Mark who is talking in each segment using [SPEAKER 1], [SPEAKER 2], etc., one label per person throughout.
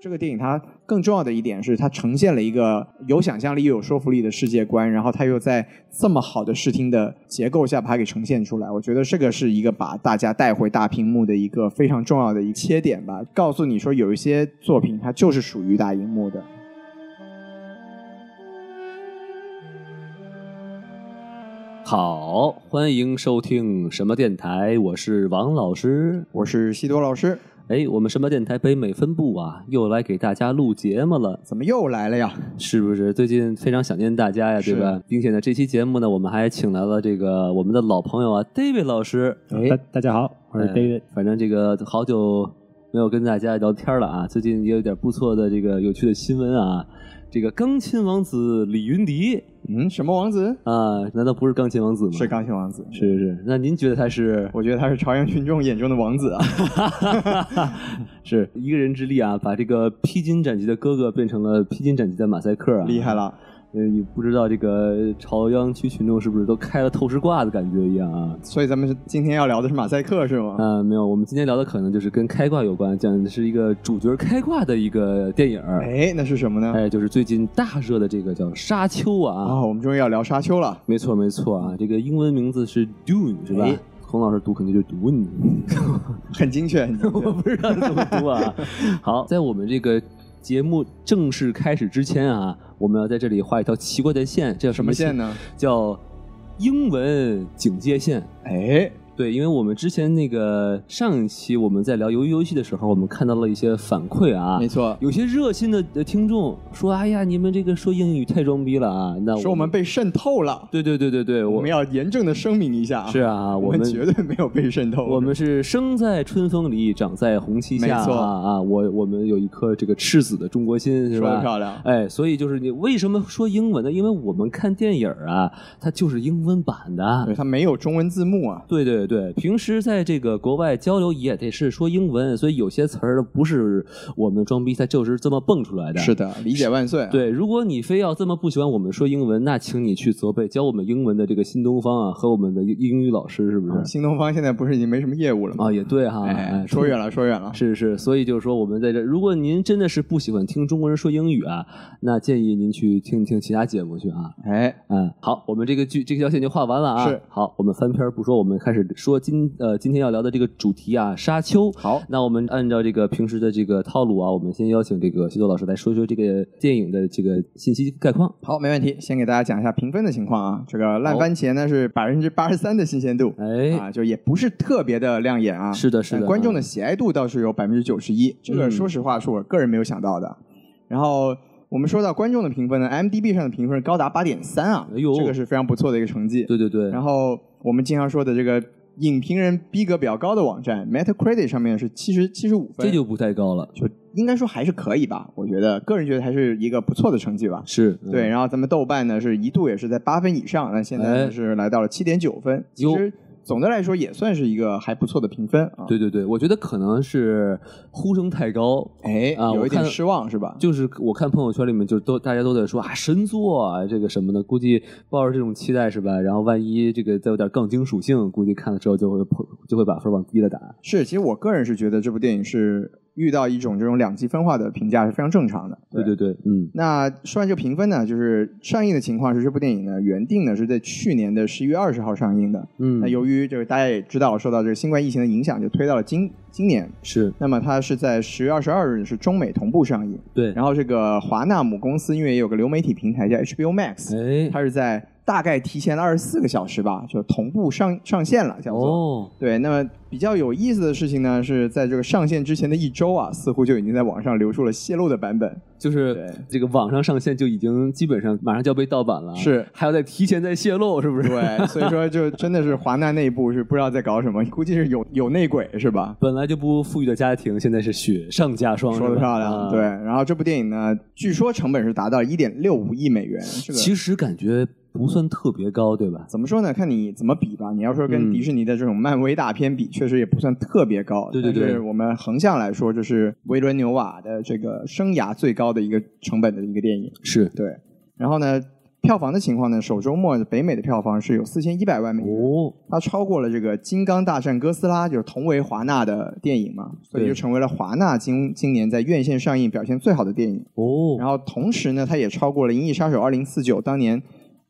[SPEAKER 1] 这个电影它更重要的一点是，它呈现了一个有想象力又有说服力的世界观，然后它又在这么好的视听的结构下把它给呈现出来。我觉得这个是一个把大家带回大屏幕的一个非常重要的一个切点吧，告诉你说有一些作品它就是属于大荧幕的。
[SPEAKER 2] 好，欢迎收听什么电台？我是王老师。
[SPEAKER 1] 我是西多老师，
[SPEAKER 2] 哎，我们什么电台北美分部啊，又来给大家录节目了，
[SPEAKER 1] 怎么又来了呀？
[SPEAKER 2] 是不是？最近非常想念大家呀，对吧？并且呢，这期节目呢，我们还请来了这个我们的老朋友啊，David 老师。
[SPEAKER 3] 大大家好，我是
[SPEAKER 2] 哎
[SPEAKER 3] David。
[SPEAKER 2] 反正这个好久没有跟大家聊天了啊，最近也有点不错的这个有趣的新闻啊。这个钢琴王子李云迪
[SPEAKER 1] 嗯，什么王子？
[SPEAKER 2] 啊，难道不是钢琴王子吗？
[SPEAKER 1] 是钢琴王子。
[SPEAKER 2] 是是是。那您觉得他是？
[SPEAKER 1] 我觉得他是朝阳群众眼中的王子啊！
[SPEAKER 2] 是一个人之力啊，把这个披荆斩棘的哥哥变成了披荆斩棘的马赛克啊，
[SPEAKER 1] 厉害！了，
[SPEAKER 2] 呃，你不知道这个朝阳区群众是不是都开了透视挂的感觉一样啊？
[SPEAKER 1] 所以咱们今天要聊的是马赛克是吗？
[SPEAKER 2] 啊、没有，我们今天聊的可能就是跟开挂有关，讲的是一个主角开挂的一个电影儿，
[SPEAKER 1] 哎，那是什么呢？
[SPEAKER 2] 哎，就是最近大热的这个叫《沙丘》啊，
[SPEAKER 1] 啊，我们终于要聊沙丘了。
[SPEAKER 2] 没错没错啊，这个英文名字是 Dune 是吧？
[SPEAKER 1] 哎
[SPEAKER 2] 孔老师读肯定就读你，
[SPEAKER 1] 很精确，很精
[SPEAKER 2] 我
[SPEAKER 1] 确。
[SPEAKER 2] 不知道怎么 读啊。好，在我们这个节目正式开始之前啊，我们要在这里画一条奇怪的线，这叫
[SPEAKER 1] 什么线？呢？
[SPEAKER 2] 叫英文警戒线。
[SPEAKER 1] 哎，
[SPEAKER 2] 对，因为我们之前那个上一期我们在聊鱿鱼游戏的时候，我们看到了一些反馈啊
[SPEAKER 1] 没，错，
[SPEAKER 2] 有些热心的呃听众说：“哎呀，你们这个说英语太装逼了啊！”那
[SPEAKER 1] 说我们被渗透了。
[SPEAKER 2] 对对对对对，
[SPEAKER 1] 我
[SPEAKER 2] 我
[SPEAKER 1] 们要严正的声明一下啊，
[SPEAKER 2] 是啊，
[SPEAKER 1] 我
[SPEAKER 2] 我
[SPEAKER 1] 们
[SPEAKER 2] 们
[SPEAKER 1] 绝哦对没有被渗透。
[SPEAKER 2] 我们是生在春风里，长在红旗下
[SPEAKER 1] 没错
[SPEAKER 2] 啊啊！我我们有一颗这个赤子的中国心，是
[SPEAKER 1] 说的
[SPEAKER 2] 吧？
[SPEAKER 1] 漂亮，啊
[SPEAKER 2] 哎，所以就是你为什么说英文呢？因为我们看电影儿啊，它就是英文版的
[SPEAKER 1] 对，。它没有中文字幕啊。
[SPEAKER 2] 对对对，平时在这个国外交流也得是说英文，所以有些词儿不是我们装逼，它就是这么蹦出来的。
[SPEAKER 1] 是的，理解万岁。，啊
[SPEAKER 2] 对，如果你非要这么不喜欢我们说英文，那请你去责备教我们英文的这个新东方啊和我们的英英语老师，是不是？
[SPEAKER 1] 新东方现在不是已经没什么业务了
[SPEAKER 2] 啊，
[SPEAKER 1] 吗？
[SPEAKER 2] 也对
[SPEAKER 1] 啊
[SPEAKER 2] 哈，
[SPEAKER 1] 哎
[SPEAKER 2] 哎，，
[SPEAKER 1] 说远了，说远了。
[SPEAKER 2] 是是，所以就是说，我们在这，如果您真的是不喜欢听中国人说英语啊，那建议您去听一听其他节目去啊。
[SPEAKER 1] 哎，
[SPEAKER 2] 嗯，好，我们这个剧这条线就画完了啊。
[SPEAKER 1] 是
[SPEAKER 2] 好，我们翻篇儿不说，我们开始说今呃今天要聊的这个主题啊，沙丘。
[SPEAKER 1] 好，
[SPEAKER 2] 那我们按照这个平时的这个套路啊，我们先邀请这个西多老师来说说这个电影的这个信息概况。
[SPEAKER 1] 好，没问题。先给大家讲一下评分的情况啊。这个烂
[SPEAKER 2] 好
[SPEAKER 1] 番茄呢是百分之八十三的新鲜度，
[SPEAKER 2] 哎，
[SPEAKER 1] 啊，就也不是特别的亮眼啊。
[SPEAKER 2] 是的是的
[SPEAKER 1] 但观众
[SPEAKER 2] 嗯
[SPEAKER 1] 的喜爱度倒是有百分之九十一，这个
[SPEAKER 2] 嗯
[SPEAKER 1] 说实话是我个人没有想到的。然后我们说到观众的评分呢，IMDB 上的评分高达八点三啊，
[SPEAKER 2] 哎呦
[SPEAKER 1] 这个是非常不错的一个成绩。
[SPEAKER 2] 对对对，
[SPEAKER 1] 然后我们经常说的这个影评人逼格比较高的网站 Metacritic 上面是七十七十五分，
[SPEAKER 2] 这就不太高了。
[SPEAKER 1] 就应该说还是可以吧，我觉得个人觉得还是一个不错的成绩吧。
[SPEAKER 2] 是，
[SPEAKER 1] 对，
[SPEAKER 2] 嗯
[SPEAKER 1] 然后咱们豆瓣呢是一度也是在八分以上，那现在
[SPEAKER 2] 哎
[SPEAKER 1] 呢是来到了七点九分，其
[SPEAKER 2] 哟
[SPEAKER 1] 实总的来说也算是一个还不错的评分啊。
[SPEAKER 2] 嗯对对对，我觉得可能是呼声太高，
[SPEAKER 1] 哎，
[SPEAKER 2] 啊
[SPEAKER 1] 有
[SPEAKER 2] 我
[SPEAKER 1] 一点
[SPEAKER 2] 看
[SPEAKER 1] 失望是吧？
[SPEAKER 2] 就是我看朋友圈里面就都大家都在说啊神作啊这个什么的，估计抱着这种期待是吧？然后万一这个再有点杠精属性，估计看了之后就会破就会把分往低了打。
[SPEAKER 1] 是，其实我个人是觉得这部电影是遇到一种这种两极分化的评价是非常正常的。
[SPEAKER 2] 对对对，嗯，
[SPEAKER 1] 那说完这个评分呢，就是上映的情况是这部电影呢原定呢是在去年的十一月二十号上映的，
[SPEAKER 2] 嗯，
[SPEAKER 1] 那由于就是大家也知道受到这个新冠疫情的影响，就推到了今今年。
[SPEAKER 2] 是
[SPEAKER 1] 那么它是在十月二十二日是中美同步上映。
[SPEAKER 2] 对，
[SPEAKER 1] 然后这个华纳母公司因为也有个流媒体平台叫 HBO Max，、
[SPEAKER 2] 哎
[SPEAKER 1] 它是在大概提前了二十四个小时吧，就同步上上线了，叫做。
[SPEAKER 2] 哦，
[SPEAKER 1] 对，那么比较有意思的事情呢，是在这个上线之前的一周啊，似乎就已经在网上流出了泄露的版本。
[SPEAKER 2] 就是
[SPEAKER 1] 对
[SPEAKER 2] 这个网上上线就已经基本上马上就要被盗版了，
[SPEAKER 1] 是
[SPEAKER 2] 还要再提前再泄露，是不是？
[SPEAKER 1] 对，所以说就真的是华纳内部是不知道在搞什么， 估计是有有内鬼是吧？
[SPEAKER 2] 本来就不富裕的家庭，现在是雪上加霜，
[SPEAKER 1] 说
[SPEAKER 2] 是
[SPEAKER 1] 的
[SPEAKER 2] 吧
[SPEAKER 1] 漂亮，
[SPEAKER 2] 啊
[SPEAKER 1] 对。然后这部电影呢，据说成本是达到一点六五亿美元，这个
[SPEAKER 2] 其实感觉不算特别高，对吧？
[SPEAKER 1] 怎么说呢？看你怎么比吧。你要说
[SPEAKER 2] 嗯
[SPEAKER 1] 跟迪士尼的这种漫威大片比，确实也不算特别高。
[SPEAKER 2] 对对对
[SPEAKER 1] 但是我们横向来说，这是维伦纽瓦的这个生涯最高的一个成本的一个电影。
[SPEAKER 2] 是，
[SPEAKER 1] 对。然后呢，票房的情况呢，首周末北美的票房是有四千一百万美元，
[SPEAKER 2] 哦，
[SPEAKER 1] 它超过了这个《金刚大战哥斯拉》，就是同为华纳的电影嘛，所以
[SPEAKER 2] 对
[SPEAKER 1] 就成为了华纳今今年在院线上映表现最好的电影。
[SPEAKER 2] 哦，
[SPEAKER 1] 然后同时呢，它也超过了《银翼杀手二零四九》当年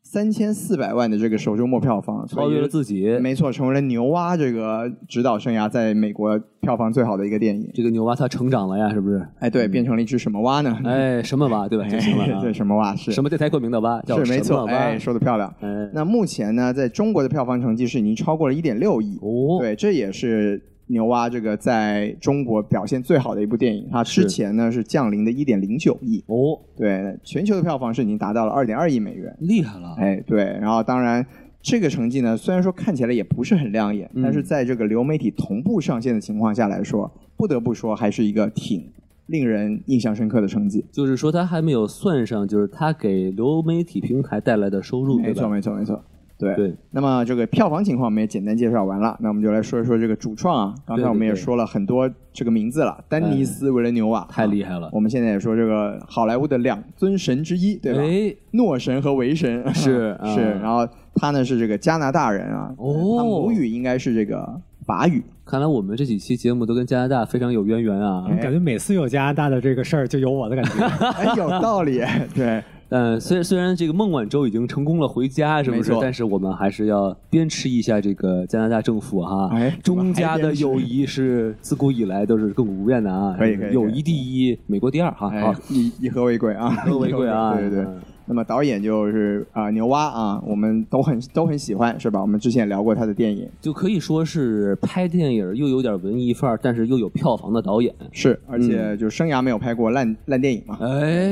[SPEAKER 1] 三千四百万的这个首周末票房，
[SPEAKER 2] 超越了自己。
[SPEAKER 1] 没错，成为了牛蛙这个指导生涯在美国票房最好的一个电影。
[SPEAKER 2] 这个牛蛙它成长了呀，是不是？
[SPEAKER 1] 哎，对，变成了一只什么蛙呢？
[SPEAKER 2] 嗯 哎，什么蛙对吧？就行了啊。
[SPEAKER 1] 嗯对，什么蛙是
[SPEAKER 2] 什么电台冠名的蛙叫
[SPEAKER 1] 是没
[SPEAKER 2] 什
[SPEAKER 1] 错，
[SPEAKER 2] 么蛙？
[SPEAKER 1] 哎，说的漂亮。
[SPEAKER 2] 哎
[SPEAKER 1] 那目前呢，在中国的票房成绩是已经超过了一点六亿，
[SPEAKER 2] 哦，
[SPEAKER 1] 对，这也是牛蛙这个在中国表现最好的一部电影。它之
[SPEAKER 2] 是
[SPEAKER 1] 前呢是降临的一点零九亿，
[SPEAKER 2] 哦，
[SPEAKER 1] 对，全球的票房是已经达到了二点二亿美元。
[SPEAKER 2] 厉害了！
[SPEAKER 1] 哎，对，然后当然。这个成绩呢，虽然说看起来也不是很亮眼，
[SPEAKER 2] 嗯
[SPEAKER 1] 但是在这个流媒体同步上线的情况下来说，不得不说还是一个挺令人印象深刻的成绩。
[SPEAKER 2] 就是说，他还没有算上，就是他给流媒体平台带来的收入，
[SPEAKER 1] 没
[SPEAKER 2] 对
[SPEAKER 1] 错，
[SPEAKER 2] 吧？
[SPEAKER 1] 没错，没错。对，
[SPEAKER 2] 对，
[SPEAKER 1] 那么这个票房情况我们也简单介绍完了，那我们就来说一说这个主创啊。刚才我们也说了很多这个名字了，丹尼斯·维伦纽瓦
[SPEAKER 2] 哎太厉
[SPEAKER 1] 害
[SPEAKER 2] 害了！
[SPEAKER 1] 我们现在也说这个好莱坞的两尊神之一，嗯对吧？
[SPEAKER 2] 哎，
[SPEAKER 1] 诺神和维神
[SPEAKER 2] 是啊
[SPEAKER 1] 是，然后他呢是这个加拿大人啊，
[SPEAKER 2] 哦
[SPEAKER 1] 他母语应该是这个法 语，
[SPEAKER 2] 看来我们这几期节目都跟加拿大非常有渊源啊。
[SPEAKER 1] 哎
[SPEAKER 3] 感觉每次有加拿大的这个事儿，就有我的感觉。
[SPEAKER 1] 哎，有道 理，对，
[SPEAKER 2] 但呃虽虽然这个孟晚舟已经成功了回家，是不
[SPEAKER 1] 没
[SPEAKER 2] 是
[SPEAKER 1] 错？
[SPEAKER 2] 但是我们还是要鞭笞一下这个加拿大政府哈。
[SPEAKER 1] 哎
[SPEAKER 2] 中加的友谊是自古以来都是亘古不变的啊。
[SPEAKER 1] 可以可以可以
[SPEAKER 2] 友谊第一，美国第二哈。
[SPEAKER 1] 哎
[SPEAKER 2] 好，，
[SPEAKER 1] 以以和为贵 啊，
[SPEAKER 2] 和为贵 啊
[SPEAKER 1] 对对对
[SPEAKER 2] 嗯。
[SPEAKER 1] 那么导演就是啊、牛蛙啊，我们都很 都很喜欢，是吧？我们之前也聊过他的电影，
[SPEAKER 2] 就可以说是拍电影又有点文艺范儿，但是又有票房的导演。
[SPEAKER 1] 是，而且就生涯没有拍过烂烂电影嘛，非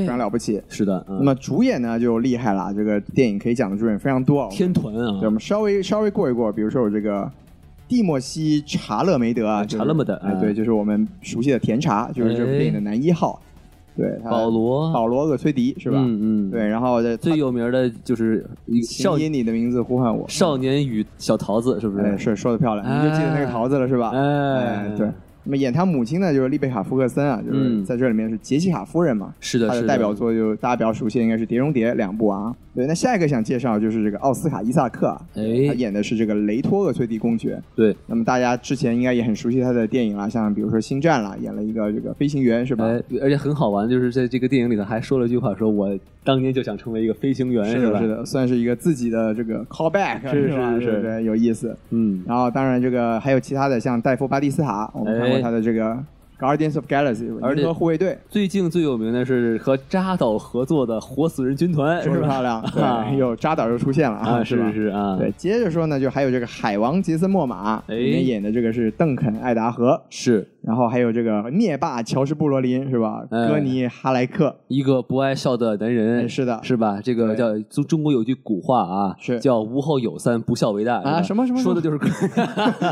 [SPEAKER 2] 哎
[SPEAKER 1] 常，了不起。
[SPEAKER 2] 是的，
[SPEAKER 1] 那
[SPEAKER 2] 嗯，
[SPEAKER 1] 么主演呢就厉害了，这个电影可以讲的主演非常多。
[SPEAKER 2] 天团
[SPEAKER 1] 对，我
[SPEAKER 2] 啊，
[SPEAKER 1] 们稍微稍微过一过，比如说有这个蒂莫西·查勒梅德啊，就是
[SPEAKER 2] 查勒梅德
[SPEAKER 1] 哎
[SPEAKER 2] 啊，
[SPEAKER 1] 对，就是我们熟悉的甜茶，就是这部电影的男一号，对，他
[SPEAKER 2] 保罗，
[SPEAKER 1] 保罗·厄崔迪是吧？
[SPEAKER 2] 哎嗯嗯，
[SPEAKER 1] 对，，然后这
[SPEAKER 2] 最有名的就是一少
[SPEAKER 1] 请以你的名字呼唤我，
[SPEAKER 2] 少年与小桃子，是不
[SPEAKER 1] 哎，是
[SPEAKER 2] 是？
[SPEAKER 1] 说的漂亮，你就记得那个桃子了是吧？
[SPEAKER 2] 哎
[SPEAKER 1] 哎，对。，那么演他母亲呢，就是丽贝卡·福克森啊，就是
[SPEAKER 2] 嗯
[SPEAKER 1] 在这里面是杰西卡夫人嘛，
[SPEAKER 2] 是的，
[SPEAKER 1] 他
[SPEAKER 2] 是
[SPEAKER 1] 的代表作就大家比较熟悉，应该是《碟中谍》两部啊。对，那下一个想介绍就是这个奥斯卡·伊萨克啊，他
[SPEAKER 2] 哎，
[SPEAKER 1] 演的是这个雷托厄崔迪公爵。
[SPEAKER 2] 对，
[SPEAKER 1] 那么大家之前应该也很熟悉他的电影啦，像比如说《星战》啦，演了一个这个飞行员是吧？
[SPEAKER 2] 哎，而且很好玩，就是在这个电影里头还说了一句话，说我当年就想成为一个飞行员，
[SPEAKER 1] 是的，
[SPEAKER 2] 吧？
[SPEAKER 1] 是，的，算是一个自己的这个 callback，
[SPEAKER 2] 是
[SPEAKER 1] 吧
[SPEAKER 2] 是是
[SPEAKER 1] 对对，有意思。
[SPEAKER 2] 嗯，
[SPEAKER 1] 然后当然这个还有其他的，像戴夫·巴蒂斯塔，我们看过
[SPEAKER 2] 哎
[SPEAKER 1] 他的这个《Guardians of Galaxy》
[SPEAKER 2] 而且
[SPEAKER 1] 银河护卫 队，
[SPEAKER 2] 最近最有名的是和扎导合作的活死人军团，
[SPEAKER 1] 说
[SPEAKER 2] 是
[SPEAKER 1] 的
[SPEAKER 2] 吧？
[SPEAKER 1] 漂 亮，
[SPEAKER 2] 啊
[SPEAKER 1] 对，有扎导又出现了
[SPEAKER 2] 啊，
[SPEAKER 1] 啊，
[SPEAKER 2] 是
[SPEAKER 1] 吧？
[SPEAKER 2] 是啊，
[SPEAKER 1] 对，接着说呢，就还有这个海王杰森·莫玛，
[SPEAKER 2] 哎
[SPEAKER 1] 里面演的这个是邓肯·艾达荷，
[SPEAKER 2] 是
[SPEAKER 1] 然后还有这个灭霸乔什·布罗林是吧？
[SPEAKER 2] 哎
[SPEAKER 1] 哥尼·哈莱克，
[SPEAKER 2] 一个不爱笑的男
[SPEAKER 1] 哎
[SPEAKER 2] 人，
[SPEAKER 1] 是的
[SPEAKER 2] 是吧？这
[SPEAKER 1] 对
[SPEAKER 2] 个叫中中国有句古话啊，
[SPEAKER 1] 是
[SPEAKER 2] 叫无后有三，不孝为大
[SPEAKER 1] 啊
[SPEAKER 2] 是吧
[SPEAKER 1] 什么什么
[SPEAKER 2] 说的就 是哥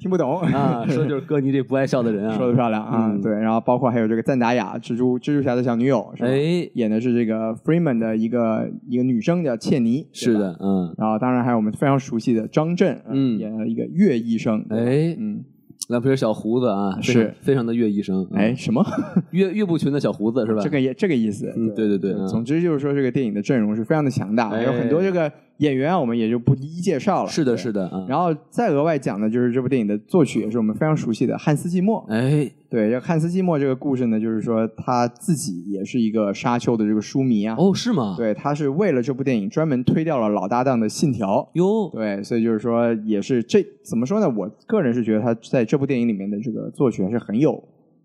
[SPEAKER 1] 听不懂
[SPEAKER 2] 啊，说的就是哥你这不爱笑的人 啊，
[SPEAKER 1] 说的漂亮啊，
[SPEAKER 2] 嗯
[SPEAKER 1] 对，然后包括还有这个赞达雅，蜘蛛蜘蛛侠的小女友是吧？
[SPEAKER 2] 哎，
[SPEAKER 1] 演的是这个 Freeman 的一个一个女生叫切尼，对
[SPEAKER 2] 是
[SPEAKER 1] 吧。
[SPEAKER 2] 的，嗯，
[SPEAKER 1] 然后当然还有我们非常熟悉的张震，呃
[SPEAKER 2] 嗯
[SPEAKER 1] 演了一个岳医生，对吧
[SPEAKER 2] 哎，
[SPEAKER 1] 嗯，
[SPEAKER 2] 蓝皮儿小胡子啊，非
[SPEAKER 1] 是
[SPEAKER 2] 常非常的岳医生，嗯
[SPEAKER 1] 哎，，什么？
[SPEAKER 2] 岳岳不群的小胡子是吧？
[SPEAKER 1] 这个也这个意思，
[SPEAKER 2] 嗯对对对嗯
[SPEAKER 1] 总之就是说，这个电影的阵容是非常的强大，
[SPEAKER 2] 哎
[SPEAKER 1] 有很多这个演员啊，我们也就不一一介绍了。
[SPEAKER 2] 是的，
[SPEAKER 1] 对
[SPEAKER 2] 是。的啊，
[SPEAKER 1] 然后再额外讲的就是这部电影的作曲也是我们非常熟悉的汉斯季默。
[SPEAKER 2] 哎，
[SPEAKER 1] 对，这汉斯季默这个故事呢，就是说他自己也是一个沙丘的这个书迷啊。
[SPEAKER 2] 哦，是吗？，
[SPEAKER 1] 对，他是为了这部电影专门推掉了老搭档的《信条》。
[SPEAKER 2] 哟，
[SPEAKER 1] 对，所以就是说，也是这怎么说呢？我个人是觉得他在这部电影里面的这个作曲还是很有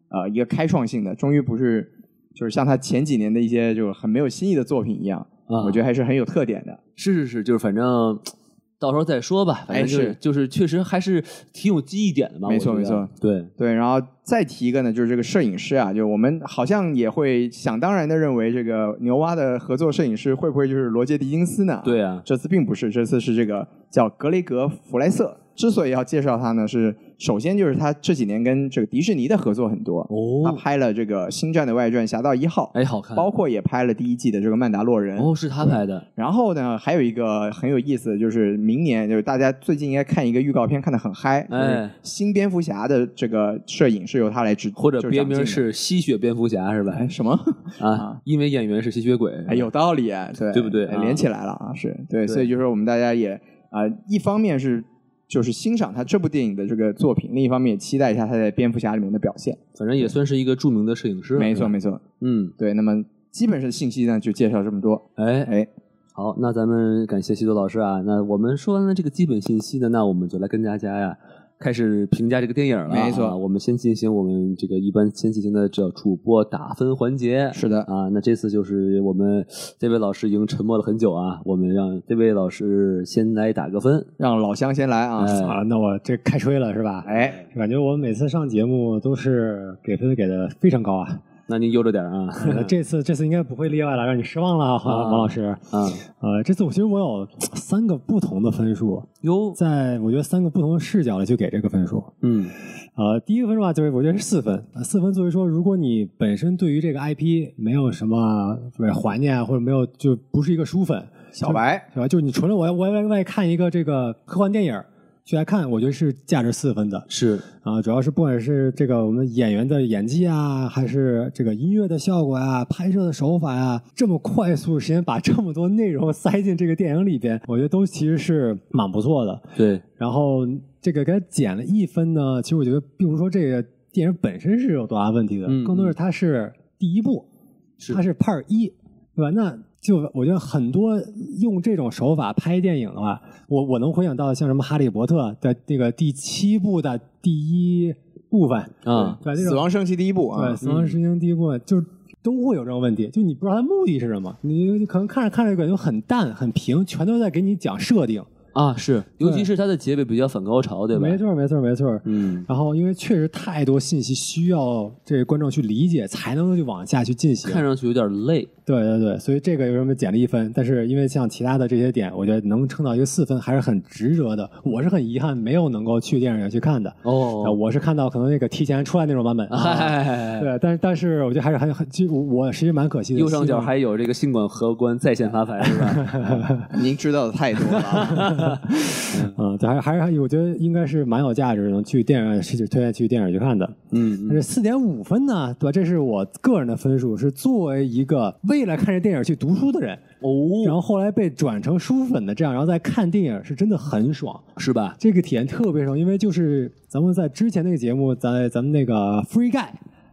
[SPEAKER 1] 呃一个开创性的，终于不是就是像他前几年的一些就是很没有新意的作品一样，
[SPEAKER 2] 啊
[SPEAKER 1] 我觉得还是很有特点的。
[SPEAKER 2] 是是是，就是反正。到时候再说吧，反
[SPEAKER 1] 哎
[SPEAKER 2] 正就是、
[SPEAKER 1] 是
[SPEAKER 2] 就是确实还是挺有记忆点的嘛。
[SPEAKER 1] 没
[SPEAKER 2] 我
[SPEAKER 1] 错
[SPEAKER 2] 觉得
[SPEAKER 1] 没错，
[SPEAKER 2] 对，
[SPEAKER 1] 对，然后再提一个呢，就是这个摄影师啊，就我们好像也会想当然的认为这个牛蛙的合作摄影师会不会就是罗杰·狄金斯呢？，
[SPEAKER 2] 对啊，
[SPEAKER 1] 这次并不是，这次是这个叫格雷格·弗莱瑟。之所以要介绍他呢，是首先就是他这几年跟这个迪士尼的合作很多，他
[SPEAKER 2] 哦，
[SPEAKER 1] 拍了这个《星战》的外传《侠盗一号》，
[SPEAKER 2] 哎，好看，
[SPEAKER 1] 包括也拍了第一季的这个《曼达洛人》。
[SPEAKER 2] 哦，是他拍的，
[SPEAKER 1] 然后呢，还有一个很有意思的就是，明年就是大家最近应该看一个预告片，看得很嗨。
[SPEAKER 2] 哎，
[SPEAKER 1] 新蝙蝠侠的这个摄影是由他来指，
[SPEAKER 2] 或者
[SPEAKER 1] 就是
[SPEAKER 2] 别
[SPEAKER 1] 掌镜
[SPEAKER 2] 名
[SPEAKER 1] 的
[SPEAKER 2] 是吸血蝙蝠侠是吧？
[SPEAKER 1] 哎什么？
[SPEAKER 2] 啊，因为演员是吸血鬼，
[SPEAKER 1] 哎，有道理，对
[SPEAKER 2] 对不对
[SPEAKER 1] 哎
[SPEAKER 2] 啊
[SPEAKER 1] 连起来了啊，是对，
[SPEAKER 2] 对
[SPEAKER 1] 所以就是我们大家也啊、一方面是就是欣赏他这部电影的这个作品，另一方面也期待一下他在蝙蝠侠里面的表现。
[SPEAKER 2] 反正也算是一个著名的摄影师，
[SPEAKER 1] 没错，
[SPEAKER 2] 是吧
[SPEAKER 1] 没错，
[SPEAKER 2] 嗯，
[SPEAKER 1] 对。那么基本上信息呢就介绍这么多，
[SPEAKER 2] 哎，
[SPEAKER 1] 哎，
[SPEAKER 2] 好，那咱们感谢西多老师啊。那我们说完了这个基本信息呢，那我们就来跟大家呀开始评价这个电影了啊。
[SPEAKER 1] 没错
[SPEAKER 2] 我们先进行我们这个一般先进行的叫主播打分环节。
[SPEAKER 1] 是的，
[SPEAKER 2] 啊，那这次就是我们这位老师已经沉默了很久啊，我们让这位老师先来打个分。
[SPEAKER 1] 让老乡先来啊，
[SPEAKER 2] 哎，
[SPEAKER 3] 啊，那我这开吹了是吧？
[SPEAKER 1] 哎，
[SPEAKER 3] 感觉我每次上节目都是给分给的非常高啊，
[SPEAKER 2] 那您悠着点啊。
[SPEAKER 1] 嗯
[SPEAKER 3] 呃这次这次应该不会例外了，让你失望了，黄
[SPEAKER 2] 啊
[SPEAKER 3] 王老师。
[SPEAKER 2] 啊，
[SPEAKER 1] 嗯
[SPEAKER 3] 呃，这次我其实我有三个不同的分数，
[SPEAKER 2] 哟，
[SPEAKER 3] 在我觉得三个不同的视角里去给这个分数。
[SPEAKER 2] 嗯，
[SPEAKER 3] 呃，第一个分数吧，就是我觉得是四分。呃四分作为说，如果你本身对于这个 IP 没有什么对怀念啊，或者没有就不是一个书粉，
[SPEAKER 1] 小白，
[SPEAKER 3] 对吧？就是你纯了我我外外看一个这个科幻电影儿去来看，我觉得是价值四分的
[SPEAKER 2] 是，
[SPEAKER 3] 啊、主要是不管是这个我们演员的演技啊，还是这个音乐的效果啊，拍摄的手法呀、这么快速时间把这么多内容塞进这个电影里边，我觉得都其实是蛮不错的。
[SPEAKER 2] 对，
[SPEAKER 3] 然后这个给他减了一分呢，其实我觉得并不是说这个电影本身是有多大问题的，
[SPEAKER 2] 嗯
[SPEAKER 3] 更多是它是第一部，
[SPEAKER 2] 是
[SPEAKER 3] 它是 Part 一，对吧？那就我觉得很多用这种手法拍电影的话，我我能回想到像什么《哈利波特》的这个第七部的第一部分，
[SPEAKER 2] 啊，
[SPEAKER 3] 对吧？哎这
[SPEAKER 1] 死
[SPEAKER 3] 种
[SPEAKER 1] 亡升级第一部
[SPEAKER 3] 对
[SPEAKER 1] 啊
[SPEAKER 3] 《死
[SPEAKER 2] 嗯
[SPEAKER 3] 亡之星》第一部分，就是都会有这种问题，就你不知道它目的是什么，你你可能看着看着感觉很淡很平，全都在给你讲设定，
[SPEAKER 2] 啊是，尤其
[SPEAKER 3] 对
[SPEAKER 2] 是它的结尾比较反高潮，对吧？
[SPEAKER 3] 没，错没错没错，
[SPEAKER 2] 嗯，
[SPEAKER 3] 然后，因为确实太多信息需要这个观众去理解，才能去往下去进行。
[SPEAKER 2] 看上去有点累，
[SPEAKER 3] 对对对，所以这个为什么减了一分？但是因为像其他的这些点，我觉得能撑到一个四分还是很值得的。我是很遗憾没有能够去电影院去看的，啊
[SPEAKER 2] 哦，
[SPEAKER 3] 我是看到可能那个提前出来那 种版本。啊
[SPEAKER 2] 哎，
[SPEAKER 3] 对，但是但是我觉得还是很很，其实我我其实蛮可惜的。
[SPEAKER 2] 右上
[SPEAKER 3] 希
[SPEAKER 2] 角
[SPEAKER 3] 望
[SPEAKER 2] 还有这个信管荷官在线发牌是吧？
[SPEAKER 1] 您知道的太多了啊，
[SPEAKER 3] 嗯，对，还还还我觉得应该是蛮有价值，能去电影院是推荐去电影院去看的。
[SPEAKER 2] 嗯，
[SPEAKER 3] 但是四点五分呢，对吧？这是我个人的分数，是作为一个为了看这电影去读书的人，然
[SPEAKER 2] 哦，
[SPEAKER 3] 后后来被转成书粉的这样，然后再看电影是真的很爽，
[SPEAKER 2] 是吧？
[SPEAKER 3] 这个体验特别爽。因为就是咱们在之前那个节目，咱咱们那个 Free Guy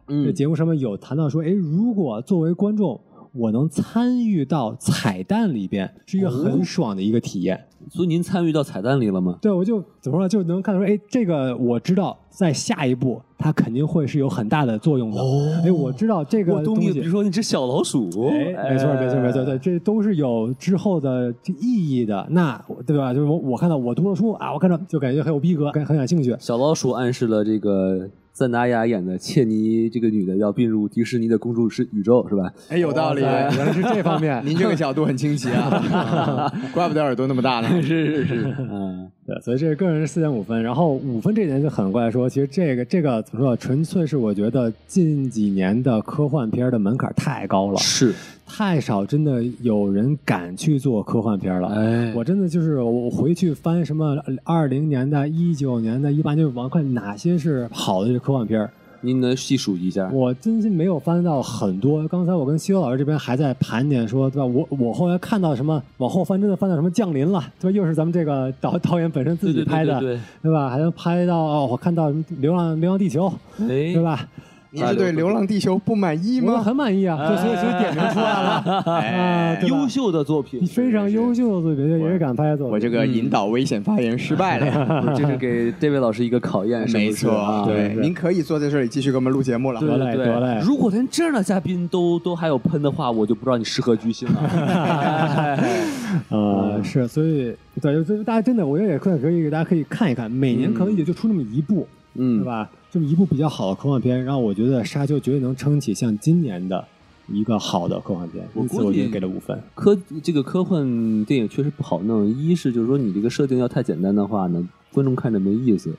[SPEAKER 3] 这
[SPEAKER 2] 嗯，
[SPEAKER 3] 节目上面有谈到说，哎，如果作为观众。我能参与到彩蛋里边，是一个
[SPEAKER 2] 哦
[SPEAKER 3] 很爽的一个体验。
[SPEAKER 2] 所以您参与到彩蛋里了吗？
[SPEAKER 3] 对，我就怎么说呢，就能看出，哎，这个我知道，在下一步它肯定会是有很大的作用的。哎，我知道这个
[SPEAKER 2] 过冬
[SPEAKER 3] 西，
[SPEAKER 2] 比如说那只小老鼠，
[SPEAKER 3] 哎，没错，没错，没错，对，这都是有之后的这意义的。那我对吧？就是我我看到我读了书啊，我看到就感觉很有逼格，感很感兴趣。
[SPEAKER 2] 小老鼠暗示了这个赞达亚演的切尼这个女的要并入迪士尼的公主是宇宙是吧？
[SPEAKER 1] 哎，有道理。
[SPEAKER 3] 哇塞原来是这方面。
[SPEAKER 1] 您这个角度很清奇啊，怪不得耳朵那么大呢。
[SPEAKER 2] 是是是，嗯，
[SPEAKER 3] 对，所以这个人是四点五分，然后五分这点就很怪说，其实这个这个怎么说，纯粹是我觉得近几年的科幻片的门槛太高了，
[SPEAKER 2] 是，
[SPEAKER 3] 太少真的有人敢去做科幻片了。
[SPEAKER 2] 哎，
[SPEAKER 3] 我真的就是我我回去翻什么二零年的、一九年的、一八年，我看哪些是好的科幻片儿
[SPEAKER 2] 您能细数一下？
[SPEAKER 3] 我真心没有翻到很多。刚才我跟西游老师这边还在盘点说，对吧？我我后来看到什么，往后翻真的翻到什么降临了，对吧？又是咱们这个导导演本身自
[SPEAKER 2] 对
[SPEAKER 3] 己
[SPEAKER 2] 对
[SPEAKER 3] 拍的，
[SPEAKER 2] 对对
[SPEAKER 3] 对吧？还能拍到哦，我看到什么《流浪流浪地球》，
[SPEAKER 2] 对，
[SPEAKER 3] 对
[SPEAKER 2] 哎，
[SPEAKER 3] 吧？
[SPEAKER 1] 您是对《流浪地球》不满意
[SPEAKER 3] 我
[SPEAKER 1] 吗？哎
[SPEAKER 3] 很满意啊，就所以所以点名出来 了，啊，对吧
[SPEAKER 2] 哎优秀的作 品，
[SPEAKER 3] 非常优秀的作品，也
[SPEAKER 1] 我
[SPEAKER 3] 是敢拍的作品。
[SPEAKER 1] 我这个引导危险发言失败了呀。
[SPEAKER 2] 不是这是给这位老师一个考验，是不是
[SPEAKER 1] 没错，
[SPEAKER 2] 啊
[SPEAKER 1] 对，
[SPEAKER 3] 对对
[SPEAKER 1] 您可以坐在这里继续给我们录节目了。
[SPEAKER 3] 对
[SPEAKER 2] 对对
[SPEAKER 3] 得嘞
[SPEAKER 2] 如果连这样的嘉宾都都还有喷的话，我就不知道你适合居心了。哎
[SPEAKER 3] 呃，是，所以对，所以大家真的，我觉得也可以可以，大家可以看一看，每年可能也就出那么一部，对
[SPEAKER 2] 嗯，
[SPEAKER 3] 吧？这么一部比较好的科幻片，然后我觉得《沙丘》绝对能撑起像今年的一个好的科幻片，
[SPEAKER 2] 我
[SPEAKER 3] 因此
[SPEAKER 2] 估
[SPEAKER 3] 我觉得
[SPEAKER 2] 计
[SPEAKER 3] 给了五分。
[SPEAKER 2] 科这个科幻电影确实不好弄，一是就是说你这个设定要太简单的话呢，观众看着没意思。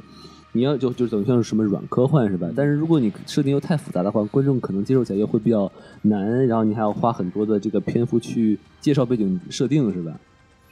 [SPEAKER 2] 你要就就等于像是什么软科幻是吧？但是如果你设定又太复杂的话，观众可能接受起来又会比较难，然后你还要花很多的这个篇幅去介绍背景设定是吧？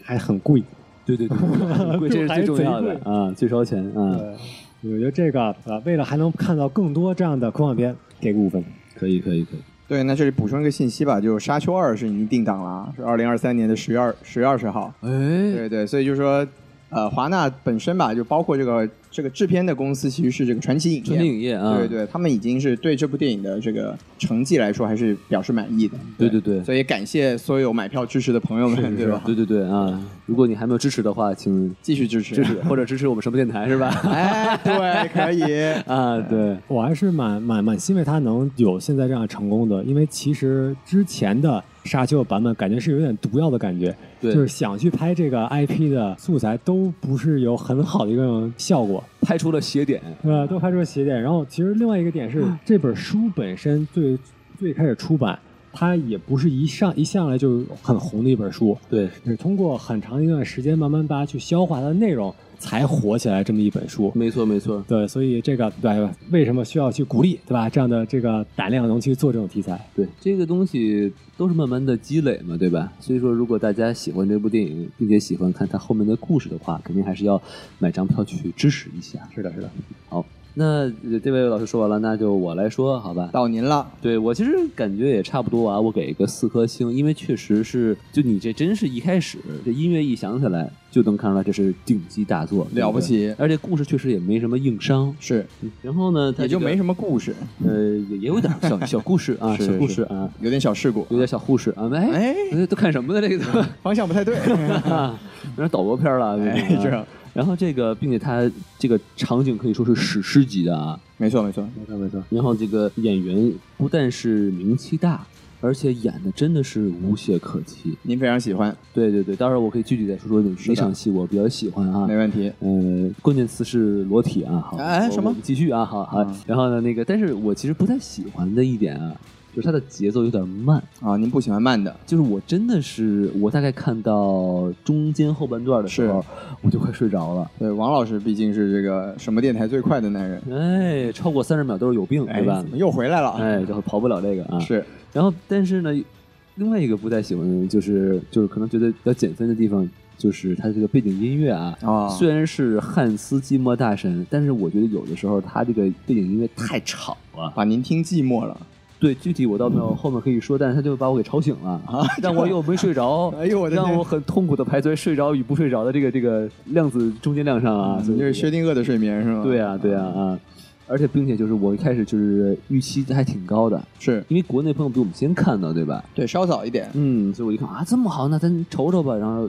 [SPEAKER 3] 还很贵。
[SPEAKER 2] 对对对，很贵这是最重要的啊，最烧钱啊，
[SPEAKER 3] 呃，我觉得这个呃，为了还能看到更多这样的科幻片，给个五分。
[SPEAKER 2] 可以可以可以，
[SPEAKER 1] 对，那这里补充一个信息吧，就《沙丘二》是已经定档了啊，是二零二三年的十月二十月二十号。
[SPEAKER 2] 哎，
[SPEAKER 1] 对对，所以就说，呃，华纳本身吧，就包括这个这个制片的公司，其实是这个传奇影业。
[SPEAKER 2] 纯电影业啊，
[SPEAKER 1] 对对，他们已经是对这部电影的这个成绩来说，还是表示满意的。
[SPEAKER 2] 对对对
[SPEAKER 1] 所以感谢所有买票支持的朋友们，对吧？
[SPEAKER 2] 对对对啊！如果你还没有支持的话，请
[SPEAKER 1] 继续支持，
[SPEAKER 2] 支持或者支持我们什么电台是吧？
[SPEAKER 1] 哎，对，可 以。
[SPEAKER 2] 啊，对，
[SPEAKER 3] 我还是蛮蛮蛮欣慰他能有现在这样成功的，因为其实之前的沙丘版本感觉是有点毒药的感觉，
[SPEAKER 2] 对
[SPEAKER 3] 就是想去拍这个 IP 的素材都不是有很好的一个效果，
[SPEAKER 2] 拍出了邪点，
[SPEAKER 3] 呃，都拍出了邪点。然后其实另外一个点是，这本书本身最最开始出版，它也不是一上一上来就很红的一本书，
[SPEAKER 2] 对，
[SPEAKER 3] 是通过很长一段时间慢慢把它去消化它的内容，才火起来这么一本书。
[SPEAKER 2] 没错没错，
[SPEAKER 3] 对，所以这个对吧？为什么需要去鼓励对吧？这样的这个胆量能去做这种题材，
[SPEAKER 2] 对，这个东西都是慢慢的积累嘛，对吧？所以说，如果大家喜欢这部电影，并且喜欢看它后面的故事的话，肯定还是要买张票去支持一下。
[SPEAKER 3] 是的，是的，。
[SPEAKER 2] 好，那呃这位老师说完了，那就我来说好吧。
[SPEAKER 1] 到您了，
[SPEAKER 2] 对我其实感觉也差不多啊，我给一个四颗星，因为确实是，就你这真是一开始这音乐一响起来就能看出来这是顶级大作，对对
[SPEAKER 1] 了不起
[SPEAKER 2] 而且故事确实也没什么硬伤，
[SPEAKER 1] 是
[SPEAKER 2] 然后呢，它
[SPEAKER 1] 也就
[SPEAKER 2] 这个
[SPEAKER 1] 没什么故事，
[SPEAKER 2] 呃也也有点小 小故事啊，
[SPEAKER 1] 是
[SPEAKER 2] 小故
[SPEAKER 1] 是
[SPEAKER 2] 事啊，
[SPEAKER 1] 有点小事故
[SPEAKER 2] 有，点小故事啊，哎
[SPEAKER 1] 哎，
[SPEAKER 2] 都看什么呢？这 个 都。
[SPEAKER 1] 方向不太对。
[SPEAKER 2] 啊，有点导播片了，
[SPEAKER 1] 哎
[SPEAKER 2] 这，
[SPEAKER 1] 这
[SPEAKER 2] 个啊。
[SPEAKER 1] 样
[SPEAKER 2] 然后这个，并且它这个场景可以说是史诗级的啊，
[SPEAKER 1] 没错没错，
[SPEAKER 2] 没错没错。然后这个演员不但是名气大，而且演的真的是无懈可击。
[SPEAKER 1] 您非常喜欢，
[SPEAKER 2] 对对对，到时候我可以具体再说说哪
[SPEAKER 1] 的
[SPEAKER 2] 哪场戏我比较喜欢啊
[SPEAKER 1] 没。问题。
[SPEAKER 2] 呃，关键词是裸体啊，好，
[SPEAKER 1] 哎
[SPEAKER 2] 我
[SPEAKER 1] 什么
[SPEAKER 2] 我们继续啊，好好。
[SPEAKER 1] 嗯
[SPEAKER 2] 然后呢，那个，但是我其实不太喜欢的一点啊，就是它的节奏有点慢。
[SPEAKER 1] 啊，您不喜欢慢的，
[SPEAKER 2] 就是我真的是，我大概看到中间后半段的时候，我就快睡着了。
[SPEAKER 1] 对，王老师毕竟是这个什么电台最快的男人，
[SPEAKER 2] 哎，超过三十秒都是有病，对吧
[SPEAKER 1] 怎？么又回来了？
[SPEAKER 2] 哎，就跑不了这个啊。。
[SPEAKER 1] 是
[SPEAKER 2] 然后，但是呢，另外一个不太喜欢的就是，就是可能觉得要减分的地方，就是它这个背景音乐啊。
[SPEAKER 1] 啊，
[SPEAKER 2] 虽然是汉斯季默大神，但是我觉得有的时候他这个背景音乐太吵了。
[SPEAKER 1] 把您听寂寞了。
[SPEAKER 2] 对，具体我倒没有后面可以说，但是他就把我给吵醒了，让我又没睡着，
[SPEAKER 1] 哎呦我的天
[SPEAKER 2] 让我很痛苦的排除睡着与不睡着的这个这个量子中间量上啊，所
[SPEAKER 1] 你
[SPEAKER 2] 以
[SPEAKER 1] 嗯就是薛定谔的睡眠是吗？
[SPEAKER 2] 对啊，对啊，啊！而且并且就是我一开始就是预期还挺高的，
[SPEAKER 1] 是
[SPEAKER 2] 因为国内朋友比我们先看到，对吧？
[SPEAKER 1] 对，稍早一点，
[SPEAKER 2] 嗯，所以我一看啊，这么好，那咱瞅瞅吧。然后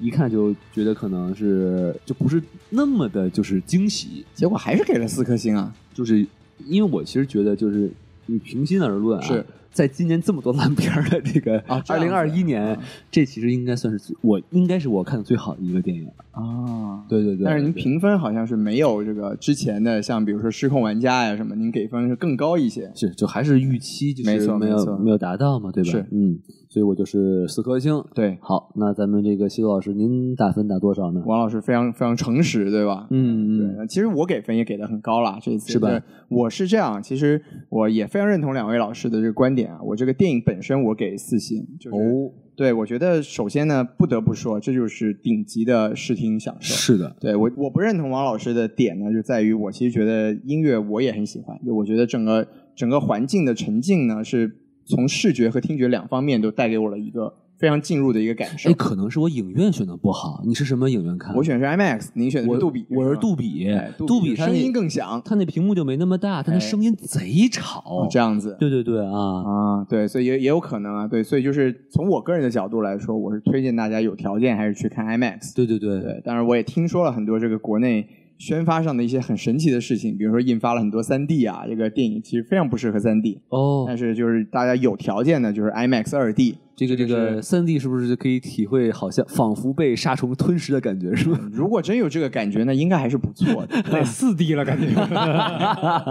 [SPEAKER 2] 一看就觉得可能是就不是那么的，就是惊喜，
[SPEAKER 1] 结果还是给了四颗星啊。
[SPEAKER 2] 就是因为我其实觉得就是你平心而论啊，
[SPEAKER 1] 是
[SPEAKER 2] 在今年这么多烂片儿的这个
[SPEAKER 1] 啊这
[SPEAKER 2] 二
[SPEAKER 1] 样
[SPEAKER 2] 零
[SPEAKER 1] 子
[SPEAKER 2] 二一年，
[SPEAKER 1] 啊
[SPEAKER 2] 这其实应该算是最我应该是我看的最好的一个电影。
[SPEAKER 1] 啊，
[SPEAKER 2] 对对对，
[SPEAKER 1] 但是您
[SPEAKER 2] 对
[SPEAKER 1] 评分好像是没有这个之前的，像比如说《失控玩家》呀什么，您给分是更高一些。
[SPEAKER 2] 是就还是预期就是
[SPEAKER 1] 没错
[SPEAKER 2] 没
[SPEAKER 1] 没错
[SPEAKER 2] 有没有达到嘛，对吧？
[SPEAKER 1] 是
[SPEAKER 2] 嗯，所以我就是四颗星。
[SPEAKER 1] 对，
[SPEAKER 2] 好，那咱们这个西多老师，您打分打多少呢？
[SPEAKER 1] 王老师非常非常诚实，对吧？
[SPEAKER 2] 嗯嗯，
[SPEAKER 1] 对，其实我给分也给的很高了，这一次
[SPEAKER 2] 是吧？
[SPEAKER 1] 对我是这样，其实我也非常认同两位老师的这个观点啊。我这个电影本身我给四星，就是、
[SPEAKER 2] 哦，
[SPEAKER 1] 对我觉得首先呢，不得不说，这就是顶级的视听享受。
[SPEAKER 2] 是的，
[SPEAKER 1] 对我我不认同王老师的点呢，就在于我其实觉得音乐我也很喜欢，就我觉得整个整个环境的沉浸呢，是从视觉和听觉两方面都带给我了一个非常进入的一个感受
[SPEAKER 2] 哎，。可能是我影院选的不好。你是什么影院看？
[SPEAKER 1] 我选的是 IMAX，您选的
[SPEAKER 2] 我
[SPEAKER 1] 是杜比，
[SPEAKER 2] 我是
[SPEAKER 1] 吧
[SPEAKER 2] 杜比
[SPEAKER 1] 哎，
[SPEAKER 2] 杜
[SPEAKER 1] 比
[SPEAKER 2] 比它
[SPEAKER 1] 声
[SPEAKER 2] 那哦
[SPEAKER 1] 音更响，
[SPEAKER 2] 它那屏幕就没那么大，但
[SPEAKER 1] 哎
[SPEAKER 2] 它声音贼吵
[SPEAKER 1] 哦。这样子。
[SPEAKER 2] 对对对啊，
[SPEAKER 1] 啊，对，所以也也有可能啊，对，所以就是从我个人的角度来说，我是推荐大家有条件还是去看 IMAX。
[SPEAKER 2] 对对对，
[SPEAKER 1] 对，当然我也听说了很多这个国内宣发上的一些很神奇的事情，比如说印发了很多 3D 啊，这个电影其实非常不适合 3D，
[SPEAKER 2] 哦
[SPEAKER 1] 但，是就是大家有条件的，就是 IMAX 2D，
[SPEAKER 2] 这个这个三 D 是不是就可以体会好像仿佛被沙虫吞噬的感觉是 吧？
[SPEAKER 1] 如果真有这个感觉呢，应该还是不错的
[SPEAKER 3] 得四 D 了感觉。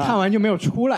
[SPEAKER 1] 看完就没有出来，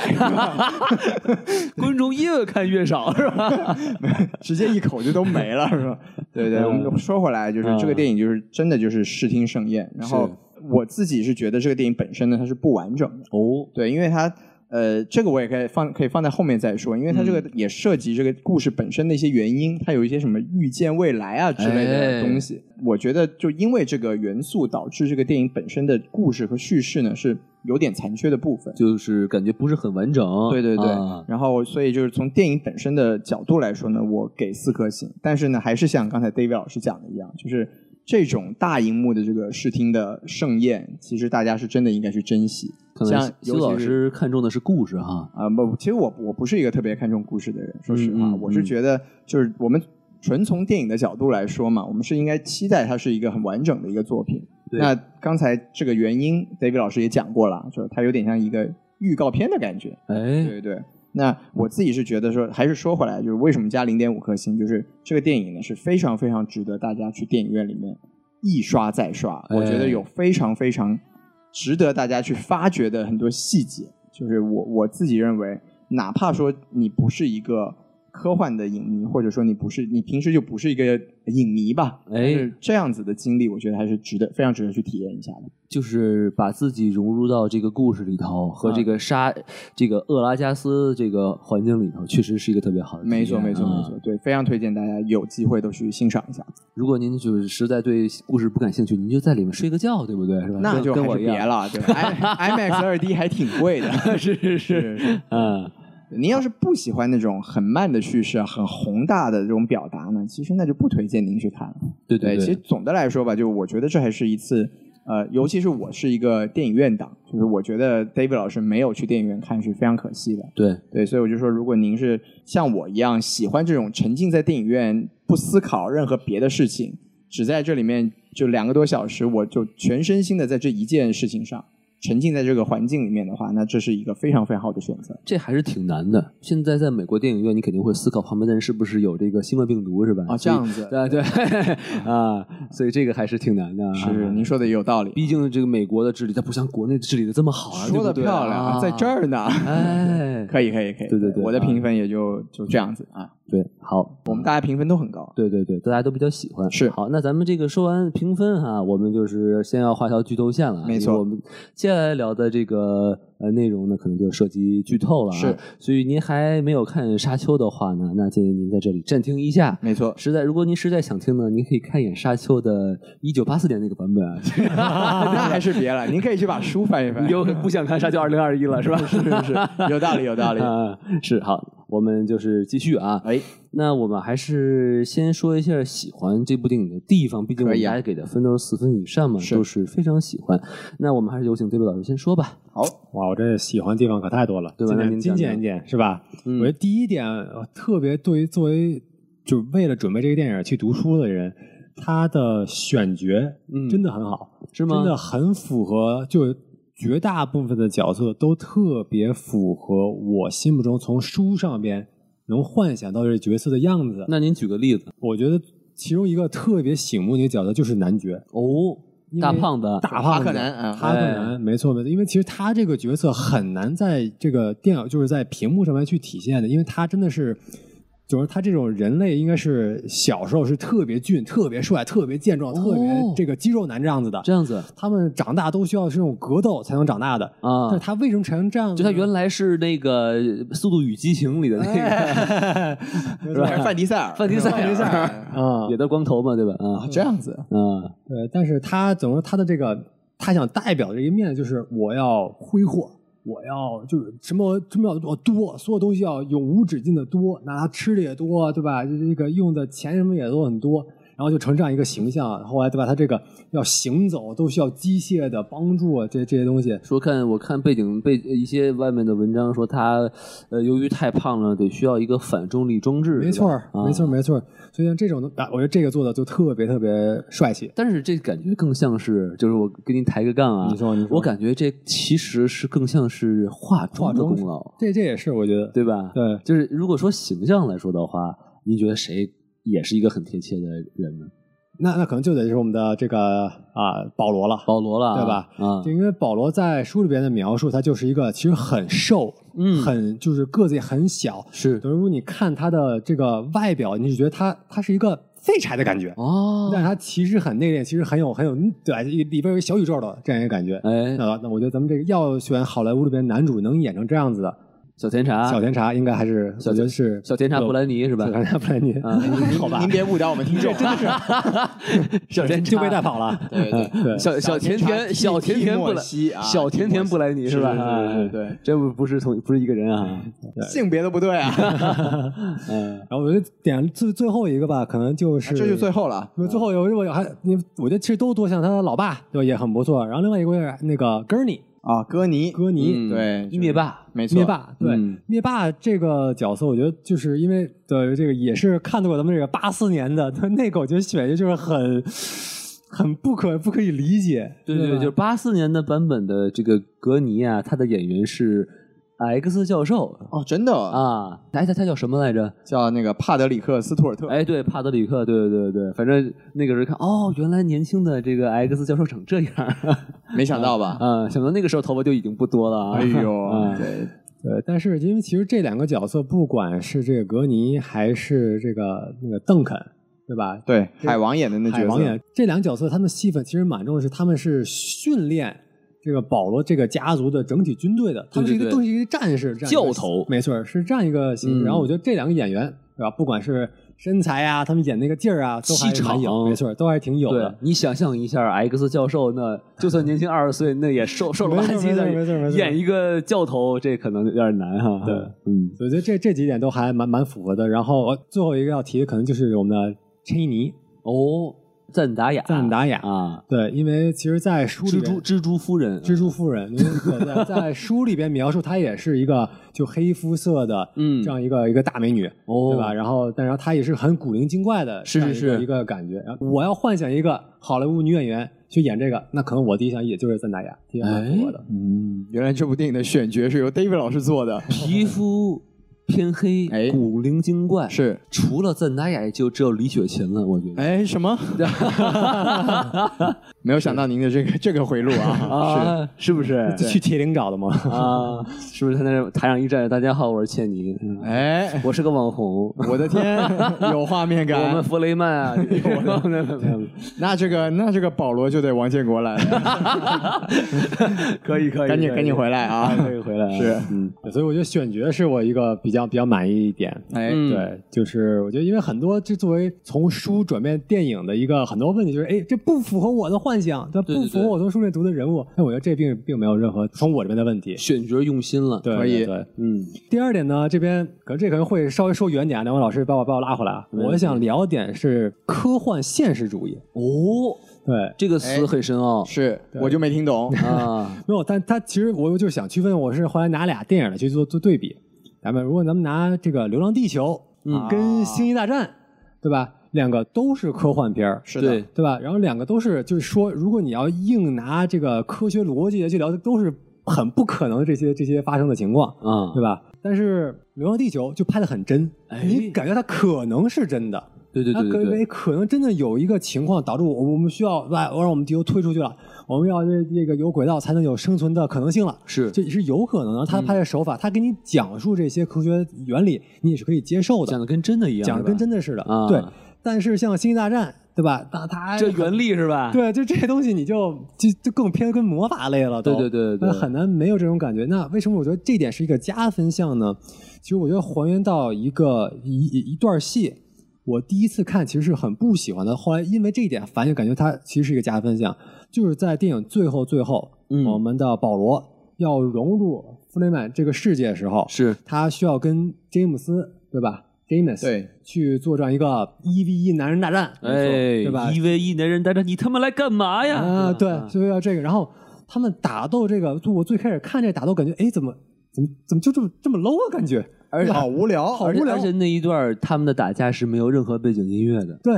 [SPEAKER 2] 观众越看越少是吧？
[SPEAKER 1] 直接一口就都没了，是吧？对对，
[SPEAKER 2] 嗯
[SPEAKER 1] 我们说回来，就是
[SPEAKER 2] 嗯
[SPEAKER 1] 这个电影就是真的就是视听盛宴，然后。我自己是觉得这个电影本身呢，它是不完整的。
[SPEAKER 2] 哦，
[SPEAKER 1] 对，因为它呃，这个我也可以放可以放在后面再说，因为它这
[SPEAKER 2] 嗯
[SPEAKER 1] 个也涉及这个故事本身的一些原因，它有一些什么预见未来啊之类
[SPEAKER 2] 哎
[SPEAKER 1] 的东西。我觉得就因为这个元素导致这个电影本身的故事和叙事呢是有点残缺的部分。
[SPEAKER 2] 就是感觉不是很完整。
[SPEAKER 1] 对对对，
[SPEAKER 2] 啊
[SPEAKER 1] 然后所以就是从电影本身的角度来说呢，我给四颗星。但是呢，还是像刚才 David 老师讲的一样，就是这种大荧幕的这个视听的盛宴，其实大家是真的应该去珍惜。
[SPEAKER 2] 可能
[SPEAKER 1] 像
[SPEAKER 2] 西
[SPEAKER 1] 尤其
[SPEAKER 2] 老
[SPEAKER 1] 是
[SPEAKER 2] 师看重的是故事哈。
[SPEAKER 1] 啊、不，其实我我不是一个特别看重故事的人，说实话，
[SPEAKER 2] 嗯嗯
[SPEAKER 1] 我是
[SPEAKER 2] 嗯
[SPEAKER 1] 觉得就是我们纯从电影的角度来说嘛，我们是应该期待它是一个很完整的一个作品。
[SPEAKER 2] 对
[SPEAKER 1] 那刚才这个原因，David 老师也讲过了，就是它有点像一个预告片的感觉。
[SPEAKER 2] 哎，
[SPEAKER 1] 对对。那我自己是觉得说，还是说回来，就是为什么加零点五颗星，就是这个电影呢是非常非常值得大家去电影院里面一刷再刷。
[SPEAKER 2] 哎
[SPEAKER 1] 我觉得有非常非常值得大家去发掘的很多细节，就是我我自己认为，哪怕说你不是一个科幻的影迷，或者说你不是你平时就不是一个影迷吧，
[SPEAKER 2] 哎
[SPEAKER 1] 但是这样子的经历，我觉得还是值得非常值得去体验一下的。
[SPEAKER 2] 就是把自己融入到这个故事里头和
[SPEAKER 1] 啊
[SPEAKER 2] 这个沙、这个厄拉加斯这个环境里头，确实是一个特别好的体验。
[SPEAKER 1] 没错没错
[SPEAKER 2] 啊
[SPEAKER 1] 没错，。对，非常推荐大家有机会都去欣赏一下。
[SPEAKER 2] 如果您就是实在对故事不感兴趣，您就在里面睡个觉，对不对？是吧？
[SPEAKER 1] 那
[SPEAKER 2] 跟
[SPEAKER 1] 就
[SPEAKER 2] 跟
[SPEAKER 1] 还
[SPEAKER 2] 我
[SPEAKER 1] 是
[SPEAKER 2] 一
[SPEAKER 1] 别
[SPEAKER 2] 样。
[SPEAKER 1] 了，对吧 i IMAX 二 D 还挺贵的。
[SPEAKER 2] 是是是，
[SPEAKER 1] 是，
[SPEAKER 2] 嗯，
[SPEAKER 1] 您要是不喜欢那种很慢的叙事、啊很宏大的这种表达呢，其实那就不推荐您去看了。
[SPEAKER 2] 对
[SPEAKER 1] 哎其实
[SPEAKER 2] 对，
[SPEAKER 1] 总的来说吧，就我觉得这还是一次，呃，尤其是我是一个电影院党，就是我觉得 David 老师没有去电影院看是非常可惜的。
[SPEAKER 2] 对，
[SPEAKER 1] 对，所以我就说，如果您是像我一样喜欢这种沉浸在电影院不思考任何别的事情，只在这里面就两个多小时，我就全身心的在这一件事情上沉浸在这个环境里面的话，那这是一个非常非常好的选择。
[SPEAKER 2] 这还是挺难的。现在在美国电影院，你肯定会思考旁边的人是不是有这个新冠病毒，是吧？
[SPEAKER 1] 啊这样子
[SPEAKER 2] 所以对对 啊，所以这个还是挺难的 啊。
[SPEAKER 1] 是，您说的也有道理，
[SPEAKER 2] 毕竟这个美国的治理，它不像国内治理的这么好啊，
[SPEAKER 1] 说的
[SPEAKER 2] 对不对
[SPEAKER 1] 漂亮，
[SPEAKER 2] 啊
[SPEAKER 1] 在这儿 呢。
[SPEAKER 2] 哎，
[SPEAKER 1] 可以，可以，可以。
[SPEAKER 2] 对对对
[SPEAKER 1] 我的
[SPEAKER 2] 啊
[SPEAKER 1] 评分也就就这样子啊。
[SPEAKER 2] 对，好，
[SPEAKER 1] 我们大家评分都很高，
[SPEAKER 2] 对对对，大家都比较喜欢。
[SPEAKER 1] 是
[SPEAKER 2] 好，那咱们这个说完评分哈、我们就是先要画条剧透线了啊。
[SPEAKER 1] 没错
[SPEAKER 2] 因为我们接下来聊的这个呃内容呢，可能就涉及剧透了、啊。
[SPEAKER 1] 是，
[SPEAKER 2] 所以您还没有看《沙丘》的话呢，那建议您在这里暂停一下。
[SPEAKER 1] 没错。
[SPEAKER 2] 实在，如果您实在想听呢，您可以看一眼《沙丘》的1984年那个版本 啊。
[SPEAKER 1] 那还是别了，您可以去把书翻一翻。
[SPEAKER 2] 你又不想看《沙丘2021》了是吧？是
[SPEAKER 1] 是是，有道理，有道 理。
[SPEAKER 2] 啊，是好，我们就是继续啊。
[SPEAKER 1] 哎，
[SPEAKER 2] 那我们还是先说一下喜欢这部电影的地方，毕竟我
[SPEAKER 1] 可
[SPEAKER 2] 们
[SPEAKER 1] 以啊
[SPEAKER 2] 大家给的分都是四分以上嘛，
[SPEAKER 1] 是
[SPEAKER 2] 都是非常喜欢。那我们还是有请 David 老师先说吧。
[SPEAKER 1] 好，
[SPEAKER 3] 哇，我这喜欢地方可太多了，
[SPEAKER 2] 对吧
[SPEAKER 3] 今
[SPEAKER 2] 那您讲
[SPEAKER 3] 天精
[SPEAKER 2] 讲
[SPEAKER 3] 简一点是吧？
[SPEAKER 2] 嗯
[SPEAKER 3] 我觉得第一点，呃特别对于作为就为了准备这个电影去读书的人，他的选角
[SPEAKER 2] 嗯
[SPEAKER 3] 真的很好，
[SPEAKER 2] 是吗
[SPEAKER 3] 真的很符合就。绝大部分的角色都特别符合我心目中从书上边能幻想到这角色的样子。
[SPEAKER 2] 那您举个例子
[SPEAKER 3] 我觉得其中一个特别醒目的角色就是男爵，
[SPEAKER 2] 哦，
[SPEAKER 3] 因为
[SPEAKER 2] 大胖子，
[SPEAKER 3] 大
[SPEAKER 1] 哈
[SPEAKER 3] 胖
[SPEAKER 1] 克
[SPEAKER 3] 子，
[SPEAKER 1] 南
[SPEAKER 2] 嗯
[SPEAKER 1] 啊，
[SPEAKER 3] 哈克
[SPEAKER 2] 哎
[SPEAKER 3] 南，没错没错，因为其实他这个角色很难在这个电影，就是在屏幕上面去体现的，因为他真的是，就是他这种人类应该是小时候是特别俊、特别帅、特别健壮、特别
[SPEAKER 2] 哦
[SPEAKER 3] 这个肌肉男这样子的
[SPEAKER 2] 这。样子
[SPEAKER 3] 他们长大都需要这种格斗才能长大的
[SPEAKER 2] 啊
[SPEAKER 3] 但是他为什么成这样呢？
[SPEAKER 2] 就他原来是那个《速度与激情》里的那 个，
[SPEAKER 1] 是吧？范迪塞尔，
[SPEAKER 2] 范迪塞尔
[SPEAKER 1] 范迪塞尔
[SPEAKER 3] 啊
[SPEAKER 2] 也，都光头嘛，对吧？啊
[SPEAKER 1] 啊，这样子
[SPEAKER 2] 啊，
[SPEAKER 3] 对，呃但是他怎么说？他的这个他想代表的一面就是我要挥霍，我要就是什么什么要多，所有东西要永无止境的多，拿吃的也多，对吧？这个用的钱什么也都很多，然后就成这样一个形象。啊后来对吧？他这个要行走都需要机械的帮助，啊这这些东西。
[SPEAKER 2] 说看我看背景背一些外面的文章说他，呃，由于太胖了，得需要一个反重力装置，
[SPEAKER 3] 没
[SPEAKER 2] 是吧
[SPEAKER 3] 错，没错，。
[SPEAKER 2] 啊
[SPEAKER 3] 没错。所以像这种的，啊我觉得这个做的就特别特别帅气。
[SPEAKER 2] 但是这感觉更像是，就是我给您抬个杠啊，
[SPEAKER 3] 你说你说
[SPEAKER 2] 我感觉这其实是更像是化妆的
[SPEAKER 3] 化妆
[SPEAKER 2] 功劳，
[SPEAKER 3] 这这也是我觉得，
[SPEAKER 2] 对吧？
[SPEAKER 3] 对
[SPEAKER 2] 就是如果说形象来说的话，您觉得谁也是一个很贴切的人呢？
[SPEAKER 3] 那那可能就得是我们的这个啊保罗了。
[SPEAKER 2] 保罗了，
[SPEAKER 3] 对吧？
[SPEAKER 2] 啊
[SPEAKER 3] 就，因为保罗在书里边的描述，他就是一个其实很瘦，
[SPEAKER 2] 嗯
[SPEAKER 3] 很就是个子也很小。
[SPEAKER 2] 是
[SPEAKER 3] 等于如果你看他的这个外表，你就觉得他他是一个废柴的感觉。
[SPEAKER 2] 哦，
[SPEAKER 3] 但它其实很内敛，其实很有很有对吧里边有一个小宇宙的这样一个感觉。
[SPEAKER 2] 哎，
[SPEAKER 3] 那那我觉得咱们这个要选好莱坞里边男主能演成这样子的
[SPEAKER 2] 小甜茶，
[SPEAKER 3] 小甜茶，应该还是
[SPEAKER 2] 啊小
[SPEAKER 3] 我觉得是
[SPEAKER 2] 小甜茶布兰妮是吧
[SPEAKER 3] 小？甜茶布兰妮
[SPEAKER 2] 啊，
[SPEAKER 3] 好吧
[SPEAKER 1] 您，别误导我们听众，真的是
[SPEAKER 2] 小甜茶
[SPEAKER 3] 就被带跑了。
[SPEAKER 1] 对对 对。
[SPEAKER 2] 小小甜甜小甜甜布
[SPEAKER 1] 莫
[SPEAKER 2] 兰
[SPEAKER 1] 西啊，
[SPEAKER 2] 小甜甜布
[SPEAKER 1] 来
[SPEAKER 2] 莱尼是吧？
[SPEAKER 1] 是是是对
[SPEAKER 2] 哎，真不不是同不是一个人啊。
[SPEAKER 1] 性别都不对啊，
[SPEAKER 2] 嗯，
[SPEAKER 3] 然后我就点最最后一个吧，可能啊就是
[SPEAKER 1] 这就最后了。
[SPEAKER 3] 那最后有有有还你，我觉得其实都多像他的老爸，对吧，也很不错。然后另外一个是那个 Gurney
[SPEAKER 1] 啊，哥尼，
[SPEAKER 3] 戈尼，
[SPEAKER 2] 嗯
[SPEAKER 1] 对，就是
[SPEAKER 2] 灭，霸，
[SPEAKER 1] 没错，
[SPEAKER 3] 灭，霸，对、
[SPEAKER 2] 嗯
[SPEAKER 3] 灭霸这个角色，我觉得就是因为对这个也是看到过咱们这个八四年的，他那个我觉得选的就是很很不可不可以理解，
[SPEAKER 2] 对对，
[SPEAKER 3] 吧
[SPEAKER 2] 就是八四年的版本的这个格尼啊，他的演员是 X 教授
[SPEAKER 1] 哦，真的啊，
[SPEAKER 2] 啊，哎，他他叫什么来着？
[SPEAKER 1] 叫那个帕德里克斯图尔特，
[SPEAKER 2] 哎，对，帕德里克，对对对对，反正那个人看，哦，原来年轻的这个 X 教授长这样，
[SPEAKER 1] 没想到吧？
[SPEAKER 2] 啊，想到那个时候头发就已经不多了啊，
[SPEAKER 1] 哎呦，
[SPEAKER 2] 啊
[SPEAKER 1] 对，
[SPEAKER 3] 对，但是因为其实这两个角色，不管是这个格尼还是这个那个邓肯，对吧？
[SPEAKER 1] 对，海王演的那角
[SPEAKER 3] 海
[SPEAKER 1] 色，
[SPEAKER 3] 王演这两个角色，他们戏份其实蛮重的是，他们是训练这个保罗这个家族的整体军队的，他们是一个
[SPEAKER 2] 对对对
[SPEAKER 3] 都是一个战士，这样一个
[SPEAKER 2] 教头
[SPEAKER 3] 没错，是这样一个形式。
[SPEAKER 2] 嗯
[SPEAKER 3] 然后我觉得这两个演员，对吧？不管是身材啊，他们演那个劲儿啊，都还
[SPEAKER 2] 气
[SPEAKER 3] 蛮
[SPEAKER 2] 场
[SPEAKER 3] 有，没错，都还挺有
[SPEAKER 2] 对
[SPEAKER 3] 的。
[SPEAKER 2] 你想象一下，X 教授那就算年轻二十岁，那也瘦瘦了吧唧的，
[SPEAKER 3] 没错没错没错
[SPEAKER 2] 演一个教头，这可能有点难哈。
[SPEAKER 3] 对，
[SPEAKER 2] 嗯，
[SPEAKER 3] 我觉得这这几点都还蛮蛮符合的。然后呃最后一个要提的可能就是我们的陈依妮，
[SPEAKER 2] 哦，赞达雅，
[SPEAKER 3] 赞达雅
[SPEAKER 2] 啊，
[SPEAKER 3] 对，因为其实，在书里
[SPEAKER 2] 蜘
[SPEAKER 3] 边
[SPEAKER 2] 蛛蜘蛛夫人，
[SPEAKER 3] 蜘蛛夫人，因为我在在书里边描述她也是一个就黑肤色的
[SPEAKER 2] 嗯
[SPEAKER 3] 这样一个、一个大美女，
[SPEAKER 2] 哦
[SPEAKER 3] 对吧？然后，但然后她也是很古灵精怪的，
[SPEAKER 2] 是是
[SPEAKER 3] 这样
[SPEAKER 2] 是
[SPEAKER 3] 一个一个感觉。然后我要幻想一个好莱坞女演员去演这个，那可能我第一想也就是赞达雅，挺
[SPEAKER 2] 哎
[SPEAKER 3] 符合的。，
[SPEAKER 2] 嗯，
[SPEAKER 1] 原来这部电影的选角是由 David 老师做 的，
[SPEAKER 2] 皮肤偏黑，
[SPEAKER 1] 哎
[SPEAKER 2] 古灵精怪，
[SPEAKER 1] 是，
[SPEAKER 2] 除了赞达雅，就只有李雪琴了，我觉得。
[SPEAKER 1] 哎， 什么？没有想到您的这个这个回路啊，
[SPEAKER 2] 啊，是不 是？
[SPEAKER 3] 哎去铁岭找的吗？
[SPEAKER 2] 啊，是不是他在那台上一站？大家好，我是倩 妮，
[SPEAKER 1] 是，哎，
[SPEAKER 2] 我是个网红。
[SPEAKER 1] 我的天，有画面
[SPEAKER 2] 我们
[SPEAKER 1] 感。
[SPEAKER 2] 弗雷曼啊，没有没有没有
[SPEAKER 1] 那这个那这个保罗就得王建国来了，
[SPEAKER 2] 可以 可以，
[SPEAKER 1] 赶紧
[SPEAKER 2] 可以
[SPEAKER 1] 赶紧回来 啊！
[SPEAKER 2] 可以回来啊，
[SPEAKER 1] 是
[SPEAKER 2] 嗯，
[SPEAKER 3] 所以我觉得选角是我一个比较比较满意一点。
[SPEAKER 1] 哎，
[SPEAKER 2] 嗯
[SPEAKER 3] 对，就是我觉得，因为很多这作为从书转变电影的一个很多问题，就是哎，这不符合我的幻想，这
[SPEAKER 2] 对
[SPEAKER 3] 不
[SPEAKER 2] 对
[SPEAKER 3] 符合
[SPEAKER 2] 对
[SPEAKER 3] 我从书里读的人物。那我觉得这并并没有任何从我这边的问题。
[SPEAKER 2] 选角用心了，
[SPEAKER 3] 对，
[SPEAKER 1] 可以
[SPEAKER 3] 对对
[SPEAKER 2] 嗯，
[SPEAKER 3] 第二点呢，这边可能这可能会稍微说远点啊，两位老师把我把我拉回来啊。
[SPEAKER 2] 没问题
[SPEAKER 3] 我想聊点是科幻现实主义。
[SPEAKER 2] 哦，
[SPEAKER 3] 对，
[SPEAKER 2] 这个词很深奥
[SPEAKER 1] 是我就没听 懂，
[SPEAKER 2] 啊，
[SPEAKER 3] 没有，但他其实我就是想区分，我是后来拿俩电影来去做做对比。咱们如果咱们拿这个《流浪地球》
[SPEAKER 2] 嗯
[SPEAKER 3] 跟《星际大战》，对吧？两个都是科幻片儿，
[SPEAKER 1] 是的
[SPEAKER 2] 对，，
[SPEAKER 3] 对吧？然后两个都是，就是说，如果你要硬拿这个科学逻辑去聊，都是很不可能这些这些发生的情况，
[SPEAKER 2] 啊
[SPEAKER 3] 对，吧？但是《流浪地球》就拍的很真，
[SPEAKER 2] 哎
[SPEAKER 3] 你感觉它可能是真的，
[SPEAKER 2] 对对
[SPEAKER 3] 它
[SPEAKER 2] 对
[SPEAKER 3] 可
[SPEAKER 2] 对对
[SPEAKER 3] 为可能真的有一个情况导致我我们需要把我让我们地球推出去了，我们要这这个有轨道才能有生存的可能性了。
[SPEAKER 2] 是
[SPEAKER 3] 这是有可能的，
[SPEAKER 2] 嗯
[SPEAKER 3] 他拍的手法，他给你讲述这些科学原理，你也是可以接受的，
[SPEAKER 2] 讲的跟真的一样，
[SPEAKER 3] 讲的
[SPEAKER 2] 是吧
[SPEAKER 3] 跟真的似的。
[SPEAKER 2] 啊
[SPEAKER 3] 对，但是像《星际大战》，对吧？那它
[SPEAKER 2] 这原理是吧？
[SPEAKER 3] 对，啊就这些东西你就就就更偏跟魔法类了都，
[SPEAKER 2] 对对对对
[SPEAKER 3] 那很难没有这种感觉。那为什么我觉得这点是一个加分项呢？其实我觉得还原到一个一一一段戏，我第一次看其实是很不喜欢的，后来因为这一点反而感觉它其实是一个加分项，就是在电影最后最后，
[SPEAKER 2] 嗯
[SPEAKER 3] 我们的保罗要融入弗雷曼这个世界的时候，
[SPEAKER 2] 是
[SPEAKER 3] 他需要跟詹姆斯对吧？James
[SPEAKER 1] 对
[SPEAKER 3] 去做这样一个一 v 一男人大战，
[SPEAKER 2] 哎，
[SPEAKER 3] 对吧？
[SPEAKER 2] 一 v 一男人，但是你他妈来干嘛呀？
[SPEAKER 3] 啊，对
[SPEAKER 2] 吧，嗯
[SPEAKER 3] 所以要这个。然后他们打斗这个，就我最开始看这打斗，感觉哎，怎么怎么怎么就这么这么 low 啊？感觉
[SPEAKER 1] 而且好无聊，
[SPEAKER 3] 好
[SPEAKER 2] 而且哎
[SPEAKER 3] 无聊
[SPEAKER 2] 而且那一段他们的打架是没有任何背景音乐的，
[SPEAKER 3] 对，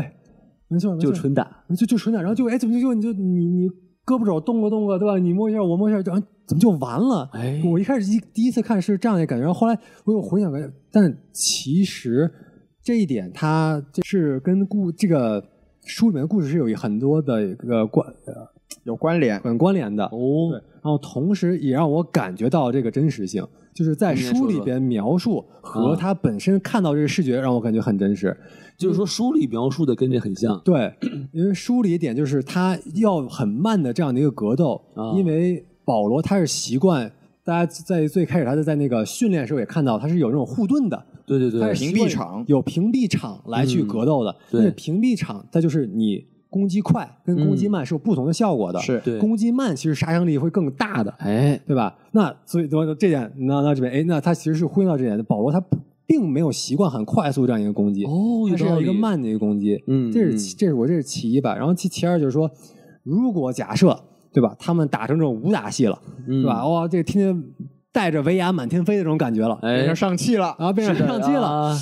[SPEAKER 3] 没错，没错
[SPEAKER 2] 就纯打。
[SPEAKER 3] 就就纯点，然后就哎，怎么就就你就你你胳膊肘动个动个，对吧？你摸一下，我摸一下，然后怎么就完了？
[SPEAKER 2] 哎
[SPEAKER 3] 我一开始一第一次看是这样的感觉，然后后来我有回想感觉，但其实这一点它这是跟故这个书里面的故事是有很多的一个关呃
[SPEAKER 1] 有关联，
[SPEAKER 3] 很关联的。
[SPEAKER 2] 哦
[SPEAKER 3] 对，然后同时也让我感觉到这个真实性，就是在
[SPEAKER 2] 你先
[SPEAKER 3] 书
[SPEAKER 2] 说
[SPEAKER 3] 里
[SPEAKER 2] 说
[SPEAKER 3] 边描述和
[SPEAKER 2] 嗯
[SPEAKER 3] 他本身看到这个视觉，让我感觉很真实。
[SPEAKER 2] 就是说书里描述的跟这很像，
[SPEAKER 3] 对，因为书里一点就是他要很慢的这样的一个格斗，
[SPEAKER 2] 啊
[SPEAKER 3] 因为保罗他是习惯，大家在最开始他就在那个训练时候也看到他是有那种护盾的，
[SPEAKER 2] 对对
[SPEAKER 3] 他
[SPEAKER 2] 对
[SPEAKER 3] 是，习
[SPEAKER 1] 屏蔽
[SPEAKER 3] 惯
[SPEAKER 1] 场
[SPEAKER 3] 有屏蔽场来去格斗的，
[SPEAKER 2] 嗯对
[SPEAKER 3] 因为屏蔽场它就是你攻击快跟攻击慢是有不同的效果的，
[SPEAKER 1] 是
[SPEAKER 2] 嗯对
[SPEAKER 3] 攻击慢其实杀伤力会更大的，
[SPEAKER 2] 哎，
[SPEAKER 3] 对吧？那所以这这点，那那这边哎，那他其实是呼应到这点，保罗他不并没有习惯很快速这样一个攻击，
[SPEAKER 2] 哦，
[SPEAKER 3] 它
[SPEAKER 2] 有
[SPEAKER 3] 是
[SPEAKER 2] 道
[SPEAKER 3] 要
[SPEAKER 2] 理
[SPEAKER 3] 一个，慢的一个攻击，
[SPEAKER 2] 嗯，
[SPEAKER 3] 这是
[SPEAKER 2] 嗯
[SPEAKER 3] 其这是我这是其一吧。然后其其二就是说，如果假设对吧，他们打成这种武打戏了，
[SPEAKER 2] 嗯
[SPEAKER 3] 对吧？？哇，这天天带着维亚满天飞的这种感觉了，
[SPEAKER 2] 哎
[SPEAKER 1] 变成上气了。
[SPEAKER 3] 然后变成上街了，
[SPEAKER 2] 啊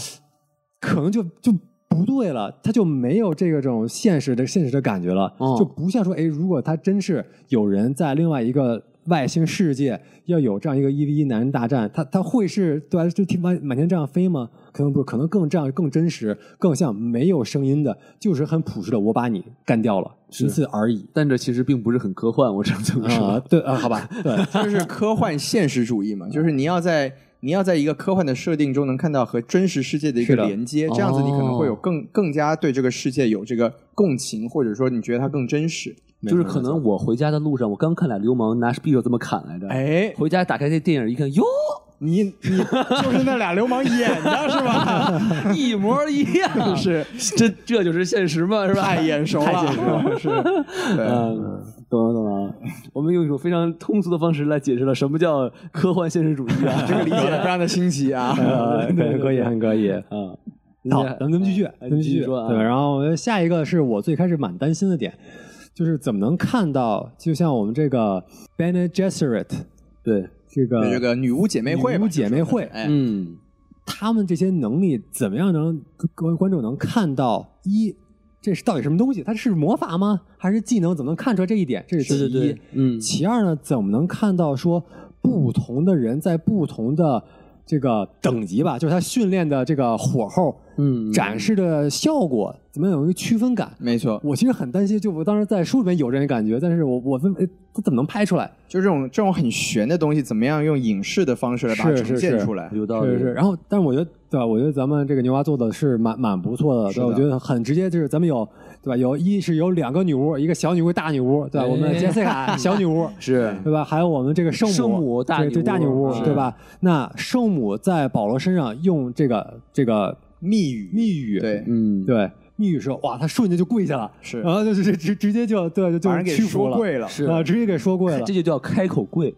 [SPEAKER 3] 可能就就。不对了，他就没有这个这种现实的现实的感觉了，
[SPEAKER 2] 哦
[SPEAKER 3] 就不像说，哎，如果他真是有人在另外一个外星世界要有这样一个一 v 一男人大战，他他会是对吧？就天满满天这样飞吗？可能不是，可能更这样更真实，更像没有声音的，就是很朴实的，我把你干掉了，仅此而已
[SPEAKER 2] 但这其实并不是很科幻，我只能这么
[SPEAKER 3] 啊、
[SPEAKER 2] 说。
[SPEAKER 3] 对啊、好吧，对，
[SPEAKER 1] 就是科幻现实主义嘛，就是你要在你要在一个科幻的设定中能看到和真实世界的一个
[SPEAKER 3] 是的
[SPEAKER 1] 连接，这样子你可能会有更更加对这个世界有这个共情，或者说你觉得它更真实。
[SPEAKER 2] 就是可能我回家的路上，我刚看俩流氓拿匕首这么砍来着，，
[SPEAKER 1] 哎，
[SPEAKER 2] 回家打开这电影一看，哟，
[SPEAKER 1] 你你就是那俩流氓演的是吧？
[SPEAKER 2] 一模一 样，
[SPEAKER 1] 是
[SPEAKER 2] 这这就是现实嘛，是吧？
[SPEAKER 1] 太眼熟
[SPEAKER 2] 太眼熟了
[SPEAKER 1] 了，是对。
[SPEAKER 2] 嗯，懂了懂了。我们用一种非常通俗的方式来解释了什么叫科幻现实主义 啊，
[SPEAKER 1] 这个理解非常的新奇啊！
[SPEAKER 3] 呃，很 可以，很可以。
[SPEAKER 2] 啊。
[SPEAKER 3] 好，
[SPEAKER 2] 人家
[SPEAKER 3] 咱们咱们继续，
[SPEAKER 2] 哎
[SPEAKER 3] 咱们继续
[SPEAKER 2] 说
[SPEAKER 3] 对，
[SPEAKER 2] 啊，
[SPEAKER 3] 然后下一个是我最开始蛮担心的点，就是怎么能看到，就像我们这个 Bene Gesserit
[SPEAKER 2] 对，
[SPEAKER 3] 这个
[SPEAKER 2] 哎
[SPEAKER 1] 这个女巫姐妹会吧，
[SPEAKER 3] 呃女巫姐妹会
[SPEAKER 1] 就是哎，
[SPEAKER 2] 嗯，
[SPEAKER 3] 他们这些能力，怎么样能各位观众能看到一？这是到底什么东西？它是魔法吗？还是技能？怎么能看出来这一点？这
[SPEAKER 2] 对
[SPEAKER 3] 是其一。
[SPEAKER 2] 对对，嗯，
[SPEAKER 3] 其二呢，怎么能看到说不同的人在不同的这个等级吧，就是他训练的这个火候
[SPEAKER 2] 嗯
[SPEAKER 3] 展示的效果，怎么样有一个区分感？
[SPEAKER 1] 没错，
[SPEAKER 3] 我其实很担心，就我当时在书里面有这种感觉，但是我我分，哎他怎么能拍出来？
[SPEAKER 1] 就这种这种很玄的东西，怎么样用影视的方式来把它
[SPEAKER 3] 是是
[SPEAKER 1] 呈现
[SPEAKER 3] 是
[SPEAKER 1] 出来？
[SPEAKER 2] 有道理，
[SPEAKER 3] 是是，然后，但是我觉得，对吧？我觉得咱们这个牛蛙做的是蛮蛮不错的，
[SPEAKER 1] 是
[SPEAKER 3] 对吧，我
[SPEAKER 1] 的
[SPEAKER 3] 觉得很直接，就是咱们有，对吧？有一是有两个女巫，一个小女巫，大女巫，对吧？
[SPEAKER 2] 哎
[SPEAKER 3] 我们杰西 卡小女巫，
[SPEAKER 2] 是
[SPEAKER 3] 对吧？还有我们这个圣母，
[SPEAKER 2] 圣母大
[SPEAKER 3] 对
[SPEAKER 2] 女
[SPEAKER 3] 对大女
[SPEAKER 2] 巫
[SPEAKER 3] 巫
[SPEAKER 1] 啊
[SPEAKER 2] 是，
[SPEAKER 3] 对吧？那圣母在保罗身上用这个这个
[SPEAKER 1] 密语，
[SPEAKER 3] 密语，
[SPEAKER 1] 对，
[SPEAKER 2] 嗯，
[SPEAKER 3] 对密语说，哇，他瞬间就跪下了，
[SPEAKER 1] 是
[SPEAKER 3] 然后就直直直接就对就
[SPEAKER 1] 把
[SPEAKER 3] 就
[SPEAKER 1] 人给
[SPEAKER 3] 屈服
[SPEAKER 1] 说
[SPEAKER 3] 了，
[SPEAKER 1] 跪了，
[SPEAKER 2] 是
[SPEAKER 3] 啊，直接给说跪了
[SPEAKER 2] 这。就叫开口跪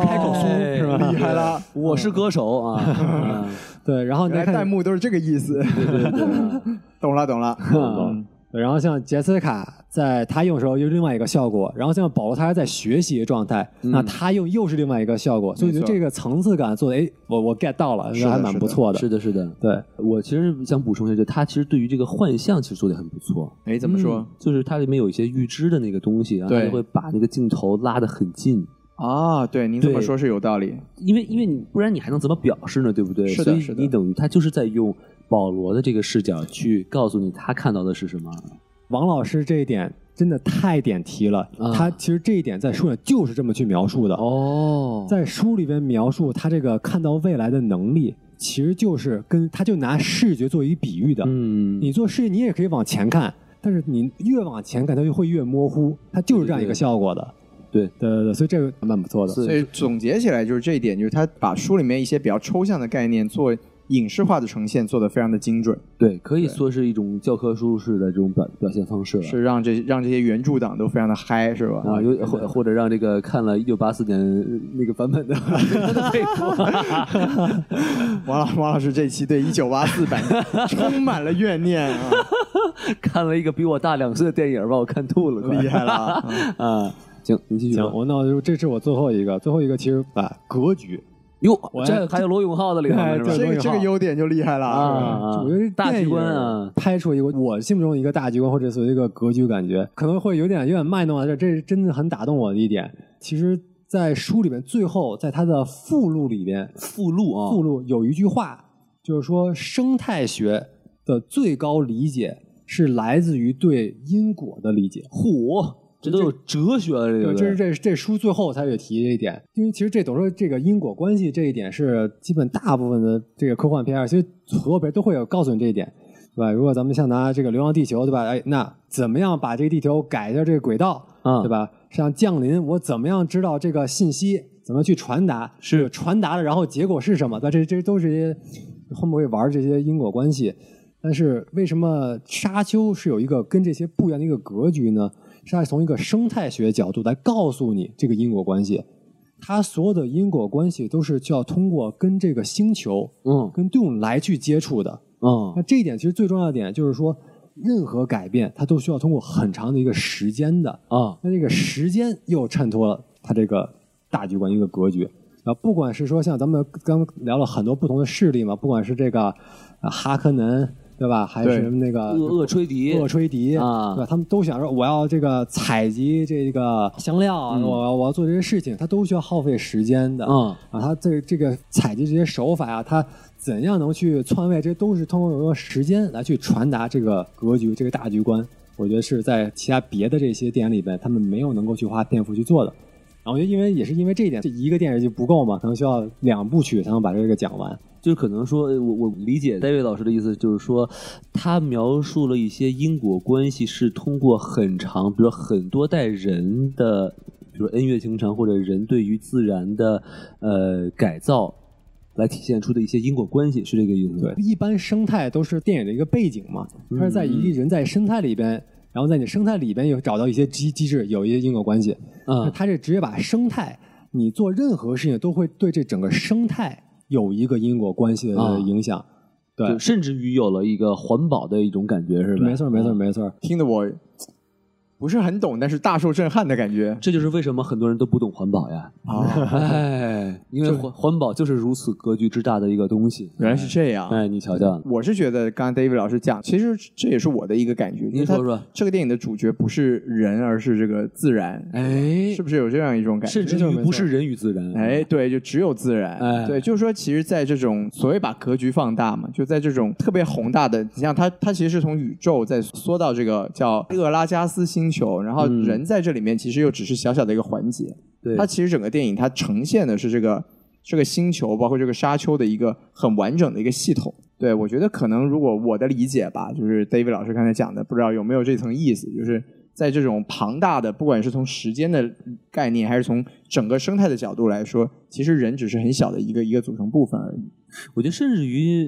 [SPEAKER 2] 啊开口说嗯
[SPEAKER 3] 哎是吧
[SPEAKER 1] 厉害了。
[SPEAKER 2] 我是歌手啊，啊
[SPEAKER 3] 对，然后 你
[SPEAKER 1] 原来
[SPEAKER 3] 再看
[SPEAKER 1] 弹幕都是这个意思，
[SPEAKER 2] 对对对啊，
[SPEAKER 1] 懂了懂了。
[SPEAKER 3] 嗯然后像杰斯卡，在他用的时候又另外一个效果，然后像保罗他还在学习的状态，
[SPEAKER 2] 嗯
[SPEAKER 3] 那他用又是另外一个效果，所以我觉得这个层次感做的，哎，我我 get 到了，
[SPEAKER 1] 是的
[SPEAKER 3] 还蛮不错的。
[SPEAKER 2] 是的，是的。
[SPEAKER 3] 对，
[SPEAKER 2] 我其实想补充一下，就他其实对于这个幻象其实做的很不错。
[SPEAKER 1] 哎，怎么说
[SPEAKER 2] 嗯？就是它里面有一些预知的那个东西，然后它
[SPEAKER 1] 对
[SPEAKER 2] 就会把那个镜头拉得很近，
[SPEAKER 1] 啊，对，您这么
[SPEAKER 2] 对
[SPEAKER 1] 说是有道理。
[SPEAKER 2] 因为因为你不然你还能怎么表示呢？对不对？
[SPEAKER 1] 是的
[SPEAKER 2] 所以
[SPEAKER 1] 是的
[SPEAKER 2] 你等于他就是在用保罗的这个视角去告诉你他看到的是什么。
[SPEAKER 3] 王老师这一点真的太点题了，
[SPEAKER 2] 啊
[SPEAKER 3] 他其实这一点在书里就是这么去描述的，
[SPEAKER 2] 哦
[SPEAKER 3] 在书里边描述他这个看到未来的能力，其实就是跟他就拿视觉作为比喻的，
[SPEAKER 2] 嗯，
[SPEAKER 3] 你做事你也可以往前看，但是你越往前看，它就会越模糊，它就是这样一个效果的。
[SPEAKER 2] 对
[SPEAKER 3] 对对对，所以这个蛮不错的。
[SPEAKER 2] 所
[SPEAKER 1] 所以总结起来就是这一点，就是他把书里面一些比较抽象的概念做影视化的呈现，做得非常的精准，
[SPEAKER 2] 对，可以说是一种教科书式的这种表表现方式了。
[SPEAKER 1] 是让这让这些原著党都非常的嗨，是吧？
[SPEAKER 2] 啊，有或或者让这个看了一九八四年那个版本的佩服，
[SPEAKER 1] 王老王老师这期对一九八 四版充满了怨念啊，
[SPEAKER 2] 看了一个比我大两岁的电影，把我看吐了，快
[SPEAKER 1] 厉害了啊！嗯
[SPEAKER 2] 啊！行，你继续吧
[SPEAKER 3] 行，。我那我就这是我最后一个，最后一个其实啊，格局，
[SPEAKER 2] 哟
[SPEAKER 3] 我，
[SPEAKER 2] 这还有罗永浩的里头呢，
[SPEAKER 3] 哎
[SPEAKER 2] 是吧
[SPEAKER 3] 对？
[SPEAKER 1] 这个
[SPEAKER 3] 罗永浩
[SPEAKER 1] 这个优点就厉害了啊！
[SPEAKER 2] 啊，
[SPEAKER 3] 我觉得
[SPEAKER 2] 大局
[SPEAKER 3] 电影
[SPEAKER 2] 观啊，
[SPEAKER 3] 拍出一个我心目中一个大局观或者所谓一个格局感觉，可能会有点有点卖弄啊，这这是真的很打动我的一点。其实，在书里面最后，在它的附录里边，
[SPEAKER 2] 附录啊，
[SPEAKER 3] 附录有一句话，就是说生态学的最高理解是来自于对因果的理解。
[SPEAKER 2] 虎这都有哲学啊了，这
[SPEAKER 3] 对，
[SPEAKER 2] 个
[SPEAKER 3] 这是这这书最后他也提这一点，因为其实这总说这个因果关系这一点是基本大部分的这个科幻片儿，其实所有片都会有告诉你这一点，对吧？如果咱们像拿这个《流浪地球》，对吧？哎，那怎么样把这个地球改一下这个轨道，
[SPEAKER 2] 嗯
[SPEAKER 3] 对吧？像降临，我怎么样知道这个信息？怎么去传达？是传达了，然后结果是什么？对吧，这这都是一些会不会玩这些因果关系？但是为什么沙丘是有一个跟这些不一样的一个格局呢？是它从一个生态学角度来告诉你这个因果关系。它所有的因果关系都是需要通过跟这个星球、
[SPEAKER 2] 嗯
[SPEAKER 3] 跟动物来去接触的。
[SPEAKER 2] 嗯
[SPEAKER 3] 那这一点其实最重要的点就是说，任何改变它都需要通过很长的一个时间的。
[SPEAKER 2] 啊
[SPEAKER 3] 那这个时间又衬托了它这个大局观一个格局。啊，不管是说像咱们刚聊了很多不同的势力嘛，不管是这个、啊哈克南对吧，还
[SPEAKER 1] 对
[SPEAKER 3] 是那个
[SPEAKER 2] 厄厄吹笛，
[SPEAKER 3] 厄吹笛
[SPEAKER 2] 啊
[SPEAKER 3] 对吧？他们都想说我要这个采集这个香料啊，我要我要做这些事情，它都需要耗费时间的。
[SPEAKER 2] 嗯
[SPEAKER 3] 啊，它这这个采集这些手法啊，它怎样能去篡位，这都是通过有个时间来去传达这个格局、这个大局观。我觉得是在其他别的这些电影里边，他们没有能够去花篇幅去做的。然后我觉得，因为也是因为这一点，这一个电影就不够嘛，可能需要两部曲才能把这个讲完。
[SPEAKER 2] 就是可能说，呃我我理解戴维老师的意思，就是说，他描述了一些因果关系是通过很长，比如很多代人的，比如恩怨情长或者人对于自然的呃改造，来体现出的一些因果关系，是这个意思吗？
[SPEAKER 3] 对，一般生态都是电影的一个背景嘛，它是在一个人在生态里边，然后在你生态里边有找到一些机机制，有一些因果关系。
[SPEAKER 2] 嗯
[SPEAKER 3] 那它这直接把生态，你做任何事情都会对这整个生态有一个因果关系
[SPEAKER 2] 啊
[SPEAKER 3] 的影响。对
[SPEAKER 2] 就，甚至于有了一个环保的一种感觉，是吧？
[SPEAKER 3] 没错，没错，
[SPEAKER 1] 嗯
[SPEAKER 3] 没错。
[SPEAKER 1] 听得我不是很懂，但是大受震撼的感觉
[SPEAKER 2] 这就是为什么很多人都不懂环保呀，
[SPEAKER 1] 啊！
[SPEAKER 2] 哎，因为环环保就是如此格局之大的一个东西。
[SPEAKER 1] 原来是这样。
[SPEAKER 2] 哎，你瞧瞧，
[SPEAKER 1] 我是觉得刚刚 David 老师讲，其实这也是我的一个感觉。
[SPEAKER 2] 您说说，
[SPEAKER 1] 这个电影的主角不是人，而是这个自然，
[SPEAKER 2] 哎
[SPEAKER 1] 是，不是有这样一种感觉？
[SPEAKER 2] 甚至于不是人与自然，
[SPEAKER 1] 哎，对，就只有自然。
[SPEAKER 2] 哎
[SPEAKER 1] 对，就是说，其实，在这种所谓把格局放大嘛，就在这种特别宏大的，你像它，它其实是从宇宙再缩到这个叫厄拉加斯星球，然后
[SPEAKER 2] 嗯
[SPEAKER 1] 人在这里面其实又只是小小的一个环节。
[SPEAKER 2] 对，
[SPEAKER 1] 它其实整个电影它呈现的是这个这个星球，包括这个沙丘的一个很完整的一个系统。对我觉得可能如果我的理解吧，就是 David 老师刚才讲的，不知道有没有这层意思，就是在这种庞大的，不管是从时间的概念，还是从整个生态的角度来说，其实人只是很小的一个一个组成部分而已。
[SPEAKER 2] 我觉得甚至于，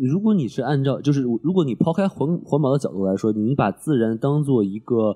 [SPEAKER 2] 呃如果你是按照就是如果你抛开环环保的角度来说，你把自然当做一个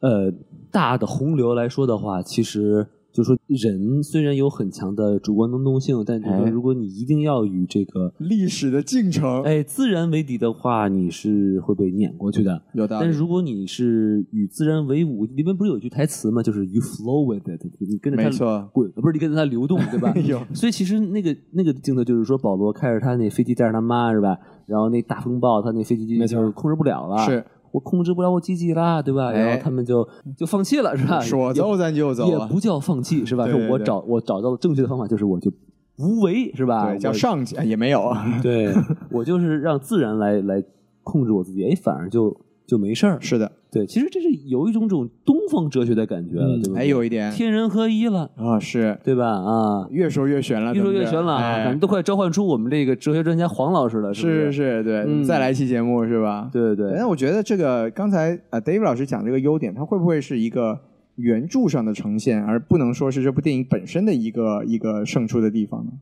[SPEAKER 2] 呃大的洪流来说的话，其实。就说人虽然有很强的主观能动性，但你说
[SPEAKER 1] 哎嗯
[SPEAKER 2] 如果你一定要与这个
[SPEAKER 1] 历史的进程，
[SPEAKER 2] 哎自然为敌的话，你是会被碾过去的。
[SPEAKER 1] 有道
[SPEAKER 2] 但是
[SPEAKER 1] 理。
[SPEAKER 2] 如果你是与自然为伍，里面不是有一句台词吗？就是 “you flow with it”，你跟着它
[SPEAKER 1] 没错
[SPEAKER 2] 滚，呃不是你跟着它流动，对吧？
[SPEAKER 1] 有
[SPEAKER 2] 所以其实那个那个镜头就是说，保罗开着他那飞机带着他妈是吧？然后那大风暴，他那飞机
[SPEAKER 3] 没
[SPEAKER 2] 就
[SPEAKER 3] 错
[SPEAKER 2] 是控制不了了，
[SPEAKER 1] 是
[SPEAKER 2] 我控制不了我机器啦，对
[SPEAKER 1] 哎
[SPEAKER 2] 吧？然后他们就就放弃了，是吧？
[SPEAKER 1] 说
[SPEAKER 2] 也
[SPEAKER 1] 走咱就走
[SPEAKER 2] 也
[SPEAKER 1] 啊，
[SPEAKER 2] 不叫放弃，是吧？
[SPEAKER 1] 对
[SPEAKER 2] 说
[SPEAKER 1] 对
[SPEAKER 2] 我
[SPEAKER 1] 对
[SPEAKER 2] 找我找到了正确的方法，就是我就无为，是吧？
[SPEAKER 1] 对，叫
[SPEAKER 2] 我
[SPEAKER 1] 上级哎也没有啊。
[SPEAKER 2] 对我就是让自然来来控制我自己，哎，反而就就没事儿。
[SPEAKER 1] 是的，
[SPEAKER 2] 对，其实这是有一种种东方哲学的感觉了，
[SPEAKER 3] 嗯
[SPEAKER 2] 对不对？
[SPEAKER 1] 哎，有一点
[SPEAKER 2] 天人合一了，
[SPEAKER 1] 啊，是
[SPEAKER 2] 对吧？啊，
[SPEAKER 1] 越说越悬了，
[SPEAKER 2] 越说
[SPEAKER 1] 咱
[SPEAKER 2] 越
[SPEAKER 1] 们这
[SPEAKER 2] 玄了啊，
[SPEAKER 1] 哎
[SPEAKER 2] 感觉都快召唤出我们这个哲学专家黄老师了，不
[SPEAKER 1] 是哎
[SPEAKER 2] 是
[SPEAKER 1] 是，对，
[SPEAKER 2] 嗯
[SPEAKER 1] 再来一期节目是吧？
[SPEAKER 2] 对对
[SPEAKER 1] 对。那
[SPEAKER 2] 对，
[SPEAKER 1] 我觉得这个刚才呃，Dave 老师讲这个优点，它会不会是一个原著上的呈现，而不能说是这部电影本身的一个一个胜出的地方呢？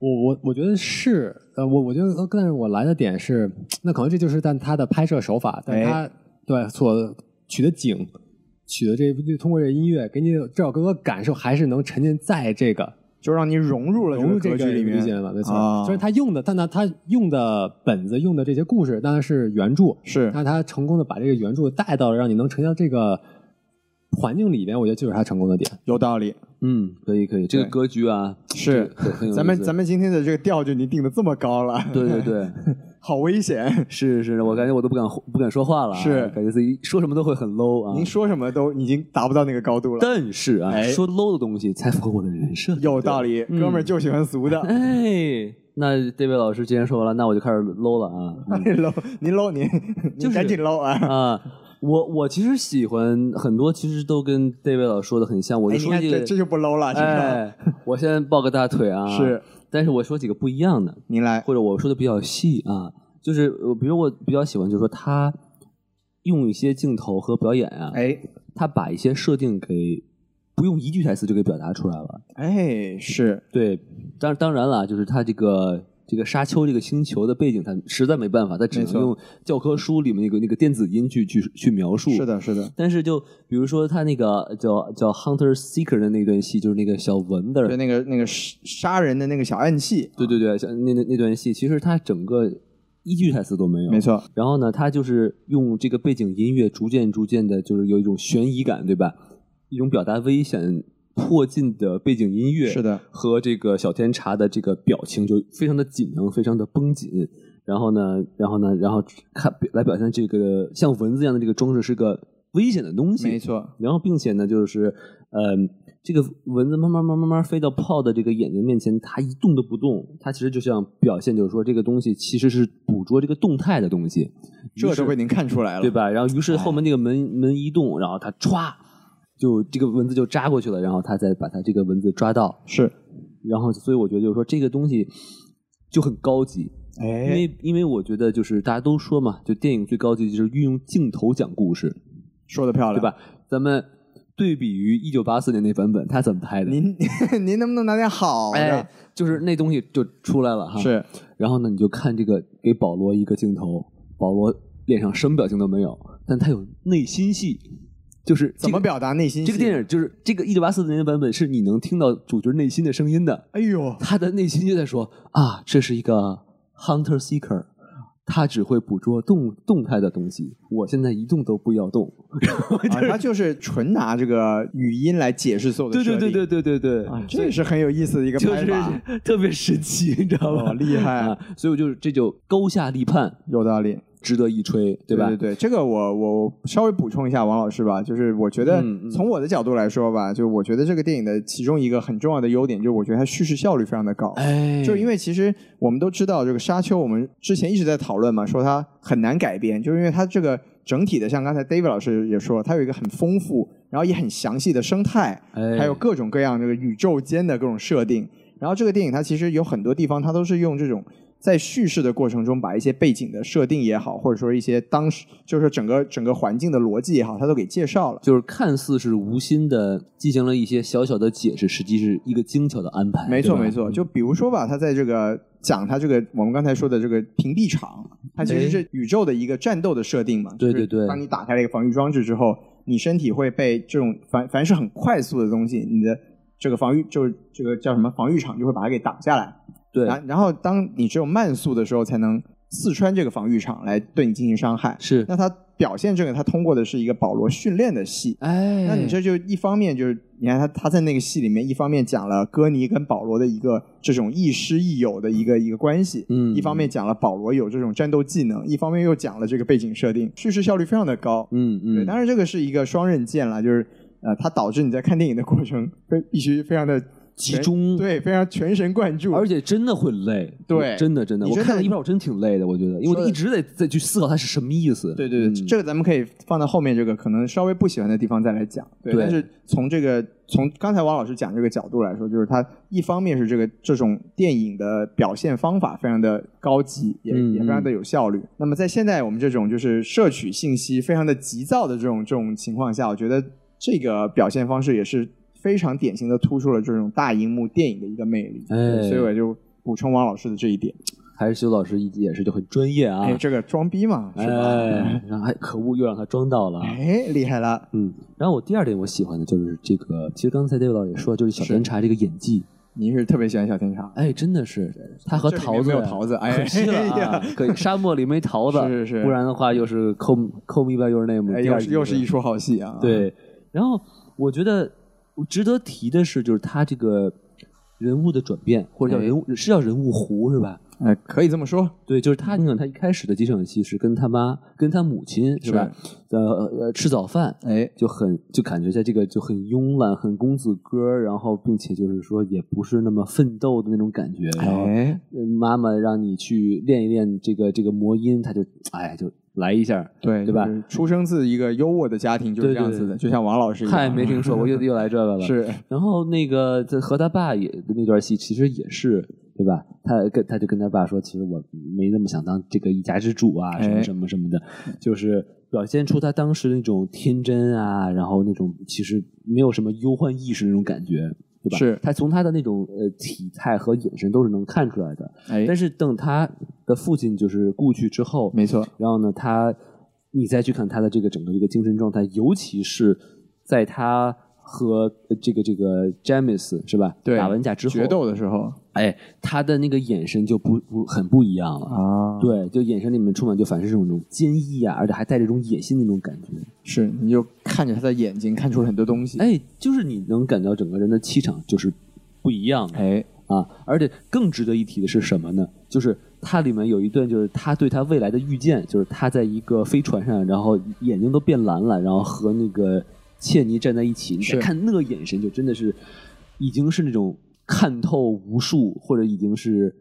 [SPEAKER 3] 我我我觉得是，呃，我我觉得，但是我来的点是，那可能这就是但它的拍摄手法，但
[SPEAKER 1] 哎
[SPEAKER 3] 它、对所取的景，取的这部通过这音乐给你至少给我感受，还是能沉浸在这个
[SPEAKER 1] 就让你融入了
[SPEAKER 3] 融入
[SPEAKER 1] 这
[SPEAKER 3] 这
[SPEAKER 1] 个
[SPEAKER 3] 个
[SPEAKER 1] 格局里面，
[SPEAKER 3] 理解了吧？没错，
[SPEAKER 1] 啊
[SPEAKER 3] 虽然他用的，但他他用的本子用的这些故事当然是原著，
[SPEAKER 1] 是
[SPEAKER 3] 但他成功的把这个原著带到了让你能沉浸到这个环境里边，我觉得就是他成功的点。
[SPEAKER 1] 有道理。
[SPEAKER 2] 嗯，可以可以，这个格局啊，
[SPEAKER 1] 是
[SPEAKER 2] 对很有
[SPEAKER 1] 咱们
[SPEAKER 2] 意思
[SPEAKER 1] 咱们今天的这个调就已经定的这么高了，
[SPEAKER 2] 对对对，
[SPEAKER 1] 好危险！
[SPEAKER 2] 是是，我感觉我都不敢不敢说话了啊，
[SPEAKER 1] 是
[SPEAKER 2] 感觉自己说什么都会很 low 啊。
[SPEAKER 1] 您说什么都已经达不到那个高度了，
[SPEAKER 2] 但是啊，
[SPEAKER 1] 哎
[SPEAKER 2] 说 low 的东西才符合我的 人设。
[SPEAKER 1] 有道理，
[SPEAKER 2] 嗯
[SPEAKER 1] 哥们儿就喜欢俗 的。
[SPEAKER 2] 哎，那这位老师既然说完了，那我就开始 low 了啊。嗯
[SPEAKER 1] 搂您搂您，您
[SPEAKER 2] 就是
[SPEAKER 1] 赶紧搂啊！
[SPEAKER 2] 啊，我我其实喜欢很多，其实都跟 David 老师说的很像。我
[SPEAKER 1] 哎，
[SPEAKER 2] 就
[SPEAKER 1] 你
[SPEAKER 2] 说
[SPEAKER 1] 看
[SPEAKER 2] 几
[SPEAKER 1] 这
[SPEAKER 2] 个，
[SPEAKER 1] 这就不 low 了，这个
[SPEAKER 2] 哎，我先抱个大腿啊。
[SPEAKER 1] 是，
[SPEAKER 2] 但是我说几个不一样的，
[SPEAKER 1] 您来，
[SPEAKER 2] 或者我说的比较细啊，就是呃比如我比较喜欢，就是说他用一些镜头和表演啊，
[SPEAKER 1] 哎
[SPEAKER 2] 他把一些设定给不用一句台词就给表达出来了。
[SPEAKER 1] 哎是
[SPEAKER 2] 对，当当然了，就是他这个这个沙丘这个星球的背景，他实在没办法，他只
[SPEAKER 1] 没
[SPEAKER 2] 能
[SPEAKER 1] 错
[SPEAKER 2] 用教科书里面那个那个电子音去去去描述。
[SPEAKER 1] 是。的是的，
[SPEAKER 2] 但是就比如说他那个叫叫 Hunter Seeker 的那段戏，就是那个小蚊子儿，
[SPEAKER 1] 就那个那个杀杀人的那个小暗器，
[SPEAKER 2] 对对对，像那那那段戏，其实他整个一句台词都没有。
[SPEAKER 1] 没。错，
[SPEAKER 2] 然后呢，他就是用这个背景音乐，逐渐逐渐的，就是有一种悬疑感，对吧？一种表达危险、迫近的背景音乐，
[SPEAKER 1] 是的，
[SPEAKER 2] 和这个小天茶的这个表情就非常的紧张，非常的绷紧。然后呢，然后呢，然后看来表现这个像蚊子一样的这个装置是个危险的东西，
[SPEAKER 1] 没错，
[SPEAKER 2] 然后并且呢，就是嗯、这个蚊子慢慢慢慢慢飞到炮的这个眼睛面前，它一动都不动，它其实就想表现，就是说这个东西其实是捕捉这个动态的东西，
[SPEAKER 1] 这都被
[SPEAKER 2] 会
[SPEAKER 1] 您看出来了，
[SPEAKER 2] 对？吧？然后于是后面那个门门一动，然后它歘，就这个蚊子就扎过去了，然后它再把它这个蚊子抓到，
[SPEAKER 1] 是，
[SPEAKER 2] 然后所以我觉得就是说这个东西就很高级。因
[SPEAKER 1] 哎，
[SPEAKER 2] 为因为我觉得就是大家都说嘛，就电影最高级就是运用镜头讲故事，
[SPEAKER 1] 说的漂亮，
[SPEAKER 2] 对？吧？咱们对比于一九八四年那版本，他怎么拍的？
[SPEAKER 1] 您 您能不能拿点好的？
[SPEAKER 2] 哎，就是那东西就出来了哈。。
[SPEAKER 1] 是
[SPEAKER 2] 然后呢，你就看这个给保罗一个镜头，保罗脸上什么表情都没有，但他有内心戏，就是、
[SPEAKER 1] 怎么？表达内心？
[SPEAKER 2] 这个电，影就是这个一九八四年的版本，是你能听到主角内心的声音的。
[SPEAKER 1] 哎呦，
[SPEAKER 2] 他的内心就在说啊，这是一个 hunter seeker，他只会捕捉动动态的东西，我现在一动都不要动。
[SPEAKER 1] 啊，他就是纯拿这个语音来解释所有的
[SPEAKER 2] 对
[SPEAKER 1] 设
[SPEAKER 2] 对
[SPEAKER 1] 定，
[SPEAKER 2] 对对对对对，
[SPEAKER 1] 啊，这也是很有意思的一个
[SPEAKER 2] 就
[SPEAKER 1] 拍
[SPEAKER 2] 是
[SPEAKER 1] 法，
[SPEAKER 2] 特别神奇，你知道吗？
[SPEAKER 1] 哦厉害
[SPEAKER 2] 啊！所以我就是这就高下立判，
[SPEAKER 1] 有道理，
[SPEAKER 2] 值得一吹，对吧？
[SPEAKER 1] 对对这个我我稍微补充一下王老师吧，就是我觉得
[SPEAKER 2] 嗯嗯
[SPEAKER 1] 从我的角度来说吧，就我觉得这个电影的其中一个很重要的优点，就是我觉得它叙事效率非常的高。
[SPEAKER 2] 哎，
[SPEAKER 1] 就是因
[SPEAKER 2] 为
[SPEAKER 1] 为其实我们都知道这个《沙丘》，我们之前一直在讨论嘛，说它很难改编，就是因为它这个整体的，像刚才 David 老师也说，它有一个很丰富，然后也很详细的生态，还有各种各样这个宇宙间的各种设定。然后这个电影它其实有很多地方，它都是用这种在叙事的过程中，把一些背景的设定也好，或者说一些当时就是说整个整个环境的逻辑也好，它都给介绍了。
[SPEAKER 2] 就是看似是无心的进行了一些小小的解释，实际是一个精巧的安排。
[SPEAKER 1] 没错
[SPEAKER 2] 对吧嗯
[SPEAKER 1] 没错，就比如说吧，它在这个讲它这个我们刚才说的这个屏蔽场，它其实是宇宙的一个战斗的设定嘛。
[SPEAKER 2] 哎对
[SPEAKER 1] 就是
[SPEAKER 2] 对对
[SPEAKER 1] 当你打开了一个防御装置之后，你身体会被这种凡凡是很快速的东西，你的这个防御就是这个叫什么防御场就会把它给挡下来。
[SPEAKER 2] 对，
[SPEAKER 1] 然然后当你只有慢速的时候，才能刺穿这个防御场来对你进行伤害。
[SPEAKER 2] 是
[SPEAKER 1] 那他表现这个，他通过的是一个保罗训练的戏。
[SPEAKER 2] 哎，
[SPEAKER 1] 那你这就一方面就是，你看他他在那个戏里面，一方面讲了哥尼跟保罗的一个这种亦师亦友的一个一个关系，
[SPEAKER 2] 嗯
[SPEAKER 1] 一方面讲了保罗有这种战斗技能，一方面又讲了这个背景设定，叙事效率非常的高。
[SPEAKER 2] 嗯
[SPEAKER 1] 对，
[SPEAKER 2] 嗯，
[SPEAKER 1] 当然这个是一个双刃剑啦，就是呃，它导致你在看电影的过程非必须非常的
[SPEAKER 2] 集中，
[SPEAKER 1] 对，非常全神贯注，
[SPEAKER 2] 而且真的会累，
[SPEAKER 1] 对
[SPEAKER 2] 真的真的，
[SPEAKER 1] 你
[SPEAKER 2] 我
[SPEAKER 1] 真的
[SPEAKER 2] 看了一半，我真挺累的，我觉得，因为
[SPEAKER 1] 说
[SPEAKER 2] 我
[SPEAKER 1] 的
[SPEAKER 2] 一直在在去思考它是什么意思。
[SPEAKER 1] 对对对，
[SPEAKER 2] 嗯
[SPEAKER 1] 这个咱们可以放到后面这个可能稍微不喜欢的地方再来讲。对，
[SPEAKER 2] 对
[SPEAKER 1] 但是从这个从刚才王老师讲这个角度来说，就是它一方面是这个这种电影的表现方法非常的高级，也、
[SPEAKER 2] 嗯
[SPEAKER 1] 也非常的有效率。那么在现在我们这种就是摄取信息非常的急躁的这种这种情况下，我觉得这个表现方式也是非常典型的突出了这种大荧幕电影的一个魅力。
[SPEAKER 2] 哎
[SPEAKER 1] 对所以我就补充王老师的这一点。
[SPEAKER 2] 还是修老师一解释就很专业啊。
[SPEAKER 1] 哎，这个装逼嘛，是吧？
[SPEAKER 2] 哎，然后还可恶，又让他装到了。
[SPEAKER 1] 哎，厉害了。
[SPEAKER 2] 嗯，然后我第二点我喜欢的就是这个，其实刚才 David 老师也说，就是小
[SPEAKER 1] 是
[SPEAKER 2] 甜茶这个演技，
[SPEAKER 1] 您是特别喜欢小天茶，
[SPEAKER 2] 哎，真的是他和
[SPEAKER 1] 这里
[SPEAKER 2] 桃
[SPEAKER 1] 面
[SPEAKER 2] 子
[SPEAKER 1] 没
[SPEAKER 2] 呀，
[SPEAKER 1] 有桃子哎
[SPEAKER 2] 可惜了啊
[SPEAKER 1] 呀，
[SPEAKER 2] 可沙漠里没桃子，
[SPEAKER 1] 是是是
[SPEAKER 2] 不然的话又是 Come Come Me By Your Name，
[SPEAKER 1] 哎，
[SPEAKER 2] 第
[SPEAKER 1] 又
[SPEAKER 2] 二
[SPEAKER 1] 是
[SPEAKER 2] 集
[SPEAKER 1] 又是一出好戏啊！，
[SPEAKER 2] 对，然后我觉得值得
[SPEAKER 1] 嗯
[SPEAKER 2] 哎提的是，就是他这个人物的转变，或者叫人物、是叫人物弧是吧？
[SPEAKER 1] 呃，可以这么说，
[SPEAKER 2] 对，就是他，你看他一开始的几场戏是跟他妈、跟他母亲是吧？呃呃，吃早饭，
[SPEAKER 1] 哎，
[SPEAKER 2] 就很就感觉在这个就很慵懒、很公子哥儿，然后并且就是说也不是那么奋斗的那种感觉。然后
[SPEAKER 1] 哎，
[SPEAKER 2] 呃妈妈让你去练一练这个这个魔音，他就哎就来一下，
[SPEAKER 1] 对
[SPEAKER 2] 对吧？
[SPEAKER 1] 就是出生自一个优渥的家庭就是
[SPEAKER 2] 对
[SPEAKER 1] 这样子
[SPEAKER 2] 对
[SPEAKER 1] 的，就像王老师一样，
[SPEAKER 2] 嗨，没听说 过，又又来这个了。
[SPEAKER 1] 是
[SPEAKER 2] 然后那个在和他爸也那段戏，其实也是对吧？他跟他就跟他爸说，其实我没那么想当这个一家之主啊，
[SPEAKER 1] 哎
[SPEAKER 2] 什么什么什么的，就是表现出他当时那种天真啊，然后那种其实没有什么忧患意识那种感觉。对吧？
[SPEAKER 1] 是
[SPEAKER 2] 他从他的那种呃体态和眼神都是能看出来的。
[SPEAKER 1] 哎
[SPEAKER 2] 但，是等他的父亲就是故去之后，
[SPEAKER 1] 没错，
[SPEAKER 2] 然后呢，他你再去看他的这个整个这个精神状态，尤其是在他和呃这个这个詹姆斯是吧？
[SPEAKER 1] 对
[SPEAKER 2] 打完架之后，
[SPEAKER 1] 决斗的时候
[SPEAKER 2] 哎，他的那个眼神就不不很不一样了。
[SPEAKER 1] 啊，
[SPEAKER 2] 对，就眼神里面充满就反是这种这种坚毅啊，而且还带着这种野心的那种感觉。
[SPEAKER 1] 是你就看着他的眼睛，看出了很多东西，
[SPEAKER 2] 哎，就是你能感到整个人的气场就是不一样的。
[SPEAKER 1] 哎，
[SPEAKER 2] 啊，而且更值得一提的是什么呢？就是它里面有一段，就是他对他未来的预见，就是他在一个飞船上，然后眼睛都变蓝了，然后和那个切尼站在一起，你再
[SPEAKER 1] 是
[SPEAKER 2] 看那个眼神，就真的是已经是那种看透无数，或者已经是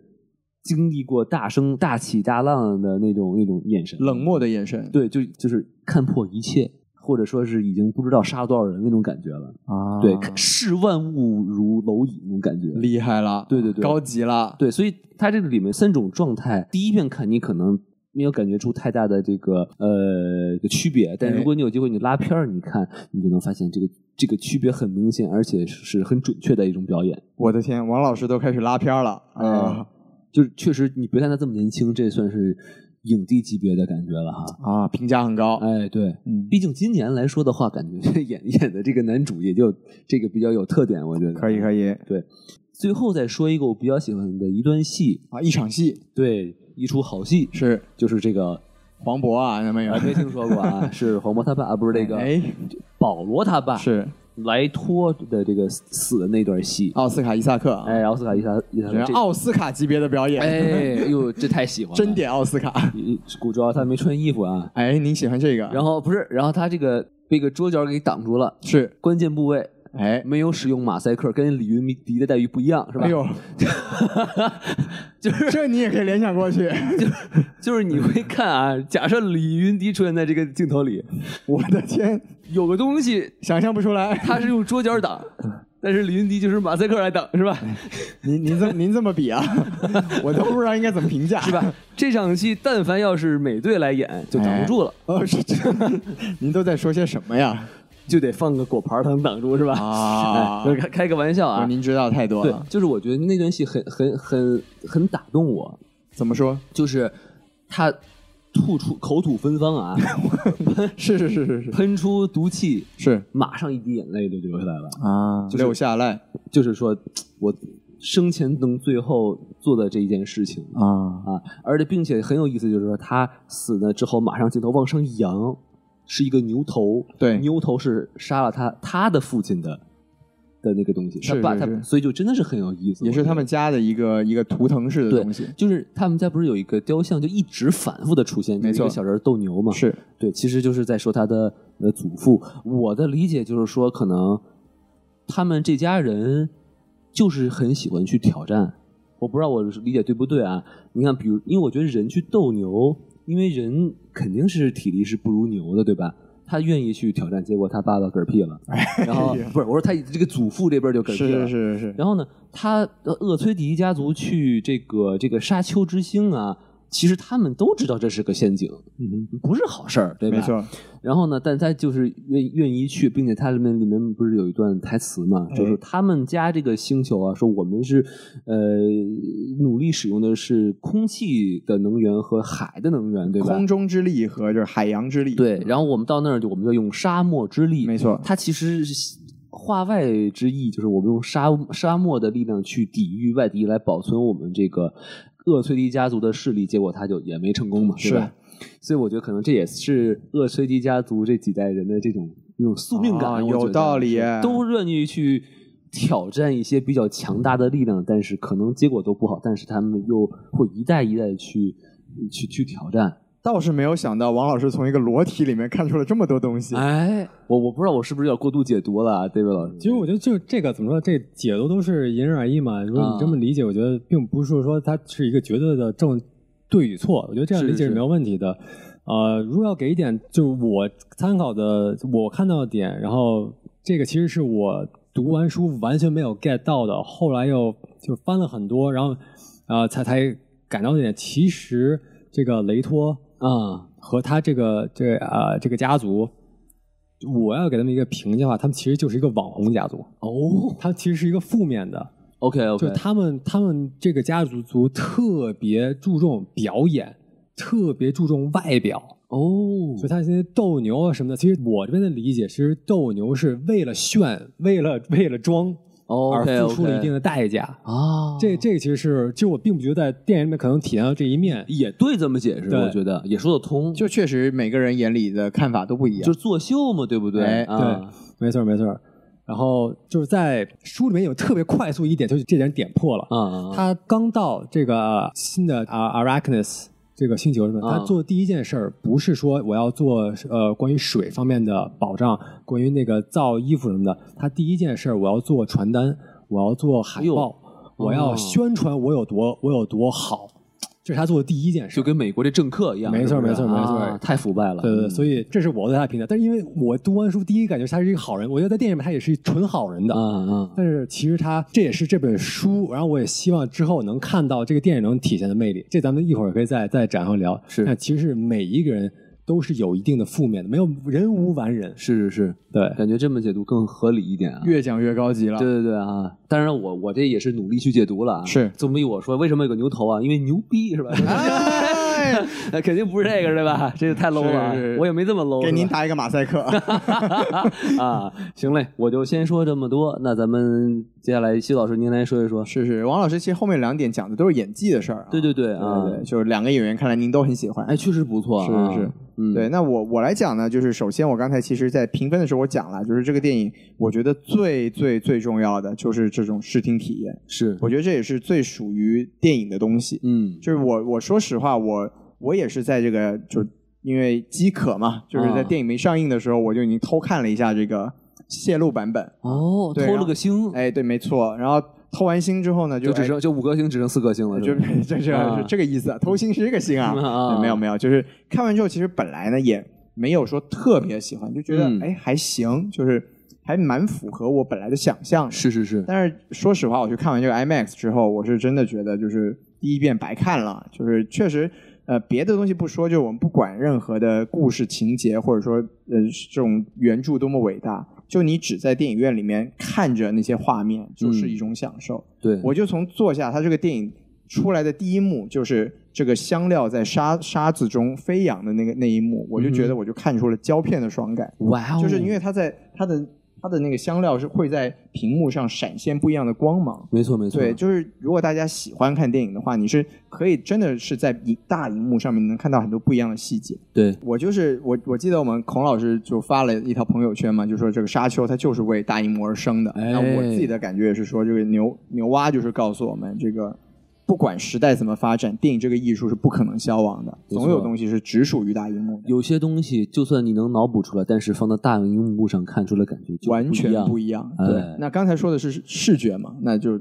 [SPEAKER 2] 经历过大升大起大浪的那种那种眼神，
[SPEAKER 1] 冷漠的眼神，
[SPEAKER 2] 对，就就是看破一切，或者说是已经不知道杀了多少人那种感觉了，
[SPEAKER 1] 啊
[SPEAKER 2] 对，视万物如蝼蚁那种感觉，
[SPEAKER 1] 厉害了，
[SPEAKER 2] 对对对
[SPEAKER 1] 高级了，
[SPEAKER 2] 对，所以它这个里面三种状态，第一遍看你可能没有感觉出太大的这个呃这个区别，但
[SPEAKER 1] 哎
[SPEAKER 2] 如果你有机会你拉片儿你看，你就能发现这个这个区别很明显，而且是很准确的一种表演。
[SPEAKER 1] 我的天，王老师都开始拉片儿了
[SPEAKER 2] 哎
[SPEAKER 1] 啊
[SPEAKER 2] 就是确实，你别看他这么年轻，这算是影帝级别的感觉了哈。
[SPEAKER 1] 啊，评价很高，
[SPEAKER 2] 哎，对，
[SPEAKER 1] 嗯，
[SPEAKER 2] 毕竟今年来说的话，感觉 演演的这个男主也就这个比较有特点，我觉得
[SPEAKER 1] 可以可
[SPEAKER 2] 以。
[SPEAKER 1] 以
[SPEAKER 2] 最后再说一个我比较喜欢的一段戏，
[SPEAKER 1] 啊，一场戏
[SPEAKER 2] 对，一出好戏
[SPEAKER 1] 是
[SPEAKER 2] 就是这个
[SPEAKER 1] 黄渤啊，那没有
[SPEAKER 2] 啊，，没听说 过啊，是黄渤他爸，啊不是那个
[SPEAKER 1] 哎，
[SPEAKER 2] 保罗他爸，
[SPEAKER 1] 是
[SPEAKER 2] 莱托的这个死的那段戏，
[SPEAKER 1] 奥斯卡伊萨克啊，
[SPEAKER 2] 哎，奥斯卡伊萨伊萨
[SPEAKER 1] 人
[SPEAKER 2] 克
[SPEAKER 1] 家
[SPEAKER 2] 这，
[SPEAKER 1] 奥斯卡级别的表演，
[SPEAKER 2] 哎呦，这太喜欢 了，
[SPEAKER 1] 真。点奥斯卡，
[SPEAKER 2] 古主要他没穿衣服啊，
[SPEAKER 1] 哎，您喜欢这个？
[SPEAKER 2] 然后不是，然后他这个被个桌角给挡住了，
[SPEAKER 1] 是
[SPEAKER 2] 关键部位
[SPEAKER 1] 哎，
[SPEAKER 2] 没有使用马赛克，跟李云迪的待遇不一样，是吧？
[SPEAKER 1] 哎呦，
[SPEAKER 2] 就是
[SPEAKER 1] 这你也可以联想过 去，
[SPEAKER 2] 就是你会看啊，假设李云迪出现在这个镜头里，
[SPEAKER 1] 我的天，
[SPEAKER 2] 有个东西
[SPEAKER 1] 想象不出来。
[SPEAKER 2] 他是用桌角 挡，但是李云迪就是马赛克来挡，是吧？
[SPEAKER 1] 您您这您这么比 啊，我都不知道应该怎么评价，
[SPEAKER 2] 是？吧？这场戏但凡要是美队来演，就挡不住了，
[SPEAKER 1] 哦，是 这，您都在说些什么呀？
[SPEAKER 2] 就得放个果盘才能挡住，是吧？
[SPEAKER 1] 啊
[SPEAKER 2] 哎 就是开开个玩笑
[SPEAKER 1] 哦
[SPEAKER 2] 啊。
[SPEAKER 1] 您知道太多
[SPEAKER 2] 对
[SPEAKER 1] 了，。
[SPEAKER 2] 就是我觉得那段戏很很很很打动我，
[SPEAKER 1] 怎么说？
[SPEAKER 2] 就是他吐出口吐芬芳啊，
[SPEAKER 1] 是是是是是
[SPEAKER 2] 喷出毒气，
[SPEAKER 1] 是
[SPEAKER 2] 马上一滴眼泪就流下来了。
[SPEAKER 1] 啊，
[SPEAKER 2] 就是
[SPEAKER 1] 留下来
[SPEAKER 2] 就是说我生前能最后做的这一件事情
[SPEAKER 1] 啊，
[SPEAKER 2] 啊，而且并且很有意思，就是说他死了之后，马上镜头往上扬，是一个牛头，
[SPEAKER 1] 对
[SPEAKER 2] 牛头是杀了他他的父亲的的那个东西，
[SPEAKER 1] 是
[SPEAKER 2] 他爸
[SPEAKER 1] 是
[SPEAKER 2] 他，
[SPEAKER 1] 是
[SPEAKER 2] 所以就真的是很有意思，
[SPEAKER 1] 也是
[SPEAKER 2] 我觉得
[SPEAKER 1] 他们家的一个一个图腾式的
[SPEAKER 2] 对
[SPEAKER 1] 东西，
[SPEAKER 2] 就是他们家不是有一个雕像，就一直反复的出现，
[SPEAKER 1] 没
[SPEAKER 2] 就是一
[SPEAKER 1] 错
[SPEAKER 2] 个小人斗牛嘛，
[SPEAKER 1] 是
[SPEAKER 2] 对，其实就是在说他的呃祖父。我的理解就是说，可能他们这家人就是很喜欢去挑战。我不知道我理解对不对啊？你看，比如，因为我觉得人去斗牛，因为人肯定是体力是不如牛的，对吧？他愿意去挑战，结果他爸爸嗝屁了，然后不是我说他这个祖父这边就嗝
[SPEAKER 1] 是
[SPEAKER 2] 屁了
[SPEAKER 1] 是，是是，
[SPEAKER 2] 然后呢，他呃厄崔迪家族去这个这个沙丘之星啊，其实他们都知道这是个陷阱，
[SPEAKER 1] 嗯哼，
[SPEAKER 2] 不是好事儿，对吧？
[SPEAKER 1] 没。错，
[SPEAKER 2] 然后呢，但他就是愿愿意去，并且他里面里面不是有一段台词嘛，
[SPEAKER 1] 哎
[SPEAKER 2] 就是他们家这个星球啊，说我们是呃努力使用的是空气的能源和海的能源，对吧？
[SPEAKER 1] 空中之力和就是海洋之力，
[SPEAKER 2] 对，然后我们到那儿就我们就用沙漠之力，
[SPEAKER 1] 没错
[SPEAKER 2] 它其实是话外之意就是我们用沙沙漠的力量去抵御外敌，来保存我们这个厄崔迪家族的势力。结果他就也没成功嘛，对吧？所以我觉得可能这也是厄崔迪家族这几代人的这种那种宿命感，
[SPEAKER 1] 啊
[SPEAKER 2] 我觉得
[SPEAKER 1] 有道理
[SPEAKER 2] 是都愿意去挑战一些比较强大的力量，但是可能结果都不好，但是他们又会一代一代地去去去挑战。
[SPEAKER 1] 倒是没有想到王老师从一个裸体里面看出了这么多东西。
[SPEAKER 2] 哎，我我不知道我是不是有点过度解读了啊，David 老师。
[SPEAKER 3] 其实我觉得就这个怎么说，这解读都是因人而异嘛。如果你这
[SPEAKER 2] 啊
[SPEAKER 3] 么理解，我觉得并不是说它是一个绝对的正对与错，我觉得这样理解
[SPEAKER 2] 是
[SPEAKER 3] 是
[SPEAKER 2] 是
[SPEAKER 3] 没有问题的。呃，如果要给一点，就是我参考的，我看到的点，然后这个其实是我读完书完全没有 get 到的，后来又就翻了很多，然后呃才才感到一点，其实这个雷托
[SPEAKER 2] 啊、
[SPEAKER 3] 和他这个这啊、呃、这个家族，我要给他们一个评价的话，他们其实就是一个网红家族，
[SPEAKER 2] 哦
[SPEAKER 3] 他其实是一个负面的，
[SPEAKER 2] ，OK
[SPEAKER 3] 就
[SPEAKER 2] OK，
[SPEAKER 3] 他们他们这个家族族特别注重表演，特别注重外表，
[SPEAKER 2] 哦
[SPEAKER 3] 所以他现在斗牛啊什么的，其实我这边的理解，其实斗牛是为了炫，为了为了装而
[SPEAKER 2] 哦，OK
[SPEAKER 3] 付
[SPEAKER 2] OK，
[SPEAKER 3] 出了一定的代价。
[SPEAKER 2] 啊，
[SPEAKER 3] 这这个其实是，其实我并不觉得在电影里面可能体验到这一面，
[SPEAKER 2] 也对，这么解释
[SPEAKER 3] 对
[SPEAKER 2] 我觉得也说得通，
[SPEAKER 1] 就确实每个人眼里的看法都不一样。
[SPEAKER 2] 就是作秀嘛，对不对？
[SPEAKER 1] 哎
[SPEAKER 2] 啊、
[SPEAKER 3] 没错儿没错儿。然后就是在书里面有特别快速一点，就是这点点破了。
[SPEAKER 2] 啊，
[SPEAKER 3] 他刚到这个呃新的啊 Arachnis 这个星球上面，
[SPEAKER 2] 啊
[SPEAKER 3] 他做第一件事儿不是说我要做呃关于水方面的保障，关于那个造衣服什么的，他第一件事儿我要做传单，我要做海
[SPEAKER 2] 哎呦
[SPEAKER 3] 报，我
[SPEAKER 2] 哦
[SPEAKER 3] 要宣传我有多我有多好，这是他做的第一件事
[SPEAKER 2] 就
[SPEAKER 3] 儿。
[SPEAKER 2] 跟美国这政客一样，
[SPEAKER 3] 没错
[SPEAKER 2] 是不是
[SPEAKER 3] 没错没错
[SPEAKER 2] 啊太腐败了，
[SPEAKER 3] 对对，对
[SPEAKER 2] 嗯
[SPEAKER 3] 所以这是我对他的评价。但是因为我读完书，第一感觉他是一个好人，我觉得在电影里面他也是纯好人的。
[SPEAKER 2] 嗯嗯，
[SPEAKER 3] 但是其实它这也是这本书，然后我也希望之后能看到这个电影能体现的魅力。这咱们一会儿可以再再展开聊。
[SPEAKER 2] 是
[SPEAKER 3] 那其实每一个人都是有一定的负面的，没有人无完人。
[SPEAKER 2] 是是是，
[SPEAKER 3] 对，
[SPEAKER 2] 感觉这么解读更合理一点啊。
[SPEAKER 1] 越讲越高级了。
[SPEAKER 2] 对对对啊！当然我，我这也是努力去解读了啊。
[SPEAKER 1] 是
[SPEAKER 2] 总比我说为什么有个牛头啊？因为牛逼 是吧？
[SPEAKER 1] 哎，
[SPEAKER 2] 那肯定不是这个对吧？这个太 low 了啊，
[SPEAKER 1] 是
[SPEAKER 2] 我也没这么 low。
[SPEAKER 1] 给您
[SPEAKER 2] 是吧
[SPEAKER 1] 打一个马赛 克。
[SPEAKER 2] 啊！行嘞，我就先说这么多。那咱们接下来，西老师您来说一说。
[SPEAKER 1] 是是，王老师其实后面两点讲的都是演技的事儿、啊。
[SPEAKER 2] 对对对啊
[SPEAKER 1] 对对，就是两个演员，看来您都很喜欢。
[SPEAKER 2] 哎，确实不错啊，
[SPEAKER 1] 是是是
[SPEAKER 2] 嗯，
[SPEAKER 1] 对，，那我我来讲呢，就是首先我刚才其实，在评分的时候我讲了，就是这个电影，我觉得最最最重要的就是这种视听体验，
[SPEAKER 2] 是，
[SPEAKER 1] 我觉得这也是最属于电影的东西。
[SPEAKER 2] 嗯，
[SPEAKER 1] 就是我我说实话，我我也是在这个就因为饥渴嘛，就是在
[SPEAKER 2] 啊
[SPEAKER 1] 电影没上映的时候，我就已经偷看了一下这个泄露版本。
[SPEAKER 2] 哦，
[SPEAKER 1] 对
[SPEAKER 2] 偷
[SPEAKER 1] 然
[SPEAKER 2] 了
[SPEAKER 1] 后
[SPEAKER 2] 个星，
[SPEAKER 1] 哎，对，没错。然后偷完星之后呢，
[SPEAKER 2] 就
[SPEAKER 1] 就
[SPEAKER 2] 只
[SPEAKER 1] 哎
[SPEAKER 2] 剩就五颗星，只剩四颗星了，
[SPEAKER 1] 就是
[SPEAKER 2] 吧
[SPEAKER 1] 这是
[SPEAKER 2] 啊
[SPEAKER 1] 是这个意思，偷星是这个星啊，
[SPEAKER 2] 啊
[SPEAKER 1] 对没有没有，就是看完之后，其实本来呢也没有说特别喜欢，就觉得
[SPEAKER 2] 嗯
[SPEAKER 1] 哎还行，就是还蛮符合我本来的想象的。
[SPEAKER 2] 是是是，
[SPEAKER 1] 但是说实话，我去看完这个 IMAX 之后，我是真的觉得就是第一遍白看了，就是确实。呃，别的东西不说，就是我们不管任何的故事情节，或者说，呃，这种原著多么伟大，就你只在电影院里面看着那些画面，就是一种享受。
[SPEAKER 2] 对，
[SPEAKER 1] 我就从坐下，它这个电影出来的第一幕就是这个香料在沙沙子中飞扬的那个那一幕，我就觉得我就看出了胶片的爽感，
[SPEAKER 2] 哇哦，
[SPEAKER 1] 就是因为它在它的它的那个香料是会在屏幕上闪现不一样的光芒。
[SPEAKER 2] 没错没错，
[SPEAKER 1] 对，就是如果大家喜欢看电影的话，你是可以真的是在一大荧幕上面能看到很多不一样的细节。
[SPEAKER 2] 对，
[SPEAKER 1] 我就是我，我记得我们孔老师就发了一条朋友圈嘛，就说这个沙丘它就是为大荧幕而生的。
[SPEAKER 2] 哎
[SPEAKER 1] 那我自己的感觉也是说，这个牛牛蛙就是告诉我们，这个不管时代怎么发展，电影这个艺术是不可能消亡的，
[SPEAKER 2] 没错
[SPEAKER 1] 总有东西是只属于大荧幕的，
[SPEAKER 2] 有些东西就算你能脑补出来，但是放到大荧幕上看出来感觉就
[SPEAKER 1] 完全
[SPEAKER 2] 不
[SPEAKER 1] 不
[SPEAKER 2] 一样。
[SPEAKER 1] 一样。
[SPEAKER 2] 哎
[SPEAKER 1] 对，那刚才说的是视视觉嘛，那就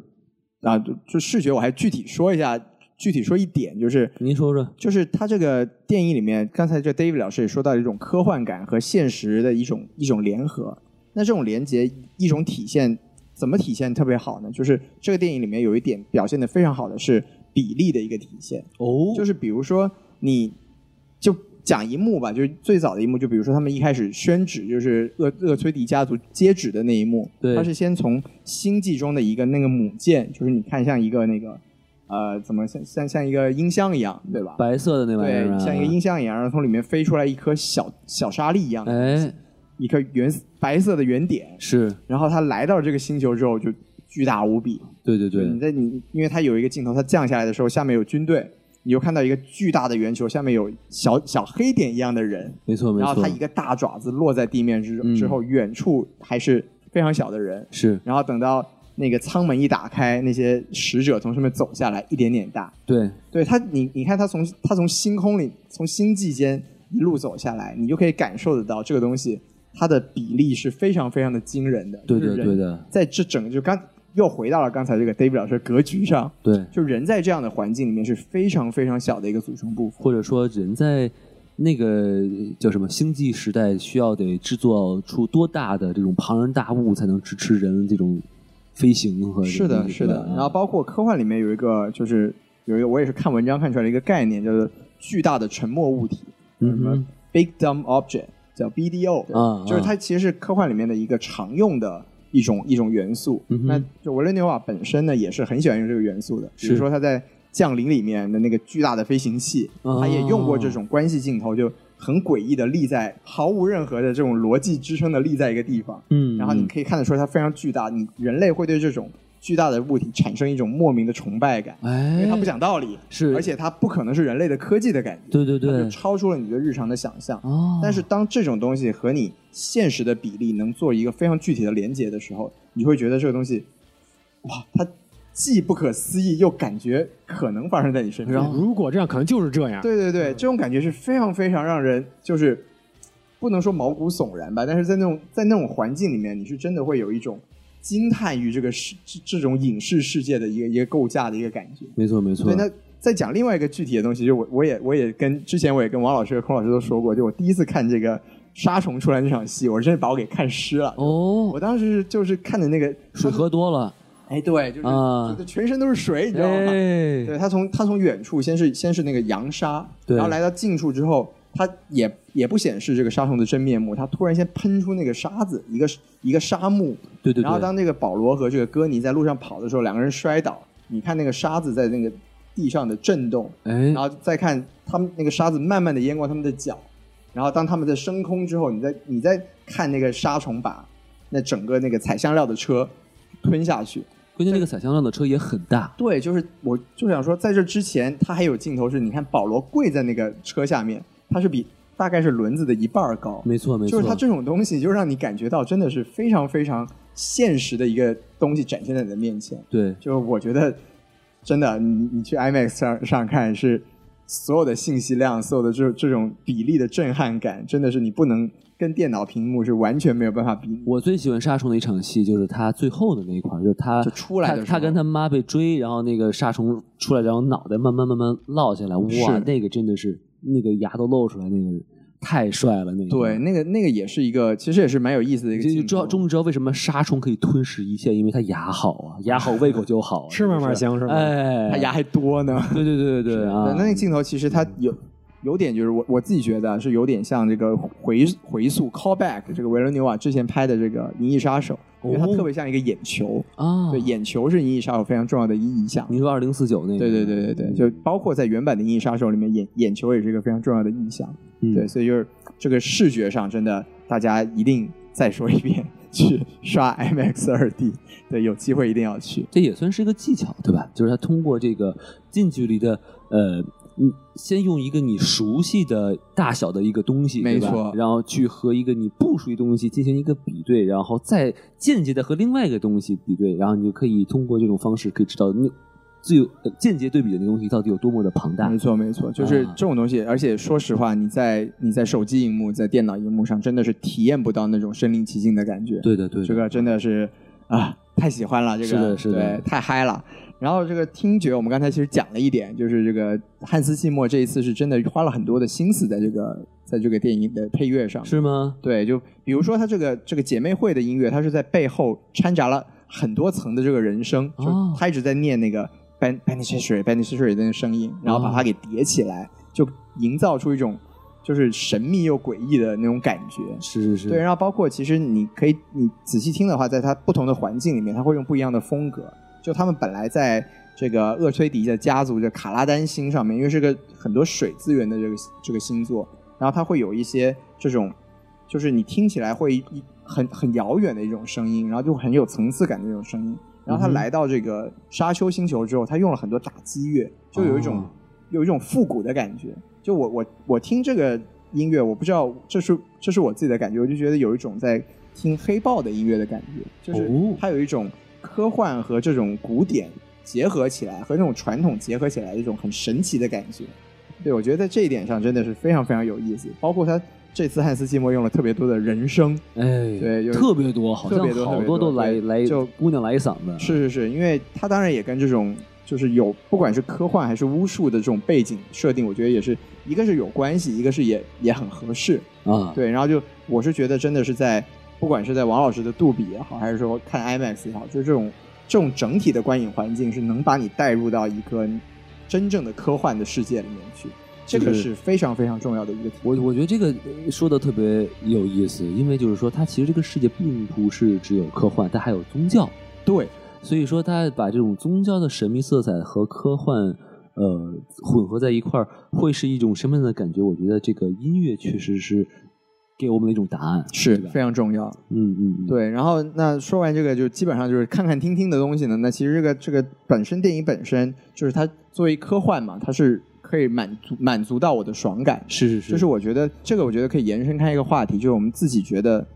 [SPEAKER 1] 啊就就视觉，我还具体说一下，具体说一点就是。
[SPEAKER 2] 您说说，
[SPEAKER 1] 就是它这个电影里面，刚才这 David 老师也说到一种科幻感和现实的一种一种联合。那这种连接，一种体现怎么体现特别好呢？就是这个电影里面有一点表现的非常好的是比例的一个体现，
[SPEAKER 2] 哦
[SPEAKER 1] 就是比如说你就讲一幕吧，就是最早的一幕，就比如说他们一开始宣旨，就是厄厄崔迪家族接旨的那一幕，
[SPEAKER 2] 对
[SPEAKER 1] 他是先从星际中的一个那个母舰，就是你看像一个那个。呃，怎么像像像一个音箱一样，对吧？
[SPEAKER 2] 白色的那玩意
[SPEAKER 1] 对
[SPEAKER 2] 儿，啊，
[SPEAKER 1] 像一个音箱一样，然后从里面飞出来一颗小小沙粒一样，
[SPEAKER 2] 哎，
[SPEAKER 1] 一颗圆白色的圆点。
[SPEAKER 2] 是
[SPEAKER 1] 然后它来到这个星球之后就巨大无比。
[SPEAKER 2] 对对
[SPEAKER 1] 你在
[SPEAKER 2] 对，
[SPEAKER 1] 你，因为它有一个镜头，它降下来的时候，下面有军队，你就看到一个巨大的圆球，下面有小小黑点一样的人，
[SPEAKER 2] 没错没
[SPEAKER 1] 然后
[SPEAKER 2] 错
[SPEAKER 1] 它，一个大爪子落在地面之
[SPEAKER 2] 嗯
[SPEAKER 1] 之后，远处还是非常小的人。
[SPEAKER 2] 是
[SPEAKER 1] 然后等到那个舱门一打开，那些使者从上面走下来，一点点大。
[SPEAKER 2] 对，
[SPEAKER 1] 对他，你你看他从他从星空里从星际间一路走下来，你就可以感受得到这个东西它的比例是非常非常的惊人的。
[SPEAKER 2] 对
[SPEAKER 1] 就是
[SPEAKER 2] 的，
[SPEAKER 1] 人
[SPEAKER 2] 对的，
[SPEAKER 1] 在这整个就刚又回到了刚才这个 David 老师的格局上，
[SPEAKER 2] 对，
[SPEAKER 1] 就人在这样的环境里面是非常非常小的一个组成部分。
[SPEAKER 2] 或者说人在那个叫什么星际时代，需要得制作出多大的这种庞然大物才能支持人这种飞行和
[SPEAKER 1] 是的，
[SPEAKER 2] 这
[SPEAKER 1] 是
[SPEAKER 2] 个
[SPEAKER 1] 的。
[SPEAKER 2] 啊
[SPEAKER 1] 然后包括科幻里面有一个，就是有一个我也是看文章看出来的一个概念，叫做巨大的沉没物体，叫什
[SPEAKER 2] 嗯
[SPEAKER 1] 么
[SPEAKER 2] 哼
[SPEAKER 1] Big Dumb Object，叫 BDO，
[SPEAKER 2] 啊
[SPEAKER 1] 就是它其实是科幻里面的一个常用的。一种一种元素，
[SPEAKER 2] 嗯哼
[SPEAKER 1] 那就维伦纽瓦本身呢也是很喜欢用这个元素的，比如
[SPEAKER 2] 是
[SPEAKER 1] 说他在《降临》里面的那个巨大的飞行器，
[SPEAKER 2] 哦
[SPEAKER 1] 他也用过这种关系镜头，就很诡异的立在毫无任何的这种逻辑支撑的立在一个地方，
[SPEAKER 2] 嗯，
[SPEAKER 1] 然后你可以看得出来它非常巨大，你人类会对这种巨大的物体产生一种莫名的崇拜感，因为
[SPEAKER 2] 哎，
[SPEAKER 1] 它不讲道理，
[SPEAKER 2] 是
[SPEAKER 1] 而且它不可能是人类的科技的感觉，
[SPEAKER 2] 对对
[SPEAKER 1] 它
[SPEAKER 2] 对
[SPEAKER 1] 就，超出了你对日常的想象。
[SPEAKER 2] 哦，
[SPEAKER 1] 但是当这种东西和你现实的比例能做一个非常具体的连接的时候，你会觉得这个东西，哇，它既不可思议，又感觉可能发生在你身
[SPEAKER 3] 然
[SPEAKER 1] 上
[SPEAKER 3] 后。如果这样，可能就是这
[SPEAKER 2] 啊
[SPEAKER 3] 样。
[SPEAKER 1] 对对
[SPEAKER 2] 嗯
[SPEAKER 1] 对，这种感觉是非常非常让人就是不能说毛骨悚然吧，但是在那种在那种环境里面，你是真的会有一种惊叹于这个世这这种影视世界的一个一个构架的一个感觉。
[SPEAKER 2] 没错没错，
[SPEAKER 1] 对，那再讲另外一个具体的东西，就我我也我也跟之前我也跟王老师和孔老师都说过，就我第一次看这个杀虫出来那场戏，我真是把我给看湿了。
[SPEAKER 2] 哦，
[SPEAKER 1] 我当时就是看的那个
[SPEAKER 2] 水，喝多了，
[SPEAKER 1] 哎，对，就是、
[SPEAKER 2] 啊
[SPEAKER 1] 就是全身都是水，你知道吗？
[SPEAKER 2] 哎，
[SPEAKER 1] 对他从他从远处先是先是那个扬沙，
[SPEAKER 2] 对
[SPEAKER 1] 然后来到近处之后，他也也不显示这个沙虫的真面目，他突然先喷出那个沙子，一个一个沙漠。
[SPEAKER 2] 对对
[SPEAKER 1] 然后
[SPEAKER 2] 对，
[SPEAKER 1] 当那个保罗和这个哥尼在路上跑的时候，两个人摔倒，你看那个沙子在那个地上的震动，
[SPEAKER 2] 哎
[SPEAKER 1] 然，后再看他们那个沙子慢慢的淹过他们的脚，然后当他们在升空之后，你再你再看那个沙虫把那整个那个采香料的车吞下去，
[SPEAKER 2] 关键那个采香料的车也很大，
[SPEAKER 1] 对，就是我就想说，在这之前，他还有镜头是，你看保罗跪在那个车下面，他是比大概是轮子的一半儿高，
[SPEAKER 2] 没错没
[SPEAKER 1] 就
[SPEAKER 2] 错，
[SPEAKER 1] 是他这种东西，就让你感觉到真的是非常非常现实的一个东西展现在你的面前。
[SPEAKER 2] 对
[SPEAKER 1] 就是我觉得，真的，你你去 IMAX 上上看是所有的信息量，所有的这这种比例的震撼感，真的是你不能跟电脑屏幕是完全没有办法比拟。
[SPEAKER 2] 我最喜欢沙虫的一场戏就是他最后的那一块儿，就是他
[SPEAKER 1] 就出来的时候
[SPEAKER 2] 他，他跟他妈被追，然后那个沙虫出来，然后脑袋慢慢慢慢落下来，哇
[SPEAKER 1] 是，
[SPEAKER 2] 那个真的是那个牙都露出来，那个太帅了，那个
[SPEAKER 1] 对，。那个那个也是一个，其实也是蛮有意思的一个
[SPEAKER 2] 就
[SPEAKER 1] 镜头。
[SPEAKER 2] 就知道，终于知道为什么沙虫可以吞噬一切，因为它牙好啊，牙好胃口就好、啊，
[SPEAKER 3] 吃嘛嘛香是吧？
[SPEAKER 2] 哎，
[SPEAKER 1] 他牙还多呢。
[SPEAKER 2] 对对对对对啊嗯
[SPEAKER 1] 对，那个镜头其实它有有点就是我我自己觉得啊是有点像这个回回溯 callback 这个维伦纽瓦之前拍的这个《银翼杀手》，因为它
[SPEAKER 2] 哦
[SPEAKER 1] 特别像一个眼球，
[SPEAKER 2] 啊，
[SPEAKER 1] 对，眼球是《银翼杀手》非常重要的一意象。
[SPEAKER 2] 你说二零四九那个，
[SPEAKER 1] 对对对对
[SPEAKER 2] 嗯
[SPEAKER 1] 对，就包括在原版的《银翼杀手》里面，眼眼球也是一个非常重要的意象。
[SPEAKER 2] 嗯
[SPEAKER 1] 对，所以就是这个视觉上真的，大家一定再说一遍，去刷 IMAX 二 D，对，有机会一定要去。
[SPEAKER 2] 这也算是一个技巧，对吧？就是他通过这个近距离的，呃，嗯，先用一个你熟悉的大小的一个东西，
[SPEAKER 1] 没
[SPEAKER 2] 对吧
[SPEAKER 1] 错
[SPEAKER 2] 然后去和一个你不熟悉的东西进行一个比对，然后再间接的和另外一个东西比对，然后你就可以通过这种方式可以知道那最有、呃间接对比的那个东西到底有多么的庞大
[SPEAKER 1] 没。错，没错，就是
[SPEAKER 2] 啊
[SPEAKER 1] 这种东西。而且说实话，你在你在手机荧幕、在电脑荧幕上，真的是体验不到那种身临其境的感觉。
[SPEAKER 2] 对的，对的，
[SPEAKER 1] 这个真的是啊，太喜欢了，这个
[SPEAKER 2] 是的是的
[SPEAKER 1] 对，太嗨了。然后这个听觉，我们刚才其实讲了一点，就是这个汉斯季默这一次是真的花了很多的心思在这个在这个电影的配乐上。
[SPEAKER 2] 是吗？
[SPEAKER 1] 对，就比如说他这个这个姐妹会的音乐，它是在背后掺杂了很多层的这个人声，
[SPEAKER 2] 哦
[SPEAKER 1] 就他一直在念那个 ben beneficiary beneficiary 的那个声音，然后把它给叠起来，就营造出一种就是神秘又诡异的那种感觉。
[SPEAKER 2] 是是是，
[SPEAKER 1] 对，然后包括其实你可以你仔细听的话，在它不同的环境里面，它会用不一样的风格。就他们本来在这个厄崔迪的家族，就卡拉丹星上面，因为是个很多水资源的这个这个星座，然后它会有一些这种，就是你听起来会一很很遥远的一种声音，然后就很有层次感的一种声音。然后他
[SPEAKER 2] 嗯哼
[SPEAKER 1] 来到这个沙丘星球之后，他用了很多打击乐，就有一种、
[SPEAKER 2] 哦
[SPEAKER 1] 有一种复古的感觉。就我我我听这个音乐，我不知道这是这是我自己的感觉，我就觉得有一种在听黑豹的音乐的感觉，就是
[SPEAKER 2] 哦
[SPEAKER 1] 它有一种科幻和这种古典结合起来，和那种传统结合起来的一种很神奇的感觉。对，我觉得在这一点上真的是非常非常有意思。包括他这次汉斯季默用了特别多的人声，
[SPEAKER 2] 哎，
[SPEAKER 1] 对有
[SPEAKER 2] 特别多，好像
[SPEAKER 1] 特别多
[SPEAKER 2] 好
[SPEAKER 1] 特别多
[SPEAKER 2] 都来
[SPEAKER 1] 对
[SPEAKER 2] 来
[SPEAKER 1] 就
[SPEAKER 2] 姑娘来一嗓子，
[SPEAKER 1] 是是是，因为它当然也跟这种就是有不管是科幻还是巫术的这种背景设定，我觉得也是一个是有关系，一个是也也很合适。
[SPEAKER 2] 啊，
[SPEAKER 1] 对，然后就我是觉得真的是在不管是在王老师的杜比也好，还是说看 IMAX 也好，就是这种这种整体的观影环境是能把你带入到一个真正的科幻的世界里面去，这个
[SPEAKER 2] 就是
[SPEAKER 1] 是非常非常重要的一个体
[SPEAKER 2] 我我觉得这个呃说的特别有意思，因为就是说，它其实这个世界并不是只有科幻，它还有宗教，
[SPEAKER 1] 对，
[SPEAKER 2] 所以说它把这种宗教的神秘色彩和科幻呃混合在一块儿，会是一种什么样的感觉？我觉得这个音乐确实是给我们的一种答案，
[SPEAKER 1] 是
[SPEAKER 2] 对吧？
[SPEAKER 1] 非常重要。
[SPEAKER 2] 嗯嗯，嗯，
[SPEAKER 1] 对，然后那说完这个，就基本上就是看看听听的东西呢。那其实这个这个本身电影本身就是它作为科幻嘛，它是可以满足满足到我的爽感，
[SPEAKER 2] 是是是，
[SPEAKER 1] 就是我觉得这个，我觉得可以延伸开一个话题，就是我们自己觉得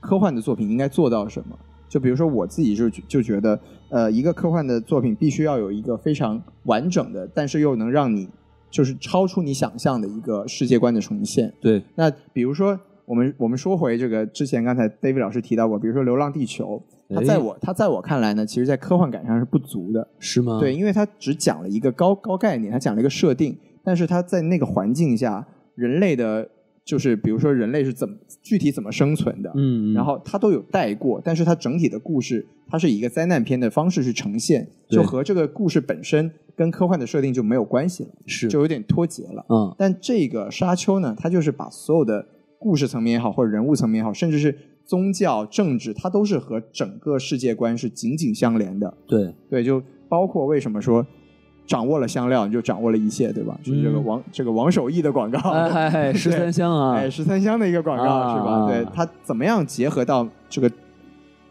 [SPEAKER 1] 科幻的作品应该做到什么。就比如说我自己就就觉得，呃，一个科幻的作品必须要有一个非常完整的，但是又能让你就是超出你想象的一个世界观的呈现。
[SPEAKER 2] 对
[SPEAKER 1] 那比如说，我们我们说回这个之前刚才 David 老师提到过，比如说《流浪地球》，它
[SPEAKER 2] 哎
[SPEAKER 1] 在我它在我看来呢，其实在科幻感上是不足的。
[SPEAKER 2] 是吗？
[SPEAKER 1] 对，因为它只讲了一个高高概念，它讲了一个设定，但是它在那个环境下，人类的就是比如说人类是怎么具体怎么生存的，
[SPEAKER 2] 嗯，嗯，
[SPEAKER 1] 然后它都有带过，但是它整体的故事，它是以一个灾难片的方式去呈现，
[SPEAKER 2] 对
[SPEAKER 1] 就和这个故事本身跟科幻的设定就没有关系了，
[SPEAKER 2] 是
[SPEAKER 1] 就有点脱节了。
[SPEAKER 2] 嗯
[SPEAKER 1] 但这个沙丘呢，它就是把所有的故事层面也好，或者人物层面也好，甚至是宗教、政治，它都是和整个世界观是紧紧相连的。
[SPEAKER 2] 对
[SPEAKER 1] 对，就包括为什么说掌握了香料，你就掌握了一切，对吧？是这个
[SPEAKER 2] 嗯
[SPEAKER 1] 王这个王守义的广告，
[SPEAKER 2] 哎哎 哎，十三香
[SPEAKER 1] 哦
[SPEAKER 2] 啊，
[SPEAKER 1] 哎，十三香的一个广告、
[SPEAKER 2] 啊
[SPEAKER 1] 是吧？对
[SPEAKER 2] 啊，
[SPEAKER 1] 它怎么样结合到这个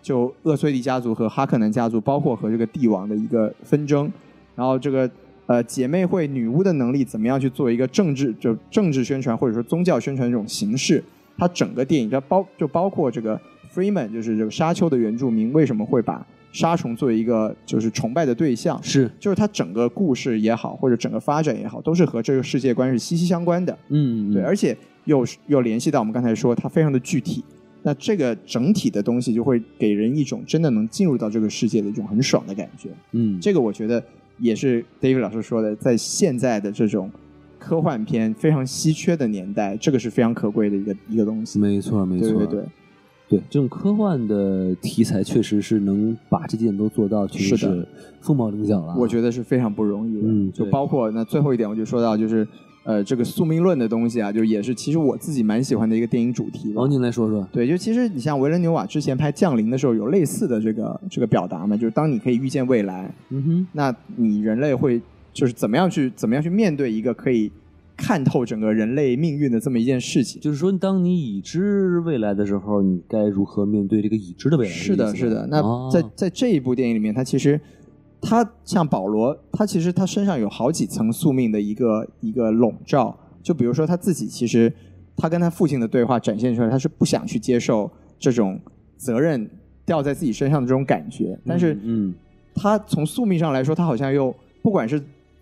[SPEAKER 1] 就厄崔迪家族和哈克南家族，包括和这个帝王的一个纷争，然后这个呃姐妹会女巫的能力怎么样去做一个政治就政治宣传或者说宗教宣传这种形式？它整个电影它包就包括这个 Freeman 就是这个沙丘的原住民为什么会把沙虫作为一个就是崇拜的对象，
[SPEAKER 2] 是，
[SPEAKER 1] 就是它整个故事也好，或者整个发展也好，都是和这个世界观是息息相关的。
[SPEAKER 2] 嗯，嗯
[SPEAKER 1] 对，
[SPEAKER 2] 嗯
[SPEAKER 1] 而且又是又联系到我们刚才说，它非常的具体。那这个整体的东西就会给人一种真的能进入到这个世界的一种很爽的感觉。
[SPEAKER 2] 嗯，
[SPEAKER 1] 这个我觉得也是 David 老师说的，在现在的这种科幻片非常稀缺的年代，这个是非常可贵的一个一个东西。
[SPEAKER 2] 没错没
[SPEAKER 1] 对
[SPEAKER 2] 错，啊
[SPEAKER 1] 对对，
[SPEAKER 2] 对，这种科幻的题材确实是能把这几点都做到，其实
[SPEAKER 1] 是的
[SPEAKER 2] 是凤毛麟角了。啊
[SPEAKER 1] 我觉得是非常不容易的。
[SPEAKER 2] 嗯
[SPEAKER 1] 就
[SPEAKER 2] 对
[SPEAKER 1] 包括那最后一点，我就说到就是呃这个宿命论的东西啊，就也是其实我自己蛮喜欢的一个电影主题吧。
[SPEAKER 2] 王您来说说，
[SPEAKER 1] 对，就其实你像维伦纽瓦之前拍《降临》的时候，有类似的这个这个表达嘛，就是当你可以预见未来，
[SPEAKER 2] 嗯哼，
[SPEAKER 1] 那你人类会就是怎么样去怎么样去面对一个可以看透整个人类命运的这么一件事情。
[SPEAKER 2] 就是说，当你已知未来的时候，你该如何面对这个已知的未来？
[SPEAKER 1] 是的，是的。那
[SPEAKER 2] 哦
[SPEAKER 1] 在在这一部电影里面，他其实他像保罗，他其实他身上有好几层宿命的一个一个笼罩。就比如说他自己，其实他跟他父亲的对话展现出来，他是不想去接受这种责任掉在自己身上的这种感觉，但是
[SPEAKER 2] 嗯嗯
[SPEAKER 1] 他从宿命上来说，他好像又不管是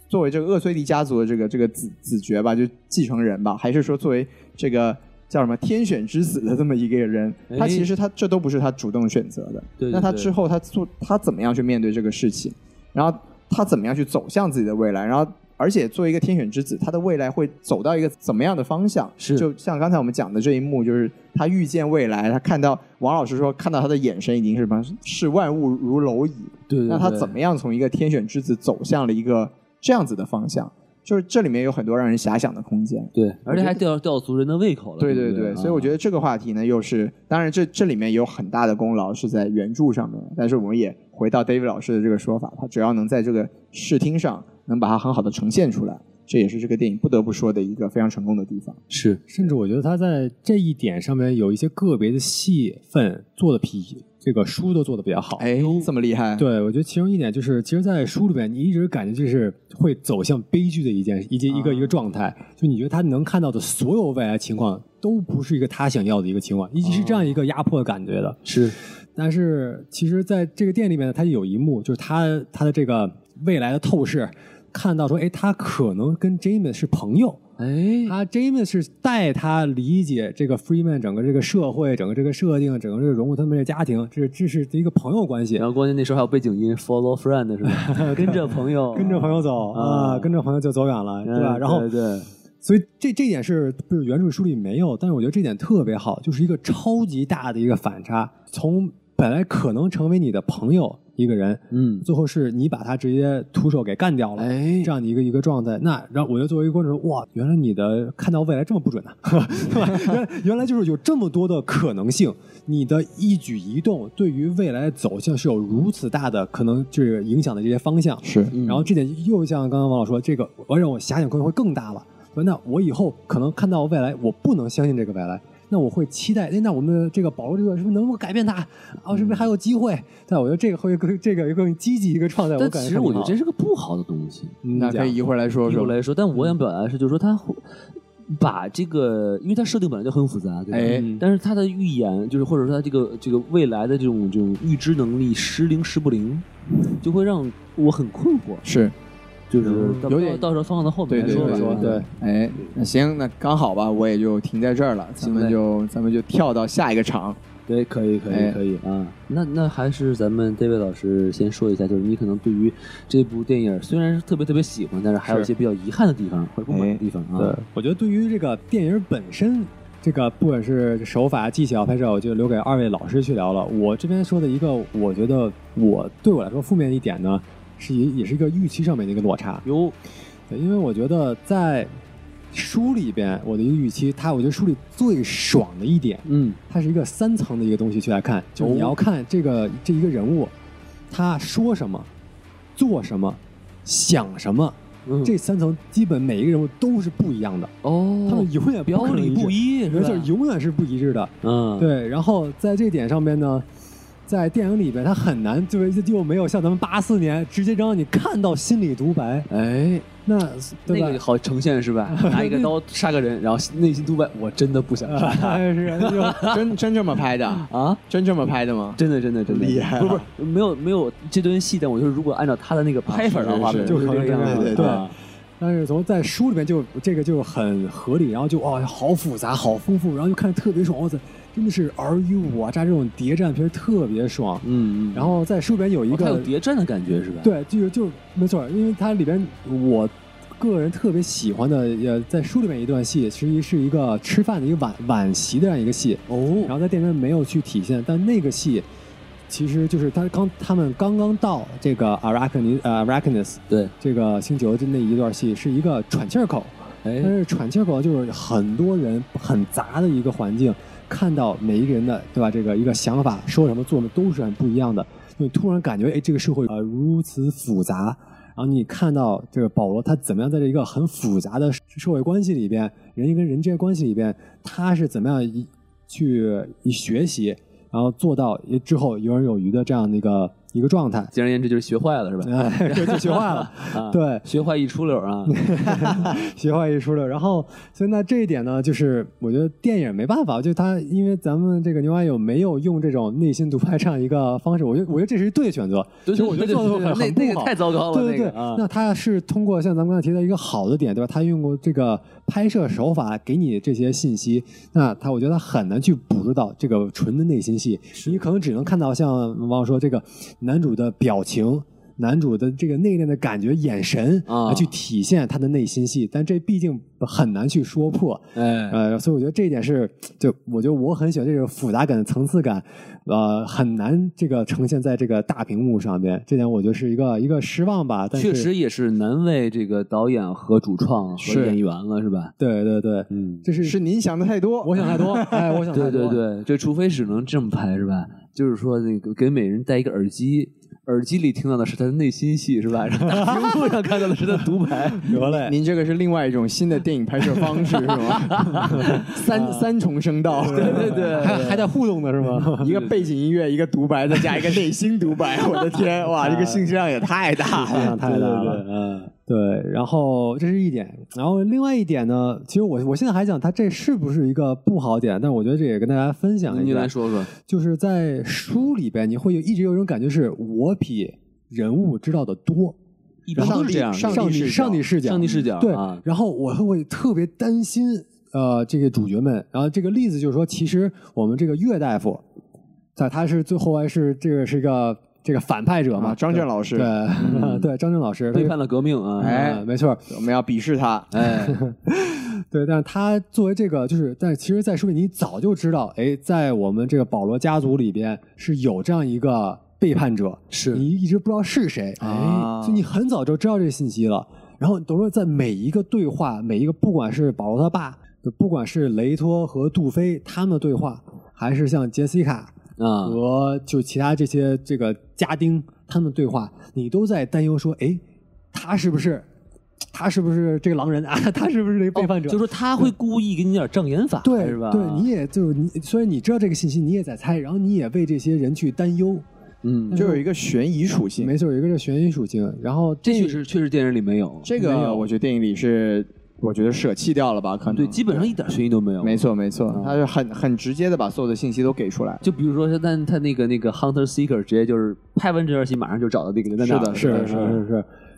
[SPEAKER 1] 作为这个厄崔迪家族的这个这个子子爵吧，就继承人吧，还是说作为这个叫什么天选之子的这么一个人
[SPEAKER 2] 哎，
[SPEAKER 1] 他其实他这都不是他主动选择的。
[SPEAKER 2] 对对
[SPEAKER 1] 那他
[SPEAKER 2] 对
[SPEAKER 1] 之后他做他怎么样去面对这个事情，然后他怎么样去走向自己的未来，然后。而且作为一个天选之子，他的未来会走到一个怎么样的方向？
[SPEAKER 2] 是
[SPEAKER 1] 就像刚才我们讲的这一幕，就是他遇见未来，他看到王老师说，看到他的眼神已经是什么？视万物如蝼蚁，
[SPEAKER 2] 对对，
[SPEAKER 1] 那他
[SPEAKER 2] 对
[SPEAKER 1] 怎么样从一个天选之子走向了一个这样子的方向？就是这里面有很多让人遐想的空间。
[SPEAKER 2] 对？而且
[SPEAKER 1] 觉
[SPEAKER 2] 还
[SPEAKER 1] 得
[SPEAKER 2] 吊吊足人的胃口了。
[SPEAKER 1] 对
[SPEAKER 2] 对
[SPEAKER 1] 对
[SPEAKER 2] 不
[SPEAKER 1] 对，所以
[SPEAKER 2] 啊
[SPEAKER 1] 我觉得这个话题呢，又是当然这这里面有很大的功劳是在原著上面，但是我们也回到 David 老师的这个说法，他只要能在这个视听上能把它很好的呈现出来，这也是这个电影不得不说的一个非常成功的地方。
[SPEAKER 2] 是
[SPEAKER 3] 甚至我觉得他在这一点上面有一些个别的戏份做的比这个书都做得比较好。
[SPEAKER 1] 哎，这么厉害，
[SPEAKER 3] 对，我觉得其中一点就是，其实，在书里边，你一直感觉就是会走向悲剧的一件，一件一个一个状态，就你觉得他能看到的所有未来情况，都不是一个他想要的一个情况，以及是这样一个压迫的感觉的。
[SPEAKER 2] 是
[SPEAKER 3] 但是，其实在这个店里面呢，它有一幕，就是他他的这个未来的透视，看到说，哎，他可能跟 James 是朋友，
[SPEAKER 2] 哎，
[SPEAKER 3] 他 James 是带他理解这个 Freeman 整个这个社会、整个这个设定、整个这个融入他们这个家庭，这这是一个朋友关系
[SPEAKER 2] 然。后关键那时候还有背景音 follow friend 是吧？跟着 朋友，
[SPEAKER 3] 跟着朋友走啊、
[SPEAKER 2] 哦啊
[SPEAKER 3] 跟着朋友就走远了，
[SPEAKER 2] 嗯，
[SPEAKER 3] 对吧？然后
[SPEAKER 2] 对，对，
[SPEAKER 3] 所以这这点是不是原著书里没有？但是我觉得这点特别好，就是一个超级大的一个反差，从本来可能成为你的朋友一个人，
[SPEAKER 2] 嗯，
[SPEAKER 3] 最后是你把他直接徒手给干掉了，
[SPEAKER 2] 哎
[SPEAKER 3] 这样的一个一个状态。那然后我就作为一个观众，哇，原来你的看到未来这么不准呢、 对吧？原来原来就是有这么多的可能性，你的一举一动对于未来的走向是有如此大的可能，就是影响的这些方向。
[SPEAKER 1] 是
[SPEAKER 2] 嗯
[SPEAKER 3] 然后这点又像刚刚王老说，这个而让我遐想空间会更大了。说那我以后可能看到未来，我不能相信这个未来，那我会期待，哎，那我们这个保罗这个是不是能够改变它啊？是不是还有机会？但我觉得这个会更这个更积极一个状态，
[SPEAKER 2] 但
[SPEAKER 3] 感
[SPEAKER 2] 其
[SPEAKER 3] 觉
[SPEAKER 2] 实我觉得这
[SPEAKER 3] 是
[SPEAKER 2] 是个不好的东西。
[SPEAKER 3] 嗯
[SPEAKER 1] 那可以一会儿来说
[SPEAKER 2] 一会
[SPEAKER 1] 说
[SPEAKER 2] 儿。来说，但我想表达的是，就是说他会把这个，因为它设定本来就很复杂，对吧？
[SPEAKER 1] 哎
[SPEAKER 2] 但是他的预言，就是或者说他这个这个未来的这种这种预知能力时灵时不灵，就会让我很困惑。
[SPEAKER 1] 是，
[SPEAKER 2] 就是
[SPEAKER 1] 嗯
[SPEAKER 2] 到
[SPEAKER 1] 有点
[SPEAKER 2] 到时候放到后面
[SPEAKER 1] 对
[SPEAKER 2] 再
[SPEAKER 1] 对
[SPEAKER 2] 说吧。啊
[SPEAKER 1] 对
[SPEAKER 3] 说
[SPEAKER 1] 对
[SPEAKER 3] 对，
[SPEAKER 1] 哎，那行，那刚好吧，我也就停在这儿了，咱
[SPEAKER 2] 行
[SPEAKER 1] 们
[SPEAKER 2] 嘞
[SPEAKER 1] 就咱们就跳到下一个场。
[SPEAKER 2] 对，可以，可
[SPEAKER 1] 哎
[SPEAKER 2] 以，可以啊。那那还是咱们 David 老师先说一下，就是你可能对于这部电影虽然是特别特别喜欢，但是还有一些比较遗憾的地方或者不满的地方啊。
[SPEAKER 3] 对，我觉得对于这个电影本身，这个不管是手法、技巧、拍摄，我就留给二位老师去聊了。我这边说的一个，我觉得我对我来说负面一点呢，是也也是一个预期上面的一个落差。
[SPEAKER 2] 有
[SPEAKER 3] 对，因为我觉得在书里边，我的一个预期，它我觉得书里最爽的一点，
[SPEAKER 2] 嗯，
[SPEAKER 3] 它是一个三层的一个东西去来看，就是
[SPEAKER 2] 哦
[SPEAKER 3] 你要看这个这一个人物，他说什么，做什么，想什么，
[SPEAKER 2] 嗯
[SPEAKER 3] 这三层基本每一个人物都是不一样的，
[SPEAKER 2] 哦，
[SPEAKER 3] 他们永远
[SPEAKER 2] 表
[SPEAKER 3] 不可能
[SPEAKER 2] 里
[SPEAKER 3] 一致
[SPEAKER 2] 不，一，是
[SPEAKER 3] 没
[SPEAKER 2] 吧
[SPEAKER 3] 错，永远是不一致的。
[SPEAKER 2] 嗯，
[SPEAKER 3] 对，然后在这点上面呢，在电影里边，它很难，就是又没有像咱们八四年直接让你看到心理独白，
[SPEAKER 2] 哎，
[SPEAKER 3] 那对吧？
[SPEAKER 2] 那个好呈现是 吧？拿一个刀杀个人，然后内心独白：我真的不想杀他
[SPEAKER 3] 啊，是啊，就
[SPEAKER 1] 真真这么拍的？
[SPEAKER 2] 啊！
[SPEAKER 1] 真这么拍的吗？
[SPEAKER 2] 真的，真的，真的
[SPEAKER 1] 厉害啊
[SPEAKER 2] 不是不是，没有没有这段戏，但我就是如果按照他的那个拍法的话，
[SPEAKER 1] 是是
[SPEAKER 2] 就是这个样
[SPEAKER 3] 就
[SPEAKER 2] 子，啊
[SPEAKER 3] 是这样但是从在书里面就这个就很合理，然后就哦好复杂，好丰富，然后就看着特别爽，哇塞，真的是尔虞我诈这种谍战片特别爽。
[SPEAKER 2] 嗯嗯。
[SPEAKER 3] 然后在书里面有一
[SPEAKER 2] 哦它有
[SPEAKER 3] 个，
[SPEAKER 2] 谍战的感觉是吧？，
[SPEAKER 3] 对，就是就没错，因为它里边我个人特别喜欢的，呃，在书里面一段戏，其实是一个吃饭的一个晚晚席的这样一个戏，
[SPEAKER 2] 哦
[SPEAKER 3] 然，后在电影院没有去体现，但那个戏。其实就是他刚他们刚刚到这个 Arachnis 呃 Arachnis
[SPEAKER 2] 对，
[SPEAKER 3] 这个星球真的一段戏是一个喘气儿口，但
[SPEAKER 2] 哎，
[SPEAKER 3] 是喘气儿口就是很多人很杂的一个环境，看到每一个人的对吧？这个一个想法、说什么、做什么都是很不一样的。你突然感觉，哎，这个社会呃如此复杂，然后你看到这个保罗他怎么样在这一个很复杂的社会关系里边，人跟人之间关系里边，他是怎么样一去一学习，然后做到一之后游刃有余的这样的一个一个状态。
[SPEAKER 2] 简而言之就是学坏了是吧？
[SPEAKER 3] 哎，就学坏了，
[SPEAKER 2] 啊，
[SPEAKER 3] 对，
[SPEAKER 2] 学坏一出溜啊，
[SPEAKER 3] 奇幻一出溜。然后，所以那这一点呢，就是我觉得电影没办法，就它因为咱们这个牛蛙友没有用这种内心独白这样一个方式，我觉得我觉得这是对的选择。
[SPEAKER 2] 对
[SPEAKER 3] 其实我觉
[SPEAKER 2] 对
[SPEAKER 3] 得做的
[SPEAKER 2] 对
[SPEAKER 3] 很
[SPEAKER 2] 对
[SPEAKER 3] 很
[SPEAKER 2] 那那
[SPEAKER 3] 不
[SPEAKER 2] 个
[SPEAKER 3] 好
[SPEAKER 2] 太。糟糕了，
[SPEAKER 3] 对对对
[SPEAKER 2] 那，个啊
[SPEAKER 3] 那他是通过像咱们刚才提到一个好的点，对吧？他用过这个拍摄手法给你这些信息，那他我觉得他很难去捕捉到这个纯的内心戏，你可能只能看到像王老师说这个男主的表情。男主的这个内敛的感觉、眼神
[SPEAKER 2] 啊
[SPEAKER 3] 来去体现他的内心戏，但这毕竟很难去说破。
[SPEAKER 2] 哎，
[SPEAKER 3] 呃，所以我觉得这一点是，就我觉得我很喜欢这种复杂感的层次感，呃，很难这个呈现在这个大屏幕上边，这点我觉得是一个一个失望吧。但是
[SPEAKER 2] 确实也是难为这个导演和主创和
[SPEAKER 1] 是
[SPEAKER 2] 演员了是吧？
[SPEAKER 3] 对对对，
[SPEAKER 2] 嗯，
[SPEAKER 3] 这是
[SPEAKER 1] 是您想的太多。
[SPEAKER 3] 我想 太多，哎，我想
[SPEAKER 2] 对
[SPEAKER 3] 太多，
[SPEAKER 2] 对对，这除非只能这么拍是吧？就是说那个给每人戴一个耳机，耳机里听到的是他的内心戏，是吧？然 后大屏幕上看到的是他的独 白。
[SPEAKER 3] 得嘞，
[SPEAKER 1] 您这个是另外一种新的电影拍摄方式是吗？三三重声道，
[SPEAKER 2] 对对
[SPEAKER 3] 还
[SPEAKER 2] 对，
[SPEAKER 3] 还带互动的是吗？
[SPEAKER 1] 一个背景音乐，一个独白，再加一个内心独白，我的天，哇，这个信息量也太大
[SPEAKER 3] 这
[SPEAKER 1] 了。
[SPEAKER 3] 样太大了。
[SPEAKER 2] 对对对嗯，
[SPEAKER 3] 啊对，然后这是一点，然后另外一点呢，其实我我现在还讲它这是不是一个不好点，但是我觉得这也跟大家分享一
[SPEAKER 2] 你
[SPEAKER 3] 下
[SPEAKER 2] 来，说说，
[SPEAKER 3] 就是在书里边你会有一直有一种感觉是我比人物知道的多，
[SPEAKER 2] 一
[SPEAKER 3] 然
[SPEAKER 2] 般
[SPEAKER 3] 后
[SPEAKER 2] 都是这样的，
[SPEAKER 1] 上帝
[SPEAKER 3] 上
[SPEAKER 1] 视
[SPEAKER 3] 帝
[SPEAKER 1] 角
[SPEAKER 3] 上帝视角，嗯
[SPEAKER 2] 上帝视角
[SPEAKER 3] 对
[SPEAKER 2] 啊，
[SPEAKER 3] 然后我会特别担心呃这个主角们，然后这个例子就是说，其实我们这个岳大夫，在他是最后来是这个是一个这个反派者嘛，
[SPEAKER 1] 啊张震老师
[SPEAKER 3] 对、 对张震老师
[SPEAKER 2] 嗯背叛了革命啊！
[SPEAKER 1] 哎
[SPEAKER 3] 嗯没错，
[SPEAKER 1] 我们要鄙视他，
[SPEAKER 2] 哎，
[SPEAKER 3] 对，但是他作为这个，就是，但是其实，在书里你早就知道，哎，在我们这个保罗家族里边是有这样一个背叛者，
[SPEAKER 2] 是
[SPEAKER 3] 你一直不知道是谁，哎，
[SPEAKER 1] 啊
[SPEAKER 3] 所以你很早就知道这个信息了。然后等于说，在每一个对话，每一个不管是保罗他爸，不管是雷托和杜菲他们的对话，还是像杰西卡
[SPEAKER 2] 啊，
[SPEAKER 3] 和就其他这些这个家丁他们的对话，你都在担忧说，哎，他是不是？他是不是这个狼人啊？他是不是这个背叛者？
[SPEAKER 2] 哦就说他会故意给你点障眼法，
[SPEAKER 3] 对
[SPEAKER 2] 是吧？
[SPEAKER 3] 对，你也就是你，虽然你知道这个信息，你也在猜，然后你也为这些人去担忧。
[SPEAKER 2] 嗯，
[SPEAKER 1] 就有一个悬疑属性。
[SPEAKER 3] 没错，有一个是悬疑属性，然后
[SPEAKER 2] 这
[SPEAKER 3] 这
[SPEAKER 2] 确实确实电影里没有，
[SPEAKER 1] 这
[SPEAKER 3] 没
[SPEAKER 1] 个
[SPEAKER 3] 有
[SPEAKER 1] 我觉得电影里是，我觉得舍弃掉了吧，可能
[SPEAKER 2] 对，基本嗯上一点悬疑都没有。
[SPEAKER 1] 没错没错，他是很很直接的把所有的信息都给出来。
[SPEAKER 2] 就比如说，但他那个那个 Hunter Seeker 直接就是拍完这段戏，马上就找到那个人在那儿
[SPEAKER 1] 是
[SPEAKER 2] 了
[SPEAKER 1] 的是
[SPEAKER 3] 是是是是。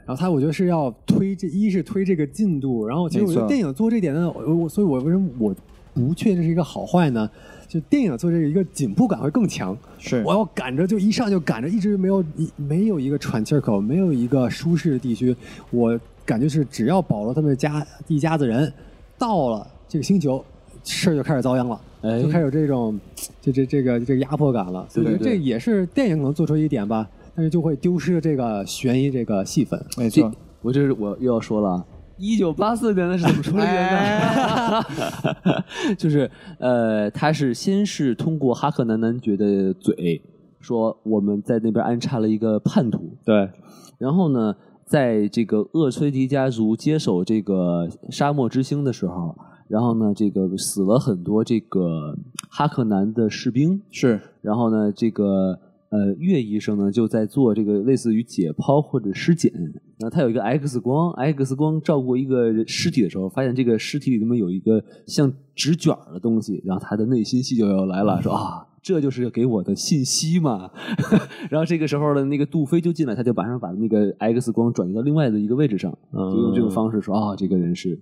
[SPEAKER 3] 然后他，我觉得是要推这，一是推这个进度，然后其实我觉
[SPEAKER 1] 没
[SPEAKER 3] 得
[SPEAKER 1] 错
[SPEAKER 3] 电影做这点呢，我我所以，我为什么我不确定这是一个好坏呢？就电影做这个一个紧迫感会更强，
[SPEAKER 1] 是
[SPEAKER 3] 我要赶着就一上就赶着，一直没有一没有一个喘气儿口，没有一个舒适的地区。我感觉是只要保罗他们家一家子人到了这个星球，事儿就开始遭殃了，
[SPEAKER 2] 哎
[SPEAKER 3] 就开始有这种就这这个这个压迫感了。所以我觉得
[SPEAKER 2] 对对
[SPEAKER 3] 这也是电影可能做出一点吧，但是就会丢失这个悬疑这个戏份。
[SPEAKER 1] 没
[SPEAKER 2] 这
[SPEAKER 1] 错，
[SPEAKER 2] 我这是我又要说了啊。一九八四年的是怎么出来的呢？ 就是呃，他是先是通过哈克南男爵的嘴说我们在那边安插了一个叛徒，
[SPEAKER 3] 对，
[SPEAKER 2] 然后呢，在这个厄崔迪家族接手这个沙漠之星的时候，然后呢，这个死了很多这个哈克南的士兵，
[SPEAKER 1] 是
[SPEAKER 2] 然后呢，这个呃岳医生呢就在做这个类似于解剖或者尸检，然后他有一个 X 光，X 光照过一个人尸体的时候，发现这个尸体里面有一个像纸卷儿的东西，然后他的内心戏就要来了，说啊。这就是给我的信息嘛， 然后这个时候呢，那个杜飞就进来，他就马上把那个 X 光转移到另外的一个位置上，就用这种方式说啊，这个人是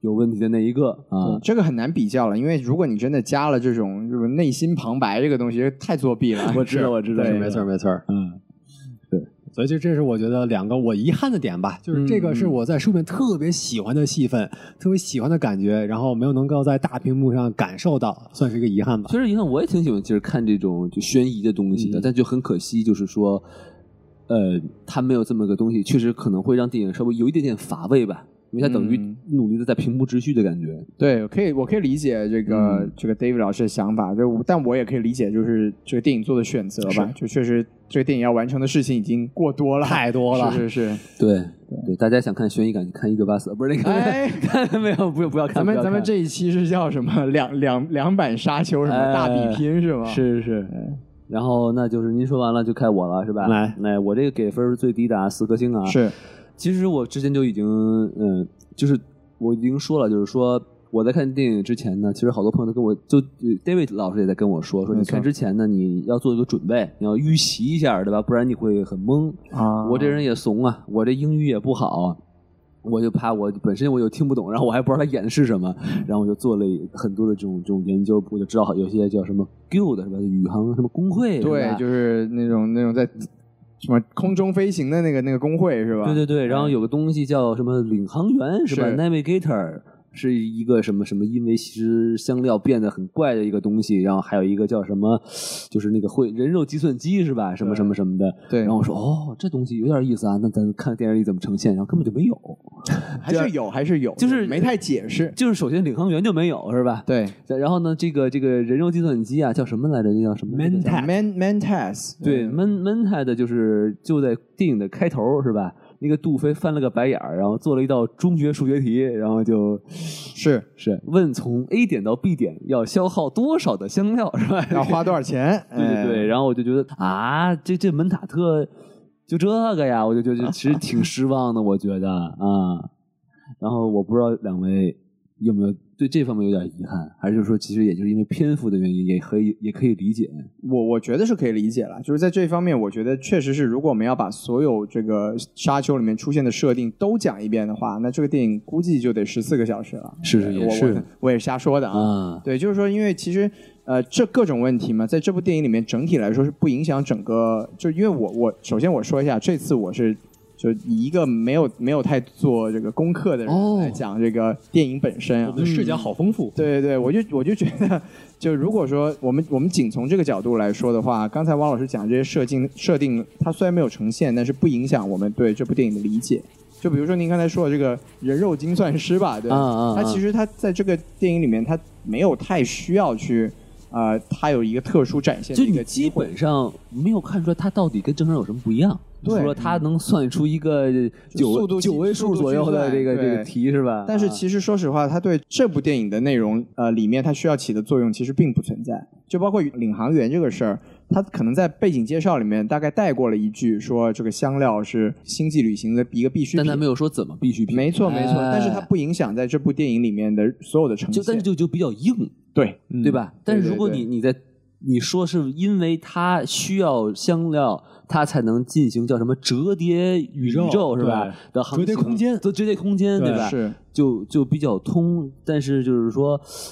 [SPEAKER 2] 有问题的那一个啊
[SPEAKER 1] 嗯，这个很难比较了，因为如果你真的加了这种这种内心旁白这个东西，太作弊了。
[SPEAKER 2] 我知道
[SPEAKER 1] 是
[SPEAKER 2] 我知道
[SPEAKER 1] 对
[SPEAKER 2] 是
[SPEAKER 3] 没错没错。
[SPEAKER 2] 嗯，
[SPEAKER 3] 所以就这是我觉得两个我遗憾的点吧，就是这个
[SPEAKER 2] 嗯
[SPEAKER 3] 是我在书里面特别喜欢的戏份，特别喜欢的感觉，然后没有能够在大屏幕上感受到，算是一个遗憾吧。
[SPEAKER 2] 其实你看，我也挺喜欢，就是看这种就悬疑的东西的，
[SPEAKER 3] 嗯
[SPEAKER 2] 但就很可惜，就是说，呃，它没有这么个东西，确实可能会让电影稍微有一点点乏味吧，因为它等于
[SPEAKER 1] 嗯
[SPEAKER 2] 努力的在平铺直叙的感觉。
[SPEAKER 1] 对，可以，我可以理解这个、
[SPEAKER 2] 嗯
[SPEAKER 1] 这个 David 老师的想法，就但我也可以理解，就是这个电影做的选择吧，就确实这个电影要完成的事情已经过多了，
[SPEAKER 3] 太多了
[SPEAKER 1] 是 是是。
[SPEAKER 2] 对对，大家想看悬疑感，看一九八四，不是那个，
[SPEAKER 1] 哎
[SPEAKER 2] 看 没有，不要不要看，
[SPEAKER 1] 咱们
[SPEAKER 2] 不要
[SPEAKER 1] 咱
[SPEAKER 2] 看
[SPEAKER 1] 们这一期是叫什么？两两两版沙丘什么、
[SPEAKER 2] 哎
[SPEAKER 1] 大比拼呃是吗？
[SPEAKER 2] 是是是。然后那就是您说完了就该我了是吧？
[SPEAKER 3] 来
[SPEAKER 2] 那我这个给分儿最低的啊，四颗星啊。
[SPEAKER 1] 是
[SPEAKER 2] 其实我之前就已经，嗯，就是我已经说了，就是说我在看电影之前呢，其实好多朋友都跟我就呃 David 老师也在跟我说，说
[SPEAKER 1] 没
[SPEAKER 2] 你
[SPEAKER 1] 错
[SPEAKER 2] 看之前呢，你要做一个准备，你要预习一下，对吧？不然你会很懵。
[SPEAKER 1] 啊
[SPEAKER 2] 我这人也怂啊，我这英语也不好。啊我就怕我本身我又听不懂，然后我还不知道他演的是什么，然后我就做了很多的这种这种研究，我就知道有些叫什么 guild 是吧？宇航什么工会是吧
[SPEAKER 1] 对，就是那种那种在什么空中飞行的那个那个工会是吧？嗯
[SPEAKER 2] 对对对，然后有个东西叫什么领航员是吧
[SPEAKER 1] 是
[SPEAKER 2] ？Navigator，是一个什么什么，因为其实香料变得很怪的一个东西，然后还有一个叫什么，就是那个会人肉计算机是吧？什么什么什么的。
[SPEAKER 1] 对
[SPEAKER 2] 然后我说哦，这东西有点意思啊，那咱看电影里怎么呈现，然后根本就没有，
[SPEAKER 1] 还是有，还是有，
[SPEAKER 2] 就是
[SPEAKER 1] 没太解释。
[SPEAKER 2] 就是首先领航员就没有是吧？
[SPEAKER 1] 对
[SPEAKER 2] 对。然后呢，这个这个人肉计算机啊，叫什么来着？那叫什么
[SPEAKER 3] Mentat
[SPEAKER 1] ，Man Man Test，
[SPEAKER 2] 对，Man Mentat 就是就在电影的开头是吧？那个杜飞翻了个白眼儿，然后做了一道中学数学题，然后就是问从 A 点到 B 点要消耗多少的香料是吧？
[SPEAKER 1] 要花多少 钱？
[SPEAKER 2] 对对对，
[SPEAKER 1] 哎，
[SPEAKER 2] 然后我就觉得啊，这这门塔特就这个呀，我就觉得其实挺失望的，我觉得啊。然后我不知道两位有没有对这方面有点遗憾，还是说其实也就是因为篇幅的原因，也可以也可以理解。
[SPEAKER 1] 我我觉得是可以理解了，就是在这方面，我觉得确实是，如果我们要把所有这个沙丘里面出现的设定都讲一遍的话，那这个电影估计就得十四个小时了。
[SPEAKER 2] 是是
[SPEAKER 1] 对
[SPEAKER 2] 也
[SPEAKER 1] 我
[SPEAKER 2] 是
[SPEAKER 1] 我 我也是瞎说的啊。
[SPEAKER 2] 啊，
[SPEAKER 1] 对，就是说，因为其实呃，这各种问题嘛，在这部电影里面整体来说是不影响整个，就因为我我首先我说一下，这次我是。就以一个没有没有太做这个功课的人
[SPEAKER 2] 哦
[SPEAKER 1] 来讲这个电影本身啊，
[SPEAKER 3] 我们的视角好丰富，
[SPEAKER 1] 对对对，我就我就觉得，就如果说我们我们仅从这个角度来说的话，刚才汪老师讲这些设定设定，它虽然没有呈现，但是不影响我们对这部电影的理解。就比如说您刚才说的这个人肉精算师吧，对吧？
[SPEAKER 2] 啊啊啊
[SPEAKER 1] 他其实他在这个电影里面，他没有太需要去，呃，他有一个特殊展现的
[SPEAKER 2] 就
[SPEAKER 1] 一
[SPEAKER 2] 你
[SPEAKER 1] 个
[SPEAKER 2] 基
[SPEAKER 1] 机会。
[SPEAKER 2] 本上没有看出来它到底跟正常人有什么不一样。
[SPEAKER 1] 对
[SPEAKER 2] 除了它能算出一个
[SPEAKER 1] 速度
[SPEAKER 2] 九
[SPEAKER 1] 计
[SPEAKER 2] 九位数左右的这个
[SPEAKER 1] 速度计算
[SPEAKER 2] 这个题是吧？
[SPEAKER 1] 但是
[SPEAKER 2] 啊
[SPEAKER 1] 其实说实话，它对这部电影的内容，呃，里面它需要起的作用其实并不存在。就包括领航员这个事儿，它可能在背景介绍里面大概带过了一句，说这个香料是星际旅行的一个必需
[SPEAKER 2] 但
[SPEAKER 1] 品。
[SPEAKER 2] 他没有说怎么必需品，
[SPEAKER 1] 没错没错，
[SPEAKER 2] 哎
[SPEAKER 1] 但是它不影响在这部电影里面的所有的呈
[SPEAKER 2] 就
[SPEAKER 1] 现。
[SPEAKER 2] 但是就就比较硬，
[SPEAKER 1] 对，
[SPEAKER 2] 对吧？但是如果
[SPEAKER 1] 嗯对
[SPEAKER 2] 你你在你说是因为它需要香料，它才能进行叫什么折叠宇
[SPEAKER 3] 宙
[SPEAKER 2] 是吧？的航
[SPEAKER 3] 折叠
[SPEAKER 2] 行
[SPEAKER 3] 空间
[SPEAKER 2] 折叠空间
[SPEAKER 3] 对
[SPEAKER 2] 吧？
[SPEAKER 1] 是
[SPEAKER 2] 就就比较通，但是就是说，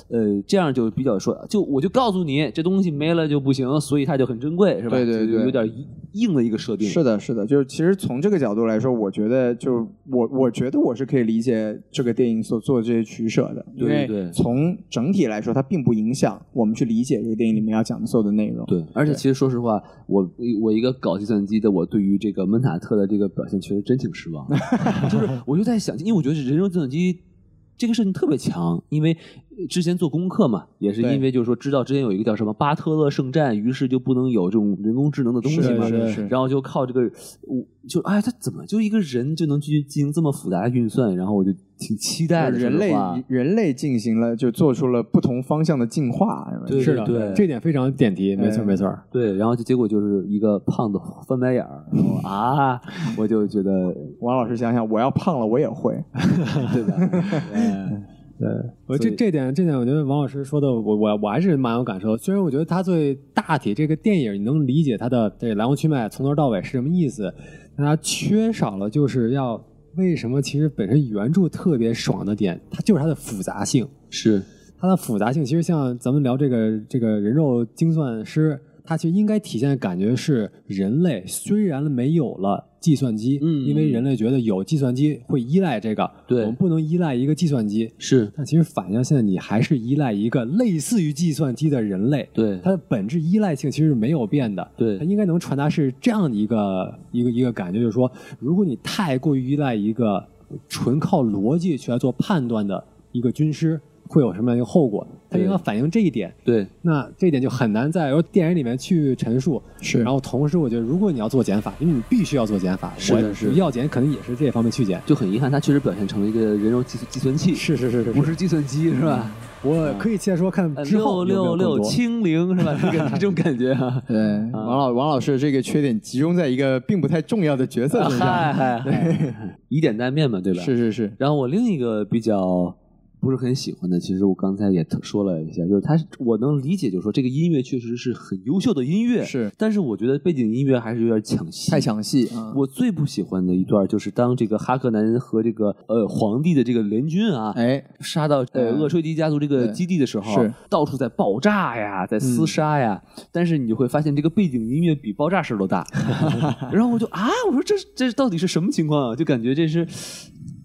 [SPEAKER 2] 呃，这样就比较说，就我就告诉你，这东西没了就不行，所以它就很珍贵，是吧？
[SPEAKER 1] 对对
[SPEAKER 2] 就
[SPEAKER 1] 对
[SPEAKER 2] 就有点硬硬的一个设定。
[SPEAKER 1] 是的，是的，就是其实从这个角度来说，我觉得就我我觉得我是可以理解这个电影所做的这些取舍的，因
[SPEAKER 2] 对对
[SPEAKER 1] 为从整体来说，它并不影响我们去理解这个电影里面要讲的所有的内容。
[SPEAKER 2] 对，而且其实说实话，我我一个搞计算机的，我对于这个门塔特的这个表现确实真挺失 望的。就是我就在想，因为我觉得人肉计算机这个事情特别强，因为呃之前做功课嘛，也是
[SPEAKER 1] 对
[SPEAKER 2] 因为就是说知道之前有一个叫什么巴特勒圣战，于是就不能有这种人工智能的东西
[SPEAKER 1] 是
[SPEAKER 2] 嘛，
[SPEAKER 1] 的是的
[SPEAKER 3] 对
[SPEAKER 1] 是的。
[SPEAKER 2] 然后就靠这个，我就哎，他怎么就一个人就能去进行这么复杂的运算？然后我就挺期待的。
[SPEAKER 1] 人
[SPEAKER 2] 说
[SPEAKER 1] 类
[SPEAKER 2] 实话
[SPEAKER 1] 人类进行了就做出了不同方向的进化，是吧
[SPEAKER 2] 对
[SPEAKER 3] 是的，
[SPEAKER 2] 对
[SPEAKER 3] 这点非常点题，没错
[SPEAKER 1] 哎
[SPEAKER 3] 没错。
[SPEAKER 2] 对，然后就结果就是一个胖子翻白眼儿，然后啊，我就 觉得
[SPEAKER 1] 王老师想想，我要胖了我也会，
[SPEAKER 2] 对吧？哎
[SPEAKER 3] 对，我
[SPEAKER 2] 所
[SPEAKER 3] 这
[SPEAKER 2] 以
[SPEAKER 3] 这点这点，我觉得王老师说的，我我我还是蛮有感受。虽然我觉得他对大体这个电影，你能理解他的这来龙去脉，从头到尾是什么意思，但他缺少了就是要为什么其实本身原著特别爽的点，它就是它的复杂性。
[SPEAKER 2] 是
[SPEAKER 3] 它的复杂性，其实像咱们聊这个这个人肉精算师，它其实应该体现的感觉是人类虽然没有了计算机，
[SPEAKER 2] 嗯
[SPEAKER 3] 因为人类觉得有计算机会依赖这个，
[SPEAKER 2] 对
[SPEAKER 3] 我们不能依赖一个计算机。
[SPEAKER 2] 是，
[SPEAKER 3] 但其实反向现在你还是依赖一个类似于计算机的人类，
[SPEAKER 2] 对
[SPEAKER 3] 它的本质依赖性其实是没有变的。
[SPEAKER 2] 对
[SPEAKER 3] 它应该能传达是这样的一个一个一个感觉，就是说，如果你太过于依赖一个纯靠逻辑去来做判断的一个军师，会有什么样的一个后果？它
[SPEAKER 2] 对
[SPEAKER 3] 应该反映这一点。
[SPEAKER 2] 对
[SPEAKER 3] 那这一点就很难在由电影里面去陈述。
[SPEAKER 1] 是，
[SPEAKER 3] 然后同时，我觉得如果你要做减法，因为你必须要做减法，
[SPEAKER 2] 是的
[SPEAKER 3] 我
[SPEAKER 2] 是的
[SPEAKER 3] 要减可能也是这方面去减。
[SPEAKER 2] 就很遗憾，他确实表现成了一个人肉计计算器，
[SPEAKER 3] 是是是是
[SPEAKER 2] 不是计算机是吧？
[SPEAKER 3] 我可以期待说看
[SPEAKER 2] 呃
[SPEAKER 3] 嗯之后
[SPEAKER 2] 六
[SPEAKER 3] 有没
[SPEAKER 2] 六
[SPEAKER 3] 有
[SPEAKER 2] 六
[SPEAKER 3] 更多
[SPEAKER 2] 清零是吧？这 个这种感觉啊
[SPEAKER 1] 对，王老王老师这个缺点集中在一个并不太重要的角色身上，
[SPEAKER 2] 嗨
[SPEAKER 3] 啊
[SPEAKER 2] 嗨 嗨， 以点带面嘛，对吧？
[SPEAKER 1] 是是是，
[SPEAKER 2] 然后我另一个比较不是很喜欢的，其实我刚才也特说了一下，就是它是我能理解，就是说这个音乐确实是很优秀的音乐，
[SPEAKER 1] 是，
[SPEAKER 2] 但是我觉得背景音乐还是有点抢戏，
[SPEAKER 1] 太。详细啊，
[SPEAKER 2] 我最不喜欢的一段就是当这个哈克南和这个呃皇帝的这个联军啊，
[SPEAKER 1] 哎，
[SPEAKER 2] 杀到呃
[SPEAKER 1] 嗯
[SPEAKER 2] 厄崔迪家族这个
[SPEAKER 1] 对
[SPEAKER 2] 基地的时候，
[SPEAKER 1] 是嗯
[SPEAKER 2] 到处在爆炸呀，在厮杀呀，但是你就会发现这个背景音乐比爆 炸声都大，然后我就啊，我说这这到底是什么情况啊？就感觉这是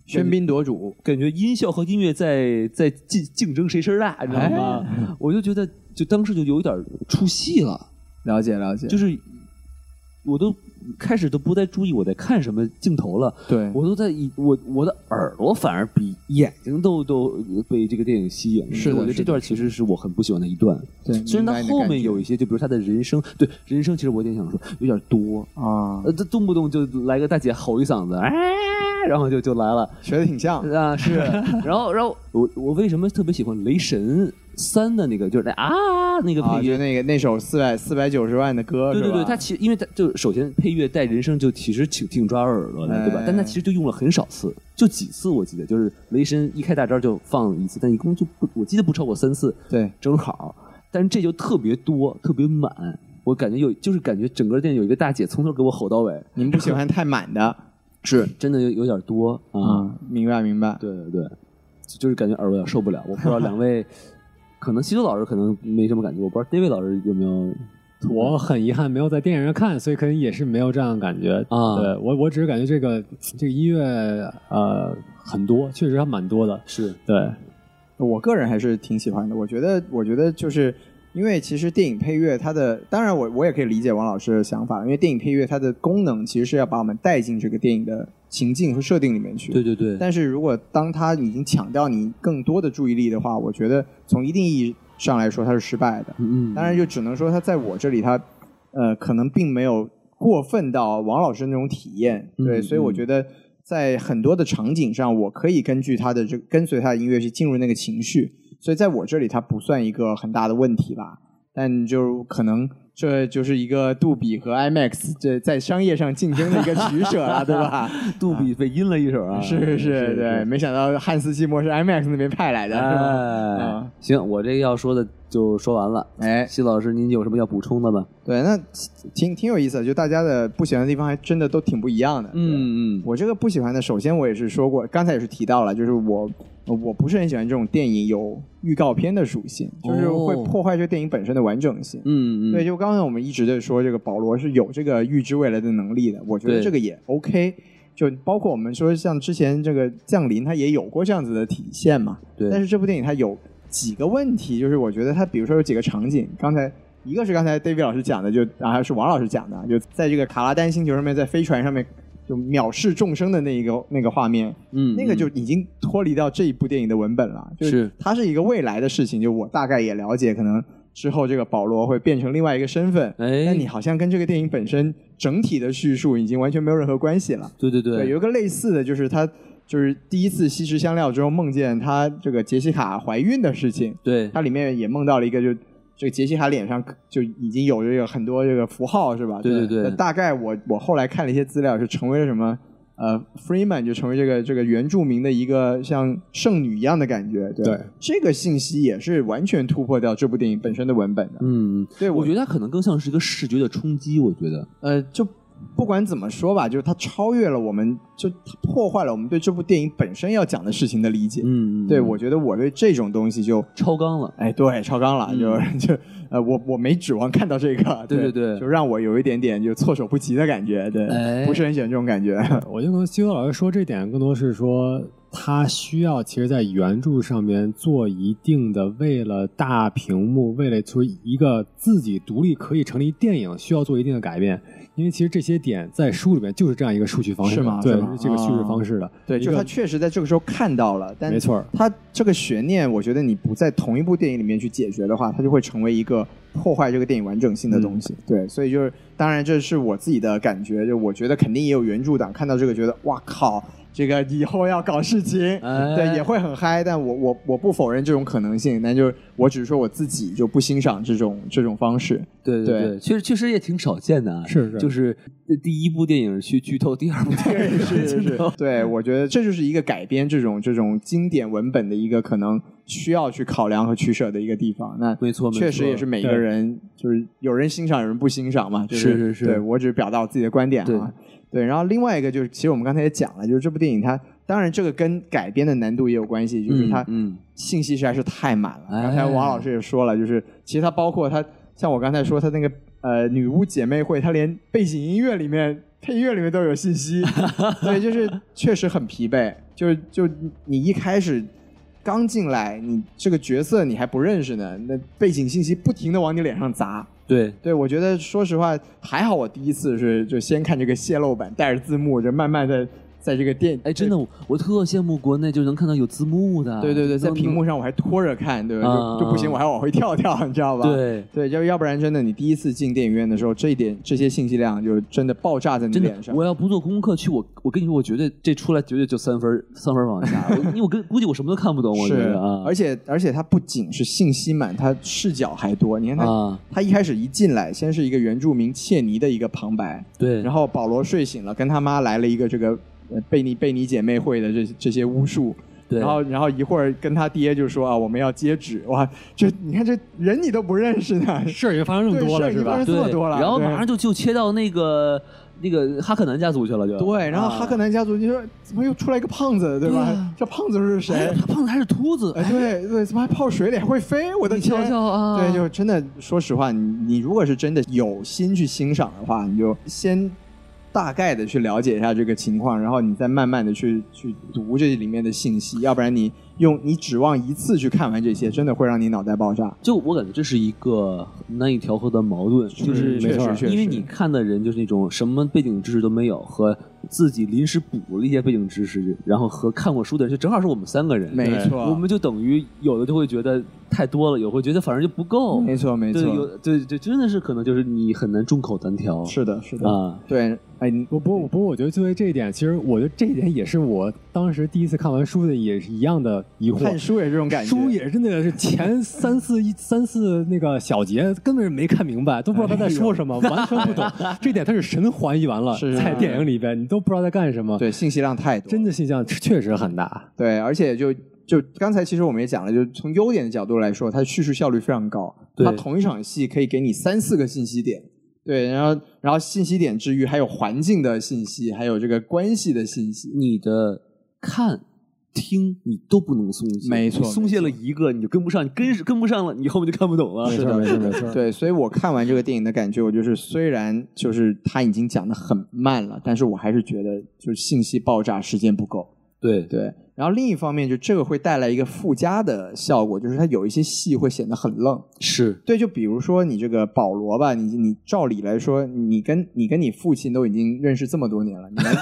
[SPEAKER 1] 喧宾夺主，
[SPEAKER 2] 感觉音效和音乐在在竞竞争谁声儿
[SPEAKER 1] 哎
[SPEAKER 2] 大，你知道吗？我就觉得就当时就有一点儿出戏了，
[SPEAKER 1] 了解了解，
[SPEAKER 2] 就是我都开始都不再注意我在看什么镜头了，
[SPEAKER 1] 对，
[SPEAKER 2] 我都在以我我的耳朵反而比眼睛都都被这个电影吸引了。
[SPEAKER 1] 是的
[SPEAKER 2] 我觉得
[SPEAKER 1] 是的
[SPEAKER 2] 这段其实是我很不喜欢的一段。
[SPEAKER 1] 对
[SPEAKER 2] 虽
[SPEAKER 1] 明
[SPEAKER 2] 然
[SPEAKER 1] 白
[SPEAKER 2] 他
[SPEAKER 1] 你的
[SPEAKER 2] 后
[SPEAKER 1] 感
[SPEAKER 2] 面
[SPEAKER 1] 觉
[SPEAKER 2] 有一些，就比如他的人生，对人生，其实我有点想说有点多，
[SPEAKER 1] 啊，
[SPEAKER 2] 呃，这动不动就来个大姐吼一嗓子，哎，然后就就来了
[SPEAKER 1] 学的挺 像，
[SPEAKER 2] 啊，是。然后然后我我为什么特别喜欢雷神三的那个，就是那啊那个
[SPEAKER 1] 啊，
[SPEAKER 2] 配
[SPEAKER 1] 就
[SPEAKER 2] 乐，
[SPEAKER 1] 那个那首四百四百九十万的歌，
[SPEAKER 2] 对对对，
[SPEAKER 1] 啊是吧
[SPEAKER 2] 它其实因为它就首先配乐带人声就其实挺挺抓耳朵的，对吧
[SPEAKER 1] 哎？
[SPEAKER 2] 但它其实就用了很少次，就几次我记得，就是雷神一开大招就放一次，但一共就不我记得不超过三次，
[SPEAKER 1] 对
[SPEAKER 2] 正好。但是这就特别多，特别满，我感觉有就是感觉整个店有一个大姐从头给我吼到尾，
[SPEAKER 1] 你们不喜欢太满的， 是
[SPEAKER 2] 真的有有点多啊。
[SPEAKER 1] 啊，明白明白，
[SPEAKER 2] 对对对，就就是感觉耳朵有点受不了。我不知道两 位，可能西多老师可能没什么感觉，我不知道 David 老师有没有
[SPEAKER 3] 我很遗憾没有在电影院看，所以可能也是没有这样的感觉
[SPEAKER 2] 啊
[SPEAKER 3] 对我，我只是感觉这个这个音乐呃很多，确实还蛮多的。
[SPEAKER 2] 是
[SPEAKER 3] 对，
[SPEAKER 1] 我个人还是挺喜欢的。我觉得，我觉得就是因为其实电影配乐它的，当然我我也可以理解王老师的想法，因为电影配乐它的功能其实是要把我们带进这个电影的情境和设定里面去。
[SPEAKER 2] 对对对，
[SPEAKER 1] 但是如果当它已经抢掉你更多的注意力的话，我觉得从一定意义上来说它是失败的。
[SPEAKER 2] 嗯，嗯
[SPEAKER 1] 当然，就只能说它在我这里它，呃，可能并没有过分到王老师那种体验。对，
[SPEAKER 2] 嗯
[SPEAKER 1] 所以我
[SPEAKER 2] 嗯
[SPEAKER 1] 觉得在很多的场景上，我可以根据他的这跟随他的音乐去进入那个情绪，所以在我这里它不算一个很大的问题吧。但就可能这就是一个杜比和 IMAX 这在商业上竞争的一个取舍了，对 吧？
[SPEAKER 2] 杜比被阴了一手啊，
[SPEAKER 1] 嗯是是是，对，没想到汉斯季默是 IMAX 那边派来的，是吧？
[SPEAKER 2] 哎
[SPEAKER 1] 啊，
[SPEAKER 2] 行，我这个要说的就说完了。
[SPEAKER 1] 哎，
[SPEAKER 2] 西老师，您有什么要补充的吗？
[SPEAKER 1] 对，那挺挺有意思的，就大家的不喜欢的地方还真的都挺不一样的。对，
[SPEAKER 2] 嗯
[SPEAKER 1] 我这个不喜欢的，首先我也是说过，刚才也是提到了，就是我呃我不是很喜欢这种电影有预告片的属性，就是会
[SPEAKER 2] 哦
[SPEAKER 1] 破坏这个电影本身的完整性。
[SPEAKER 2] 嗯嗯，
[SPEAKER 1] 对，就刚才我们一直在说，这个保罗是有这个预知未来的能力的，我觉得
[SPEAKER 2] 对
[SPEAKER 1] 这个也 OK。就包括我们说，像之前这个《降临》，它也有过这样子的体现嘛。
[SPEAKER 2] 对，
[SPEAKER 1] 但是这部电影它有几个问题，就是我觉得它，比如说有几个场景，刚才一个是刚才 David 老师讲的，就然后是王老师讲的，就在这个卡拉丹星球上面，在飞船上面就藐视众生的那一个那个画面，
[SPEAKER 2] 嗯
[SPEAKER 1] 那个就已经脱离到这一部电影的文本了，就是它是一个未来的事情，就我大概也了解，可能之后这个保罗会变成另外一个身份。
[SPEAKER 2] 哎，
[SPEAKER 1] 但你好像跟这个电影本身整体的叙述已经完全没有任何关系了。
[SPEAKER 2] 对对
[SPEAKER 1] 对，
[SPEAKER 2] 对，
[SPEAKER 1] 有一个类似的就是他就是第一次吸食香料之后梦见他这个杰西卡怀孕的事情，
[SPEAKER 2] 对
[SPEAKER 1] 它里面也梦到了一个就。这个杰西卡脸上就已经有这个很多这个符号是吧？
[SPEAKER 2] 对对对
[SPEAKER 1] 那大概我我后来看了一些资料，是成为了什么呃，Freeman 就成为这个这个原住民的一个像圣女一样的感觉。对
[SPEAKER 3] 对
[SPEAKER 1] 这个信息也是完全突破掉这部电影本身的文本的。
[SPEAKER 2] 嗯，
[SPEAKER 1] 对
[SPEAKER 2] 我
[SPEAKER 1] 我
[SPEAKER 2] 觉得它可能更像是一个视觉的冲击，我觉得，
[SPEAKER 1] 呃，就不管怎么说吧，就是它超越了我们，就它破坏了我们对这部电影本身要讲的事情的理解。
[SPEAKER 2] 嗯，嗯
[SPEAKER 1] 对，
[SPEAKER 2] 嗯
[SPEAKER 1] 我觉得我对这种东西就，
[SPEAKER 2] 超纲了，
[SPEAKER 1] 哎，对，超纲了，
[SPEAKER 2] 嗯
[SPEAKER 1] 就 就呃，我我没指望看到这个，
[SPEAKER 2] 对
[SPEAKER 1] 对
[SPEAKER 2] 对对
[SPEAKER 1] 就让我有一点点就措手不及的感觉，对，
[SPEAKER 2] 哎
[SPEAKER 1] 不是很喜欢这种感觉，
[SPEAKER 3] 我觉得可能西多老师说这点更多是说，他需要其实在原著上面做一定的，为了大屏幕，为了做一个自己独立可以成立电影，需要做一定的改变。因为其实这些点在书里面就是这样一个数据方式的，
[SPEAKER 1] 是吗
[SPEAKER 3] 对，
[SPEAKER 1] 是吗
[SPEAKER 3] 这个叙事方式的，
[SPEAKER 1] 对，
[SPEAKER 3] 一
[SPEAKER 1] 就
[SPEAKER 3] 个
[SPEAKER 1] 他确实在这个时候看到了，但
[SPEAKER 3] 没错儿。
[SPEAKER 1] 他这个悬念，我觉得你不在同一部电影里面去解决的话，它就会成为一个破坏这个电影完整性的东西。对，所以就是，当然这是我自己的感觉，就我觉得肯定也有原著党看到这个觉得，哇靠，这个以后要搞事情，
[SPEAKER 2] 哎
[SPEAKER 1] 对，也会很嗨。但我我我不否认这种可能性，但就是我只是说我自己就不欣赏这种这种方式。
[SPEAKER 2] 对
[SPEAKER 1] 对
[SPEAKER 2] 对，确实确实也挺少见的啊，
[SPEAKER 3] 是是
[SPEAKER 2] 就是第一部电影去剧透第二部电影
[SPEAKER 1] 是
[SPEAKER 2] 剧
[SPEAKER 1] 是
[SPEAKER 2] 透，，
[SPEAKER 1] 对，我觉得这就是一个改编这种这种经典文本的一个可能需要去考量和取舍的一个地方。那
[SPEAKER 2] 没错没错，
[SPEAKER 1] 确实也是每个
[SPEAKER 3] 对
[SPEAKER 1] 人，就是有人欣赏，有人不欣赏嘛。就是
[SPEAKER 2] 是是
[SPEAKER 1] 对我只表达我自己的观点啊。对，然后另外一个就是，其实我们刚才也讲了，就是这部电影它当然这个跟改编的难度也有关系，就是
[SPEAKER 2] 嗯
[SPEAKER 1] 它
[SPEAKER 2] 嗯
[SPEAKER 1] 信息实在是太满了。
[SPEAKER 2] 哎
[SPEAKER 1] 刚才王老师也说了，就是其实它包括它，像我刚才说它那个呃女巫姐妹会，它连 背景音乐里面配乐里面都有信息，所以就是确实很疲惫。就是就你一开始刚进来，你这个角色你还不认识呢，那背景信息不停的往你脸上砸。
[SPEAKER 2] 对，
[SPEAKER 1] 对，我觉得说实话还好，我第一次是就先看这个泄露版，带着字幕，就慢慢的在这个电
[SPEAKER 2] 哎，真的，我我特羡慕国内就能看到有字幕的。
[SPEAKER 1] 对对对，在
[SPEAKER 2] 能
[SPEAKER 1] 屏幕上我还拖着看，对吧？
[SPEAKER 2] 啊
[SPEAKER 1] 就就不行，我还往回跳跳，你知道吧？
[SPEAKER 2] 对。
[SPEAKER 1] 对，要要不然真的，你第一次进电影院的时候，这一点这些信息量就真的爆炸在你
[SPEAKER 2] 真
[SPEAKER 1] 脸
[SPEAKER 2] 的，
[SPEAKER 1] 上。
[SPEAKER 2] 我要不做功课去，我我跟你说，我绝对这出来绝对就三分儿三分儿往下，我因为我跟估计我什么都看不懂，我觉
[SPEAKER 1] 是
[SPEAKER 2] 得啊，
[SPEAKER 1] 而且而且它不仅是信息满，它视角还多。你看它，
[SPEAKER 2] 啊，
[SPEAKER 1] 它一开始一进来，先是一个原住民切尼的一个旁白，
[SPEAKER 2] 对，
[SPEAKER 1] 然
[SPEAKER 2] 后
[SPEAKER 1] 后保罗睡醒了，跟他妈来了一个这个呃贝尼贝尼姐妹会的这这些巫术，
[SPEAKER 2] 对，
[SPEAKER 1] 然后然后一会儿跟他爹就说啊，我们要接旨，哇，这你看这人你都不认识呢，
[SPEAKER 3] 事儿已经发生这么多
[SPEAKER 1] 对事
[SPEAKER 3] 了，
[SPEAKER 1] 儿已
[SPEAKER 3] 是
[SPEAKER 1] 经发生？
[SPEAKER 3] 吧
[SPEAKER 1] 这么
[SPEAKER 2] 对，
[SPEAKER 1] 多了
[SPEAKER 2] 然后
[SPEAKER 1] 对
[SPEAKER 2] 马上就就切到那个那个哈克南家族去了，就
[SPEAKER 1] 对，然后
[SPEAKER 2] 啊
[SPEAKER 1] 哈克南家族就说怎么又出来一个胖子，对吧？
[SPEAKER 2] 对啊
[SPEAKER 1] 这胖子是谁
[SPEAKER 2] 哎，？他胖子还是 秃子，
[SPEAKER 1] 哎，
[SPEAKER 2] 哎，
[SPEAKER 1] 对对，怎么还泡水里还会飞？我的
[SPEAKER 2] 你瞧
[SPEAKER 1] 天！
[SPEAKER 2] 瞧啊，
[SPEAKER 1] 对，就真的，说实话，你你如果是真的有心去欣赏的话，你就先大概的去了解一下这个情况，然后你再慢慢的去去读这里面的信息，要不然你用你指望一次去看完这些，真的会让你脑袋爆炸。
[SPEAKER 2] 就我感觉这是一个难以调和的矛盾，就是
[SPEAKER 1] 确实确实
[SPEAKER 2] 因为你看的人就是那种什么背景知识都没有，和自己临时补了一些背景知识，然后和看过书的人，就正好是我们三个人，
[SPEAKER 1] 没
[SPEAKER 2] 对
[SPEAKER 1] 错
[SPEAKER 2] 我们就等于有的就会觉得太多了，有会觉得反正就不够，
[SPEAKER 1] 没错，没
[SPEAKER 2] 对，
[SPEAKER 1] 错，
[SPEAKER 2] 有对对，真的是可能就是你很难众口难调，
[SPEAKER 1] 是的，是的，
[SPEAKER 2] 啊，
[SPEAKER 1] 对，哎，你
[SPEAKER 3] 不不不过我觉得作为这一点，其实我觉得这一点也是我当时第一次看完书的，也是一样的疑惑。
[SPEAKER 1] 看书也是这种感觉，
[SPEAKER 3] 书也是真的是前三四一三四那个小节根本是没看明白，都不知道他在说什么，完全不懂。这点他是神还原了
[SPEAKER 1] 哎是，啊
[SPEAKER 3] 在电影里边你都不知道在干什么，
[SPEAKER 1] 对信息量太多，
[SPEAKER 3] 真的信息量确实很大。
[SPEAKER 1] 对，而且就就刚才其实我们也讲了，就从优点的角度来说，它叙述效率非常高，
[SPEAKER 2] 对
[SPEAKER 1] 它同一场戏可以给你三四个信息点。对，然后然后信息点之余，还有环境的信息，还有这个关系的信息。
[SPEAKER 2] 你的看。听你都不能松懈，
[SPEAKER 1] 没错
[SPEAKER 2] 你松懈了一个你就跟不上，你跟是跟不上了，你后面就看不懂了。
[SPEAKER 3] 没错没错没错，
[SPEAKER 1] 对，所以我看完这个电影的感觉，我就是虽然就是它已经讲的很慢了，但是我还是觉得就是信息爆炸时间不够。
[SPEAKER 2] 对对
[SPEAKER 1] 对，然后另一方面，就这个会带来一个附加的效果，就是它有一些戏会显得很愣。
[SPEAKER 2] 是，
[SPEAKER 1] 对，就比如说你这个保罗吧，你你照理来说，你跟你跟你父亲都已经认识这么多年了，你们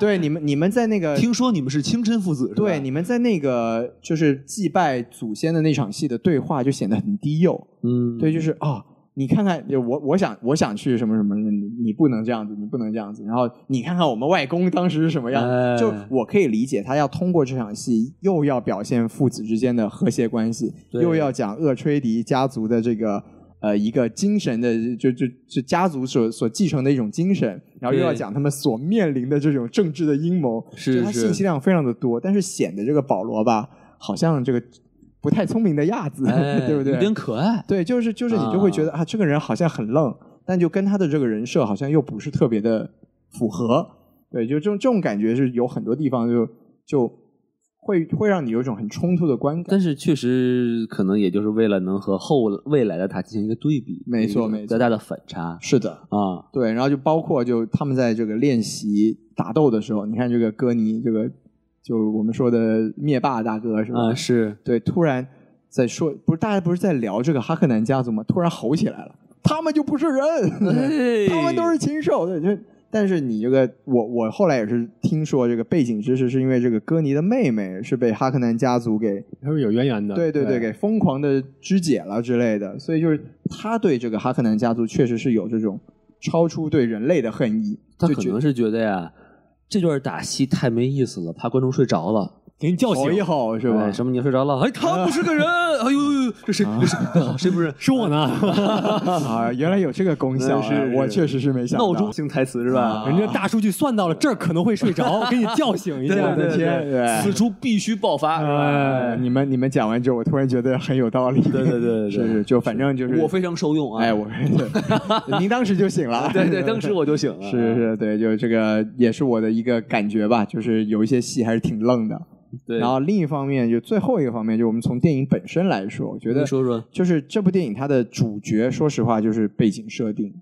[SPEAKER 1] 对你们你们在那个
[SPEAKER 2] 听说你们是亲生父子，是吧
[SPEAKER 1] 对你们在那个就是祭拜祖先的那场戏的对话就显得很低幼，
[SPEAKER 2] 嗯，
[SPEAKER 1] 对，就是啊、你看看就我我想我想去什么什么，你你不能这样子，你不能这样子，然后你看看我们外公当时是什么样，
[SPEAKER 2] 哎
[SPEAKER 1] 就我可以理解他要通过这场戏又要表现父子之间的和谐关系，
[SPEAKER 2] 对
[SPEAKER 1] 又要讲厄吹迪家族的这个。呃，一个精神的，就就就家族所所继承的一种精神，然后又要
[SPEAKER 2] 对
[SPEAKER 1] 讲他们所面临的这种政治的阴谋，
[SPEAKER 2] 是
[SPEAKER 1] 就他
[SPEAKER 2] 是
[SPEAKER 1] 信息量非常的多，但是显得这个保罗吧，好像这个不太聪明的样子，
[SPEAKER 2] 哎
[SPEAKER 1] 对不对？
[SPEAKER 2] 有点可爱，
[SPEAKER 1] 对，就是就是你就会觉得啊这个人好像很愣，但就跟他的这个人设好像又不是特别的符合。对，就这种这种感觉是有很多地方就就会会让你有一种很冲突的观感。
[SPEAKER 2] 但是确实可能也就是为了能和后未来的他进行一个对比，
[SPEAKER 1] 没错
[SPEAKER 2] 有一个
[SPEAKER 1] 没错
[SPEAKER 2] 较大的反差
[SPEAKER 1] 是的，
[SPEAKER 2] 啊，
[SPEAKER 1] 对，然后就包括就他们在这个练习打斗的时候，你看这个戈尼这个就我们说的灭霸大哥是吧？
[SPEAKER 2] 啊是，
[SPEAKER 1] 对，突然在说，不是大家不是在聊这个哈克南家族吗？突然吼起来了，他们就不是人。 他们都是禽兽，对，就但是你这个，我我后来也是听说这个背景知识，是因为这个戈尼的妹妹是被哈克南家族给，
[SPEAKER 3] 他是有渊源的。
[SPEAKER 1] 对对对，给
[SPEAKER 3] 对，
[SPEAKER 1] 疯狂的肢解了之类的，所以就是他对这个哈克南家族确实是有这种超出对人类的恨意，
[SPEAKER 2] 他
[SPEAKER 1] 就
[SPEAKER 2] 可
[SPEAKER 1] 觉
[SPEAKER 2] 能是觉得呀，这段打戏太没意思了，怕观众睡着了。
[SPEAKER 3] 给你叫
[SPEAKER 1] 吼一
[SPEAKER 3] 醒，
[SPEAKER 1] 吼哎是
[SPEAKER 2] 对
[SPEAKER 1] 吧？
[SPEAKER 2] 什么？你睡着了？哎，他不是个人！哎呦呦呦，这谁？这谁？谁 不是？
[SPEAKER 3] 是我呢。
[SPEAKER 1] 啊，原来有这个功效、啊，
[SPEAKER 2] 是是
[SPEAKER 1] 我确实是没想到。 啊
[SPEAKER 2] 闹钟型台词是吧？
[SPEAKER 3] 人家大数据算到了这儿可能会 睡着，给你叫醒一下。
[SPEAKER 1] 对对
[SPEAKER 2] 对
[SPEAKER 1] 对
[SPEAKER 2] 此处必须爆发！是吧
[SPEAKER 1] 哎，你们你们讲完之后，我突然觉得很有道理。对
[SPEAKER 2] 对对对 对
[SPEAKER 1] 是是，就反正就是
[SPEAKER 2] 我非常受用啊！
[SPEAKER 1] 哎，我 对您当时就醒 了，
[SPEAKER 2] 对对，当时我就醒 了。
[SPEAKER 1] 是是，对，就这个也是我的一个感觉吧，就是有一些戏还是挺愣的。
[SPEAKER 2] 对，
[SPEAKER 1] 然后另一方面，就最后一个方面，就我们从电影本身来说，我觉
[SPEAKER 2] 你
[SPEAKER 1] 得
[SPEAKER 2] 说说，
[SPEAKER 1] 就是这部电影它的主角，说实话就是背景设定，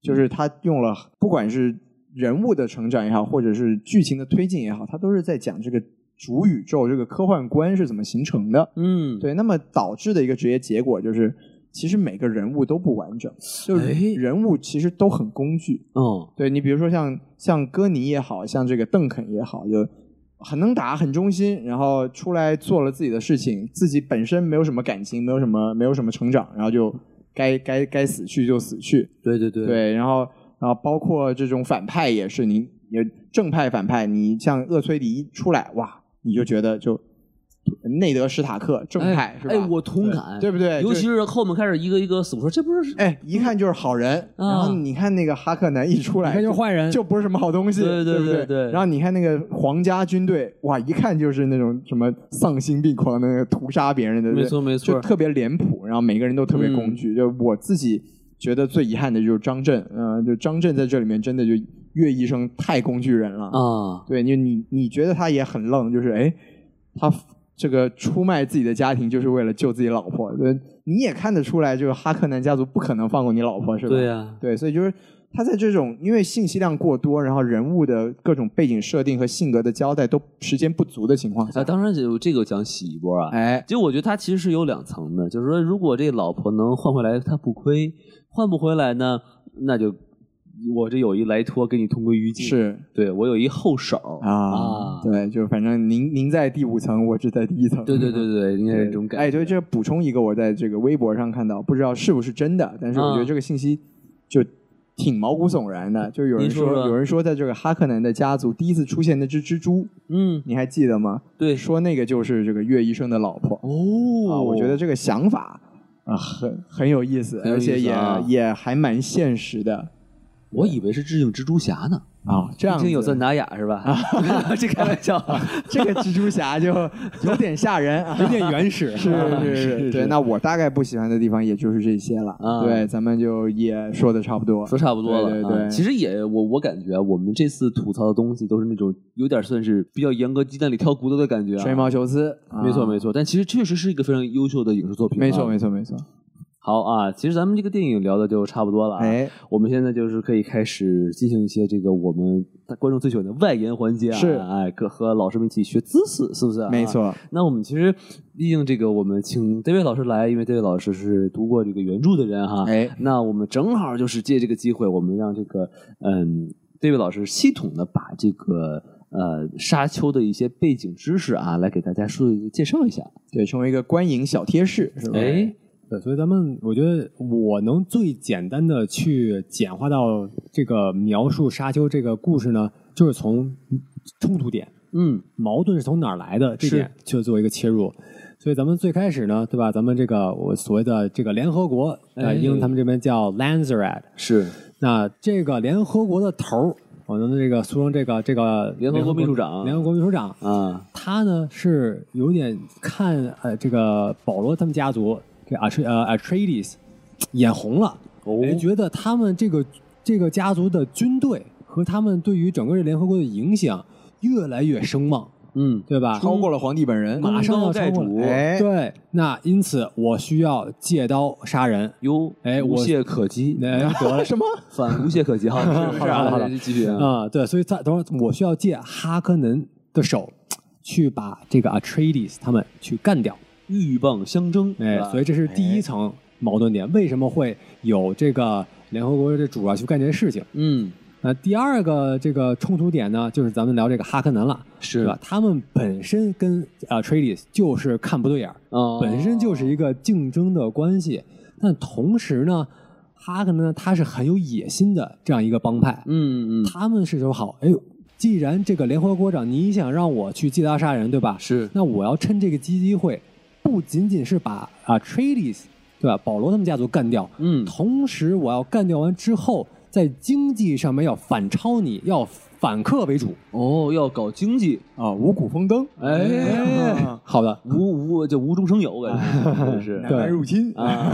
[SPEAKER 1] 就是它用了不管是人物的成长也好，或者是剧情的推进也好，它都是在讲这个主宇宙这个科幻观是怎么形成的。
[SPEAKER 2] 嗯，
[SPEAKER 1] 对，那么导致的一个直接结果就是，其实每个人物都不完整，就是
[SPEAKER 2] 哎
[SPEAKER 1] 人物其实都很工具。
[SPEAKER 2] 嗯，
[SPEAKER 1] 对你比如说像像歌尼也好像这个邓肯也好，就很能打，很忠心，然后出来做了自己的事情，自己本身没有什么感情，没有什么没有什么成长，然后就该该该死去就死去。
[SPEAKER 2] 对对对，
[SPEAKER 1] 对，然后然后包括这种反派也是，你也正派反派，你像厄崔迪一出来，哇，你就觉得就内德史塔克正派、
[SPEAKER 2] 哎
[SPEAKER 1] 是吧？
[SPEAKER 2] 哎我同感
[SPEAKER 1] 对对不对？
[SPEAKER 2] 尤
[SPEAKER 1] 就
[SPEAKER 2] 其是后面开始一个一个死，我说这不是
[SPEAKER 1] 哎，一看就是好人。
[SPEAKER 2] 啊
[SPEAKER 1] 然后你看那个哈克南一出来，
[SPEAKER 3] 一看就是坏人
[SPEAKER 1] 哎 就不是什么好东西，
[SPEAKER 2] 对对
[SPEAKER 1] 对不
[SPEAKER 2] 对对
[SPEAKER 1] 然后你看那个皇家军队，哇，一看就是那种什么丧心病狂的那个屠杀别人的，对不对
[SPEAKER 2] 没错没错嗯
[SPEAKER 1] 就特别脸谱，然后每个人都特别工具。就我自己觉得最遗憾的就是张震，呃，就张震在这里面真的就岳医生太工具人了。
[SPEAKER 2] 啊，
[SPEAKER 1] 对，你你你觉得他也很愣，就是哎，他 f- 这个出卖自己的家庭就是为了救自己老婆，对，你也看得出来，这个哈克南家族不可能放过你老婆，是吧？
[SPEAKER 2] 对呀，
[SPEAKER 1] 对，所以就是他在这种因为信息量过多，然后人物的各种背景设定和性格的交代都时间不足的情况下
[SPEAKER 2] 啊，，当然有这个讲洗一波啊，
[SPEAKER 1] 哎，
[SPEAKER 2] 就我觉得它其实是有两层的，就是说，如果这老婆能换回来，他不亏；换不回来呢，那就我这有一来托，给你通归于尽。，
[SPEAKER 1] 是
[SPEAKER 2] 对我有一后手
[SPEAKER 1] 啊，
[SPEAKER 2] 啊
[SPEAKER 1] 对，就反正您您在第五层，我只在第一层，
[SPEAKER 2] 对对对对，应该是这种感觉。
[SPEAKER 1] 哎，对，这补充一个，我在这个微博上看到，不知道是不是真的，但是我觉得
[SPEAKER 2] 嗯
[SPEAKER 1] 这个信息就挺毛骨悚然的。就有人
[SPEAKER 2] 您说说
[SPEAKER 1] 有人说，在这个哈克南的家族第一次出现那只蜘蛛，
[SPEAKER 2] 嗯，
[SPEAKER 1] 你还记得吗？
[SPEAKER 2] 对，
[SPEAKER 1] 说那个就是这个岳医生的老婆
[SPEAKER 2] 哦
[SPEAKER 1] 啊，我觉得这个想法啊很很有意思，
[SPEAKER 2] 很
[SPEAKER 1] 而
[SPEAKER 2] 有意思
[SPEAKER 1] 且也
[SPEAKER 2] 啊
[SPEAKER 1] 也还蛮现实的
[SPEAKER 2] 我以为是致敬蜘蛛侠呢，
[SPEAKER 1] 啊。这样
[SPEAKER 2] 毕竟有
[SPEAKER 1] 子啊
[SPEAKER 2] 赞达雅是吧？ 这开玩笑，啊
[SPEAKER 1] 这个蜘蛛侠 就有点吓人啊，
[SPEAKER 3] 有点原始，
[SPEAKER 1] 是是是，对，那我大概不喜欢的地方也就是这些了。
[SPEAKER 2] 啊
[SPEAKER 1] 对，咱们就也说的差不多，
[SPEAKER 2] 说差不多了。
[SPEAKER 1] 对对对
[SPEAKER 2] 啊其实也我我感觉啊我们这次吐槽的东西都是那种有点算是比较严格鸡蛋里挑骨头的感觉啊。
[SPEAKER 1] 吹毛求疵，啊
[SPEAKER 2] 没错没错，但其实确实是一个非常优秀的影视作品啊。
[SPEAKER 1] 没错没错没错。
[SPEAKER 2] 好啊，其实咱们这个电影聊的就差不多了啊。
[SPEAKER 1] 哎，
[SPEAKER 2] 我们现在就是可以开始进行一些这个我们观众最喜欢的外延环节啊，
[SPEAKER 1] 是
[SPEAKER 2] 哎，和和老师们一起学知识，是不啊是、
[SPEAKER 1] 没。错，
[SPEAKER 2] 那我们其实毕竟这个我们请 David 老师来，因为 David 老师是读过这个原著的人哈。
[SPEAKER 1] 哎
[SPEAKER 2] 那我们正好就是借这个机会，我们让这个嗯 David 老师系统的把这个呃沙丘的一些背景知识啊，来给大家说介绍一下。
[SPEAKER 1] 对，成为一个观影小贴士，是吧？
[SPEAKER 2] 哎，
[SPEAKER 3] 对，所以咱们我觉得我能最简单的去简化到这个描述沙丘这个故事呢，就是从冲突点、
[SPEAKER 2] 嗯，
[SPEAKER 3] 矛盾是从哪儿来的这
[SPEAKER 2] 是
[SPEAKER 3] 点去做一个切入。所以咱们最开始呢，对吧？咱们这个我所谓的这个联合国，
[SPEAKER 2] 哎
[SPEAKER 3] 呃，英他们这边叫 Lanzaret，
[SPEAKER 2] 是
[SPEAKER 3] 那这个联合国的头儿，我们这个俗称这个这个
[SPEAKER 2] 联合国秘书长
[SPEAKER 3] 联合国秘书长
[SPEAKER 2] 啊，
[SPEAKER 3] 他呢是有点看呃这个保罗他们家族这 Atre 呃 Atreides 眼红了，
[SPEAKER 2] 哦
[SPEAKER 3] 哎觉得他们这个这个家族的军队和他们对于整个联合国的影响越来越声望，
[SPEAKER 2] 嗯，
[SPEAKER 3] 对吧？
[SPEAKER 1] 超过了皇帝本人，
[SPEAKER 3] 马上要超
[SPEAKER 2] 功
[SPEAKER 3] 过
[SPEAKER 2] 高盖主
[SPEAKER 3] 了
[SPEAKER 1] 哎
[SPEAKER 3] 对，那因此我需要借刀杀人。
[SPEAKER 2] 哟，
[SPEAKER 3] 哎
[SPEAKER 2] 无
[SPEAKER 3] 我
[SPEAKER 2] 懈可击，
[SPEAKER 3] 哎得嘞
[SPEAKER 1] 什么？
[SPEAKER 2] 反无懈可击，好，是
[SPEAKER 3] 好的好的
[SPEAKER 2] 继续啊，
[SPEAKER 3] 啊、对，所以在等会儿我需要借哈克南的手去把这个 Atreides 他们去干掉。
[SPEAKER 2] 鹬蚌相争，
[SPEAKER 3] 哎，所以这是第一层矛盾点，为什么会有这个联合国这主啊去干这些事情？
[SPEAKER 2] 嗯，
[SPEAKER 3] 那第二个这个冲突点呢，就是咱们聊这个哈克南了，
[SPEAKER 2] 是
[SPEAKER 3] 对吧？他们本身跟啊 t r a d e s 就是看不对眼儿，
[SPEAKER 2] 啊
[SPEAKER 3] 本身就是一个竞争的关系，但同时呢，哈克南他是很有野心的这样一个帮派，
[SPEAKER 2] 嗯嗯嗯，
[SPEAKER 3] 他们是说好，哎呦，既然这个联合国长你想让我去借刀杀人，对吧？
[SPEAKER 2] 是
[SPEAKER 3] 那我要趁这个机会，不仅仅是把啊 Trades 对吧，保罗他们家族干掉，
[SPEAKER 2] 嗯
[SPEAKER 3] 同时我要干掉完之后，在经济上面要反超你，要反客为主。
[SPEAKER 2] 哦，要搞经济，
[SPEAKER 1] 啊，五谷丰登，
[SPEAKER 2] 哎，
[SPEAKER 1] 啊
[SPEAKER 3] 好的，
[SPEAKER 2] 无无就无中生有，感
[SPEAKER 3] 哎
[SPEAKER 2] 觉真
[SPEAKER 1] 南
[SPEAKER 2] 是
[SPEAKER 1] 蛮入侵啊，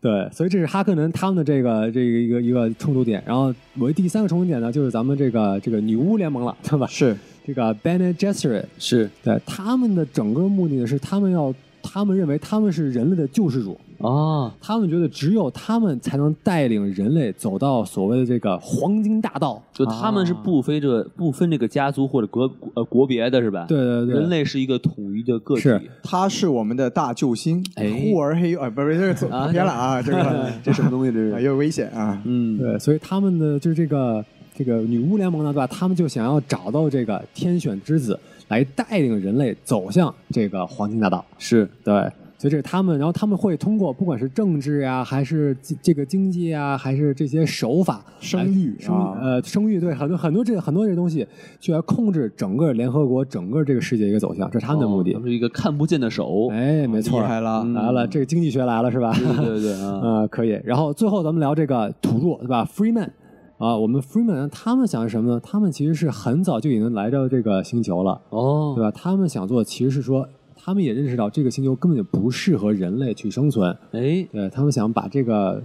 [SPEAKER 3] 对，所以这是哈克南他们的这个这个一个一个冲突点。然后我第三个冲突点呢，就是咱们这个这个女巫联盟了，对吧？
[SPEAKER 1] 是
[SPEAKER 3] 这个 Bene Gesserit
[SPEAKER 2] 是
[SPEAKER 3] 对他们的整个目的呢是他们要，他们认为他们是人类的救世主，
[SPEAKER 2] 啊，啊，
[SPEAKER 3] 他们觉得只有他们才能带领人类走到所谓的这个黄金大道。
[SPEAKER 2] 就他们是
[SPEAKER 3] 啊
[SPEAKER 2] 不分这不分这个家族或者国呃国别的是吧？
[SPEAKER 3] 对，对对，
[SPEAKER 2] 人类是一个统一的个体。
[SPEAKER 3] 是
[SPEAKER 1] 他是我们的大救星，
[SPEAKER 2] 哎
[SPEAKER 1] 忽而黑啊，不是这个走
[SPEAKER 2] 啊
[SPEAKER 1] 偏了啊， 这个
[SPEAKER 2] 这什么东西这
[SPEAKER 1] 啊
[SPEAKER 2] 是？
[SPEAKER 1] 有危险啊。
[SPEAKER 2] 嗯，
[SPEAKER 3] 对，所以他们的就是这个这个女巫联盟呢，对吧？他们就想要找到这个天选之子，来带领人类走向这个黄金大道。
[SPEAKER 2] 是
[SPEAKER 3] 对，所以这是他们，然后他们会通过不管是政治呀、还是这这个经济啊，还是这些手法，
[SPEAKER 1] 生育
[SPEAKER 3] 生
[SPEAKER 1] 啊
[SPEAKER 3] 呃生育，对很多很多这很多这东西，去来控制整个联合国整个这个世界一个走向，这是他们的目的
[SPEAKER 2] 哦。是一个看不见的手。
[SPEAKER 3] 哎，没错，
[SPEAKER 1] 厉害了
[SPEAKER 3] 来了，这个经济学来了是吧？
[SPEAKER 2] 对对对 啊，
[SPEAKER 3] 啊、可以。然后最后咱们聊这个土著，对吧？Freeman 啊、我们 Freeman 他们想是什么呢？他们其实是很早就已经来到这个星球了，对
[SPEAKER 2] 哦，
[SPEAKER 3] 吧？他们想做的其实是说，他们也认识到这个星球根本就不适合人类去生存，
[SPEAKER 2] 哎，
[SPEAKER 3] 对他们想把这个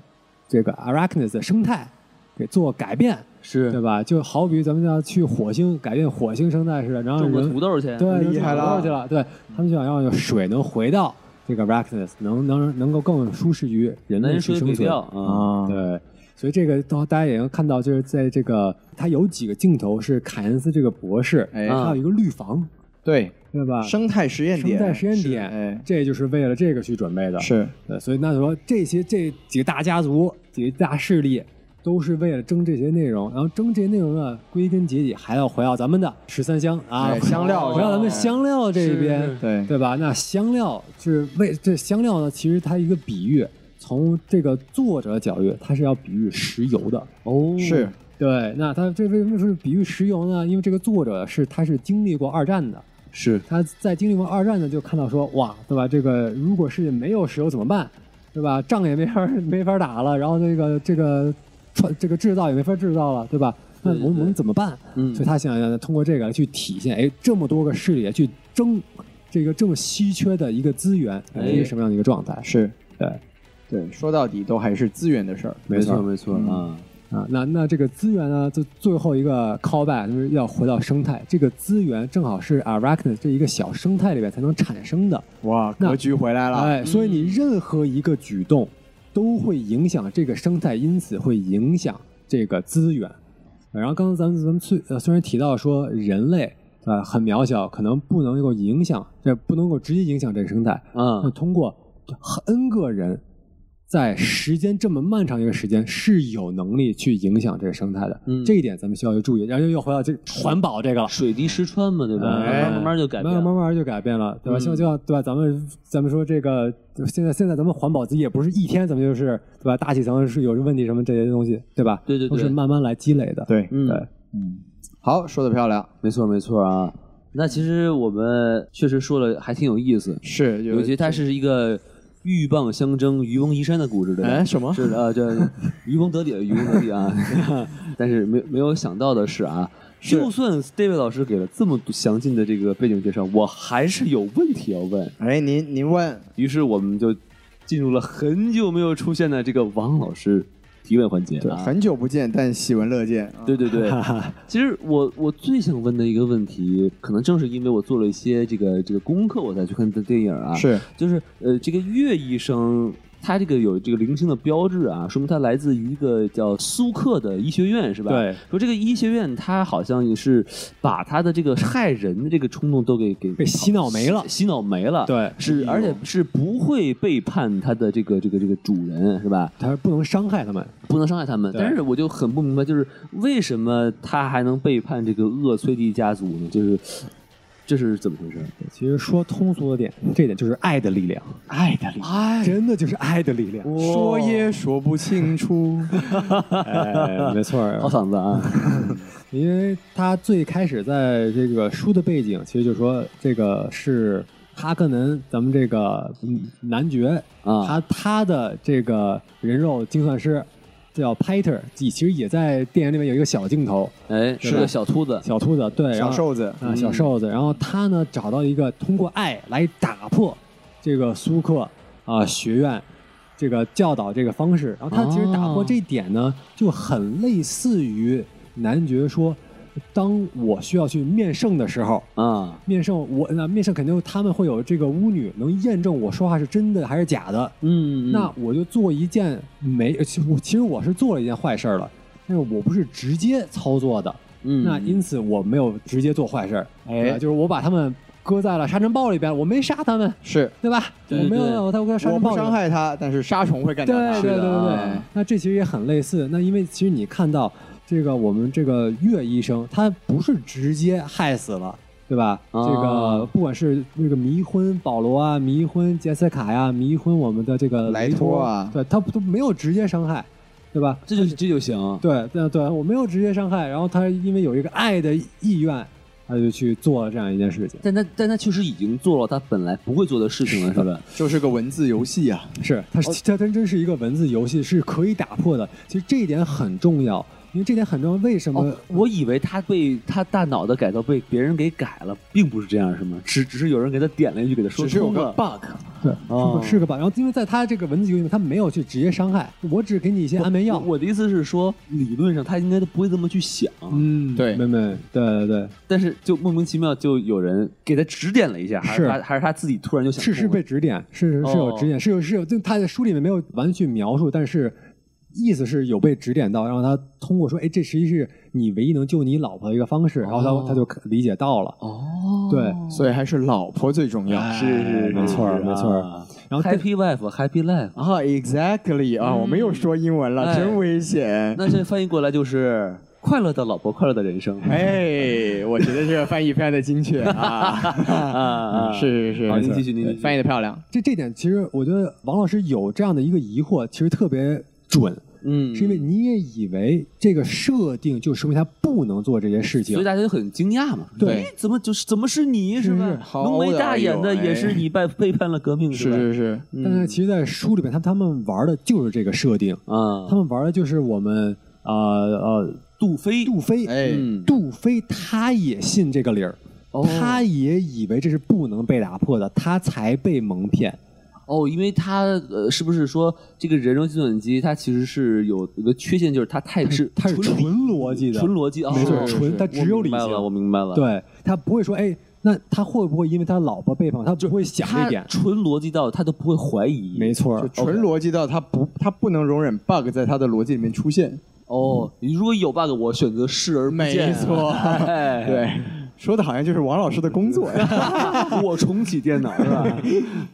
[SPEAKER 3] 这个 Arachnis 的生态给做改变，
[SPEAKER 2] 是
[SPEAKER 3] 对吧？就好比咱们要去火星改变火星生态似的，然后
[SPEAKER 2] 种个
[SPEAKER 3] 人
[SPEAKER 2] 土豆去。
[SPEAKER 3] 对，
[SPEAKER 1] 厉
[SPEAKER 3] 扔
[SPEAKER 1] 害
[SPEAKER 3] 土豆
[SPEAKER 1] 了
[SPEAKER 3] 去了。对他们就想要有水能回到这个 Arachnis，能能能够更舒适于人类
[SPEAKER 2] 南
[SPEAKER 3] 去
[SPEAKER 2] 水
[SPEAKER 3] 生
[SPEAKER 2] 北
[SPEAKER 3] 存。
[SPEAKER 2] 调啊，
[SPEAKER 1] 啊，
[SPEAKER 3] 对，所以这个到大家也能看到，就是在这个他有几个镜头是凯恩斯这个博士，
[SPEAKER 1] 哎
[SPEAKER 3] 他有一个绿房，
[SPEAKER 1] 对，
[SPEAKER 3] 对吧？
[SPEAKER 1] 生态实验点，
[SPEAKER 3] 生态实验
[SPEAKER 1] 是
[SPEAKER 3] 点，
[SPEAKER 1] 哎，
[SPEAKER 3] 这就是为了这个去准备的。
[SPEAKER 1] 是
[SPEAKER 3] 对，所以那就说这些这几个大家族、几个大势力，都是为了争这些内容，然后争这些内容呢，归根结底还要回到咱们的十三香哦啊，
[SPEAKER 1] 哎香料
[SPEAKER 3] 回到咱们香料这一边，
[SPEAKER 2] 是是
[SPEAKER 1] 对
[SPEAKER 3] 对吧？那香料是为这香料呢，其实它一个比喻，从这个作者角度，它是要比喻石油的。
[SPEAKER 2] 哦，
[SPEAKER 1] 是，
[SPEAKER 3] 对，那它这为什么是比喻石油呢？因为这个作者是他是经历过二战的，
[SPEAKER 2] 是
[SPEAKER 3] 他在经历过二战呢，就看到说，哇，对吧？这个如果是没有石油怎么办，对吧？仗也没法没法打了，然后这个这个创这个制造也没法制造了，对吧？ 那
[SPEAKER 2] 对
[SPEAKER 3] 我们
[SPEAKER 2] 对
[SPEAKER 3] 我们怎么办？
[SPEAKER 2] 嗯
[SPEAKER 3] 所以他想要通过这个来去体现，哎，这么多个势力来去争这个这么稀缺的一个资源，
[SPEAKER 2] 哎
[SPEAKER 3] 是一个什么样的一个状态？
[SPEAKER 1] 是，
[SPEAKER 3] 对
[SPEAKER 1] 对，说到底都还是资源的事儿，
[SPEAKER 2] 没错
[SPEAKER 3] 没错
[SPEAKER 2] 没错
[SPEAKER 1] 嗯
[SPEAKER 2] 啊，
[SPEAKER 3] 啊，那那这个资源呢，就最后一个 callback 就是要回到生态，这个资源正好是 Arachne 这一个小生态里面才能产生的。
[SPEAKER 1] 哇，
[SPEAKER 3] 那
[SPEAKER 1] 格局回来了，
[SPEAKER 3] 哎，所以你任何一个举动都会影响这个生态，因此会影响这个资源。然后刚才咱们咱们虽呃虽然提到说人类呃很渺小，可能不能够影响，这不能够直接影响这个生态。那
[SPEAKER 2] 嗯，
[SPEAKER 3] 通过 n 个人在时间这么漫长一个时间是有能力去影响这个生态的，
[SPEAKER 2] 嗯
[SPEAKER 3] 这一点咱们需要去注意。然后又又回到这个环保这个了。
[SPEAKER 2] 水滴石穿嘛，对吧？慢
[SPEAKER 3] 哎
[SPEAKER 2] 慢慢慢就改变
[SPEAKER 3] 慢慢
[SPEAKER 2] 了，
[SPEAKER 3] 慢慢就改变了，对吧？
[SPEAKER 2] 嗯
[SPEAKER 3] 像就像对吧？咱们咱们说这个，现在现在咱们环保自己也不是一天，咱们就是对吧？大气层是有问题什么这些东西，对吧？
[SPEAKER 2] 对对对
[SPEAKER 3] 都是慢慢来积累的。
[SPEAKER 1] 对，
[SPEAKER 2] 嗯
[SPEAKER 3] 对
[SPEAKER 1] 好，说的漂亮，
[SPEAKER 2] 没错没错啊。那其实我们确实说了还挺有意思，
[SPEAKER 1] 是
[SPEAKER 2] 尤其它是一个鹬蚌相争、渔翁移山的故事，对吧？
[SPEAKER 1] 哎什么
[SPEAKER 2] 是的啊，这渔翁得利，渔翁得利 啊！但是没没有想到的是啊，
[SPEAKER 1] 是
[SPEAKER 2] 就算 David 老师给了这么详尽的这个背景介绍，我还是有问题要问。
[SPEAKER 1] 哎，您您问，
[SPEAKER 2] 于是我们就进入了很久没有出现的这个王老师提问环节
[SPEAKER 1] 对，
[SPEAKER 2] 啊。
[SPEAKER 1] 很久不见，但喜闻乐见，啊
[SPEAKER 2] 对对对，其实我我最想问的一个问题，可能正是因为我做了一些这个这个功课，我才去看的电影啊。
[SPEAKER 1] 是
[SPEAKER 2] 就是呃，这个岳医生他这个有这个零星的标志啊，说明他来自于一个叫苏克的医学院，是吧？。
[SPEAKER 3] 对
[SPEAKER 2] 说这个医学院，他好像也是把他的这个害人的这个冲动都给给
[SPEAKER 3] 被洗脑没了
[SPEAKER 2] 洗脑没了。，
[SPEAKER 3] 对，哎
[SPEAKER 2] 是而且是不会背叛他的这个这个这个主人，是吧？
[SPEAKER 3] 他不能伤害他们。
[SPEAKER 2] 不能伤害他们。
[SPEAKER 3] 对
[SPEAKER 2] 但是我就很不明白，就是为什么他还能背叛这个厄崔迪家族呢？就是这是怎么回事？
[SPEAKER 3] 其实说通俗的点，这点就是爱的力量，
[SPEAKER 1] 爱的力，
[SPEAKER 2] 哎，
[SPEAKER 3] 真的就是爱的力量。
[SPEAKER 1] 说也说不清楚，
[SPEAKER 3] 哎，没错儿，
[SPEAKER 2] 好嗓子啊！
[SPEAKER 3] 因为他最开始在这个书的背景，其实就说这个是哈克南，咱们这个嗯男爵
[SPEAKER 2] 啊
[SPEAKER 3] 他他的这个人肉精算师叫 Peter，其实也在电影里面有一个小镜头，
[SPEAKER 2] 哎，
[SPEAKER 3] 是
[SPEAKER 2] 是
[SPEAKER 3] 吧
[SPEAKER 2] 个小秃子，
[SPEAKER 3] 小兔子对，然
[SPEAKER 1] 小
[SPEAKER 3] 后
[SPEAKER 1] 瘦子，
[SPEAKER 2] 嗯
[SPEAKER 1] 嗯
[SPEAKER 3] 啊小瘦子，然后他呢找到一个通过爱来打破这个苏克啊学院。这个教导这个方式，然后他其实打破这一点呢，就很类似于男爵说当我需要去面圣的时候，
[SPEAKER 2] 啊，
[SPEAKER 3] 面圣我那面圣肯定他们会有这个巫女能验证我说话是真的还是假的，
[SPEAKER 2] 嗯
[SPEAKER 3] 那我就做一件没，呃其实我其实我是做了一件坏事儿了，但是我不是直接操作的，
[SPEAKER 2] 嗯
[SPEAKER 3] 那因此我没有直接做坏事儿，对吧
[SPEAKER 1] 哎，
[SPEAKER 3] 就是我把他们搁在了沙尘暴里边，我没杀他们，
[SPEAKER 1] 是
[SPEAKER 3] 对吧？
[SPEAKER 2] 对
[SPEAKER 3] 我没有
[SPEAKER 2] 对
[SPEAKER 3] 让他们搁沙
[SPEAKER 1] 我
[SPEAKER 3] 尘
[SPEAKER 1] 不
[SPEAKER 3] 暴里
[SPEAKER 1] 伤
[SPEAKER 3] 边
[SPEAKER 1] 害他，但是哎杀虫会干掉
[SPEAKER 3] 对
[SPEAKER 1] 他。
[SPEAKER 3] 对
[SPEAKER 2] 是
[SPEAKER 3] 对
[SPEAKER 2] 的
[SPEAKER 3] 对
[SPEAKER 2] 啊，
[SPEAKER 3] 那这其实也很类似。那因为其实你看到这个我们这个岳医生，他不是直接害死了。对吧？
[SPEAKER 2] 啊
[SPEAKER 3] 这个不管是那个迷昏保罗啊，迷昏杰西卡呀、迷昏我们的这个
[SPEAKER 1] 莱
[SPEAKER 3] 雷
[SPEAKER 1] 托
[SPEAKER 3] 托
[SPEAKER 1] 啊
[SPEAKER 3] 对他都没有直接伤害，对吧？
[SPEAKER 2] 这就这就行，
[SPEAKER 3] 对对对，我没有直接伤害，然后他因为有一个爱的意愿，他就去做了这样一件事情。
[SPEAKER 2] 但他但他确实已经做了他本来不会做的事情 了，是吧？
[SPEAKER 1] 就是个文字游戏啊。
[SPEAKER 3] 是，它是它真真是一个文字游戏，是可以打破的。其实这一点很重要，因为这点很重要。为什么？
[SPEAKER 2] 哦，我以为他被他大脑的改造被别人给改了，并不是这样，是吗？只只是有人给他点了一句，给他说
[SPEAKER 1] 只是有
[SPEAKER 2] 通
[SPEAKER 1] 个
[SPEAKER 2] 了。
[SPEAKER 1] bug，
[SPEAKER 3] 对，
[SPEAKER 2] 哦
[SPEAKER 3] 是个吧？然后因为在他这个文字游戏里面，他没有去直接伤害，我只给你一些安眠药。
[SPEAKER 2] 我我的意思是说，理论上他应该都不会这么去想，
[SPEAKER 3] 嗯，
[SPEAKER 1] 对
[SPEAKER 3] 妹妹，对对对，
[SPEAKER 2] 但是就莫名其妙就有人给他指点了一下，还是
[SPEAKER 3] 是
[SPEAKER 2] 他还是他自己突然就想
[SPEAKER 3] 是
[SPEAKER 2] 通
[SPEAKER 3] 是
[SPEAKER 2] 了
[SPEAKER 3] 被指点，是是
[SPEAKER 2] 哦
[SPEAKER 3] 有指点，是有是有，就他在书里面没有完全去描述，但是意思是有被指点到，让他通过说，哎，这实际是你唯一能救你老婆的一个方式，然后他、
[SPEAKER 2] 哦
[SPEAKER 3] 他就理解到了。
[SPEAKER 2] 哦，
[SPEAKER 3] 对
[SPEAKER 1] 所以还是老婆最重要。
[SPEAKER 3] 哎
[SPEAKER 2] 是是
[SPEAKER 3] 没错
[SPEAKER 2] 是
[SPEAKER 3] 没错
[SPEAKER 2] 啊
[SPEAKER 3] 然后这
[SPEAKER 2] Happy wife Happy life，
[SPEAKER 1] 啊，exactly 啊，我们又说英文了，
[SPEAKER 2] 哎
[SPEAKER 1] 真危 险。
[SPEAKER 2] 那这翻译过来就是快乐的老婆，快乐的人生。
[SPEAKER 1] 哎，我觉得这个翻译非常的精确
[SPEAKER 2] 啊
[SPEAKER 1] 啊，
[SPEAKER 3] 嗯
[SPEAKER 2] 啊，
[SPEAKER 1] 是是是，
[SPEAKER 2] 好，您继续，您
[SPEAKER 1] 对
[SPEAKER 2] 继续
[SPEAKER 1] 翻译的漂亮。
[SPEAKER 3] 这这点其实我觉得王老师有这样的一个疑惑，其实特别准，
[SPEAKER 2] 嗯，
[SPEAKER 3] 是因为你也以为这个设定就说明他不能做这些事情
[SPEAKER 2] 所以，大家就很惊讶嘛，
[SPEAKER 1] 对
[SPEAKER 2] 哎，怎么就是怎么是你是
[SPEAKER 3] 是
[SPEAKER 2] 吧
[SPEAKER 3] 是？
[SPEAKER 1] 好
[SPEAKER 2] 浓眉大眼的
[SPEAKER 1] 哎呦
[SPEAKER 2] 也是你背背叛了革命
[SPEAKER 1] 是
[SPEAKER 2] 吧？
[SPEAKER 1] 是是，
[SPEAKER 2] 嗯
[SPEAKER 3] 但是其实，在书里面，他们他们玩的就是这个设定，
[SPEAKER 2] 啊
[SPEAKER 3] 他，们玩的就是我们呃呃
[SPEAKER 2] 杜飞，
[SPEAKER 3] 杜飞，
[SPEAKER 1] 哎
[SPEAKER 2] 嗯
[SPEAKER 3] 杜飞他也信这个理儿。
[SPEAKER 2] 哦
[SPEAKER 3] 他也以为这是不能被打破的，他才被蒙骗。
[SPEAKER 2] 哦，因为他呃，是不是说这个人肉计算机它其实是有一个缺陷，就是它太是
[SPEAKER 3] 它是
[SPEAKER 2] 纯理
[SPEAKER 3] 纯逻辑的
[SPEAKER 2] 纯逻辑啊，
[SPEAKER 3] 没错
[SPEAKER 2] 哦
[SPEAKER 3] 纯它只有
[SPEAKER 2] 我明白
[SPEAKER 3] 理性
[SPEAKER 2] 了我明白了，，
[SPEAKER 3] 对他不会说，哎，那他会不会因为他老婆背叛我，他不会想这点？
[SPEAKER 2] 纯逻辑到他都不会怀疑，
[SPEAKER 3] 没错
[SPEAKER 1] 就
[SPEAKER 3] 儿，
[SPEAKER 1] 纯逻辑到他不，他不能容忍 bug 在他的逻辑里面出现。
[SPEAKER 2] 哦，你如果有 bug，我选择视而不见，
[SPEAKER 1] 没错
[SPEAKER 2] 哎，
[SPEAKER 1] 对，说的好像就是王老师的工作呀。
[SPEAKER 2] 我重启电 脑是吧？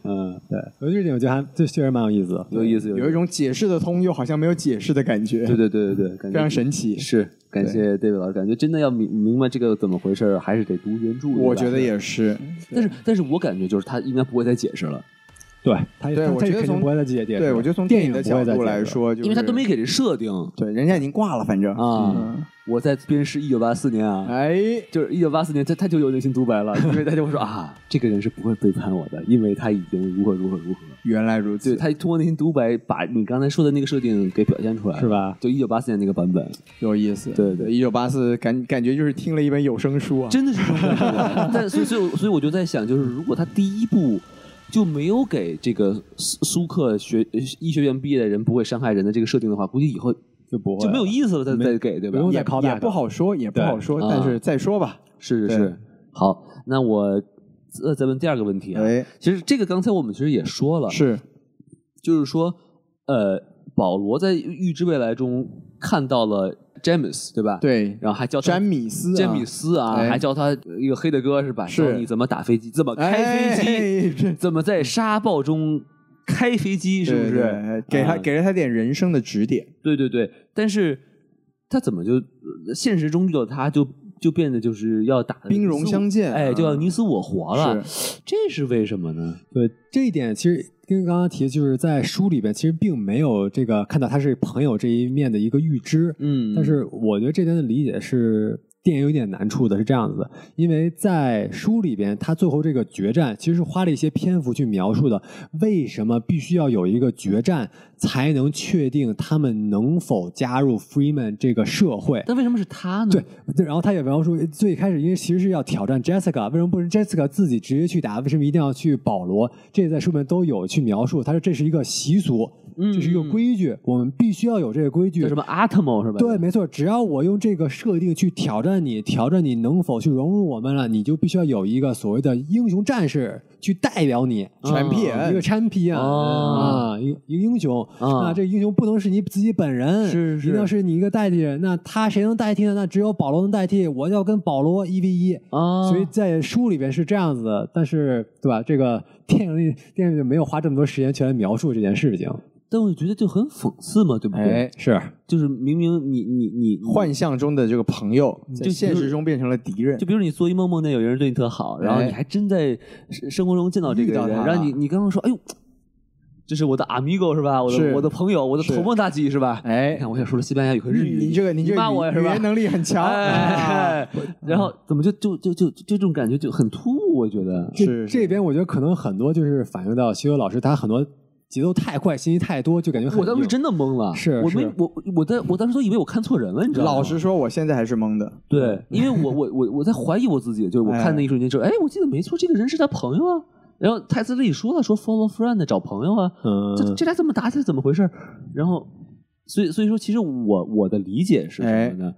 [SPEAKER 2] 嗯，
[SPEAKER 3] 对，所以这点我觉得还这确实蛮有意思的。
[SPEAKER 2] 有意思，
[SPEAKER 1] 有一种解释的通，又好像没有解释的感觉
[SPEAKER 2] 对，对对对对，感
[SPEAKER 1] 非
[SPEAKER 2] 觉
[SPEAKER 1] 常神奇。
[SPEAKER 2] 是。感谢 David 老师，感觉真的要明明白这个怎么回事儿，还是得读原著。
[SPEAKER 1] 我
[SPEAKER 2] 对吧
[SPEAKER 1] 觉得，也是，
[SPEAKER 2] 但是但是我感觉就是他应该不会再解释了，
[SPEAKER 3] 对，他也
[SPEAKER 1] 对
[SPEAKER 3] 他
[SPEAKER 1] 我
[SPEAKER 3] 他也
[SPEAKER 1] 觉得
[SPEAKER 3] 肯定
[SPEAKER 1] 从
[SPEAKER 3] 不会再解解释。
[SPEAKER 1] 对我觉得从电影的
[SPEAKER 3] 不会
[SPEAKER 1] 角
[SPEAKER 3] 再
[SPEAKER 1] 度
[SPEAKER 3] 解
[SPEAKER 1] 来
[SPEAKER 3] 释，
[SPEAKER 1] 说，就是
[SPEAKER 2] 因为他都没给这设定
[SPEAKER 1] 对，人家已经挂了，反正
[SPEAKER 2] 啊。
[SPEAKER 1] 嗯
[SPEAKER 2] 我在编是一九八四年啊，
[SPEAKER 1] 哎，
[SPEAKER 2] 就是一九八四年，他他就有内心独 白了，因为他就会说啊，这个人是不会背叛我的，因为他已经如何如何如何。
[SPEAKER 1] 原来如
[SPEAKER 2] 对
[SPEAKER 1] 此，
[SPEAKER 2] 他通过内心独白，把你刚才说的那个设定给表现出来，
[SPEAKER 3] 是？吧？
[SPEAKER 2] 就一九八四年那个版本，
[SPEAKER 1] 有意思。
[SPEAKER 2] 对对
[SPEAKER 1] 一九八四感感觉就是听了一本有声书啊。
[SPEAKER 2] 真的是这种感 觉。但所以所以我所以我就在想，就是如果他第一部就没有给这个苏苏克学医学院毕业的人不会伤害人的这个设定的话，估计以后
[SPEAKER 3] 就不会
[SPEAKER 2] 就没有
[SPEAKER 3] 了
[SPEAKER 2] 意思了，再
[SPEAKER 3] 没
[SPEAKER 2] 再给对吧
[SPEAKER 3] 不？用
[SPEAKER 1] 也
[SPEAKER 3] 再 call
[SPEAKER 1] 也
[SPEAKER 3] back
[SPEAKER 1] 不好说，也不好说，
[SPEAKER 2] 对啊
[SPEAKER 1] 但是再说吧。
[SPEAKER 2] 是是
[SPEAKER 1] 对
[SPEAKER 2] 是，好，那我呃再问第二个问题啊，
[SPEAKER 1] 哎，
[SPEAKER 2] 其实这个刚才我们其实也说了，
[SPEAKER 1] 是
[SPEAKER 2] 就是说呃，保罗在预知未来中看到了詹姆斯，对吧？，
[SPEAKER 1] 对
[SPEAKER 2] 然后还叫他
[SPEAKER 1] 詹米斯啊，
[SPEAKER 2] 詹姆斯啊，
[SPEAKER 1] 哎
[SPEAKER 2] 还教他呃一个黑的哥是吧？
[SPEAKER 1] 是
[SPEAKER 2] 教你怎么打飞机，怎么开飞机，
[SPEAKER 1] 哎，这
[SPEAKER 2] 怎么在沙暴中开飞机，是不
[SPEAKER 1] 对对
[SPEAKER 2] 是
[SPEAKER 1] 对？给他
[SPEAKER 2] 啊
[SPEAKER 1] 给了他点人生的指点？
[SPEAKER 2] 对对对，但是他怎么就呃现实中遇到他就就变得就是要打得
[SPEAKER 1] 兵
[SPEAKER 2] 你
[SPEAKER 1] 戎
[SPEAKER 2] 死我
[SPEAKER 1] 相见
[SPEAKER 2] 哎，就要
[SPEAKER 1] 嗯
[SPEAKER 2] 你死我活了， 这是为什么呢？
[SPEAKER 3] 对这一点，其实跟刚刚提的，就是在书里边其实并没有这个看到他是朋友这一面的一个预知。
[SPEAKER 2] 嗯
[SPEAKER 3] 但是我觉得这边的理解是电影有点难处的，是这样子的，因为在书里边，他最后这个决战其实是花了一些篇幅去描述的，为什么必须要有一个决战才能确定他们能否加入 Freeman 这个社会。
[SPEAKER 2] 但为什么是他呢？
[SPEAKER 3] 对，对然后他也描述最开始，因为其实是要挑战 Jessica，为什么不是 Jessica 自己直接去打？为什么一定要去保罗？这在书里面都有去描述，他说这是一个习俗，
[SPEAKER 2] 嗯
[SPEAKER 3] 这是一个
[SPEAKER 2] 嗯
[SPEAKER 3] 规矩，我们必须要有这个规矩
[SPEAKER 2] 叫。什么 Atomo 是吧？
[SPEAKER 3] 对，没错，只要我用这个设定去挑战你，挑战你能否去融入我们了，你就必须要有一个所谓的英雄战士去代表你，
[SPEAKER 1] 嗯全屁
[SPEAKER 3] 一个
[SPEAKER 1] 眼，
[SPEAKER 3] 产品啊，
[SPEAKER 2] 哦
[SPEAKER 3] 啊一个一个英雄。
[SPEAKER 2] 啊，
[SPEAKER 3] 那这个英雄不能是你自己本人，
[SPEAKER 1] 嗯是是
[SPEAKER 3] 一定要是你一个代替人。那他谁能代替呢？那只有保罗能代替。我要跟保罗一 v 一，
[SPEAKER 1] 嗯
[SPEAKER 2] 啊，
[SPEAKER 3] 所以在书里边是这样子的，但是对吧？这个电影里电影里没有花这么多时间去来描述这件事情。
[SPEAKER 2] 但我觉得就很讽刺嘛，对不对？
[SPEAKER 1] 哎，
[SPEAKER 3] 是，
[SPEAKER 2] 就是明明你你你
[SPEAKER 1] 幻象中的这个朋友，在
[SPEAKER 2] 嗯就
[SPEAKER 1] 现实中变成了敌人
[SPEAKER 2] 就。比如你做一梦梦见有人对你特好，然后
[SPEAKER 1] 哎
[SPEAKER 2] 你还真在生生活中见到这个
[SPEAKER 1] 遇到
[SPEAKER 2] 人，
[SPEAKER 1] 他了
[SPEAKER 2] 然后你你刚刚说，哎呦，这是我的 amigo 是吧？我的
[SPEAKER 1] 是
[SPEAKER 2] 我的朋友，我的
[SPEAKER 1] 是
[SPEAKER 2] 头梦大吉是吧？你
[SPEAKER 1] 哎，
[SPEAKER 2] 看我想说了西班牙语和
[SPEAKER 1] 你
[SPEAKER 2] 日语，
[SPEAKER 1] 你这个
[SPEAKER 2] 你
[SPEAKER 1] 这
[SPEAKER 2] 骂
[SPEAKER 1] 个
[SPEAKER 2] 我
[SPEAKER 1] 语
[SPEAKER 2] 是
[SPEAKER 1] 语
[SPEAKER 2] 吧
[SPEAKER 1] 言？能力很 强，啊
[SPEAKER 2] 哎，然后怎么就就就就就这种感觉就很突兀？我觉得
[SPEAKER 3] 这
[SPEAKER 1] 是是
[SPEAKER 3] 这边我觉得可能很多就是反映到修修老师他很多节奏太快，信息太多，就感觉很
[SPEAKER 2] 我当时
[SPEAKER 3] 硬
[SPEAKER 2] 真的懵了，
[SPEAKER 3] 是
[SPEAKER 2] 我没
[SPEAKER 3] 是
[SPEAKER 2] 我我在我当时都以为我看错人了，你知道吗？
[SPEAKER 1] 老实说，我现在还是懵的。
[SPEAKER 2] 对，因为我我我我在怀疑我自己，就是我看那一瞬间之后，哎，我记得没错，这个人是他朋友啊。然后台词里说了，说 follow friend 找朋友啊，这
[SPEAKER 3] 嗯
[SPEAKER 2] 这俩怎么打起来？怎么回事？然后，所以所以说，其实我我的理解是
[SPEAKER 3] 哎
[SPEAKER 2] 什么呢？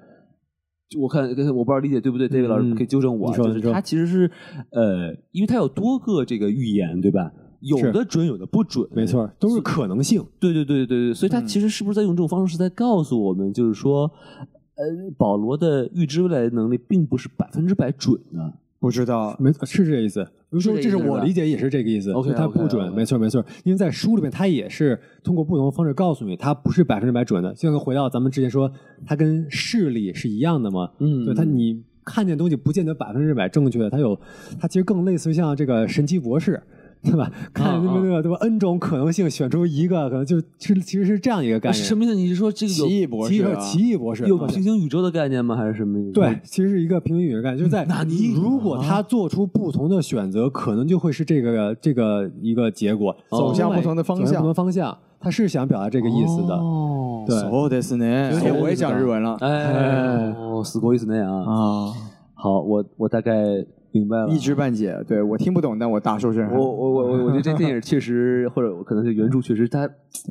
[SPEAKER 2] 就我看，我不知道理解对不对，David 老师可以纠正我啊。
[SPEAKER 3] 嗯你说
[SPEAKER 2] 就是
[SPEAKER 3] 你说
[SPEAKER 2] 他其实是呃，因为他有多个这个预言，对吧？有
[SPEAKER 3] 是
[SPEAKER 2] 的准，有的不准，
[SPEAKER 3] 没错，嗯都是可能性。
[SPEAKER 2] 对对对对对，所以他其实是不是在用这种方式是在告诉我们，就是说，呃，保罗的预知未来的能力并不是百分之百准的。
[SPEAKER 1] 不知道，
[SPEAKER 3] 没是这个意思，
[SPEAKER 2] 这
[SPEAKER 3] 就是说
[SPEAKER 2] 个意
[SPEAKER 3] 这
[SPEAKER 2] 思
[SPEAKER 3] 是
[SPEAKER 2] 是
[SPEAKER 3] 我
[SPEAKER 2] 吧
[SPEAKER 3] 理解也是这个意思。
[SPEAKER 2] OK，
[SPEAKER 3] 就它
[SPEAKER 2] OK，
[SPEAKER 3] 不准
[SPEAKER 2] OK
[SPEAKER 3] 没错没错。因为在书里面，它也是通过不同的方式告诉你，它不是百分之百准的。就像回到咱们之前说，它跟视力是一样的嘛，
[SPEAKER 2] 嗯
[SPEAKER 3] 对它你看见东西不见得百分之百正确的，它有它其实更类似于像这个神奇博士。对吧？看那
[SPEAKER 2] 啊
[SPEAKER 3] 么对吧？对吧？n 种可能性选出一个，可能就是其实是这样一个概念。
[SPEAKER 2] 什么意思？啊你是说这个
[SPEAKER 1] 奇
[SPEAKER 2] 有
[SPEAKER 1] 异博
[SPEAKER 3] 奇
[SPEAKER 1] 士
[SPEAKER 3] 异
[SPEAKER 1] 啊，
[SPEAKER 3] 奇异博士
[SPEAKER 2] 有
[SPEAKER 3] 啊
[SPEAKER 2] 平行宇宙的概念吗？还是什么意思？
[SPEAKER 3] 对，其实是一个平行宇宙概念，就是在
[SPEAKER 2] 纳尼
[SPEAKER 3] 如果他做出不同的选择，可能就会是这个这个一个结果，
[SPEAKER 2] 哦
[SPEAKER 3] 走
[SPEAKER 1] 走向不同的
[SPEAKER 3] 走
[SPEAKER 1] 方
[SPEAKER 3] 向不
[SPEAKER 1] 向
[SPEAKER 3] 同的。方向，他是想表达这个意思的。
[SPEAKER 2] 哦，
[SPEAKER 3] 对
[SPEAKER 1] そうですね。
[SPEAKER 2] そうです
[SPEAKER 1] 哎
[SPEAKER 2] ね
[SPEAKER 1] 我也讲日文了
[SPEAKER 2] 哎，哦，死过一次那样啊。
[SPEAKER 1] 啊，
[SPEAKER 2] 好，我我大概明白了。
[SPEAKER 1] 一知半解。对我听不懂，但我大受震撼
[SPEAKER 2] 我。我我我我觉得这电影确实，或者我可能是原著确实它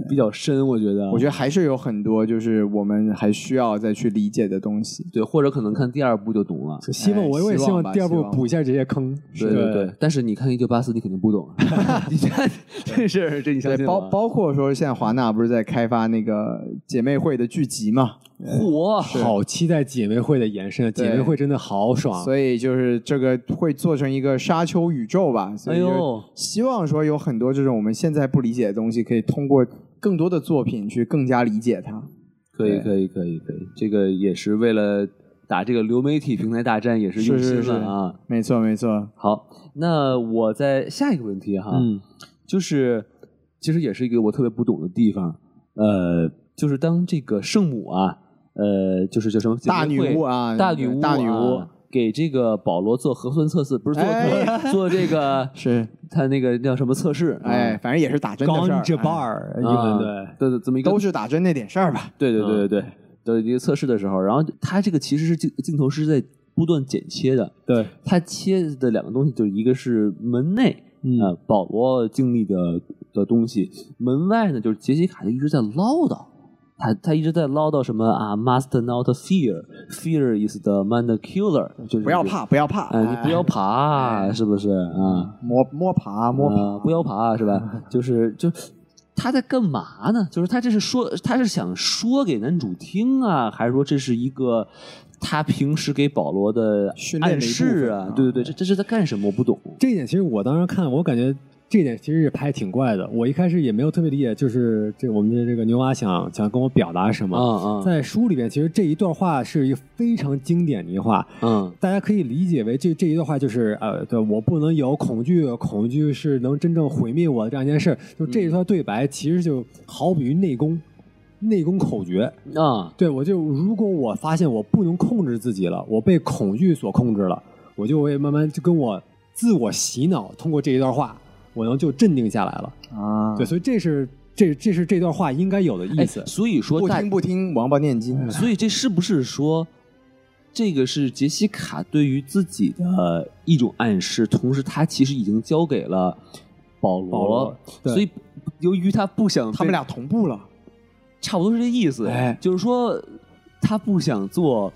[SPEAKER 2] 比较深，我觉得。啊
[SPEAKER 1] 我觉得还是有很多就是我们还需要再去理解的东西。
[SPEAKER 2] 对，或者可能看第二部就懂了。
[SPEAKER 3] 就希望
[SPEAKER 1] 哎
[SPEAKER 3] 我我也
[SPEAKER 1] 希
[SPEAKER 3] 希望
[SPEAKER 1] 望吧
[SPEAKER 3] 第二
[SPEAKER 1] 希
[SPEAKER 3] 部
[SPEAKER 1] 望
[SPEAKER 3] 补一下这些坑。
[SPEAKER 2] 对对对，但是你看《一九八四》，你肯定不懂。啊 你看这是这你相
[SPEAKER 1] 对，
[SPEAKER 2] 信啊
[SPEAKER 1] 包
[SPEAKER 2] 吗
[SPEAKER 1] 包括说现在华纳不是在开发那个姐妹会的剧集嘛，
[SPEAKER 2] 火
[SPEAKER 3] 好期待姐妹会的延伸，姐妹
[SPEAKER 1] 对
[SPEAKER 3] 会真的好
[SPEAKER 2] 啊
[SPEAKER 3] 爽。啊
[SPEAKER 1] 所以就是这个会做成一个沙丘宇宙吧。所以
[SPEAKER 2] 哎
[SPEAKER 1] 就
[SPEAKER 2] 呦
[SPEAKER 1] 希望说有很多这种我们现在不理解的东西，可以通过更多的作品去更加理解它。
[SPEAKER 2] 可以
[SPEAKER 1] 对
[SPEAKER 2] 可以可以可以，这个也是为了打这个流媒体平台大战，也是用心
[SPEAKER 1] 是是
[SPEAKER 2] 了啊。
[SPEAKER 1] 没错，没错。
[SPEAKER 2] 好，那我在下一个问题哈，
[SPEAKER 3] 嗯，
[SPEAKER 2] 就是其实也是一个我特别不懂的地方，呃，就是当这个圣母啊，呃，就是叫什么姐妹
[SPEAKER 1] 大女
[SPEAKER 2] 会
[SPEAKER 1] 巫啊
[SPEAKER 2] 大女巫、啊
[SPEAKER 1] 大女巫。
[SPEAKER 2] 给这个保罗做核酸测试，不是 做、
[SPEAKER 1] 哎
[SPEAKER 2] 做这个
[SPEAKER 1] 是，
[SPEAKER 2] 他那个叫什么测试？
[SPEAKER 1] 哎，
[SPEAKER 2] 啊，
[SPEAKER 1] 反正也是打针的事
[SPEAKER 3] Gone
[SPEAKER 1] 儿
[SPEAKER 3] to
[SPEAKER 1] 哎
[SPEAKER 3] bar，英
[SPEAKER 2] 啊
[SPEAKER 3] 文对。
[SPEAKER 2] 对对，这么一个
[SPEAKER 1] 都是嗯打针那点事儿吧。
[SPEAKER 2] 对对对对
[SPEAKER 3] 嗯
[SPEAKER 2] 对的一个测试的时候，然后他这个其实是镜镜头是在不断剪切的，
[SPEAKER 3] 对，
[SPEAKER 2] 他切的两个东西就是一个是门内。
[SPEAKER 3] 嗯
[SPEAKER 2] 呃，保罗经历的的东西，门外呢，就是杰西卡就一直在唠叨，他他一直在唠叨什么啊，must not fear，fear is the man the killer，就是
[SPEAKER 1] 不要，怕，不要怕，哎
[SPEAKER 2] 呃，你不要爬，是不是啊？
[SPEAKER 1] 摸摸爬摸嗯爬。
[SPEAKER 2] 啊，不要爬是吧？就是就他在干嘛呢？就是他这是说他是想说给男主听啊，还是说这是一个他平时给保罗的
[SPEAKER 1] 训练
[SPEAKER 2] 暗
[SPEAKER 1] 的一部
[SPEAKER 2] 示
[SPEAKER 1] 分
[SPEAKER 2] 啊
[SPEAKER 1] 啊？
[SPEAKER 2] 对对对，这这是在干什么？我不懂。
[SPEAKER 3] 这一点其实我当时看，我感觉这一点其实也拍得挺怪的。我一开始也没有特别理解，就是这我们的这个牛娃想想跟我表达
[SPEAKER 1] 嗯
[SPEAKER 3] 什么。
[SPEAKER 2] 啊啊
[SPEAKER 3] 在书里边，其实这一段话是一个非常经典的一话，
[SPEAKER 2] 嗯
[SPEAKER 3] 大家可以理解为这这一段话就是呃，对我不能有恐惧，恐惧是能真正毁灭我的这样一件事。就
[SPEAKER 2] 嗯
[SPEAKER 3] 这一段对白，其实就好比于内功，内功口诀。
[SPEAKER 2] 啊
[SPEAKER 3] 对我就如果我发现我不能控制自己了，我被恐惧所控制了，我就会慢慢就跟我自我洗脑，通过这一段话，我能就镇定下来了。
[SPEAKER 1] 啊
[SPEAKER 3] 对，，所以这是这这是这段话应该有的意
[SPEAKER 2] 哎，
[SPEAKER 3] 思。
[SPEAKER 2] 所以说嗯
[SPEAKER 1] 不
[SPEAKER 2] 大
[SPEAKER 1] 听，不听，王八念经。
[SPEAKER 2] 所以这是不是说？这个是杰西卡对于自己的一种暗示，同时他其实已经交给了保罗，
[SPEAKER 3] 保罗对
[SPEAKER 2] 所以由于他不想
[SPEAKER 1] 他们
[SPEAKER 2] 被
[SPEAKER 1] 俩同步了，
[SPEAKER 2] 差不多是这意思，
[SPEAKER 1] 哎
[SPEAKER 2] 就是说他不想做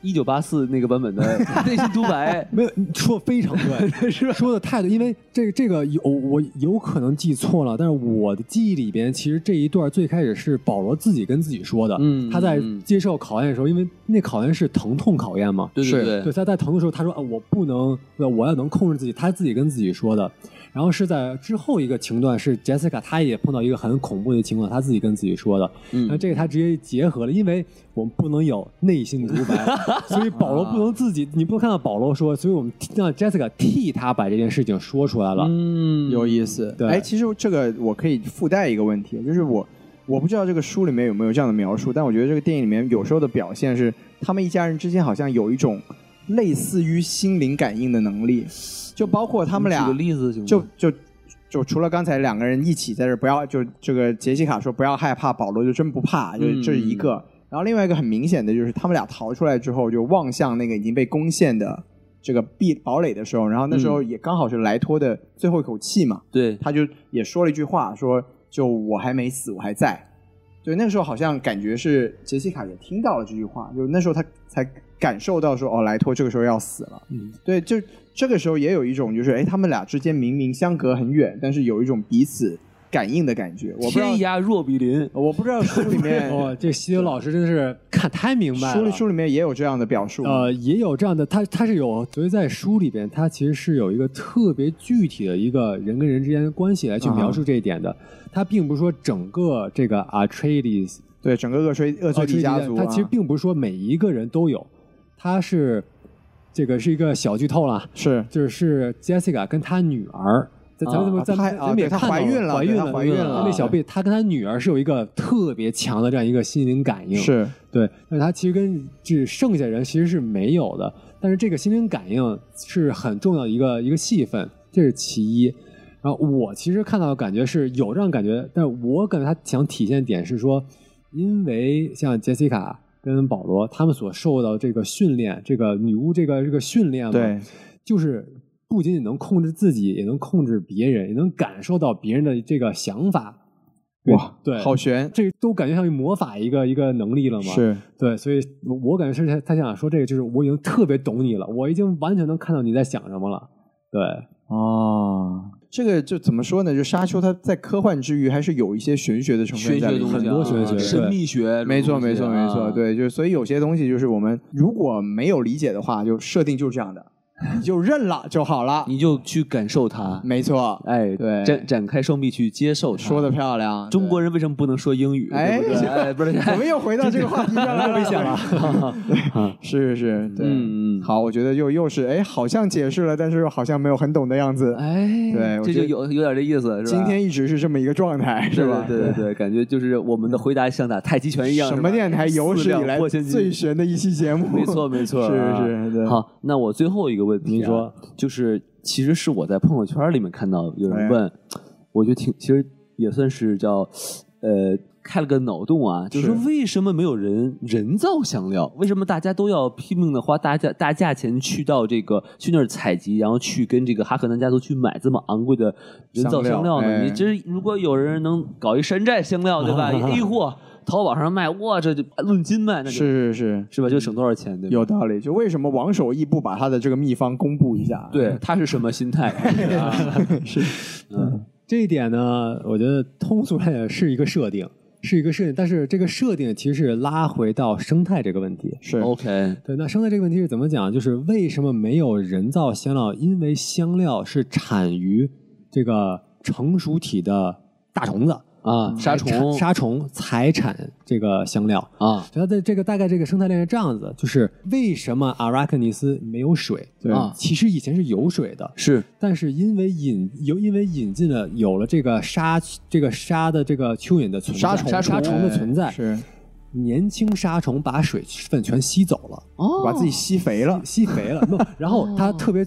[SPEAKER 2] 一九八四那个版本 的内心独白，
[SPEAKER 3] 没有，你说的非常 对，是说的太对，因为这个这个有我有可能记错了，但是我的记忆里边，其实这一段最开始是保罗自己跟自己说的，
[SPEAKER 2] 嗯
[SPEAKER 3] 他在
[SPEAKER 2] 嗯嗯
[SPEAKER 3] 接受考验的时候，因为那考验是疼痛考验嘛，
[SPEAKER 2] 对
[SPEAKER 1] 是
[SPEAKER 2] 对
[SPEAKER 3] 对，，他在疼的时候，他说啊，我不能，呃我要能控制自己，他自己跟自己说的。然后是在之后一个情段，是 Jessica 她也碰到一个很恐怖的情况，她自己跟自己说的。那
[SPEAKER 2] 嗯，
[SPEAKER 3] 这个他直接结合了，因为我们不能有内心独白，所以保罗不能自己，你不能看到保罗说，所以我们让 Jessica 替他把这件事情说出来了。
[SPEAKER 2] 嗯
[SPEAKER 1] 有意思。
[SPEAKER 3] 对
[SPEAKER 1] 哎，其实这个我可以附带一个问题，就是我我不知道这个书里面有没有这样的描述，但我觉得这个电影里面有时候的表现是，他们一家人之间好像有一种类似于心灵感应的能力，就包括他们
[SPEAKER 2] 你
[SPEAKER 1] 俩
[SPEAKER 2] 举个例子行吗？
[SPEAKER 1] 就就就除了刚才两个人一起在这儿不要，就这个杰西卡说不要害怕，保罗就真不怕，
[SPEAKER 2] 嗯
[SPEAKER 1] 就是这是一个。然后另外一个很明显的就是他们俩逃出来之后，就望向那个已经被攻陷的这个壁堡垒的时候，然后那
[SPEAKER 2] 嗯
[SPEAKER 1] 时候也刚好是莱托的最后一口气嘛，
[SPEAKER 2] 对，
[SPEAKER 1] 他就也说了一句话，说就我还没死，我还在。对，那个时候好像感觉是杰西卡也听到了这句话，就那时候他才感受到说哦，莱托这个时候要死了。
[SPEAKER 3] 嗯，
[SPEAKER 1] 对，就这个时候也有一种就是哎，他们俩之间明明相隔很远，但是有一种彼此感应的感觉。我不知道
[SPEAKER 2] 天，涯若比邻，
[SPEAKER 1] 我不知道书里面
[SPEAKER 3] 哦，这西游老师真的是看太明白了。
[SPEAKER 1] 书里书里面也有这样的表述吗。
[SPEAKER 3] 呃，也有这样的，他他是有，所以在书里边，他其实是有一个特别具体的一个人跟人之间的关系来去描述这一点的。他并不是说整个这个 Atreides
[SPEAKER 1] 对，整个厄崔厄崔
[SPEAKER 3] 呃
[SPEAKER 1] 迪家族、啊，
[SPEAKER 3] 他其实并不是说每一个人都有，他是这个是一个小剧透了，
[SPEAKER 1] 是
[SPEAKER 3] 就是 Jessica 跟她女儿。咱咱们
[SPEAKER 1] 啊
[SPEAKER 3] 咱
[SPEAKER 1] 她
[SPEAKER 3] 们
[SPEAKER 1] 啊
[SPEAKER 3] 咱们也
[SPEAKER 1] 对她
[SPEAKER 3] 看到
[SPEAKER 1] 怀孕了
[SPEAKER 3] 怀孕
[SPEAKER 1] 对她
[SPEAKER 3] 了，
[SPEAKER 1] 怀孕
[SPEAKER 3] 对
[SPEAKER 1] 了啊
[SPEAKER 3] 那小贝，她跟她女儿是有一个特别强的这样一个心灵感应，
[SPEAKER 1] 是
[SPEAKER 3] 对，但是他其实跟这剩下人其实是没有的，但是这个心灵感应是很重要的一个一个戏份，这是其一。然后我其实看到的感觉是有这样感觉，但是我感觉他想体现的点是说，因为像杰西卡跟保罗他们所受到这个训练，这个女巫这个这个训练嘛，
[SPEAKER 1] 对，
[SPEAKER 3] 就是不仅仅能控制自己，也能控制别人，也能感受到别人的这个想法。
[SPEAKER 1] 哇，
[SPEAKER 3] 对，
[SPEAKER 1] 好悬，
[SPEAKER 3] 这都感觉像魔法一个一个能力了嘛。
[SPEAKER 1] 是
[SPEAKER 3] 对，所以我我感觉是他他想说这个，就是我已经特别懂你了，我已经完全能看到你在想什么了。对，
[SPEAKER 1] 哦，这个就怎么说呢？就沙丘它在科幻之余，还是有一些玄学的成分
[SPEAKER 2] 玄
[SPEAKER 1] 在
[SPEAKER 2] 学
[SPEAKER 1] 里
[SPEAKER 2] 东西
[SPEAKER 1] 面。
[SPEAKER 2] 啊，
[SPEAKER 3] 很多玄学
[SPEAKER 2] 神秘学，
[SPEAKER 1] 没错，没错，没
[SPEAKER 2] 啊
[SPEAKER 1] 错，，对，就是所以有些东西就是我们如果没有理解的话，就设定就是这样的，你就认了就好了。
[SPEAKER 2] 你就去感受它，
[SPEAKER 1] 没错，
[SPEAKER 2] 哎，
[SPEAKER 1] 嗯对
[SPEAKER 2] 展展开双臂去接受它。
[SPEAKER 1] 说的漂亮。
[SPEAKER 2] 中国
[SPEAKER 1] 人，
[SPEAKER 2] 人为什么不能说英语？
[SPEAKER 1] 哎
[SPEAKER 2] 对不 对哎，不是，
[SPEAKER 1] 我们又回到这个话题上来了，危险了。 是是，对，
[SPEAKER 2] 嗯嗯
[SPEAKER 1] 好，我觉得又又是哎，好像解释了，但是又好像没有很懂的样子。
[SPEAKER 2] 哎，
[SPEAKER 1] 对我
[SPEAKER 2] 这
[SPEAKER 1] 觉
[SPEAKER 2] 就
[SPEAKER 1] 得
[SPEAKER 2] 有有点这意思，是吧？
[SPEAKER 1] 今天一直是这么一个状态，是
[SPEAKER 2] 对
[SPEAKER 1] 吧？
[SPEAKER 2] 对对对，感觉就是我们的回答像打太极拳一样，
[SPEAKER 1] 什么电台有史以来最
[SPEAKER 2] 最
[SPEAKER 1] 神的一期节目？
[SPEAKER 2] 没错没错，
[SPEAKER 1] 是
[SPEAKER 2] 啊
[SPEAKER 1] 是对
[SPEAKER 2] 好，那我最后一个问题啊，
[SPEAKER 3] 你说
[SPEAKER 2] 就是其实是我在朋友圈里面看到有
[SPEAKER 1] 哎
[SPEAKER 2] 人问，我觉得挺其实也算是叫呃。开了个脑洞啊，就是说
[SPEAKER 1] 是
[SPEAKER 2] 为什么没有人人造香料？为什么大家都要拼命的花大价大价钱去到这个去那儿采集，然后去跟这个哈克南家族去买这么昂贵的人造香料
[SPEAKER 1] 香料
[SPEAKER 2] 呢？
[SPEAKER 1] 哎
[SPEAKER 2] 你这如果有人能搞一山寨香料，对 吧？一 A 货，淘宝上卖，哇，这就论斤卖，那就是
[SPEAKER 1] 是是，
[SPEAKER 2] 是吧？就省多少钱，对吧？
[SPEAKER 1] 有道理。就为什么王守义不把他的这个秘方公布一下？
[SPEAKER 2] 对，他是什么心 态？
[SPEAKER 3] 这一点呢，我觉得通俗来讲是一个设定，是一个设定，但是这个设定其实是拉回到生态这个问题。
[SPEAKER 1] 是
[SPEAKER 2] OK，
[SPEAKER 3] 对，那生态这个问题是怎么讲？就是为什么没有人造香料？因为香料是产于这个成熟体的大虫子
[SPEAKER 2] 啊，杀
[SPEAKER 3] 才产
[SPEAKER 2] 虫
[SPEAKER 3] 杀虫才产这个香料。
[SPEAKER 2] 啊
[SPEAKER 3] 它的这个大概这个生态链是这样子，就是为什么阿拉克尼斯没有水？
[SPEAKER 1] 对
[SPEAKER 3] 啊，其实以前是有水的，
[SPEAKER 2] 是
[SPEAKER 3] 但是因为引有因为引进了有了这个沙这个沙的这个蚯蚓的存在，
[SPEAKER 1] 杀虫
[SPEAKER 3] 沙虫的
[SPEAKER 1] 哎
[SPEAKER 3] 存在，
[SPEAKER 1] 是
[SPEAKER 3] 年轻沙虫把水分全吸走了，
[SPEAKER 2] 哦
[SPEAKER 1] 把自己吸肥了。
[SPEAKER 3] 吸肥了。不然后它特别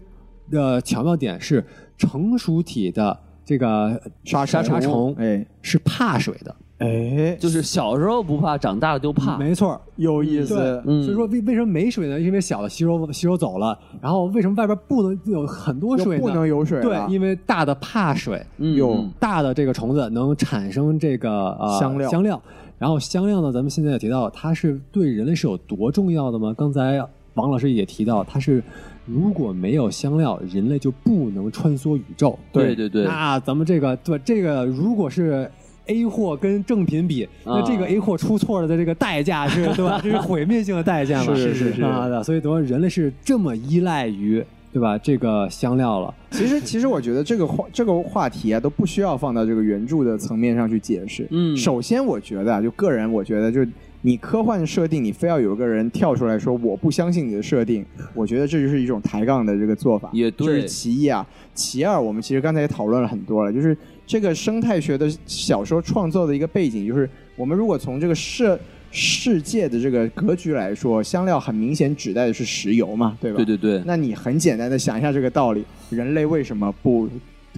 [SPEAKER 3] 呃巧妙点是成熟体的这个
[SPEAKER 1] 杀
[SPEAKER 3] 沙
[SPEAKER 1] 杀
[SPEAKER 3] 虫
[SPEAKER 1] 哎，
[SPEAKER 3] 是怕水的，
[SPEAKER 1] 哎，
[SPEAKER 2] 就是小时候不怕，长大了就怕。
[SPEAKER 3] 没错儿，
[SPEAKER 1] 有意
[SPEAKER 3] 对
[SPEAKER 1] 思，。
[SPEAKER 2] 嗯
[SPEAKER 3] 所以说为为什么没水呢？因为小的吸收吸收走了，然后为什么外边不能有很多
[SPEAKER 1] 就
[SPEAKER 3] 水呢？
[SPEAKER 1] 不能有水啊
[SPEAKER 3] 对
[SPEAKER 1] 了，
[SPEAKER 3] 因为大的怕水，
[SPEAKER 2] 嗯
[SPEAKER 1] 有
[SPEAKER 2] 嗯
[SPEAKER 3] 大的这个虫子能产生这个呃
[SPEAKER 1] 香料
[SPEAKER 3] 香料，然后香料呢，咱们现在也提到，它是对人类是有多重要的吗？刚才王老师也提到，它是如果没有香料，人类就不能穿梭宇宙。
[SPEAKER 2] 对对对，
[SPEAKER 3] 那咱们这个对这个如果是。A 货跟正品比，
[SPEAKER 1] 啊
[SPEAKER 3] 那这个 A 货出错了的这个代 价是，对吧？这是毁灭性的代价嘛？
[SPEAKER 1] 是是是
[SPEAKER 3] 啊，对所以说人类是这么依赖于，对吧？这个香料了，
[SPEAKER 1] 其实， 其实我觉得这个话这个话题啊，都不需要放到这个原著的层面上去解释。
[SPEAKER 2] 嗯
[SPEAKER 1] 首先我觉得啊，就个人我觉得，就是你科幻设定，你非要有一个人跳出来说我不相信你的设定，我觉得这就是一种抬杠的这个做法。
[SPEAKER 2] 也
[SPEAKER 1] 这
[SPEAKER 2] 对
[SPEAKER 1] 是其一啊。其二，我们其实刚才也讨论了很多了，就是这个生态学的小说创作的一个背景，就是我们如果从这个世世界的这个格局来说，香料很明显指代的是石油嘛，对吧？
[SPEAKER 2] 对对对，
[SPEAKER 1] 那你很简单的想一下这个道理：人类为什么不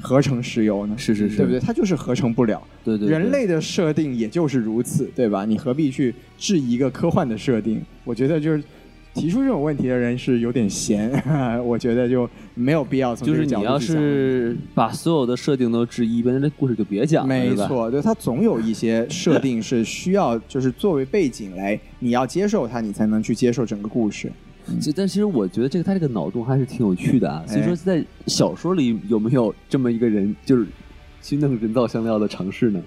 [SPEAKER 1] 合成石油呢？
[SPEAKER 2] 是是是
[SPEAKER 1] 对不对？它就是合成不了。
[SPEAKER 2] 对对，对
[SPEAKER 1] 人类的设定也就是如此，对吧？你何必去质疑一个科幻的设定？我觉得就是提出这种问题的人是有点闲， 我觉得就没有必要从
[SPEAKER 2] 就
[SPEAKER 1] 这个
[SPEAKER 2] 是你
[SPEAKER 1] 角
[SPEAKER 2] 要
[SPEAKER 1] 度去想。
[SPEAKER 2] 是把所有的设定都质疑一遍，那这故事就别讲了，
[SPEAKER 1] 没
[SPEAKER 2] 对吧，
[SPEAKER 1] 错，对它总有一些设定是需要，就是作为背景来，你要接受它，你才能去接受整个故事。
[SPEAKER 2] 这但其实我觉得这个他这个脑洞还是挺有趣的啊。
[SPEAKER 1] 哎
[SPEAKER 2] 所以说，在小说里有没有这么一个人，就是去弄人造香料的尝试呢？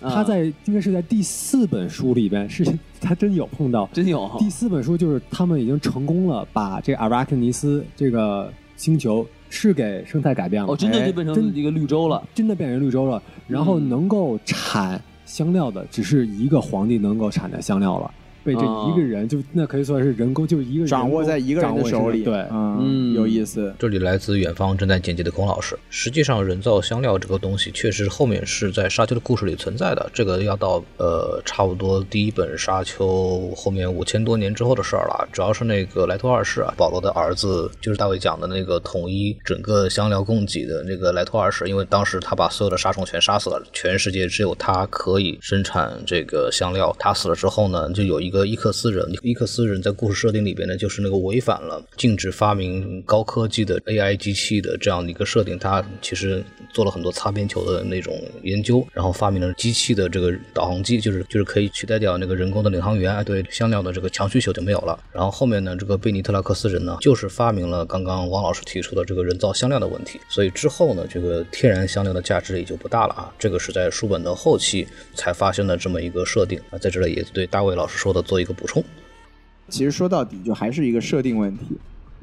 [SPEAKER 2] 啊
[SPEAKER 3] 他在应该是在第四本书里边，是他真有碰到。
[SPEAKER 2] 真有哈
[SPEAKER 3] 第四本书就是他们已经成功了，把这个阿拉克尼斯这个星球是给生态改变了，
[SPEAKER 2] 哦，真的
[SPEAKER 1] 哎
[SPEAKER 2] 就变成
[SPEAKER 3] 真
[SPEAKER 2] 一个绿洲了。
[SPEAKER 3] 真的变成绿洲了。然后
[SPEAKER 2] 嗯
[SPEAKER 3] 能够产香料的，只是一个皇帝能够产的香料了。被这
[SPEAKER 2] 哦
[SPEAKER 3] 一个人就那可以算是人工，就一个人
[SPEAKER 1] 掌握
[SPEAKER 3] 工
[SPEAKER 1] 在一个人
[SPEAKER 3] 掌
[SPEAKER 1] 的
[SPEAKER 3] 握
[SPEAKER 1] 手里，
[SPEAKER 3] 对，
[SPEAKER 1] 嗯，
[SPEAKER 2] 嗯
[SPEAKER 1] 有意思。
[SPEAKER 4] 这里来自远方正在剪辑的孔老师。实际上，人造香料这个东西确实后面是在沙丘的故事里存在的，这个要到呃差不多第一本沙丘后面五千多年之后的事儿了。主要是那个莱托二世啊，保罗的儿子，就是大卫讲的那个统一整个香料供给的那个莱托二世，因为当时他把所有的杀虫全杀死了，全世界只有他可以生产这个香料。他死了之后呢，就有一个伊克斯人，伊克斯人在故事设定里边呢，就是那个违反了禁止发明高科技的 AI 机器的这样的一个设定，他其实做了很多擦边球的那种研究，然后发明了机器的这个导航机，就是就是可以取代掉那个人工的领航员，哎，对香料的这个强需求就没有了。然后后面呢，这个贝尼特拉克斯人呢，就是发明了刚刚王老师提出的这个人造香料的问题，所以之后呢，这个天然香料的价值也就不大了啊。这个是在书本的后期才发生的这么一个设定啊，在这里也对大卫老师说的做一个补充。
[SPEAKER 1] 其实说到底，就还是一个设定问题。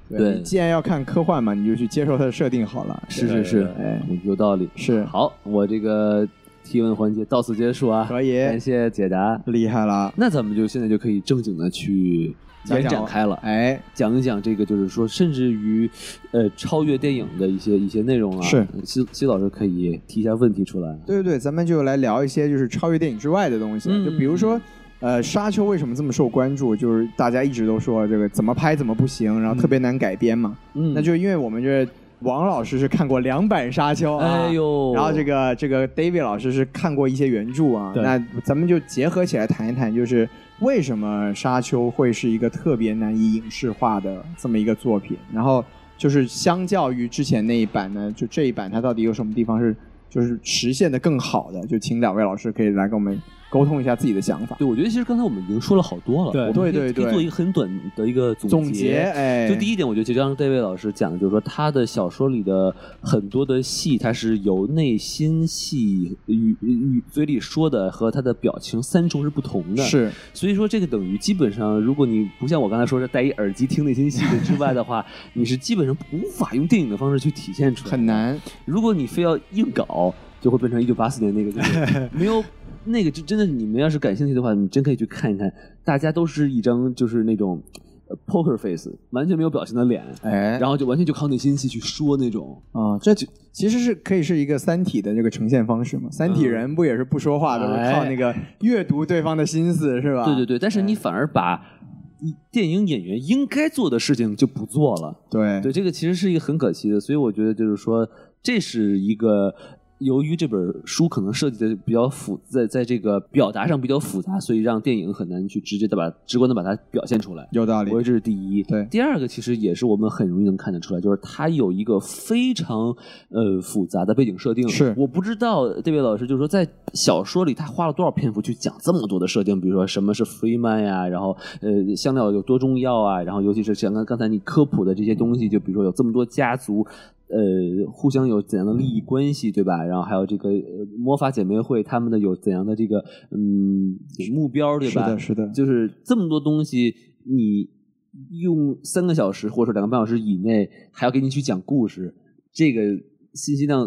[SPEAKER 2] 对
[SPEAKER 1] 你既然要看科幻嘛，你就去接受它的设定好了。
[SPEAKER 2] 是
[SPEAKER 1] 对
[SPEAKER 2] 是是，
[SPEAKER 1] 哎，
[SPEAKER 2] 有道理。
[SPEAKER 1] 是
[SPEAKER 2] 好，我这个提问环节到此结束啊，
[SPEAKER 1] 可以
[SPEAKER 2] 感谢解答。
[SPEAKER 1] 厉害了，
[SPEAKER 2] 那咱们就现在就可以正经的去
[SPEAKER 1] 讲
[SPEAKER 2] 延
[SPEAKER 1] 讲
[SPEAKER 2] 展开了，
[SPEAKER 1] 哎，
[SPEAKER 2] 讲一讲这个，就是说，甚至于，呃，超越电影的一些一些内容啊。
[SPEAKER 1] 是，
[SPEAKER 2] 西西老师可以提一下问题出来。
[SPEAKER 1] 对对对，咱们就来聊一些就是超越电影之外的东西，
[SPEAKER 2] 嗯
[SPEAKER 1] 就比如说。呃，《沙丘》为什么这么受关注？就是大家一直都说这个怎么拍怎么不行，然后特别难改编嘛。
[SPEAKER 2] 嗯
[SPEAKER 1] 那就因为我们这王老师是看过两版《沙丘》啊，
[SPEAKER 2] 哎呦，
[SPEAKER 1] 然后这个这个 David 老师是看过一些原著啊，
[SPEAKER 3] 对
[SPEAKER 1] 那咱们就结合起来谈一谈，就是为什么《沙丘》会是一个特别难以影视化的这么一个作品，然后就是相较于之前那一版呢，就这一版它到底有什么地方是就是实现的更好的？就请两位老师可以来跟我们沟通一下自己的想法。
[SPEAKER 2] 对，我觉得其实刚才我们已经说了好多了，
[SPEAKER 3] 对
[SPEAKER 2] 我们可以
[SPEAKER 1] 对对对
[SPEAKER 2] 可以做一个很短的一个总
[SPEAKER 1] 总结，哎，
[SPEAKER 2] 就第一点，我觉得就像戴维老师讲的，就是说他的小说里的很多的戏，它是由内心戏语语嘴里说的和他的表情三重是不同的。，
[SPEAKER 1] 是
[SPEAKER 2] 所以说这个等于基本上，如果你不像我刚才说是戴一耳机听内心戏的之外的话，你是基本上无法用电影的方式去体现出来。
[SPEAKER 1] 很。难，
[SPEAKER 2] 如果你非要硬搞，就会变成一九八四年那个，就是没有那个，就真的你们要是感兴趣的话，你真可以去看一看。大家都是一张就是那种呃 poker face，完全没有表情的脸，
[SPEAKER 1] 哎，
[SPEAKER 2] 然后就完全就靠内心戏去说那种。
[SPEAKER 1] 啊、这就其实是可以是一个《三体》的这个呈现方式嘛，《三体》人不也是不说话的，
[SPEAKER 3] 哎
[SPEAKER 1] 靠那个阅读对方的心思是吧？
[SPEAKER 2] 对对对，但是
[SPEAKER 1] 哎
[SPEAKER 2] 你反而把。电影演员应该做的事情就不做了，
[SPEAKER 1] 对
[SPEAKER 2] 对，这个其实是一个很可惜的，所以我觉得就是说，这是一个由于这本书可能设计的比较复，在在这个表达上比较复杂，所以让电影很难去直接的把直观的把它表现出来。
[SPEAKER 1] 有道
[SPEAKER 2] 我
[SPEAKER 1] 理
[SPEAKER 2] 觉。得这是第一。
[SPEAKER 1] 对
[SPEAKER 2] 第二个其实也是我们很容易能看得出来，就是它有一个非常呃复杂的背景设定。
[SPEAKER 1] 是
[SPEAKER 2] 我不知道这位老师就是说在小说里他花了多少篇幅去讲这么多的设定，比如说什么是 free man 呀、然后呃香料有多重要啊，然后尤其是像刚刚才你科普的这些东西，就比如说有这么多家族。 呃，互相有怎样的利益关系，对吧？然后还有这个呃魔法姐妹会，他们的有怎样的这个嗯目标，对
[SPEAKER 1] 是
[SPEAKER 2] 吧？
[SPEAKER 1] 的，是的，
[SPEAKER 2] 就是这么多东西，你用三个小时或者说两个半小时以内，还要给你去讲故事，这个信息量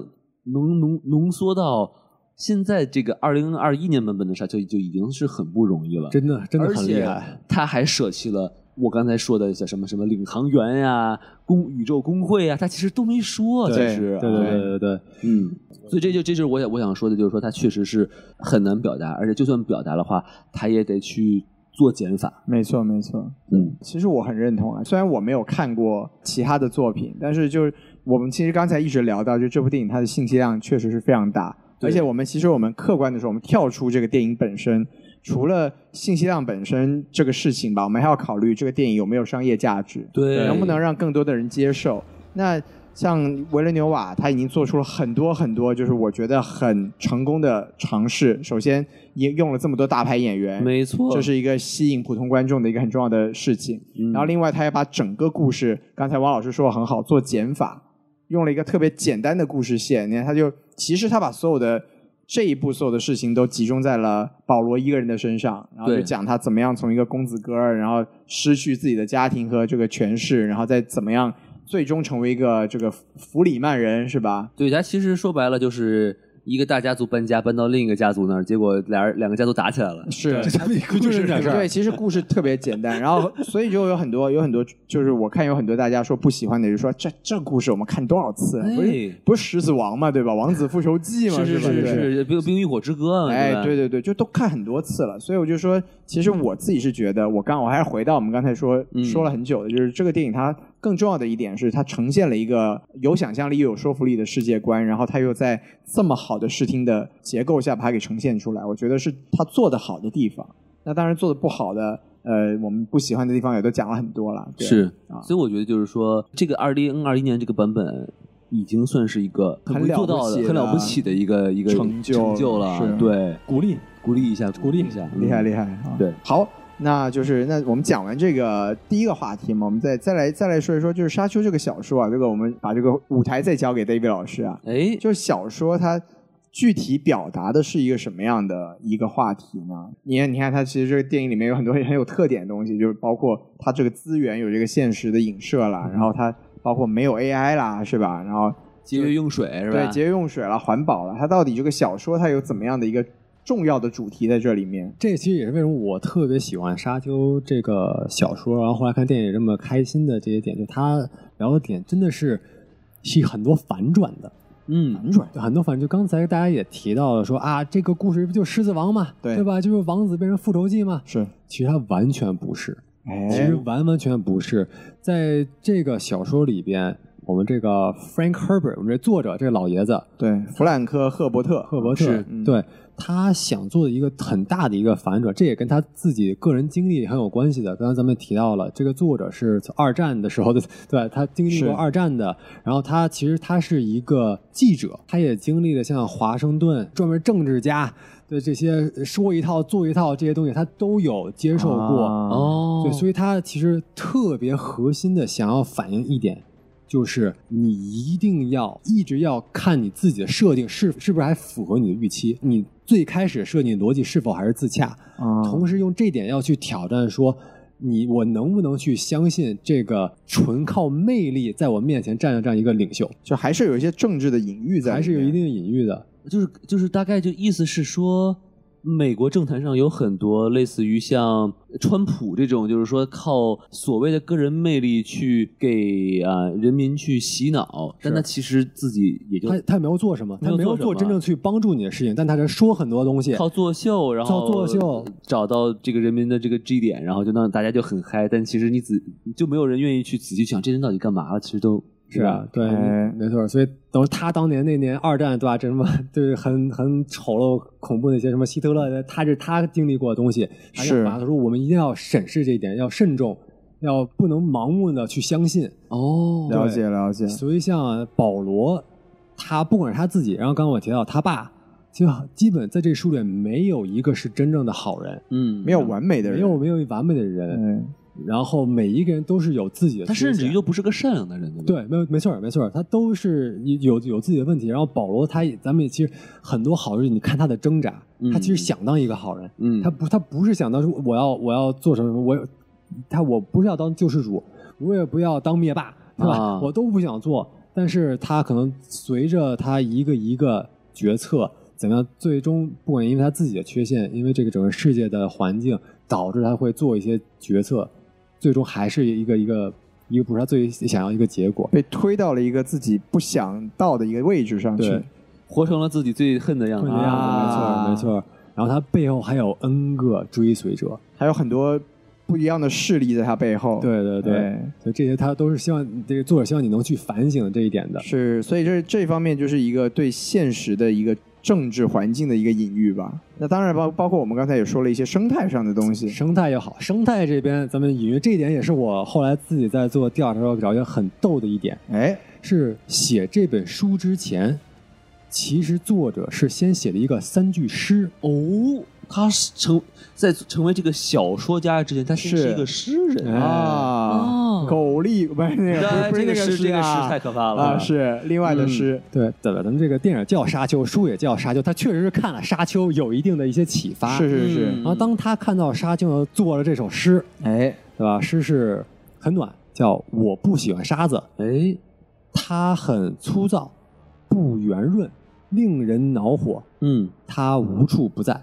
[SPEAKER 2] 浓浓浓缩到现在这个二零二一年版本的沙丘就已经是很不容易了，
[SPEAKER 3] 真的真的
[SPEAKER 2] 而
[SPEAKER 3] 很厉
[SPEAKER 2] 且
[SPEAKER 3] 害。
[SPEAKER 2] 他还舍弃了我刚才说的像什么什么领航员呀、公宇宙工会呀、他其实都没说，其
[SPEAKER 1] 对
[SPEAKER 2] 实
[SPEAKER 3] 对对对对对，
[SPEAKER 2] 嗯，所以这就这就是我想我想说的，就是说它确实是很难表达，而且就算表达的话，它也得去做减法。
[SPEAKER 1] 没错，没错。
[SPEAKER 2] 嗯，
[SPEAKER 1] 其实我很认同啊，虽然我没有看过其他的作品，但是就是我们其实刚才一直聊到，就这部电影它的信息量确实是非常大，
[SPEAKER 2] 对
[SPEAKER 1] 而且我们其实我们客观的说，我们跳出这个电影本身，除了信息量本身这个事情吧，我们还要考虑这个电影有没有商业价值，
[SPEAKER 2] 对
[SPEAKER 1] 能不能让更多的人接受？那像维伦纽瓦，他已经做出了很多很多，就是我觉得很成功的尝试。首先，也用了这么多大牌演员，
[SPEAKER 2] 没错，
[SPEAKER 1] 这是一个吸引普通观众的一个很重要的事情。
[SPEAKER 2] 嗯
[SPEAKER 1] 然后另外，他也把整个故事，刚才王老师说的很好，做减法，用了一个特别简单的故事线。你看，他就其实他把所有的这一部所有的事情都集中在了保罗一个人的身上，然后就
[SPEAKER 2] 对
[SPEAKER 1] 讲他怎么样从一个公子哥儿，然后失去自己的家庭和这个权势，然后再怎么样最终成为一个这个弗里曼人，是吧？
[SPEAKER 2] 对它其实说白了就是一个大家族搬家搬到另一个家族那儿，结果俩人两个家族打起来了。
[SPEAKER 1] 是，
[SPEAKER 3] 就这么一个故事讲事
[SPEAKER 1] 对，
[SPEAKER 3] 儿。
[SPEAKER 1] 其实故事特别简单，然后所以就有很多有很多，就是我看有很多大家说不喜欢的，就说这这故事我们看多少次啊了，不是
[SPEAKER 2] 哎
[SPEAKER 1] 不是《狮子王》嘛，对吧？《王子复仇记》嘛，
[SPEAKER 2] 是是
[SPEAKER 1] 吧？
[SPEAKER 2] 是
[SPEAKER 1] 对。
[SPEAKER 2] 是，冰冰与火之歌嘛，啊
[SPEAKER 1] 哎，对
[SPEAKER 2] 对吧，
[SPEAKER 1] 对对，就都看很多次了，所以我就说，其实我自己是觉得，我刚我还是回到我们刚才说
[SPEAKER 2] 嗯
[SPEAKER 1] 说了很久的，就是这个电影它更重要的一点是，它呈现了一个有想象力又有说服力的世界观，然后它又在这么好的视听的结构下把它给呈现出来，我觉得是它做的好的地方。那当然做的不好的，呃，我们不喜欢的地方也都讲了很多了。对
[SPEAKER 2] 是
[SPEAKER 1] 啊，
[SPEAKER 2] 所以我觉得就是说，这个二零二一年这个版本已经算是一个
[SPEAKER 1] 很
[SPEAKER 2] 容易做
[SPEAKER 1] 了不
[SPEAKER 2] 到的、
[SPEAKER 1] 起
[SPEAKER 2] 很
[SPEAKER 1] 的
[SPEAKER 2] 了不起的一个一个
[SPEAKER 1] 成就
[SPEAKER 2] 成就
[SPEAKER 1] 是啊
[SPEAKER 2] 了。对，
[SPEAKER 3] 鼓励
[SPEAKER 2] 鼓励一下，鼓励一下，
[SPEAKER 1] 厉害
[SPEAKER 2] 嗯
[SPEAKER 1] 厉害啊！
[SPEAKER 2] 对，
[SPEAKER 1] 好，那就是那我们讲完这个第一个话题嘛，我们再再来再来说一说，就是《沙丘》这个小说啊，这个我们把这个舞台再交给 David 老师啊，
[SPEAKER 2] 哎，
[SPEAKER 1] 就是小说它。具体表达的是一个什么样的一个话题呢？你看，你看，它其实这个电影里面有很多很有特点的东西，就是包括它这个资源有这个现实的影射啦，然后它包括没有 AI 啦，是吧？然后
[SPEAKER 2] 节约用水是吧？
[SPEAKER 1] 对节约用水了、环保了，它到底这个小说它有怎么样的一个重要的主题在这里面？
[SPEAKER 3] 这其实也是为什么我特别喜欢《沙丘》这个小说，然后后来看电影这么开心的这些点，就他聊的点真的是是很多反转的，
[SPEAKER 2] 嗯，
[SPEAKER 3] 转很多反转。就刚才大家也提到了说啊，这个故事不就狮子王嘛，
[SPEAKER 1] 对
[SPEAKER 3] 吧？就是王子变成复仇记嘛，
[SPEAKER 1] 是，
[SPEAKER 3] 其实它完全不是，
[SPEAKER 1] 哎，
[SPEAKER 3] 其实完完全不是。在这个小说里边，我们这个 Frank Herbert，我们这作者这老爷子，
[SPEAKER 1] 对，弗兰克·赫伯特，
[SPEAKER 3] 赫伯特，
[SPEAKER 1] 是嗯
[SPEAKER 3] 对他想做的一个很大的一个反转，这也跟他自己个人经历很有关系的。刚才咱们也提到了，这个作者是从二战的时候的，对他经历
[SPEAKER 1] 是
[SPEAKER 3] 过二战的，然后他其实他是一个记者，他也经历了像华盛顿专门政治家对这些说一套做一套这些东西，他都有接受过。
[SPEAKER 1] 啊
[SPEAKER 2] 哦，
[SPEAKER 3] 对，所以他其实特别核心的想要反映一点，就是你一定要一直要看你自己的设定是是不是还符合你的预期，你最开始设定的逻辑是否还是自洽，
[SPEAKER 1] 啊，
[SPEAKER 3] 同时用这点要去挑战说。你我能不能去相信这个纯靠魅力在我面前站的这样一个领袖，
[SPEAKER 1] 就还是有一些政治的隐喻在里面，
[SPEAKER 3] 还是有一定的隐喻的？
[SPEAKER 2] 就是就是大概就意思是说，美国政坛上有很多类似于像川普这种，就是说靠所谓的个人魅力去给啊、人民去洗脑，但他其实自己也就
[SPEAKER 3] 他他没有做什么，
[SPEAKER 2] 没
[SPEAKER 3] 他
[SPEAKER 2] 有
[SPEAKER 3] 没有
[SPEAKER 2] 做什
[SPEAKER 3] 做真
[SPEAKER 2] 么
[SPEAKER 3] 正去帮助你的事情，但他在说很多东西，
[SPEAKER 2] 靠作秀，然后
[SPEAKER 3] 靠作秀
[SPEAKER 2] 找到这个人民的这个 G 点，然后就让大家就很嗨，但其实你仔就没有人愿意去仔细想这人到底干嘛了，其实都
[SPEAKER 3] 是啊，对，
[SPEAKER 1] 哎
[SPEAKER 3] 没错。所以等于他当年那年二战，对吧？这什么对很很丑陋、恐怖那些什么希特勒，他是他经历过的东西。他
[SPEAKER 1] 是
[SPEAKER 3] 想反他说我们一定要审视这一点，要慎重，要不能盲目的去相信。
[SPEAKER 2] 哦
[SPEAKER 1] 了解了解，
[SPEAKER 3] 所以像保罗，他不管是他自己，然后刚刚我提到他爸，就基本在这书里没有一个是真正的好人，
[SPEAKER 2] 嗯，
[SPEAKER 1] 没有完美的人，
[SPEAKER 3] 没有没有完美的人。
[SPEAKER 1] 嗯，
[SPEAKER 3] 然后每一个人都是有自己的缺陷，
[SPEAKER 2] 他甚至于都不是个善良的人，对吧？
[SPEAKER 3] 对，没有，没错儿，没错儿，他都是有有自己的问题。然后保罗他也，咱们也其实很多好人，你看他的挣扎，他其实
[SPEAKER 2] 嗯
[SPEAKER 3] 想当一个好人，
[SPEAKER 2] 嗯，
[SPEAKER 3] 他不他不是想当说我要我要做什么，我他我不是要当救世主，我也不要当灭霸，对吧？
[SPEAKER 2] 啊
[SPEAKER 3] 我都不想做。但是他可能随着他一个一个决策，怎么样，最终不管因为他自己的缺陷，因为这个整个世界的环境，导致他会做一些决策，最终还是一个一个一个不是他最想要一个结果。
[SPEAKER 1] 被推到了一个自己不想到的一个位置上去
[SPEAKER 3] 对，
[SPEAKER 2] 活成了自己最恨的样
[SPEAKER 3] 会
[SPEAKER 2] 子，
[SPEAKER 3] 这样子，
[SPEAKER 1] 啊
[SPEAKER 3] 没错没错。然后他背后还有 N 个追随者，
[SPEAKER 1] 还有很多不一样的势力在他背后。
[SPEAKER 3] 对对对，
[SPEAKER 1] 哎
[SPEAKER 3] 所以这些他都是希望这个作者希望你能去反省这一点的。
[SPEAKER 1] 是，所以这这方面就是一个对现实的一个政治环境的一个隐喻吧。那当然包包括我们刚才也说了一些生态上的东西。
[SPEAKER 3] 生态也好，生态这边咱们隐约这一点也是我后来自己在做调查的时候感觉很逗的一点，
[SPEAKER 1] 哎，
[SPEAKER 3] 是写这本书之前，其实作者是先写了一个三句诗，
[SPEAKER 2] 哦，他是成在成为这个小说家之前，他先
[SPEAKER 1] 是
[SPEAKER 2] 是一个诗人
[SPEAKER 3] 哎
[SPEAKER 1] 啊
[SPEAKER 2] 哦，
[SPEAKER 1] 狗力不是那
[SPEAKER 2] 当
[SPEAKER 1] 个，
[SPEAKER 2] 然
[SPEAKER 1] 不是
[SPEAKER 2] 这
[SPEAKER 1] 不
[SPEAKER 2] 个
[SPEAKER 1] 是那
[SPEAKER 2] 诗，这个诗
[SPEAKER 1] 啊
[SPEAKER 2] 太可怕了
[SPEAKER 1] 啊，是另外的诗。
[SPEAKER 3] 对对吧？咱们这个电影叫《沙丘》，书也叫《沙丘》，他确实是看了《沙丘》有一定的一些启发。
[SPEAKER 1] 是是是，
[SPEAKER 2] 嗯
[SPEAKER 3] 然后当他看到《沙丘》做了这首诗，
[SPEAKER 1] 哎，
[SPEAKER 3] 对吧？诗是很暖，叫“我不喜欢沙子”，
[SPEAKER 2] 哎，
[SPEAKER 3] 它很粗糙，不圆润，令人恼火，
[SPEAKER 2] 嗯，
[SPEAKER 3] 它无处不在。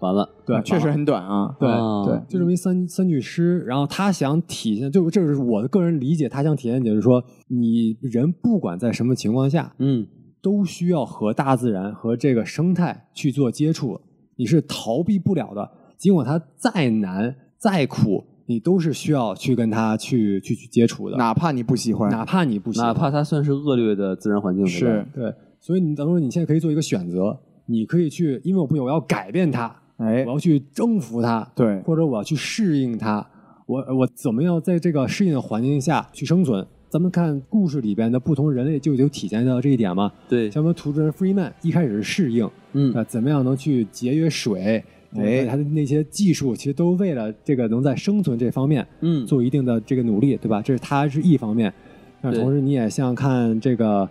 [SPEAKER 2] 完了，
[SPEAKER 3] 对，
[SPEAKER 1] 确实很短啊。
[SPEAKER 3] 对
[SPEAKER 2] 啊
[SPEAKER 1] 对
[SPEAKER 3] 就这么一三三句诗，然后他想体现，就这是我的个人理解，他想体现就是说，你人不管在什么情况下，
[SPEAKER 2] 嗯，
[SPEAKER 3] 都需要和大自然和这个生态去做接触，你是逃避不了的。尽管它再难再苦，你都是需要去跟它去去去接触的，
[SPEAKER 1] 哪怕你不喜欢，
[SPEAKER 3] 哪怕你不喜欢
[SPEAKER 2] 哪怕他算是恶劣的自然环境，对
[SPEAKER 1] 是
[SPEAKER 2] 吧，
[SPEAKER 3] 对，所以你等于说你现在可以做一个选择，你可以去，因为我不行，我要改变它，
[SPEAKER 1] 哎
[SPEAKER 3] 我，要去征服它，
[SPEAKER 1] 对
[SPEAKER 3] 或者我要去适应它，我我怎么样在这个适应的环境下去生存？咱们看故事里边的不同人类就有体现到这一点嘛。
[SPEAKER 2] 对，
[SPEAKER 3] 像我们图中人 Freeman 一开始是适应，
[SPEAKER 2] 嗯，
[SPEAKER 3] 啊，怎么样能去节约水？
[SPEAKER 1] 哎
[SPEAKER 3] 他的那些技术其实都为了这个能在生存这方面
[SPEAKER 2] 嗯，
[SPEAKER 3] 做一定的这个努力，对吧？这是他是一方面，但是
[SPEAKER 2] 对
[SPEAKER 3] 同时你也像看这个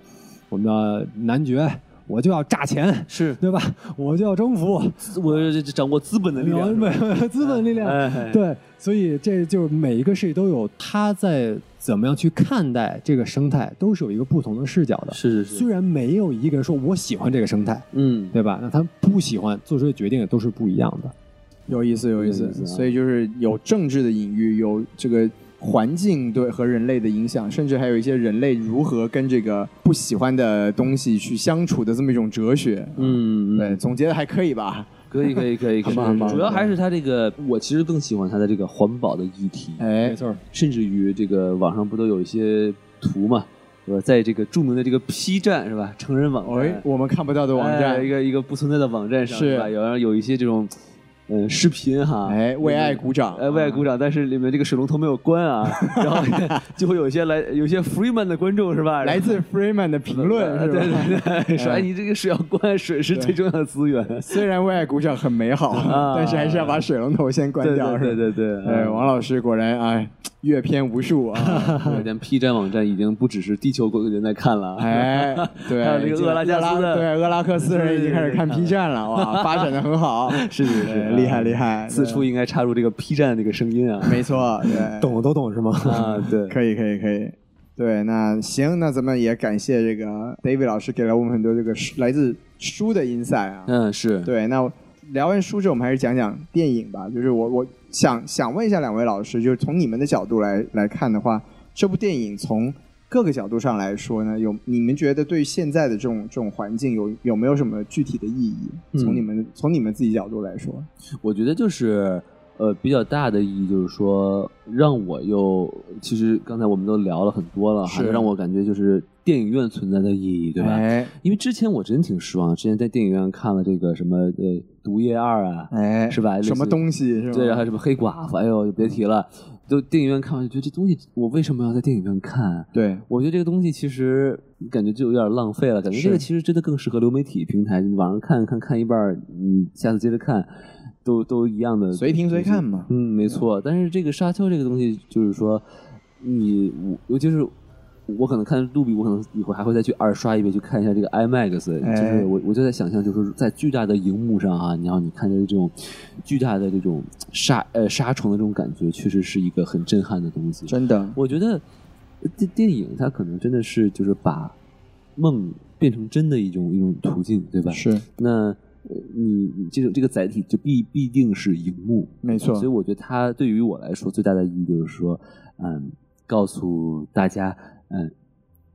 [SPEAKER 3] 我们的男爵，我就要榨钱，
[SPEAKER 2] 是
[SPEAKER 3] 对吧？我就要征服，
[SPEAKER 2] 我这这掌握资本的力量，
[SPEAKER 3] 没 资本力量，
[SPEAKER 2] 哎，
[SPEAKER 3] 对，所以这就是每一个事都有他在怎么样去看待这个生态，都是有一个不同的视角的。
[SPEAKER 2] 是是
[SPEAKER 3] 虽
[SPEAKER 2] 是，
[SPEAKER 3] 然没有一个人说我喜欢这个生态，
[SPEAKER 2] 嗯，
[SPEAKER 3] 对吧？那他不喜欢做出的决定也都是不一样的。
[SPEAKER 1] 有意思，有意
[SPEAKER 3] 有
[SPEAKER 1] 思
[SPEAKER 3] 意思。啊
[SPEAKER 1] 所以就是有政治的隐喻，有这个环境对和人类的影响，甚至还有一些人类如何跟这个不喜欢的东西去相处的这么一种哲学。啊
[SPEAKER 2] 嗯，嗯
[SPEAKER 1] 对，总结的还可以吧？
[SPEAKER 2] 可以可以可以，可
[SPEAKER 1] 很棒很
[SPEAKER 2] 以，
[SPEAKER 1] 棒
[SPEAKER 2] 主要还是他这个，我其实更喜欢他的这个环保的议题，
[SPEAKER 1] 哎，
[SPEAKER 3] 错，
[SPEAKER 2] 甚至于这个网上不都有一些图嘛，对吧？在这个著名的这个 P 站是吧，成人网
[SPEAKER 1] 哎
[SPEAKER 2] 站，，
[SPEAKER 1] 我们看不到的网
[SPEAKER 2] 哎
[SPEAKER 1] 站
[SPEAKER 2] 一，个一个不存在的网站上
[SPEAKER 1] 是
[SPEAKER 2] 吧？有然后有一些这种嗯视频哈，
[SPEAKER 1] 哎，为爱鼓掌，
[SPEAKER 2] 呃，为爱鼓掌，但是里面这个水龙头没有 关啊，然后就会有一些来有一些 Freeman 的观众是吧？
[SPEAKER 1] 来自 Freeman 的评论
[SPEAKER 2] 呃
[SPEAKER 1] 是吧？
[SPEAKER 2] 对对对，说
[SPEAKER 1] 哎
[SPEAKER 2] 哎你这个水要关，水是最重要的资 源。
[SPEAKER 1] 虽然为爱鼓掌很美好，
[SPEAKER 2] 啊
[SPEAKER 1] 但是还是要把水龙头先关
[SPEAKER 2] 对
[SPEAKER 1] 掉，
[SPEAKER 2] 对对
[SPEAKER 1] 是吧？
[SPEAKER 2] 对对，
[SPEAKER 1] 哎，
[SPEAKER 2] 嗯
[SPEAKER 1] 王老师果然哎，阅片无数 啊！
[SPEAKER 2] 对但 P 站网站已经不只是地球国人在看了，
[SPEAKER 1] 哎，对，
[SPEAKER 2] 还有这个
[SPEAKER 1] 已经
[SPEAKER 2] 厄拉加斯的
[SPEAKER 1] 对厄拉克斯人已经开始看
[SPEAKER 2] 对对
[SPEAKER 1] B 站了，哇，发展的很好，
[SPEAKER 2] 是是是
[SPEAKER 1] 对，厉害厉害，
[SPEAKER 2] 此处应该插入这个 P 站那个声音啊
[SPEAKER 1] 对没错，对，
[SPEAKER 3] 懂的都懂是吗？
[SPEAKER 2] 啊， 对，
[SPEAKER 1] 可以可以可以。对，那行，那咱们也感谢这个 David 老师给了我们很多这个书来自书的 insight 啊。
[SPEAKER 2] 嗯是，
[SPEAKER 1] 对，那聊完书之后，我们还是讲讲电影吧。就是我我想想问一下两位老师，就是从你们的角度来来看的话，这部电影从各个角度上来说呢，有你们觉得对现在的这种这种环境有有
[SPEAKER 2] 嗯
[SPEAKER 1] 没有什么具体的意义？从你们、从你们自己角度来说，
[SPEAKER 2] 我觉得就是呃比较大的意义就是说，让我又其实刚才我们都聊了很多了，还
[SPEAKER 1] 是
[SPEAKER 2] 是让我感觉就是电影院存在的意义，对吧？
[SPEAKER 1] 哎
[SPEAKER 2] 因为之前我真挺失望，之前在电影院看了这个什么呃《毒液二》啊，
[SPEAKER 1] 哎，
[SPEAKER 2] 是吧类似
[SPEAKER 1] 什么东西是吧？
[SPEAKER 2] 对，然后什么黑寡妇，哎呦，就别提了。
[SPEAKER 1] 嗯
[SPEAKER 2] 就电影院看完就觉得这东西，我为什么要在电影院看？啊
[SPEAKER 1] 对
[SPEAKER 2] 我觉得这个东西其实感觉就有点浪费了，感觉
[SPEAKER 1] 是
[SPEAKER 2] 这个其实真的更适合流媒体平台，你网上看看看一半儿，嗯，下次接着看，都都一样的，
[SPEAKER 1] 随听随看嘛。
[SPEAKER 2] 嗯，没错。但是这个沙丘这个东西，就是说，你我尤其是我可能看杜比，我可能以后还会再去二刷一遍，去看一下这个 IMAX、
[SPEAKER 1] 哎
[SPEAKER 2] 就是我我就在想象，就是在巨大的荧幕上啊，你要你看着这种巨大的这种沙呃沙虫的这种感觉，确实是一个很震撼的东西。
[SPEAKER 1] 真的，
[SPEAKER 2] 我觉得呃电电影它可能真的是就是把梦变成真的一种一种途径，对吧？
[SPEAKER 1] 是
[SPEAKER 2] 那呃你你这种这个载体就必必定是荧幕，
[SPEAKER 1] 没错
[SPEAKER 2] 所以我觉得它对于我来说最大的意义就是说，嗯，告诉大家，嗯，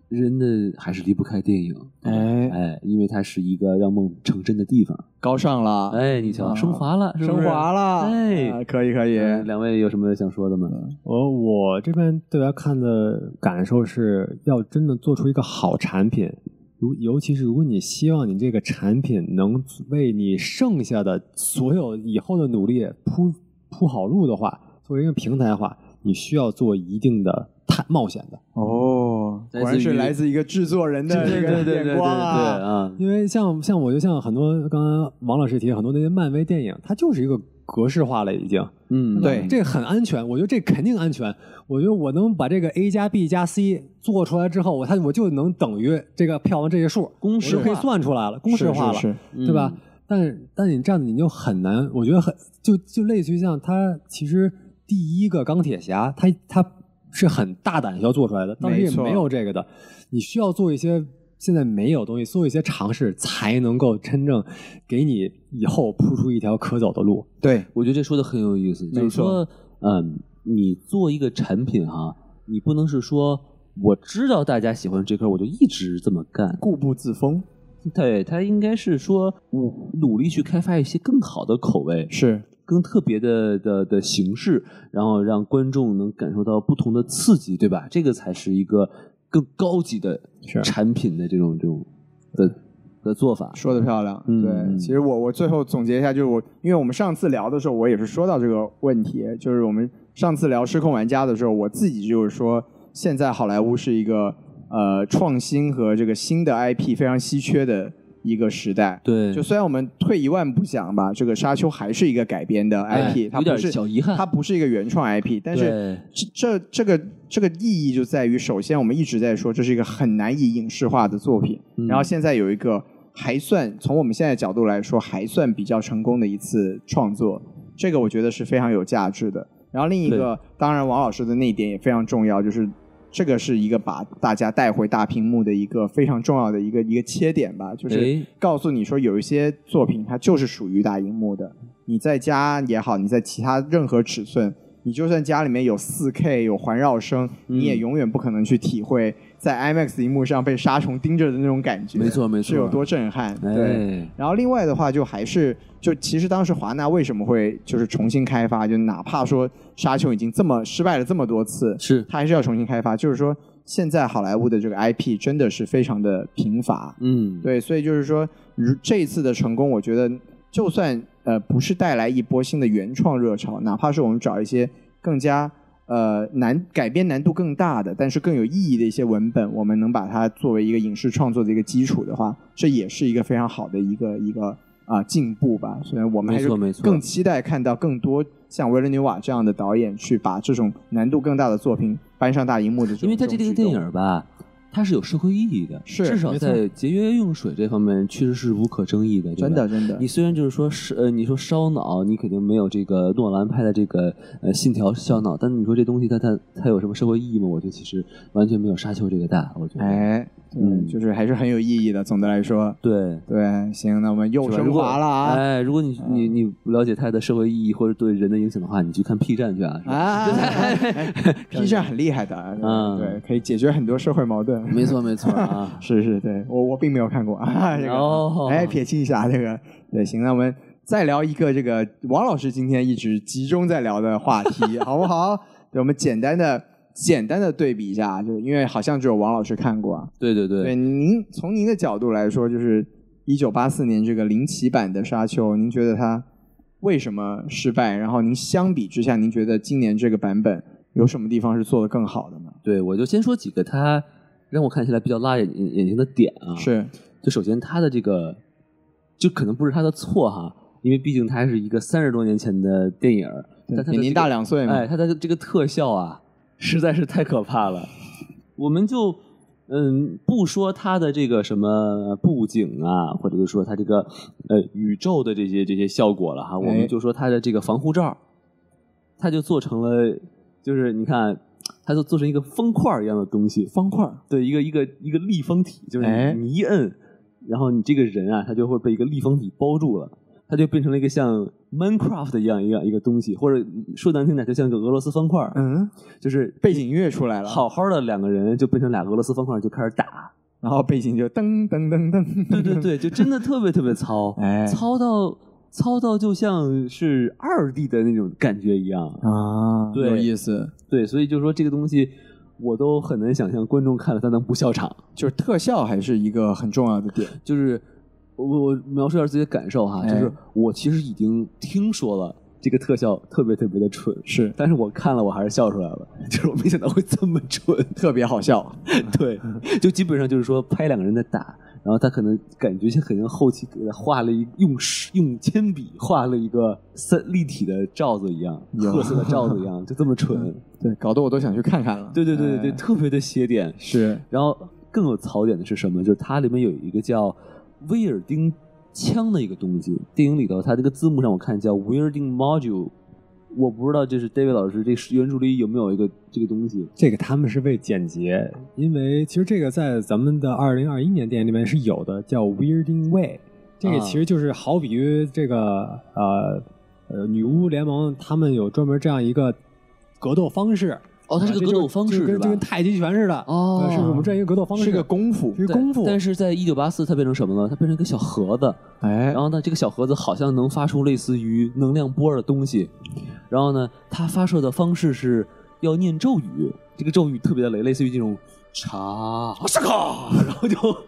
[SPEAKER 2] 人的还是离不开电影，
[SPEAKER 1] 哎
[SPEAKER 2] 哎，因为它是一个让梦成真的地方。
[SPEAKER 1] 高尚了，
[SPEAKER 2] 哎，你瞧，
[SPEAKER 1] 啊
[SPEAKER 2] 升华了，是不
[SPEAKER 1] 升
[SPEAKER 2] 是
[SPEAKER 1] 华了，
[SPEAKER 2] 哎，
[SPEAKER 1] 啊可以可以，
[SPEAKER 2] 嗯两位有什么想说的吗？
[SPEAKER 3] 我我这边对他看的感受是要真的做出一个好产品，如尤其是如果你希望你这个产品能为你剩下的所有以后的努力铺铺好路的话，作为一个平台的话，你需要做一定的探冒险的，
[SPEAKER 1] 哦，
[SPEAKER 2] 来
[SPEAKER 1] 果然
[SPEAKER 2] 自
[SPEAKER 1] 是
[SPEAKER 2] 于
[SPEAKER 1] 来自一个制作人的这个眼光
[SPEAKER 2] 对
[SPEAKER 1] 啊，
[SPEAKER 2] 啊，
[SPEAKER 3] 因为像像我就像很多刚刚王老师也提很多那些漫威电影，它就是一个格式化了已经。
[SPEAKER 2] 嗯，
[SPEAKER 1] 对
[SPEAKER 3] 这很安全，我觉得这肯定安全。我觉得我能把这个 A 加 B 加 C 做出来之后，我它我就能等于这个票房这些数，
[SPEAKER 2] 公
[SPEAKER 3] 公
[SPEAKER 2] 式化
[SPEAKER 3] 可以算出来了，公式化了，
[SPEAKER 1] 是是
[SPEAKER 3] 对吧？
[SPEAKER 2] 嗯
[SPEAKER 3] 但但你这样你就很难，我觉得很就就类似于像他其实第一个钢铁侠，他他是很大胆需要做出来的，当时
[SPEAKER 1] 没
[SPEAKER 3] 也
[SPEAKER 1] 错
[SPEAKER 3] 没有这个的，你需要做一些。现在没有东西，做一些尝试才能够真正给你以后铺出一条可走的路。
[SPEAKER 1] 对，
[SPEAKER 2] 我觉得这说的很有意思，
[SPEAKER 1] 没错
[SPEAKER 2] 就是说，嗯，你做一个产品哈、你不能是说我知道大家喜欢这块，我就一直这么干。
[SPEAKER 1] 固步自封
[SPEAKER 2] 对，它应该是说，我努力去开发一些更好的口味，
[SPEAKER 1] 是
[SPEAKER 2] 更特别的的的形式，然后让观众能感受到不同的刺激，对吧？这个才是一个更高级的
[SPEAKER 1] 啊
[SPEAKER 3] 是
[SPEAKER 2] 产品的这种这种的的做法。
[SPEAKER 1] 说的漂亮，
[SPEAKER 2] 嗯
[SPEAKER 1] 对。其实我我最后总结一下，就是我因为我们上次聊的时候，我也是说到这个问题，就是我们上次聊《失控玩家》的时候，我自己就是说，现在好莱坞是一个呃创新和这个新的 IP 非常稀缺的一个时代。
[SPEAKER 2] 对，
[SPEAKER 1] 就虽然我们退一万步讲吧，这个《沙丘》还是一个改编的
[SPEAKER 2] 哎
[SPEAKER 1] IP，、它
[SPEAKER 2] 有
[SPEAKER 1] 不
[SPEAKER 2] 点
[SPEAKER 1] 是
[SPEAKER 2] 小遗憾，
[SPEAKER 1] 它不是一个原创 IP，但是
[SPEAKER 2] 对
[SPEAKER 1] 这这这个这个意义就在于，首先我们一直在说这是一个很难以影视化的作品，
[SPEAKER 2] 嗯
[SPEAKER 1] 然后现在有一个还算从我们现在角度来说还算比较成功的一次创作，这个我觉得是非常有价值的。然后另一个，当然王老师的那一点也非常重要，就是这个是一个把大家带回大屏幕的一个非常重要的一个一个切点吧，就是
[SPEAKER 2] 哎
[SPEAKER 1] 告诉你说有一些作品它就是属于大荧幕的，你在家也好，你在其他任何尺寸，你就算家里面有4 K 有环绕声，
[SPEAKER 2] 嗯
[SPEAKER 1] 你也永远不可能去体会在 IMAX 荧幕上被杀虫盯着的那种感觉，
[SPEAKER 2] 没错没
[SPEAKER 1] 是
[SPEAKER 2] 错
[SPEAKER 1] 有多震撼，对。
[SPEAKER 2] 哎，
[SPEAKER 1] 然后另外的话，就还是就其实当时华纳为什么会就是重新开发，就哪怕说《沙丘》已经这么失败了这么多次，
[SPEAKER 2] 是
[SPEAKER 1] 它还是要重新开发。就是说，现在好莱坞的这个 IP 真的是非常的贫乏，
[SPEAKER 2] 嗯，
[SPEAKER 1] 对，所以就是说，如这一次的成功，我觉得就算呃不是带来一波新的原创热潮，哪怕是我们找一些更加呃难改编难度更大的，但是更有意义的一些文本，我们能把它作为一个影视创作的一个基础的话，这也是一个非常好的一个一个啊、进步吧。所以我们还
[SPEAKER 2] 没
[SPEAKER 1] 是
[SPEAKER 2] 错没错
[SPEAKER 1] 更期待看到更多像维伦纽瓦这样的导演去把这种难度更大的作品搬上大荧幕的这种，
[SPEAKER 2] 因为它这
[SPEAKER 1] 种
[SPEAKER 2] 个
[SPEAKER 1] 举
[SPEAKER 2] 电
[SPEAKER 1] 动
[SPEAKER 2] 影儿吧，它是有社会意义的，
[SPEAKER 1] 是
[SPEAKER 2] 至少
[SPEAKER 1] 没错
[SPEAKER 2] 在呃节约用水这方面确实是无可争议的，对吧
[SPEAKER 1] 真的。真的
[SPEAKER 2] 你虽然就是说是呃，你说烧脑，你肯定没有这个诺兰拍的这个呃《信条》烧脑，但你说这东西它它它有什么社会意义吗？我觉得其实完全没有《沙丘》这个大，我觉得。
[SPEAKER 1] 哎，嗯，
[SPEAKER 2] 嗯
[SPEAKER 1] 就是还是很有意义的。总的来说，
[SPEAKER 2] 对，
[SPEAKER 1] 对，行，那我们又
[SPEAKER 2] 是吧
[SPEAKER 1] 升华了啊！
[SPEAKER 2] 哎，如果你 你你不了解它的社会意义或者对人的影响的话，你去看 P 站去啊。是吧
[SPEAKER 1] 啊，P 站很厉害的啊，
[SPEAKER 2] 嗯
[SPEAKER 1] 对，可以解决很多社会矛盾。。
[SPEAKER 2] 没错没错啊
[SPEAKER 1] 是是，对我我并没有看过啊，这个
[SPEAKER 2] 哦
[SPEAKER 1] 哎，撇清一下这个，对，行，那我们再聊一个这个王老师今天一直集中在聊的话题，好不好？ 对，我们简单的简单的对比一下，啊就是因为好像只有王老师看过啊。
[SPEAKER 2] 对对
[SPEAKER 1] 对，
[SPEAKER 2] 对，
[SPEAKER 1] 您从您的角度来说，就是一九八四年这个零七版的《沙丘》，您觉得它为什么失败？然后您相比之下，您觉得今年这个版本有什么地方是做得更好的呢？
[SPEAKER 2] 对我就先说几个他让我看起来比较辣眼眼眼睛的点啊。，
[SPEAKER 1] 是
[SPEAKER 2] 就首先他的这个，就可能不是他的错哈，因为毕竟他是一个三十多年前的电影儿，但他
[SPEAKER 1] 比您
[SPEAKER 2] 的这个
[SPEAKER 1] 大两岁嘛？
[SPEAKER 2] 哎，它的这个特效啊，实在是太可怕了。我们就嗯，不说它的这个什么布景啊，或者就说它这个呃宇宙的这些这些效果了哈，我
[SPEAKER 1] 哎
[SPEAKER 2] 们就说它的这个防护罩，它就做成了，就是你看。它就做成一个方块儿一样的东西，方块对一个一个一个立方体，就是
[SPEAKER 1] 哎
[SPEAKER 2] 你你一摁，然后你这个人啊，他就会被一个立方体包住了，它就变成了一个像 Minecraft 一样一样一个东西，或者说难听点，就像个俄罗斯方块儿，
[SPEAKER 1] 嗯，
[SPEAKER 2] 就是
[SPEAKER 1] 背景音乐出来了，，
[SPEAKER 2] 好好的两个人就变成俩俄罗斯方块儿就开始打，
[SPEAKER 1] 然后背景就噔噔噔噔，
[SPEAKER 2] 对对，对，就真的特别特别糙，
[SPEAKER 1] 哎
[SPEAKER 2] 糙到糙到就像是二 D 的那种感觉一样，
[SPEAKER 1] 啊，
[SPEAKER 2] 对
[SPEAKER 1] 有意思，
[SPEAKER 2] 对，所以就说这个东西我都很难想象观众看了他能不笑场，
[SPEAKER 1] 就是特效还是一个很重要 的点，
[SPEAKER 2] 就是我我描述一下自己的感受哈，
[SPEAKER 1] 哎
[SPEAKER 2] 就是我其实已经听说了这个特效特别特别的蠢，
[SPEAKER 1] 是
[SPEAKER 2] 但是我看了，我还是笑出来了，就是我没想到会这么蠢，
[SPEAKER 1] 特别好笑，
[SPEAKER 2] 对，就基本上就是说拍两个人在打，然后他可能感觉像可能后期给他画了一用手用铅笔画了一个三立体的罩子一样，
[SPEAKER 1] 有
[SPEAKER 2] 褐色的 罩子一样，就这么蠢，
[SPEAKER 1] 对，搞得我都想去看看了，
[SPEAKER 2] 对对对对对，
[SPEAKER 1] 嗯哎
[SPEAKER 2] 特别的邪点。
[SPEAKER 1] 是，
[SPEAKER 2] 然后更有槽点的是什么？就是它里面有一个叫威尔丁枪的一个东西，电影里头它这个字幕上我看叫威尔丁 module，我不知道这是 David 老师这个原著里有没有一个这个东西。
[SPEAKER 3] 这个他们是为简洁，因为其实这个在咱们的二零二一年电影里面是有的，叫 Weirding Way。这个
[SPEAKER 2] 啊
[SPEAKER 3] 其实就是好比于这个呃呃女巫联盟，他们有专门这样一个格斗方式。
[SPEAKER 2] 哦，它是
[SPEAKER 3] 啊
[SPEAKER 2] 个
[SPEAKER 3] 这
[SPEAKER 2] 格
[SPEAKER 3] 就
[SPEAKER 2] 斗方
[SPEAKER 3] 就
[SPEAKER 2] 式
[SPEAKER 3] 跟
[SPEAKER 2] 是
[SPEAKER 3] 就
[SPEAKER 2] 吧
[SPEAKER 3] 跟？太极拳似的。
[SPEAKER 2] 哦
[SPEAKER 3] 呃是我们这样一个格斗方式，
[SPEAKER 1] 是个功夫
[SPEAKER 3] 一，个功夫。
[SPEAKER 2] 但是在一九八四，它变成什么了？它变成一个小盒子，
[SPEAKER 1] 哎
[SPEAKER 2] 然，后呢，这个小盒子好像能发出类似于能量波的东西，然后呢，它发射的方式是要念咒语，这个咒语特别的雷，类似于这种查沙卡， 然后就。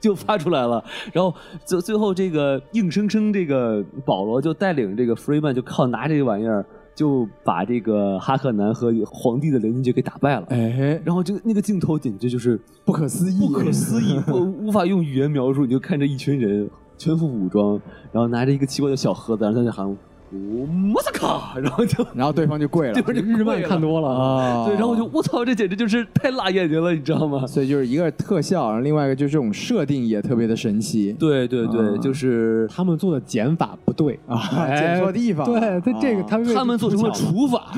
[SPEAKER 2] 就发出来了，然后最最后这个硬生生这个保罗就带领这个 Freeman 就靠拿这个玩意儿就把这个哈克南和皇帝的联军就给打败了，
[SPEAKER 1] 哎，
[SPEAKER 2] 然后这个那个镜头简直就是
[SPEAKER 1] 不可思议，
[SPEAKER 2] 不可 思议，我无法用语言描述。你就看着一群人全副武装，然后拿着一个奇怪的小盒子，然后在那喊“我莫斯卡”，然后 就
[SPEAKER 1] 然后对方就跪了，
[SPEAKER 2] 这边就
[SPEAKER 3] 日漫
[SPEAKER 2] 跪了
[SPEAKER 3] 看多了啊，
[SPEAKER 1] 啊，
[SPEAKER 2] 对，然后我就我操，这简直就是太辣眼睛了，你知道吗？
[SPEAKER 1] 所以就是一个是特效，然后另外一个就是这种设定也特别的神奇
[SPEAKER 2] 对对对，
[SPEAKER 1] 啊
[SPEAKER 2] 就是
[SPEAKER 3] 他们做的减法不对
[SPEAKER 1] 啊，
[SPEAKER 3] 哎
[SPEAKER 1] 剪错地方了，
[SPEAKER 3] 对，他这个
[SPEAKER 1] 啊
[SPEAKER 3] 他们为
[SPEAKER 2] 哦他们做出了除法，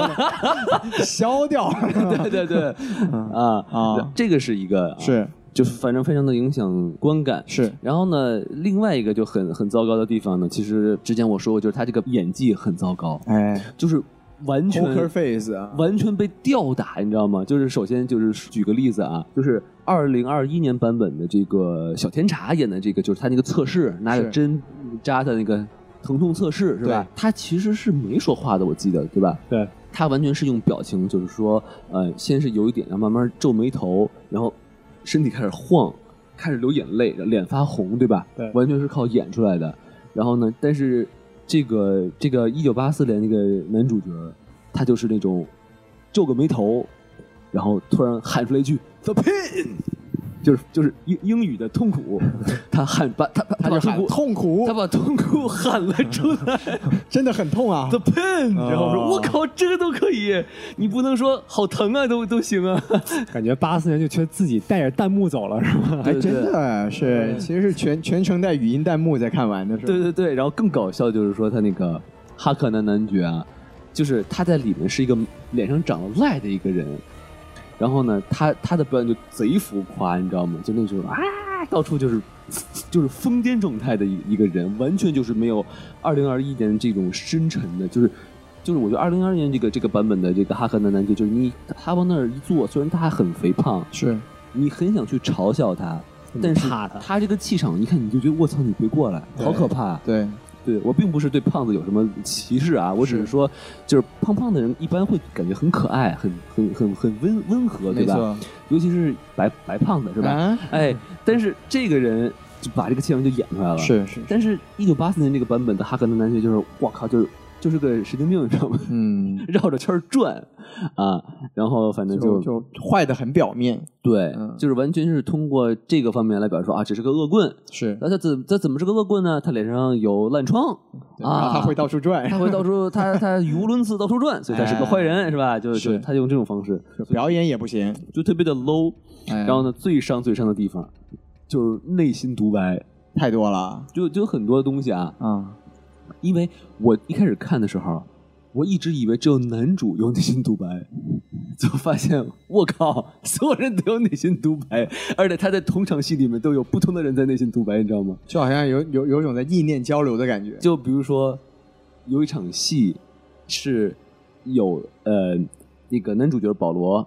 [SPEAKER 1] 消 掉了
[SPEAKER 2] 对对对，啊
[SPEAKER 1] 啊
[SPEAKER 2] 这个是一个
[SPEAKER 1] 是
[SPEAKER 2] 就反正非常的影响观感。
[SPEAKER 1] 是
[SPEAKER 2] 然后呢，另外一个就很很糟糕的地方呢，其实之前我说过，就是他这个演技很糟糕，
[SPEAKER 1] 哎
[SPEAKER 2] 就是完全
[SPEAKER 1] ，Poker Face 啊，
[SPEAKER 2] 完全被吊打，你知道吗？就是首先就是举个例子啊，就是二零二一年版本的这个小甜茶演的这个，就是他那个测试拿着
[SPEAKER 1] 是
[SPEAKER 2] 针扎的那个疼痛测试是吧
[SPEAKER 1] 对？
[SPEAKER 2] 他其实是没说话的，我记得对吧？
[SPEAKER 3] 对，
[SPEAKER 2] 他完全是用表情，就是说呃，先是有一点，然后慢慢皱眉头，然后身体开始晃，开始流眼泪，脸发红，对吧？
[SPEAKER 3] 对
[SPEAKER 2] 完全是靠演出来的。然后呢，但是这个这个一九八四年那个男主角，他就是那种皱个眉头，然后突然喊出来一句 “the pain”，就是就是英英语的痛 苦，他喊把他他
[SPEAKER 1] 他
[SPEAKER 2] 把
[SPEAKER 1] 就
[SPEAKER 2] 痛
[SPEAKER 1] 喊
[SPEAKER 2] 苦
[SPEAKER 1] 痛苦
[SPEAKER 2] 他，把痛苦喊了出 来
[SPEAKER 1] 真的很痛啊
[SPEAKER 2] ，the，pain，然后说
[SPEAKER 1] 哦
[SPEAKER 2] 我靠，这个都可以，你不能说好疼啊，都都行啊，
[SPEAKER 3] 感觉八四年就缺自己带着弹幕走了是吗？
[SPEAKER 1] 还哎
[SPEAKER 2] 对
[SPEAKER 1] 真
[SPEAKER 2] 对
[SPEAKER 1] 的是，其实是全全程带语音弹幕在看完的，是吧？
[SPEAKER 2] 对对对，然后更搞笑就是说他那个哈克男男爵啊，就是他在里面是一个脸上长了癞的一个人，然后呢，他他的表演就贼浮夸，你知道吗？就那种啊，到处就是就是疯癫状态的一一个人，完全就是没有二零二一年这种深沉的，就是。就是我觉得二零二年这个这个版本的这个哈克男男爵，就是你他往那儿一坐，虽然他还很肥胖，
[SPEAKER 1] 是
[SPEAKER 2] 你很想去嘲笑他，但是
[SPEAKER 3] 怕他
[SPEAKER 2] 他这个气场，一看你就觉得我操，你别过来，好可怕！啊
[SPEAKER 1] 对，
[SPEAKER 2] 对我并不是对胖子有什么歧视啊，我只是说，就是胖胖的人一般会感觉很可爱，很很很很温温和，对
[SPEAKER 1] 没
[SPEAKER 2] 吧？
[SPEAKER 1] 错，
[SPEAKER 2] 尤其是白白胖子是吧？
[SPEAKER 1] 啊
[SPEAKER 2] 哎，但是这个人就把这个气氛就演出来了。，
[SPEAKER 1] 是是，
[SPEAKER 2] 但是1984年这个版本的哈克南男爵就是，我靠，就是就是个神经病，你知道吗？
[SPEAKER 1] 嗯，
[SPEAKER 2] 绕着圈儿转啊，然后反正
[SPEAKER 1] 就就坏的很表面，
[SPEAKER 2] 对，
[SPEAKER 1] 嗯
[SPEAKER 2] 就是完全是通过这个方面来表示说啊，这是个恶棍。
[SPEAKER 1] 是，
[SPEAKER 2] 那他怎他怎么是个恶棍呢？他脸上有烂疮
[SPEAKER 1] 对然
[SPEAKER 2] 啊，
[SPEAKER 1] 后他会到处转，
[SPEAKER 2] 他会到处他他语无伦次到处转，所以他是个坏人、是吧？就是就他用这种方式
[SPEAKER 1] 就表演也不行，
[SPEAKER 2] 就特别的 low，、
[SPEAKER 1] 然
[SPEAKER 2] 然后呢最伤最伤的地方就是内心独白，
[SPEAKER 1] 太多了
[SPEAKER 2] 就就有很多东西啊。
[SPEAKER 1] 啊，
[SPEAKER 2] 因为我一开始看的时候，我一直以为只有男主有内心独白，就发现我靠，所有人都有内心独白，而且他在同场戏里面都有不同的人在内心独白，你知道吗？
[SPEAKER 1] 就好像有有有种在意念交流的感觉，
[SPEAKER 2] 就比如说有一场戏是有呃那个男主角保罗，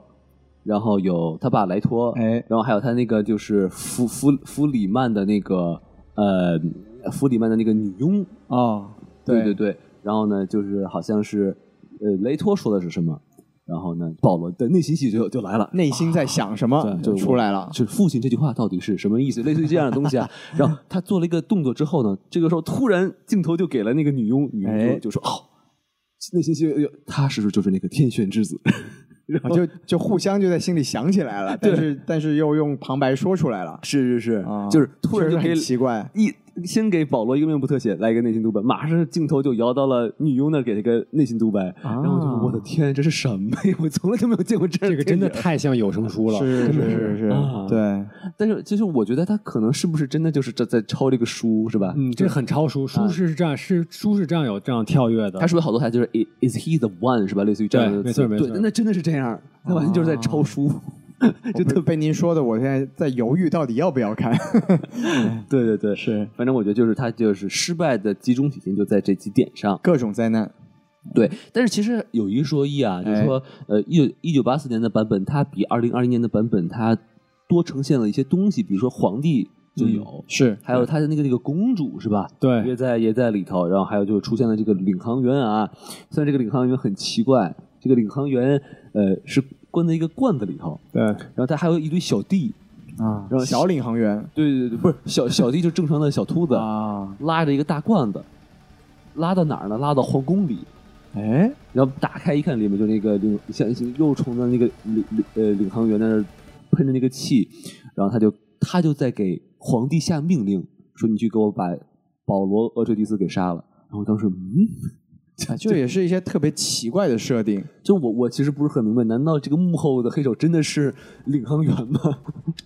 [SPEAKER 2] 然后有他爸莱托，
[SPEAKER 1] 哎，
[SPEAKER 2] 然后还有他那个就是弗弗弗里曼的那个呃弗里曼的那个女佣，
[SPEAKER 1] 哦，
[SPEAKER 2] 对
[SPEAKER 1] 对
[SPEAKER 2] 对，然后呢就是好像是呃雷托说的是什么，然后呢保罗的内心戏就就来了。
[SPEAKER 1] 内心在想什么
[SPEAKER 2] 啊
[SPEAKER 1] 就
[SPEAKER 2] 对就
[SPEAKER 1] 出来了，
[SPEAKER 2] 就是父亲这句话到底是什么意思？类似于这样的东西 啊。然后他做了一个动作之后呢，这个时候突然镜头就给了那个女佣，女佣
[SPEAKER 1] 哎
[SPEAKER 2] 就就说：“哦，内心戏，哎呦他是不是就是那个天选之子？”然
[SPEAKER 1] 啊
[SPEAKER 2] 后
[SPEAKER 1] 就就互相就在心里想起来了，但
[SPEAKER 2] 对
[SPEAKER 1] 是但是又用旁白说出来了，
[SPEAKER 2] 是是是
[SPEAKER 1] 啊，
[SPEAKER 2] 就是突然
[SPEAKER 1] 确
[SPEAKER 2] 就
[SPEAKER 1] 实
[SPEAKER 2] 给
[SPEAKER 1] 很奇怪，
[SPEAKER 2] 一先给保罗一个面部特写，来一个内心独白，马上镜头就摇到了女佣那儿，给他一个内心独白，啊然后我就
[SPEAKER 1] 啊
[SPEAKER 2] 说我的天，这是什么呀？我从来就没有见过 这样
[SPEAKER 3] 这个真的
[SPEAKER 2] 电影
[SPEAKER 3] 太像有声书了，
[SPEAKER 1] 是
[SPEAKER 3] 真的
[SPEAKER 1] 是是是
[SPEAKER 2] 啊，
[SPEAKER 1] 对，
[SPEAKER 2] 但是其实我觉得他可能是不是真的就是在在抄这个书是吧？
[SPEAKER 3] 嗯，这很超书，书是这样，是书是这样有这样跳跃
[SPEAKER 2] 啊
[SPEAKER 3] 的
[SPEAKER 2] 他。是不是好多台就是 "I- is he the one 是吧？类似于这样的
[SPEAKER 3] 对
[SPEAKER 2] 词，
[SPEAKER 3] 没错没错哦
[SPEAKER 2] 对，那真的是这样，他完全就是在抄书，就
[SPEAKER 1] 就
[SPEAKER 2] 特
[SPEAKER 1] 特
[SPEAKER 2] 别
[SPEAKER 1] 被您说的，我现在在犹豫到底要不要 看，
[SPEAKER 2] 对对对。
[SPEAKER 1] 是
[SPEAKER 2] 反正我觉得就是他就是失败的集中体现就在这几点上，
[SPEAKER 1] 各种灾难，
[SPEAKER 2] 对。但是其实有一说一啊，就是说
[SPEAKER 3] 哎
[SPEAKER 2] 呃一九一九八四年的版本，它比二零二一年的版本它多呈现了一些东西，比如说皇帝就有，
[SPEAKER 1] 是
[SPEAKER 2] 还有他的那个那个公主是吧？
[SPEAKER 3] 嗯对
[SPEAKER 2] 也，在也在里头，然后还有就是出现了这个领航员啊，虽然这个领航员很奇怪，这个领航员呃是关在一个罐子里头，
[SPEAKER 3] 对，
[SPEAKER 2] 然后他还有一堆小弟，
[SPEAKER 1] 啊
[SPEAKER 2] 然后
[SPEAKER 1] 小领航员
[SPEAKER 2] 对对对，不是小小弟就是正常的小秃子，
[SPEAKER 1] 啊，
[SPEAKER 2] 拉着一个大罐子，拉到哪儿呢？拉到皇宫里，
[SPEAKER 1] 哎，
[SPEAKER 2] 然后打开一看，里面就那个领像又冲着那个领领呃领航员在那儿喷着那个气，然后他就他就在给皇帝下命令，说你去给我把保罗俄锤蒂斯给杀了。然后当时嗯。
[SPEAKER 1] 啊就也是一些特别奇怪的设定，
[SPEAKER 2] 就我我其实不是很明白，难道这个幕后的黑手真的是领航员吗？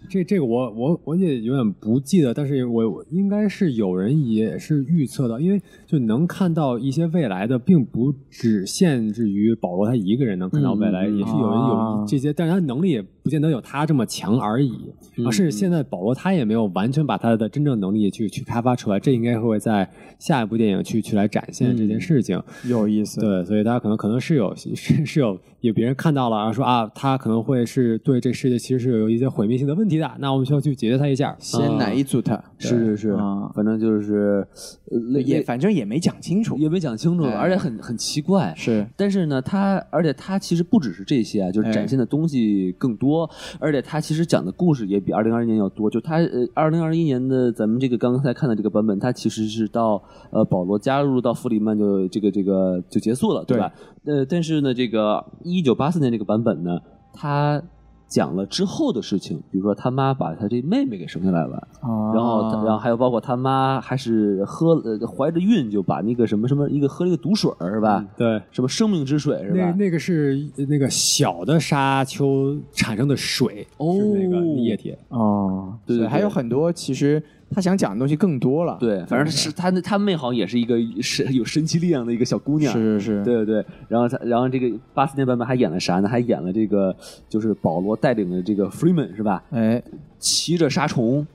[SPEAKER 3] 这这个我我我也有点不记得，但是我我应该是有人也是预测到，因为就能看到一些未来的，并不只限制于保罗他一个人能看到未来，
[SPEAKER 2] 嗯
[SPEAKER 3] 也是有人
[SPEAKER 1] 啊
[SPEAKER 3] 有这些，但是他能力也不见得有他这么强而已。
[SPEAKER 2] 嗯
[SPEAKER 3] 啊，甚至现在保罗他也没有完全把他的真正能力去去开发出来，这应该会在下一部电影去去来展现这
[SPEAKER 2] 嗯
[SPEAKER 3] 件事情。
[SPEAKER 1] 有意思，
[SPEAKER 3] 对，所以大家可能可能是有 是是有有别人看到了，然后说啊，他可能会是对这世界其实是有一些毁灭性的问题的，那我们需要去解决他一下。
[SPEAKER 1] 先奶一组他，
[SPEAKER 2] 嗯是是是，
[SPEAKER 1] 啊
[SPEAKER 2] 反正就是呃类
[SPEAKER 1] 也
[SPEAKER 2] 类
[SPEAKER 1] 反正也没讲清楚，
[SPEAKER 2] 也没讲清楚，
[SPEAKER 1] 哎
[SPEAKER 2] 而且很很奇怪。
[SPEAKER 1] 是
[SPEAKER 2] 但是呢，他而且他其实不只是这些啊，就是
[SPEAKER 1] 哎
[SPEAKER 2] 展现的东西更多，而且他其实讲的故事也比二零二一年要多。就他呃，二零二一年的咱们这个刚才看的这个版本，它其实是到呃保罗加入到弗里曼就这个这个就结束了，对吧？呃，但是呢，这个一九八四年这个版本呢，他。讲了之后的事情，比如说他妈把他这妹妹给生下来了，
[SPEAKER 1] 啊
[SPEAKER 2] 然后他，然后还有包括他妈还是喝呃怀着孕就把那个什么什么一个喝了一个毒水儿是吧？
[SPEAKER 3] 对，
[SPEAKER 2] 什么生命之水嗯是
[SPEAKER 3] 那
[SPEAKER 2] 吧？
[SPEAKER 3] 那个是那个小的沙丘产生的水，
[SPEAKER 2] 哦
[SPEAKER 3] 是那个液体。
[SPEAKER 1] 哦，
[SPEAKER 2] 对对
[SPEAKER 1] 所以还有
[SPEAKER 2] 对
[SPEAKER 1] 很多其实他想讲的东西更多了，
[SPEAKER 2] 对，反正是他那他妹好像也是一个是有神奇力量的一个小姑娘。
[SPEAKER 1] 是是是，
[SPEAKER 2] 对对对，然后他，然后这个八四年版本还演了啥呢？还演了这个，就是保罗带领的这个 Freeman 是吧？
[SPEAKER 1] 哎，
[SPEAKER 2] 骑着沙虫，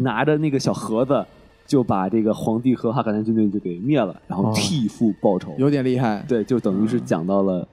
[SPEAKER 2] 拿着那个小盒子，就把这个皇帝和哈卡南军队就给灭了，然后
[SPEAKER 1] 哦
[SPEAKER 2] 替父报仇。
[SPEAKER 1] 有点厉害，
[SPEAKER 2] 对，就等于是讲到了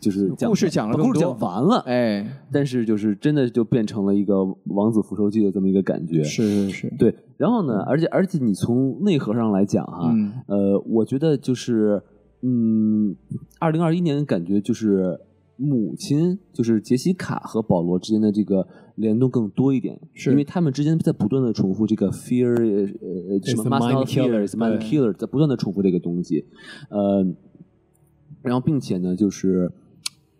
[SPEAKER 2] 就是讲
[SPEAKER 1] 故事讲了
[SPEAKER 2] 把
[SPEAKER 1] 更
[SPEAKER 2] 故事
[SPEAKER 1] 多
[SPEAKER 2] 讲完了，
[SPEAKER 1] 哎，
[SPEAKER 2] 但是就是真的就变成了一个王子复仇记的这么一个感觉。
[SPEAKER 1] 是是是，
[SPEAKER 2] 对，然后呢，而且而且你从内核上来讲哈，
[SPEAKER 1] 嗯
[SPEAKER 2] 呃，我觉得就是，嗯，二零二一年感觉就是母亲，就是杰西卡和保罗之间的这个联动更多一点，
[SPEAKER 1] 是
[SPEAKER 2] 因为他们之间在不断的重复这个 fear，呃呃，什么
[SPEAKER 3] It's a
[SPEAKER 2] must
[SPEAKER 3] mind
[SPEAKER 2] not fear
[SPEAKER 3] killer，
[SPEAKER 2] is mind
[SPEAKER 3] 对
[SPEAKER 2] killer，在不断的重复这个东西，呃，然后并且呢，就是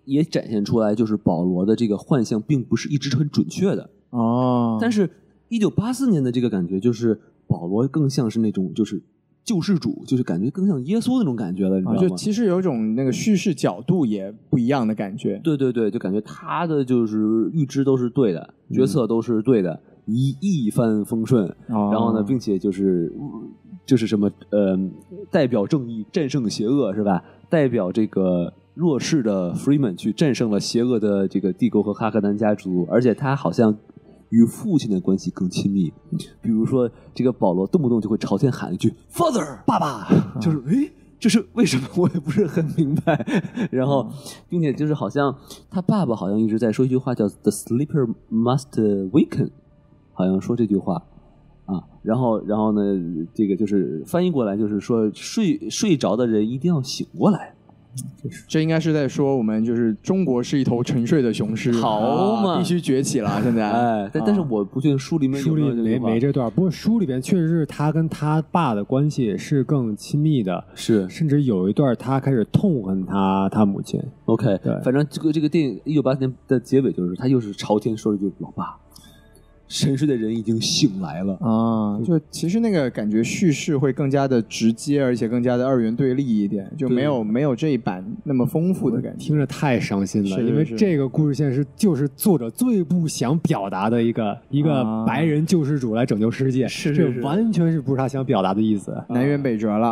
[SPEAKER 2] 也展现出来，就是保罗的这个幻象并不是一直很准确的，
[SPEAKER 1] 哦，
[SPEAKER 2] 但是，一九八四年的这个感觉就是保罗更像是那种就是救世主，就是感觉更像耶稣那种感觉了，你
[SPEAKER 1] 啊，
[SPEAKER 2] 知
[SPEAKER 1] 就
[SPEAKER 2] 道吗？
[SPEAKER 1] 其实有一种那个叙事角度也不一样的感觉，
[SPEAKER 2] 对对对，就感觉他的就是预知都是对的，
[SPEAKER 1] 嗯
[SPEAKER 2] 决策都是对的，一一帆风顺。
[SPEAKER 1] 哦
[SPEAKER 2] 然后呢，并且就是嗯就是什么呃，代表正义战胜邪恶是吧？代表这个弱势的 Freeman 去战胜了邪恶的这个帝国和哈克丹家族，而且他好像与父亲的关系更亲密。比如说，这个保罗动不动就会朝天喊一句 “Father，爸爸”，就是诶。这是为什么？ 我也不是很明白。然后，并且就是好像他爸爸好像一直在说一句话，叫 “The sleeper must waken”，好像说这句话。啊，然后，然后呢，这个就是翻译过来就是说，睡睡着的人一定要醒过来，
[SPEAKER 1] 这应该是在说我们就是中国是一头沉睡的雄狮，
[SPEAKER 2] 好嘛
[SPEAKER 1] 啊必须崛起了，现 在，
[SPEAKER 2] 哎，但但是
[SPEAKER 1] 啊
[SPEAKER 2] 我不确定书里面有
[SPEAKER 3] 书里
[SPEAKER 2] 有这
[SPEAKER 3] 没
[SPEAKER 2] 句话
[SPEAKER 3] 没这段，不过书里边确实是他跟他爸的关系是更亲密的，
[SPEAKER 2] 是
[SPEAKER 3] 甚至有一段他开始痛恨他他母亲，
[SPEAKER 2] OK，
[SPEAKER 3] 对
[SPEAKER 2] 反正这个这个电影一九八年的结尾就是他又是朝天说了一句“老爸”，沉睡的人已经醒来了，
[SPEAKER 1] 啊，就其实那个感觉叙事会更加的直接，而且更加的二元对立一点，就没有没有这一版那么丰富的感觉。
[SPEAKER 3] 听着太伤心了，
[SPEAKER 1] 是
[SPEAKER 3] 因为
[SPEAKER 1] 是
[SPEAKER 3] 这个故事线是就是作者最不想表达的一个一个
[SPEAKER 1] 啊
[SPEAKER 3] 白人救世主来拯救世界，
[SPEAKER 1] 是是是啊
[SPEAKER 3] 这完全是不是他想表达的意思。
[SPEAKER 1] 南辕北辙了，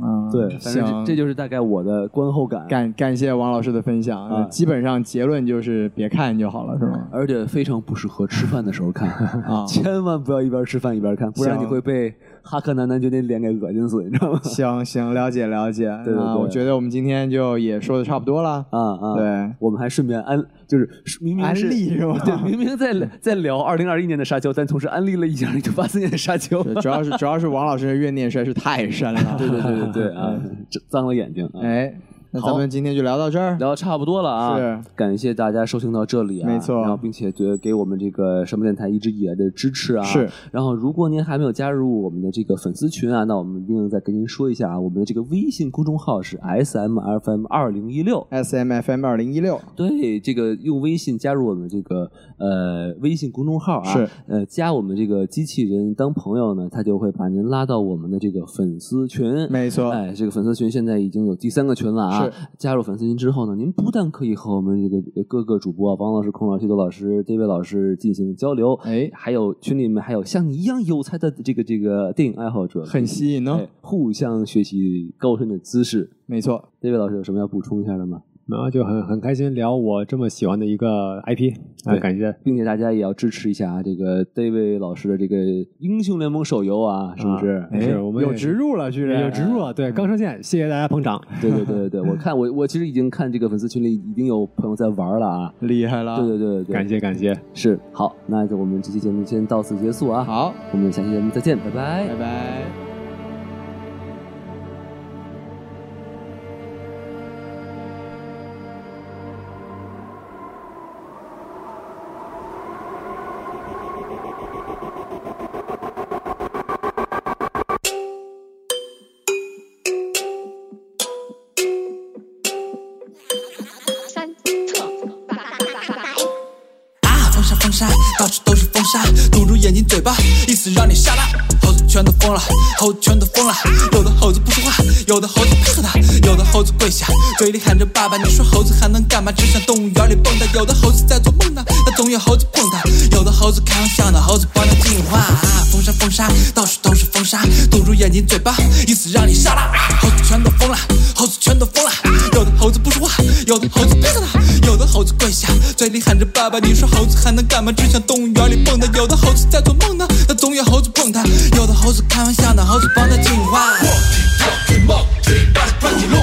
[SPEAKER 1] 啊，
[SPEAKER 2] 对，反正
[SPEAKER 1] 行，
[SPEAKER 2] 这这就是大概我的观后感，
[SPEAKER 1] 感感谢王老师的分享，
[SPEAKER 2] 啊
[SPEAKER 1] 基本上结论就是别看就好了，是 吗？
[SPEAKER 2] 而且非常不适合吃饭的时候 看
[SPEAKER 1] 啊
[SPEAKER 2] 千万不要一边吃饭一边看，不然
[SPEAKER 1] 行
[SPEAKER 2] 你会被哈克南男爵那脸给恶心死，你知道吗？
[SPEAKER 1] 行行，了解了解。
[SPEAKER 2] 对对
[SPEAKER 1] 那
[SPEAKER 2] 对
[SPEAKER 1] 我觉得我们今天就也说的差不多了。
[SPEAKER 2] 啊啊，
[SPEAKER 1] 对，
[SPEAKER 2] 我们还顺便安，就是明明
[SPEAKER 1] 安
[SPEAKER 2] 是
[SPEAKER 1] 利是吧
[SPEAKER 2] 对，明明在在聊二零二一年的沙丘，但同时安利了一下一九八四年的沙丘。
[SPEAKER 1] 对主要 是主要是王老师的怨念实在是太深了。
[SPEAKER 2] 对对对对
[SPEAKER 1] 嗯
[SPEAKER 2] 对啊，这脏了眼睛啊！
[SPEAKER 1] 哎，那咱
[SPEAKER 2] 好
[SPEAKER 1] 们今天就聊到这儿。
[SPEAKER 2] 聊得差不多了啊，
[SPEAKER 1] 是
[SPEAKER 2] 感谢大家收听到这里啊，
[SPEAKER 1] 没错
[SPEAKER 2] 然后并且觉得给我们这个什么电台一直以来的支持啊，
[SPEAKER 1] 是，
[SPEAKER 2] 然后如果您还没有加入我们的这个粉丝群啊，那我们一定再跟您说一下啊，我们的这个微信公众号是 S M F M 二零一六，
[SPEAKER 1] S M F M 二零一六，
[SPEAKER 2] 对，这个用微信加入我们这个呃微信公众号啊，
[SPEAKER 1] 是
[SPEAKER 2] 呃加我们这个机器人当朋友呢，他就会把您拉到我们的这个粉丝群。
[SPEAKER 1] 没错。
[SPEAKER 2] 哎，这个粉丝群现在已经有第三个群了啊
[SPEAKER 1] 是！
[SPEAKER 2] 加入粉丝群之后呢，您不但可以和我们这个各个主播啊，王老师、孔老师、豆老师、David 老师进行交流，
[SPEAKER 1] 哎
[SPEAKER 2] 还有群里面还有像你一样有才的这个这个电影爱好者，
[SPEAKER 1] 很吸引
[SPEAKER 2] 哎
[SPEAKER 1] 呢，
[SPEAKER 2] 互相学习高深的知识。
[SPEAKER 1] 没错，
[SPEAKER 2] David 老师有什么要补充一下的吗？
[SPEAKER 3] 然后就很很开心聊我这么喜欢的一个 IP 啊，
[SPEAKER 2] 对
[SPEAKER 3] 感谢
[SPEAKER 2] 并且大家也要支持一下啊，这个 David 老师的这个《英雄联盟》手游啊，是不是？
[SPEAKER 3] 啊没事我们
[SPEAKER 1] 哎有
[SPEAKER 3] 也
[SPEAKER 1] 植入了，居然
[SPEAKER 3] 有植入了，对，刚上线，谢谢大家捧场。
[SPEAKER 2] 对对对对 对，我看我我其实已经看这个粉丝群里已经有朋友在玩了啊。
[SPEAKER 1] 厉害了，
[SPEAKER 2] 对对对对对，
[SPEAKER 3] 感谢感谢，
[SPEAKER 2] 是好，那就我们这期节目先到此结束啊。，
[SPEAKER 1] 好，
[SPEAKER 2] 我们下期节目再见，拜拜
[SPEAKER 1] 拜拜。
[SPEAKER 5] 三特白白白。
[SPEAKER 6] 啊！风扇风扇，到处都是风扇，堵住眼睛嘴巴，意思让你下蛋。猴子全都疯了，猴子全都疯了，有的猴子不说话，有的猴子配合他，有的猴子跪下，嘴里喊着爸爸。你说猴子还能干嘛？只想动物园里蹦跶。有的猴子在做梦呢，但总有猴子碰它。有的猴子开玩笑呢，猴子帮它进化。啊！风扇风扇，到处都是风沙，堵住眼睛嘴巴，意思让你下蛋。猴子全都疯了，猴子全都疯了，有的猴子不说话，有的猴子配合它，有的猴子跪下，嘴里喊着爸爸。你说猴子还能干嘛？只想动物园里蹦跶。有的猴子在做梦呢，但总有猴子碰它。有的猴子开玩笑呢，猴子帮它进化。我体跳，去冒，嘴巴的宽体路，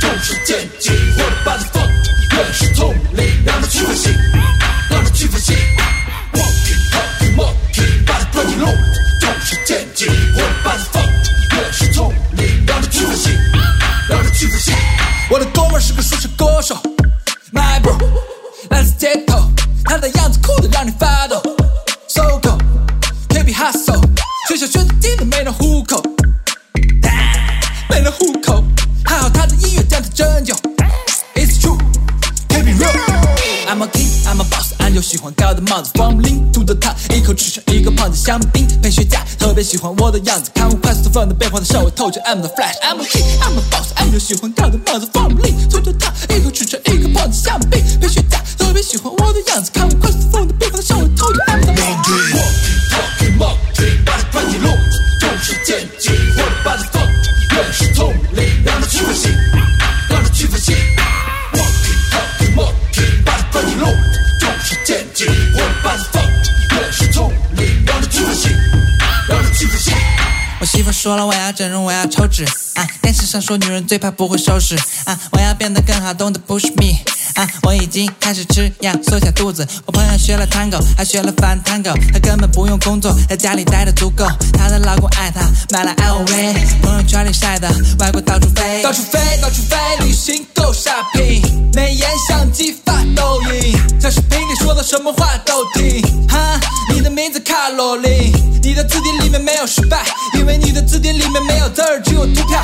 [SPEAKER 6] 动手剑戟，我把它放。是歌手，My bro，来自街头，他的样子酷的让你发抖。搜狗，Keep it hustle，学校学的技能没人糊口，没人糊口，还好他的音乐讲的真久。It's true，Keep it real。I'm a king, I'm a boss，俺有喜欢高的帽子，From lean to the top，一口吃上一个胖子香槟配雪茄，特别喜欢我的样子，看我快速的放的变化的稍微透着 I'm the flash。I'm a king, I'm a boss，俺有喜欢高的帽子，From lean to the top，一口吃上一个胖子香槟配雪茄，特别喜欢我的样子，看我快速的放的变化的稍微透着 I'm the flash。Walking, talking, walking，把它关起路，就是剑戟，我的 body funk，原是痛力，让它去分析，让它去分析。Walking, talking, walking，把它关起路，就是剑戟，我的 body funk，原是痛力，让它去分析，让它去分析。我媳妇说了，我要整容，我要抽脂啊！电视上说女人最怕不会收拾啊！我要变得更好，Don't push me 啊！我已经开始吃药，缩小肚子。我朋友学了 Tango，还学了反 Tango，她根本不用工作，在家里待的足够。她的老公爱她，买了 LV，朋友圈里晒的，外国到处飞，到处飞，到处飞，旅行够 shopping，美颜相机发抖音，在视频里说的什么话都听哈。你的名字卡罗琳，你的字典里面没有失败，因为你的字典里面没有字儿，只有图片。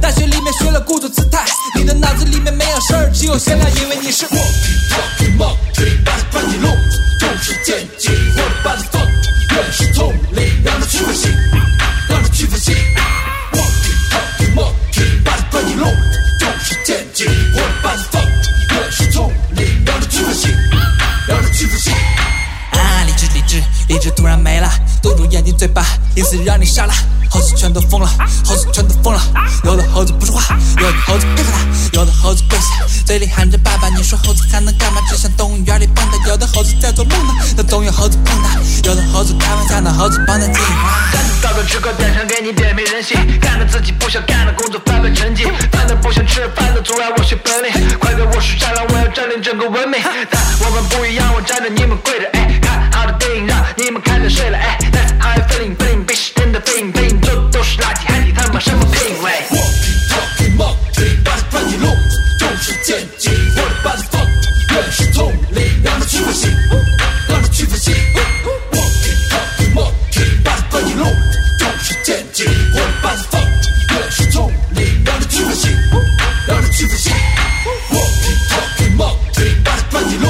[SPEAKER 6] 大学里面学了故作姿态，你的脑子里面没有事儿，只有限量，因为你是。Walking, talking, walking，把它关起路，就是剑戟，我的 body funk，原是痛力，让它去分析，让它去分析。Walking, talking, walking，把它关起路，就是剑戟，我的 body funk，原是痛力，让它去分析，让它去分析。啊，理智理智理智突然没了，堵住眼睛嘴巴，意思让你杀了。猴子全都疯了，猴子全都疯了，有的猴子不说话，有的猴子配合他，有的猴子跪下，嘴里喊着爸爸。你说猴子还能干嘛？只想动物园里蹦跶，有的猴子在做梦呢，那总有猴子碰它，有的猴子开玩笑，那猴子帮他进化。
[SPEAKER 7] 到个职高点上给你点名人性，干了自己不想干的工作，翻倍成绩，饭的不想吃，饭的阻碍我学本领，快给我数战狼，我要占领整个文明。但我们不一样，我站着你们跪着，哎，看好的电影让你们看着睡了，哎，但 I feeling feeling 被时间的背影背影，这都是垃圾，还你他妈什么品味？
[SPEAKER 6] Walking, talking, walking，把它关起路，就是剑戟，我的 body funk，原是痛力，让它去分析，让它去分析。Walking, talking, walking，把它关起路，就是剑戟，我的 body funk，原是痛力，让它去分析，让它去分析。Walking, talking, walking，把它关起路，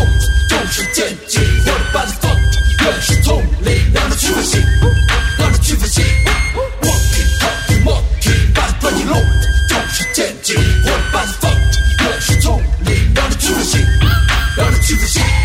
[SPEAKER 6] 就是剑戟，我的 body funk，原是痛力，让它去分析，让它去分析。Walking, talking, walking，把它关起路。就是剑戟，我的 body funk，原是痛力，让它去分析，让它去分析。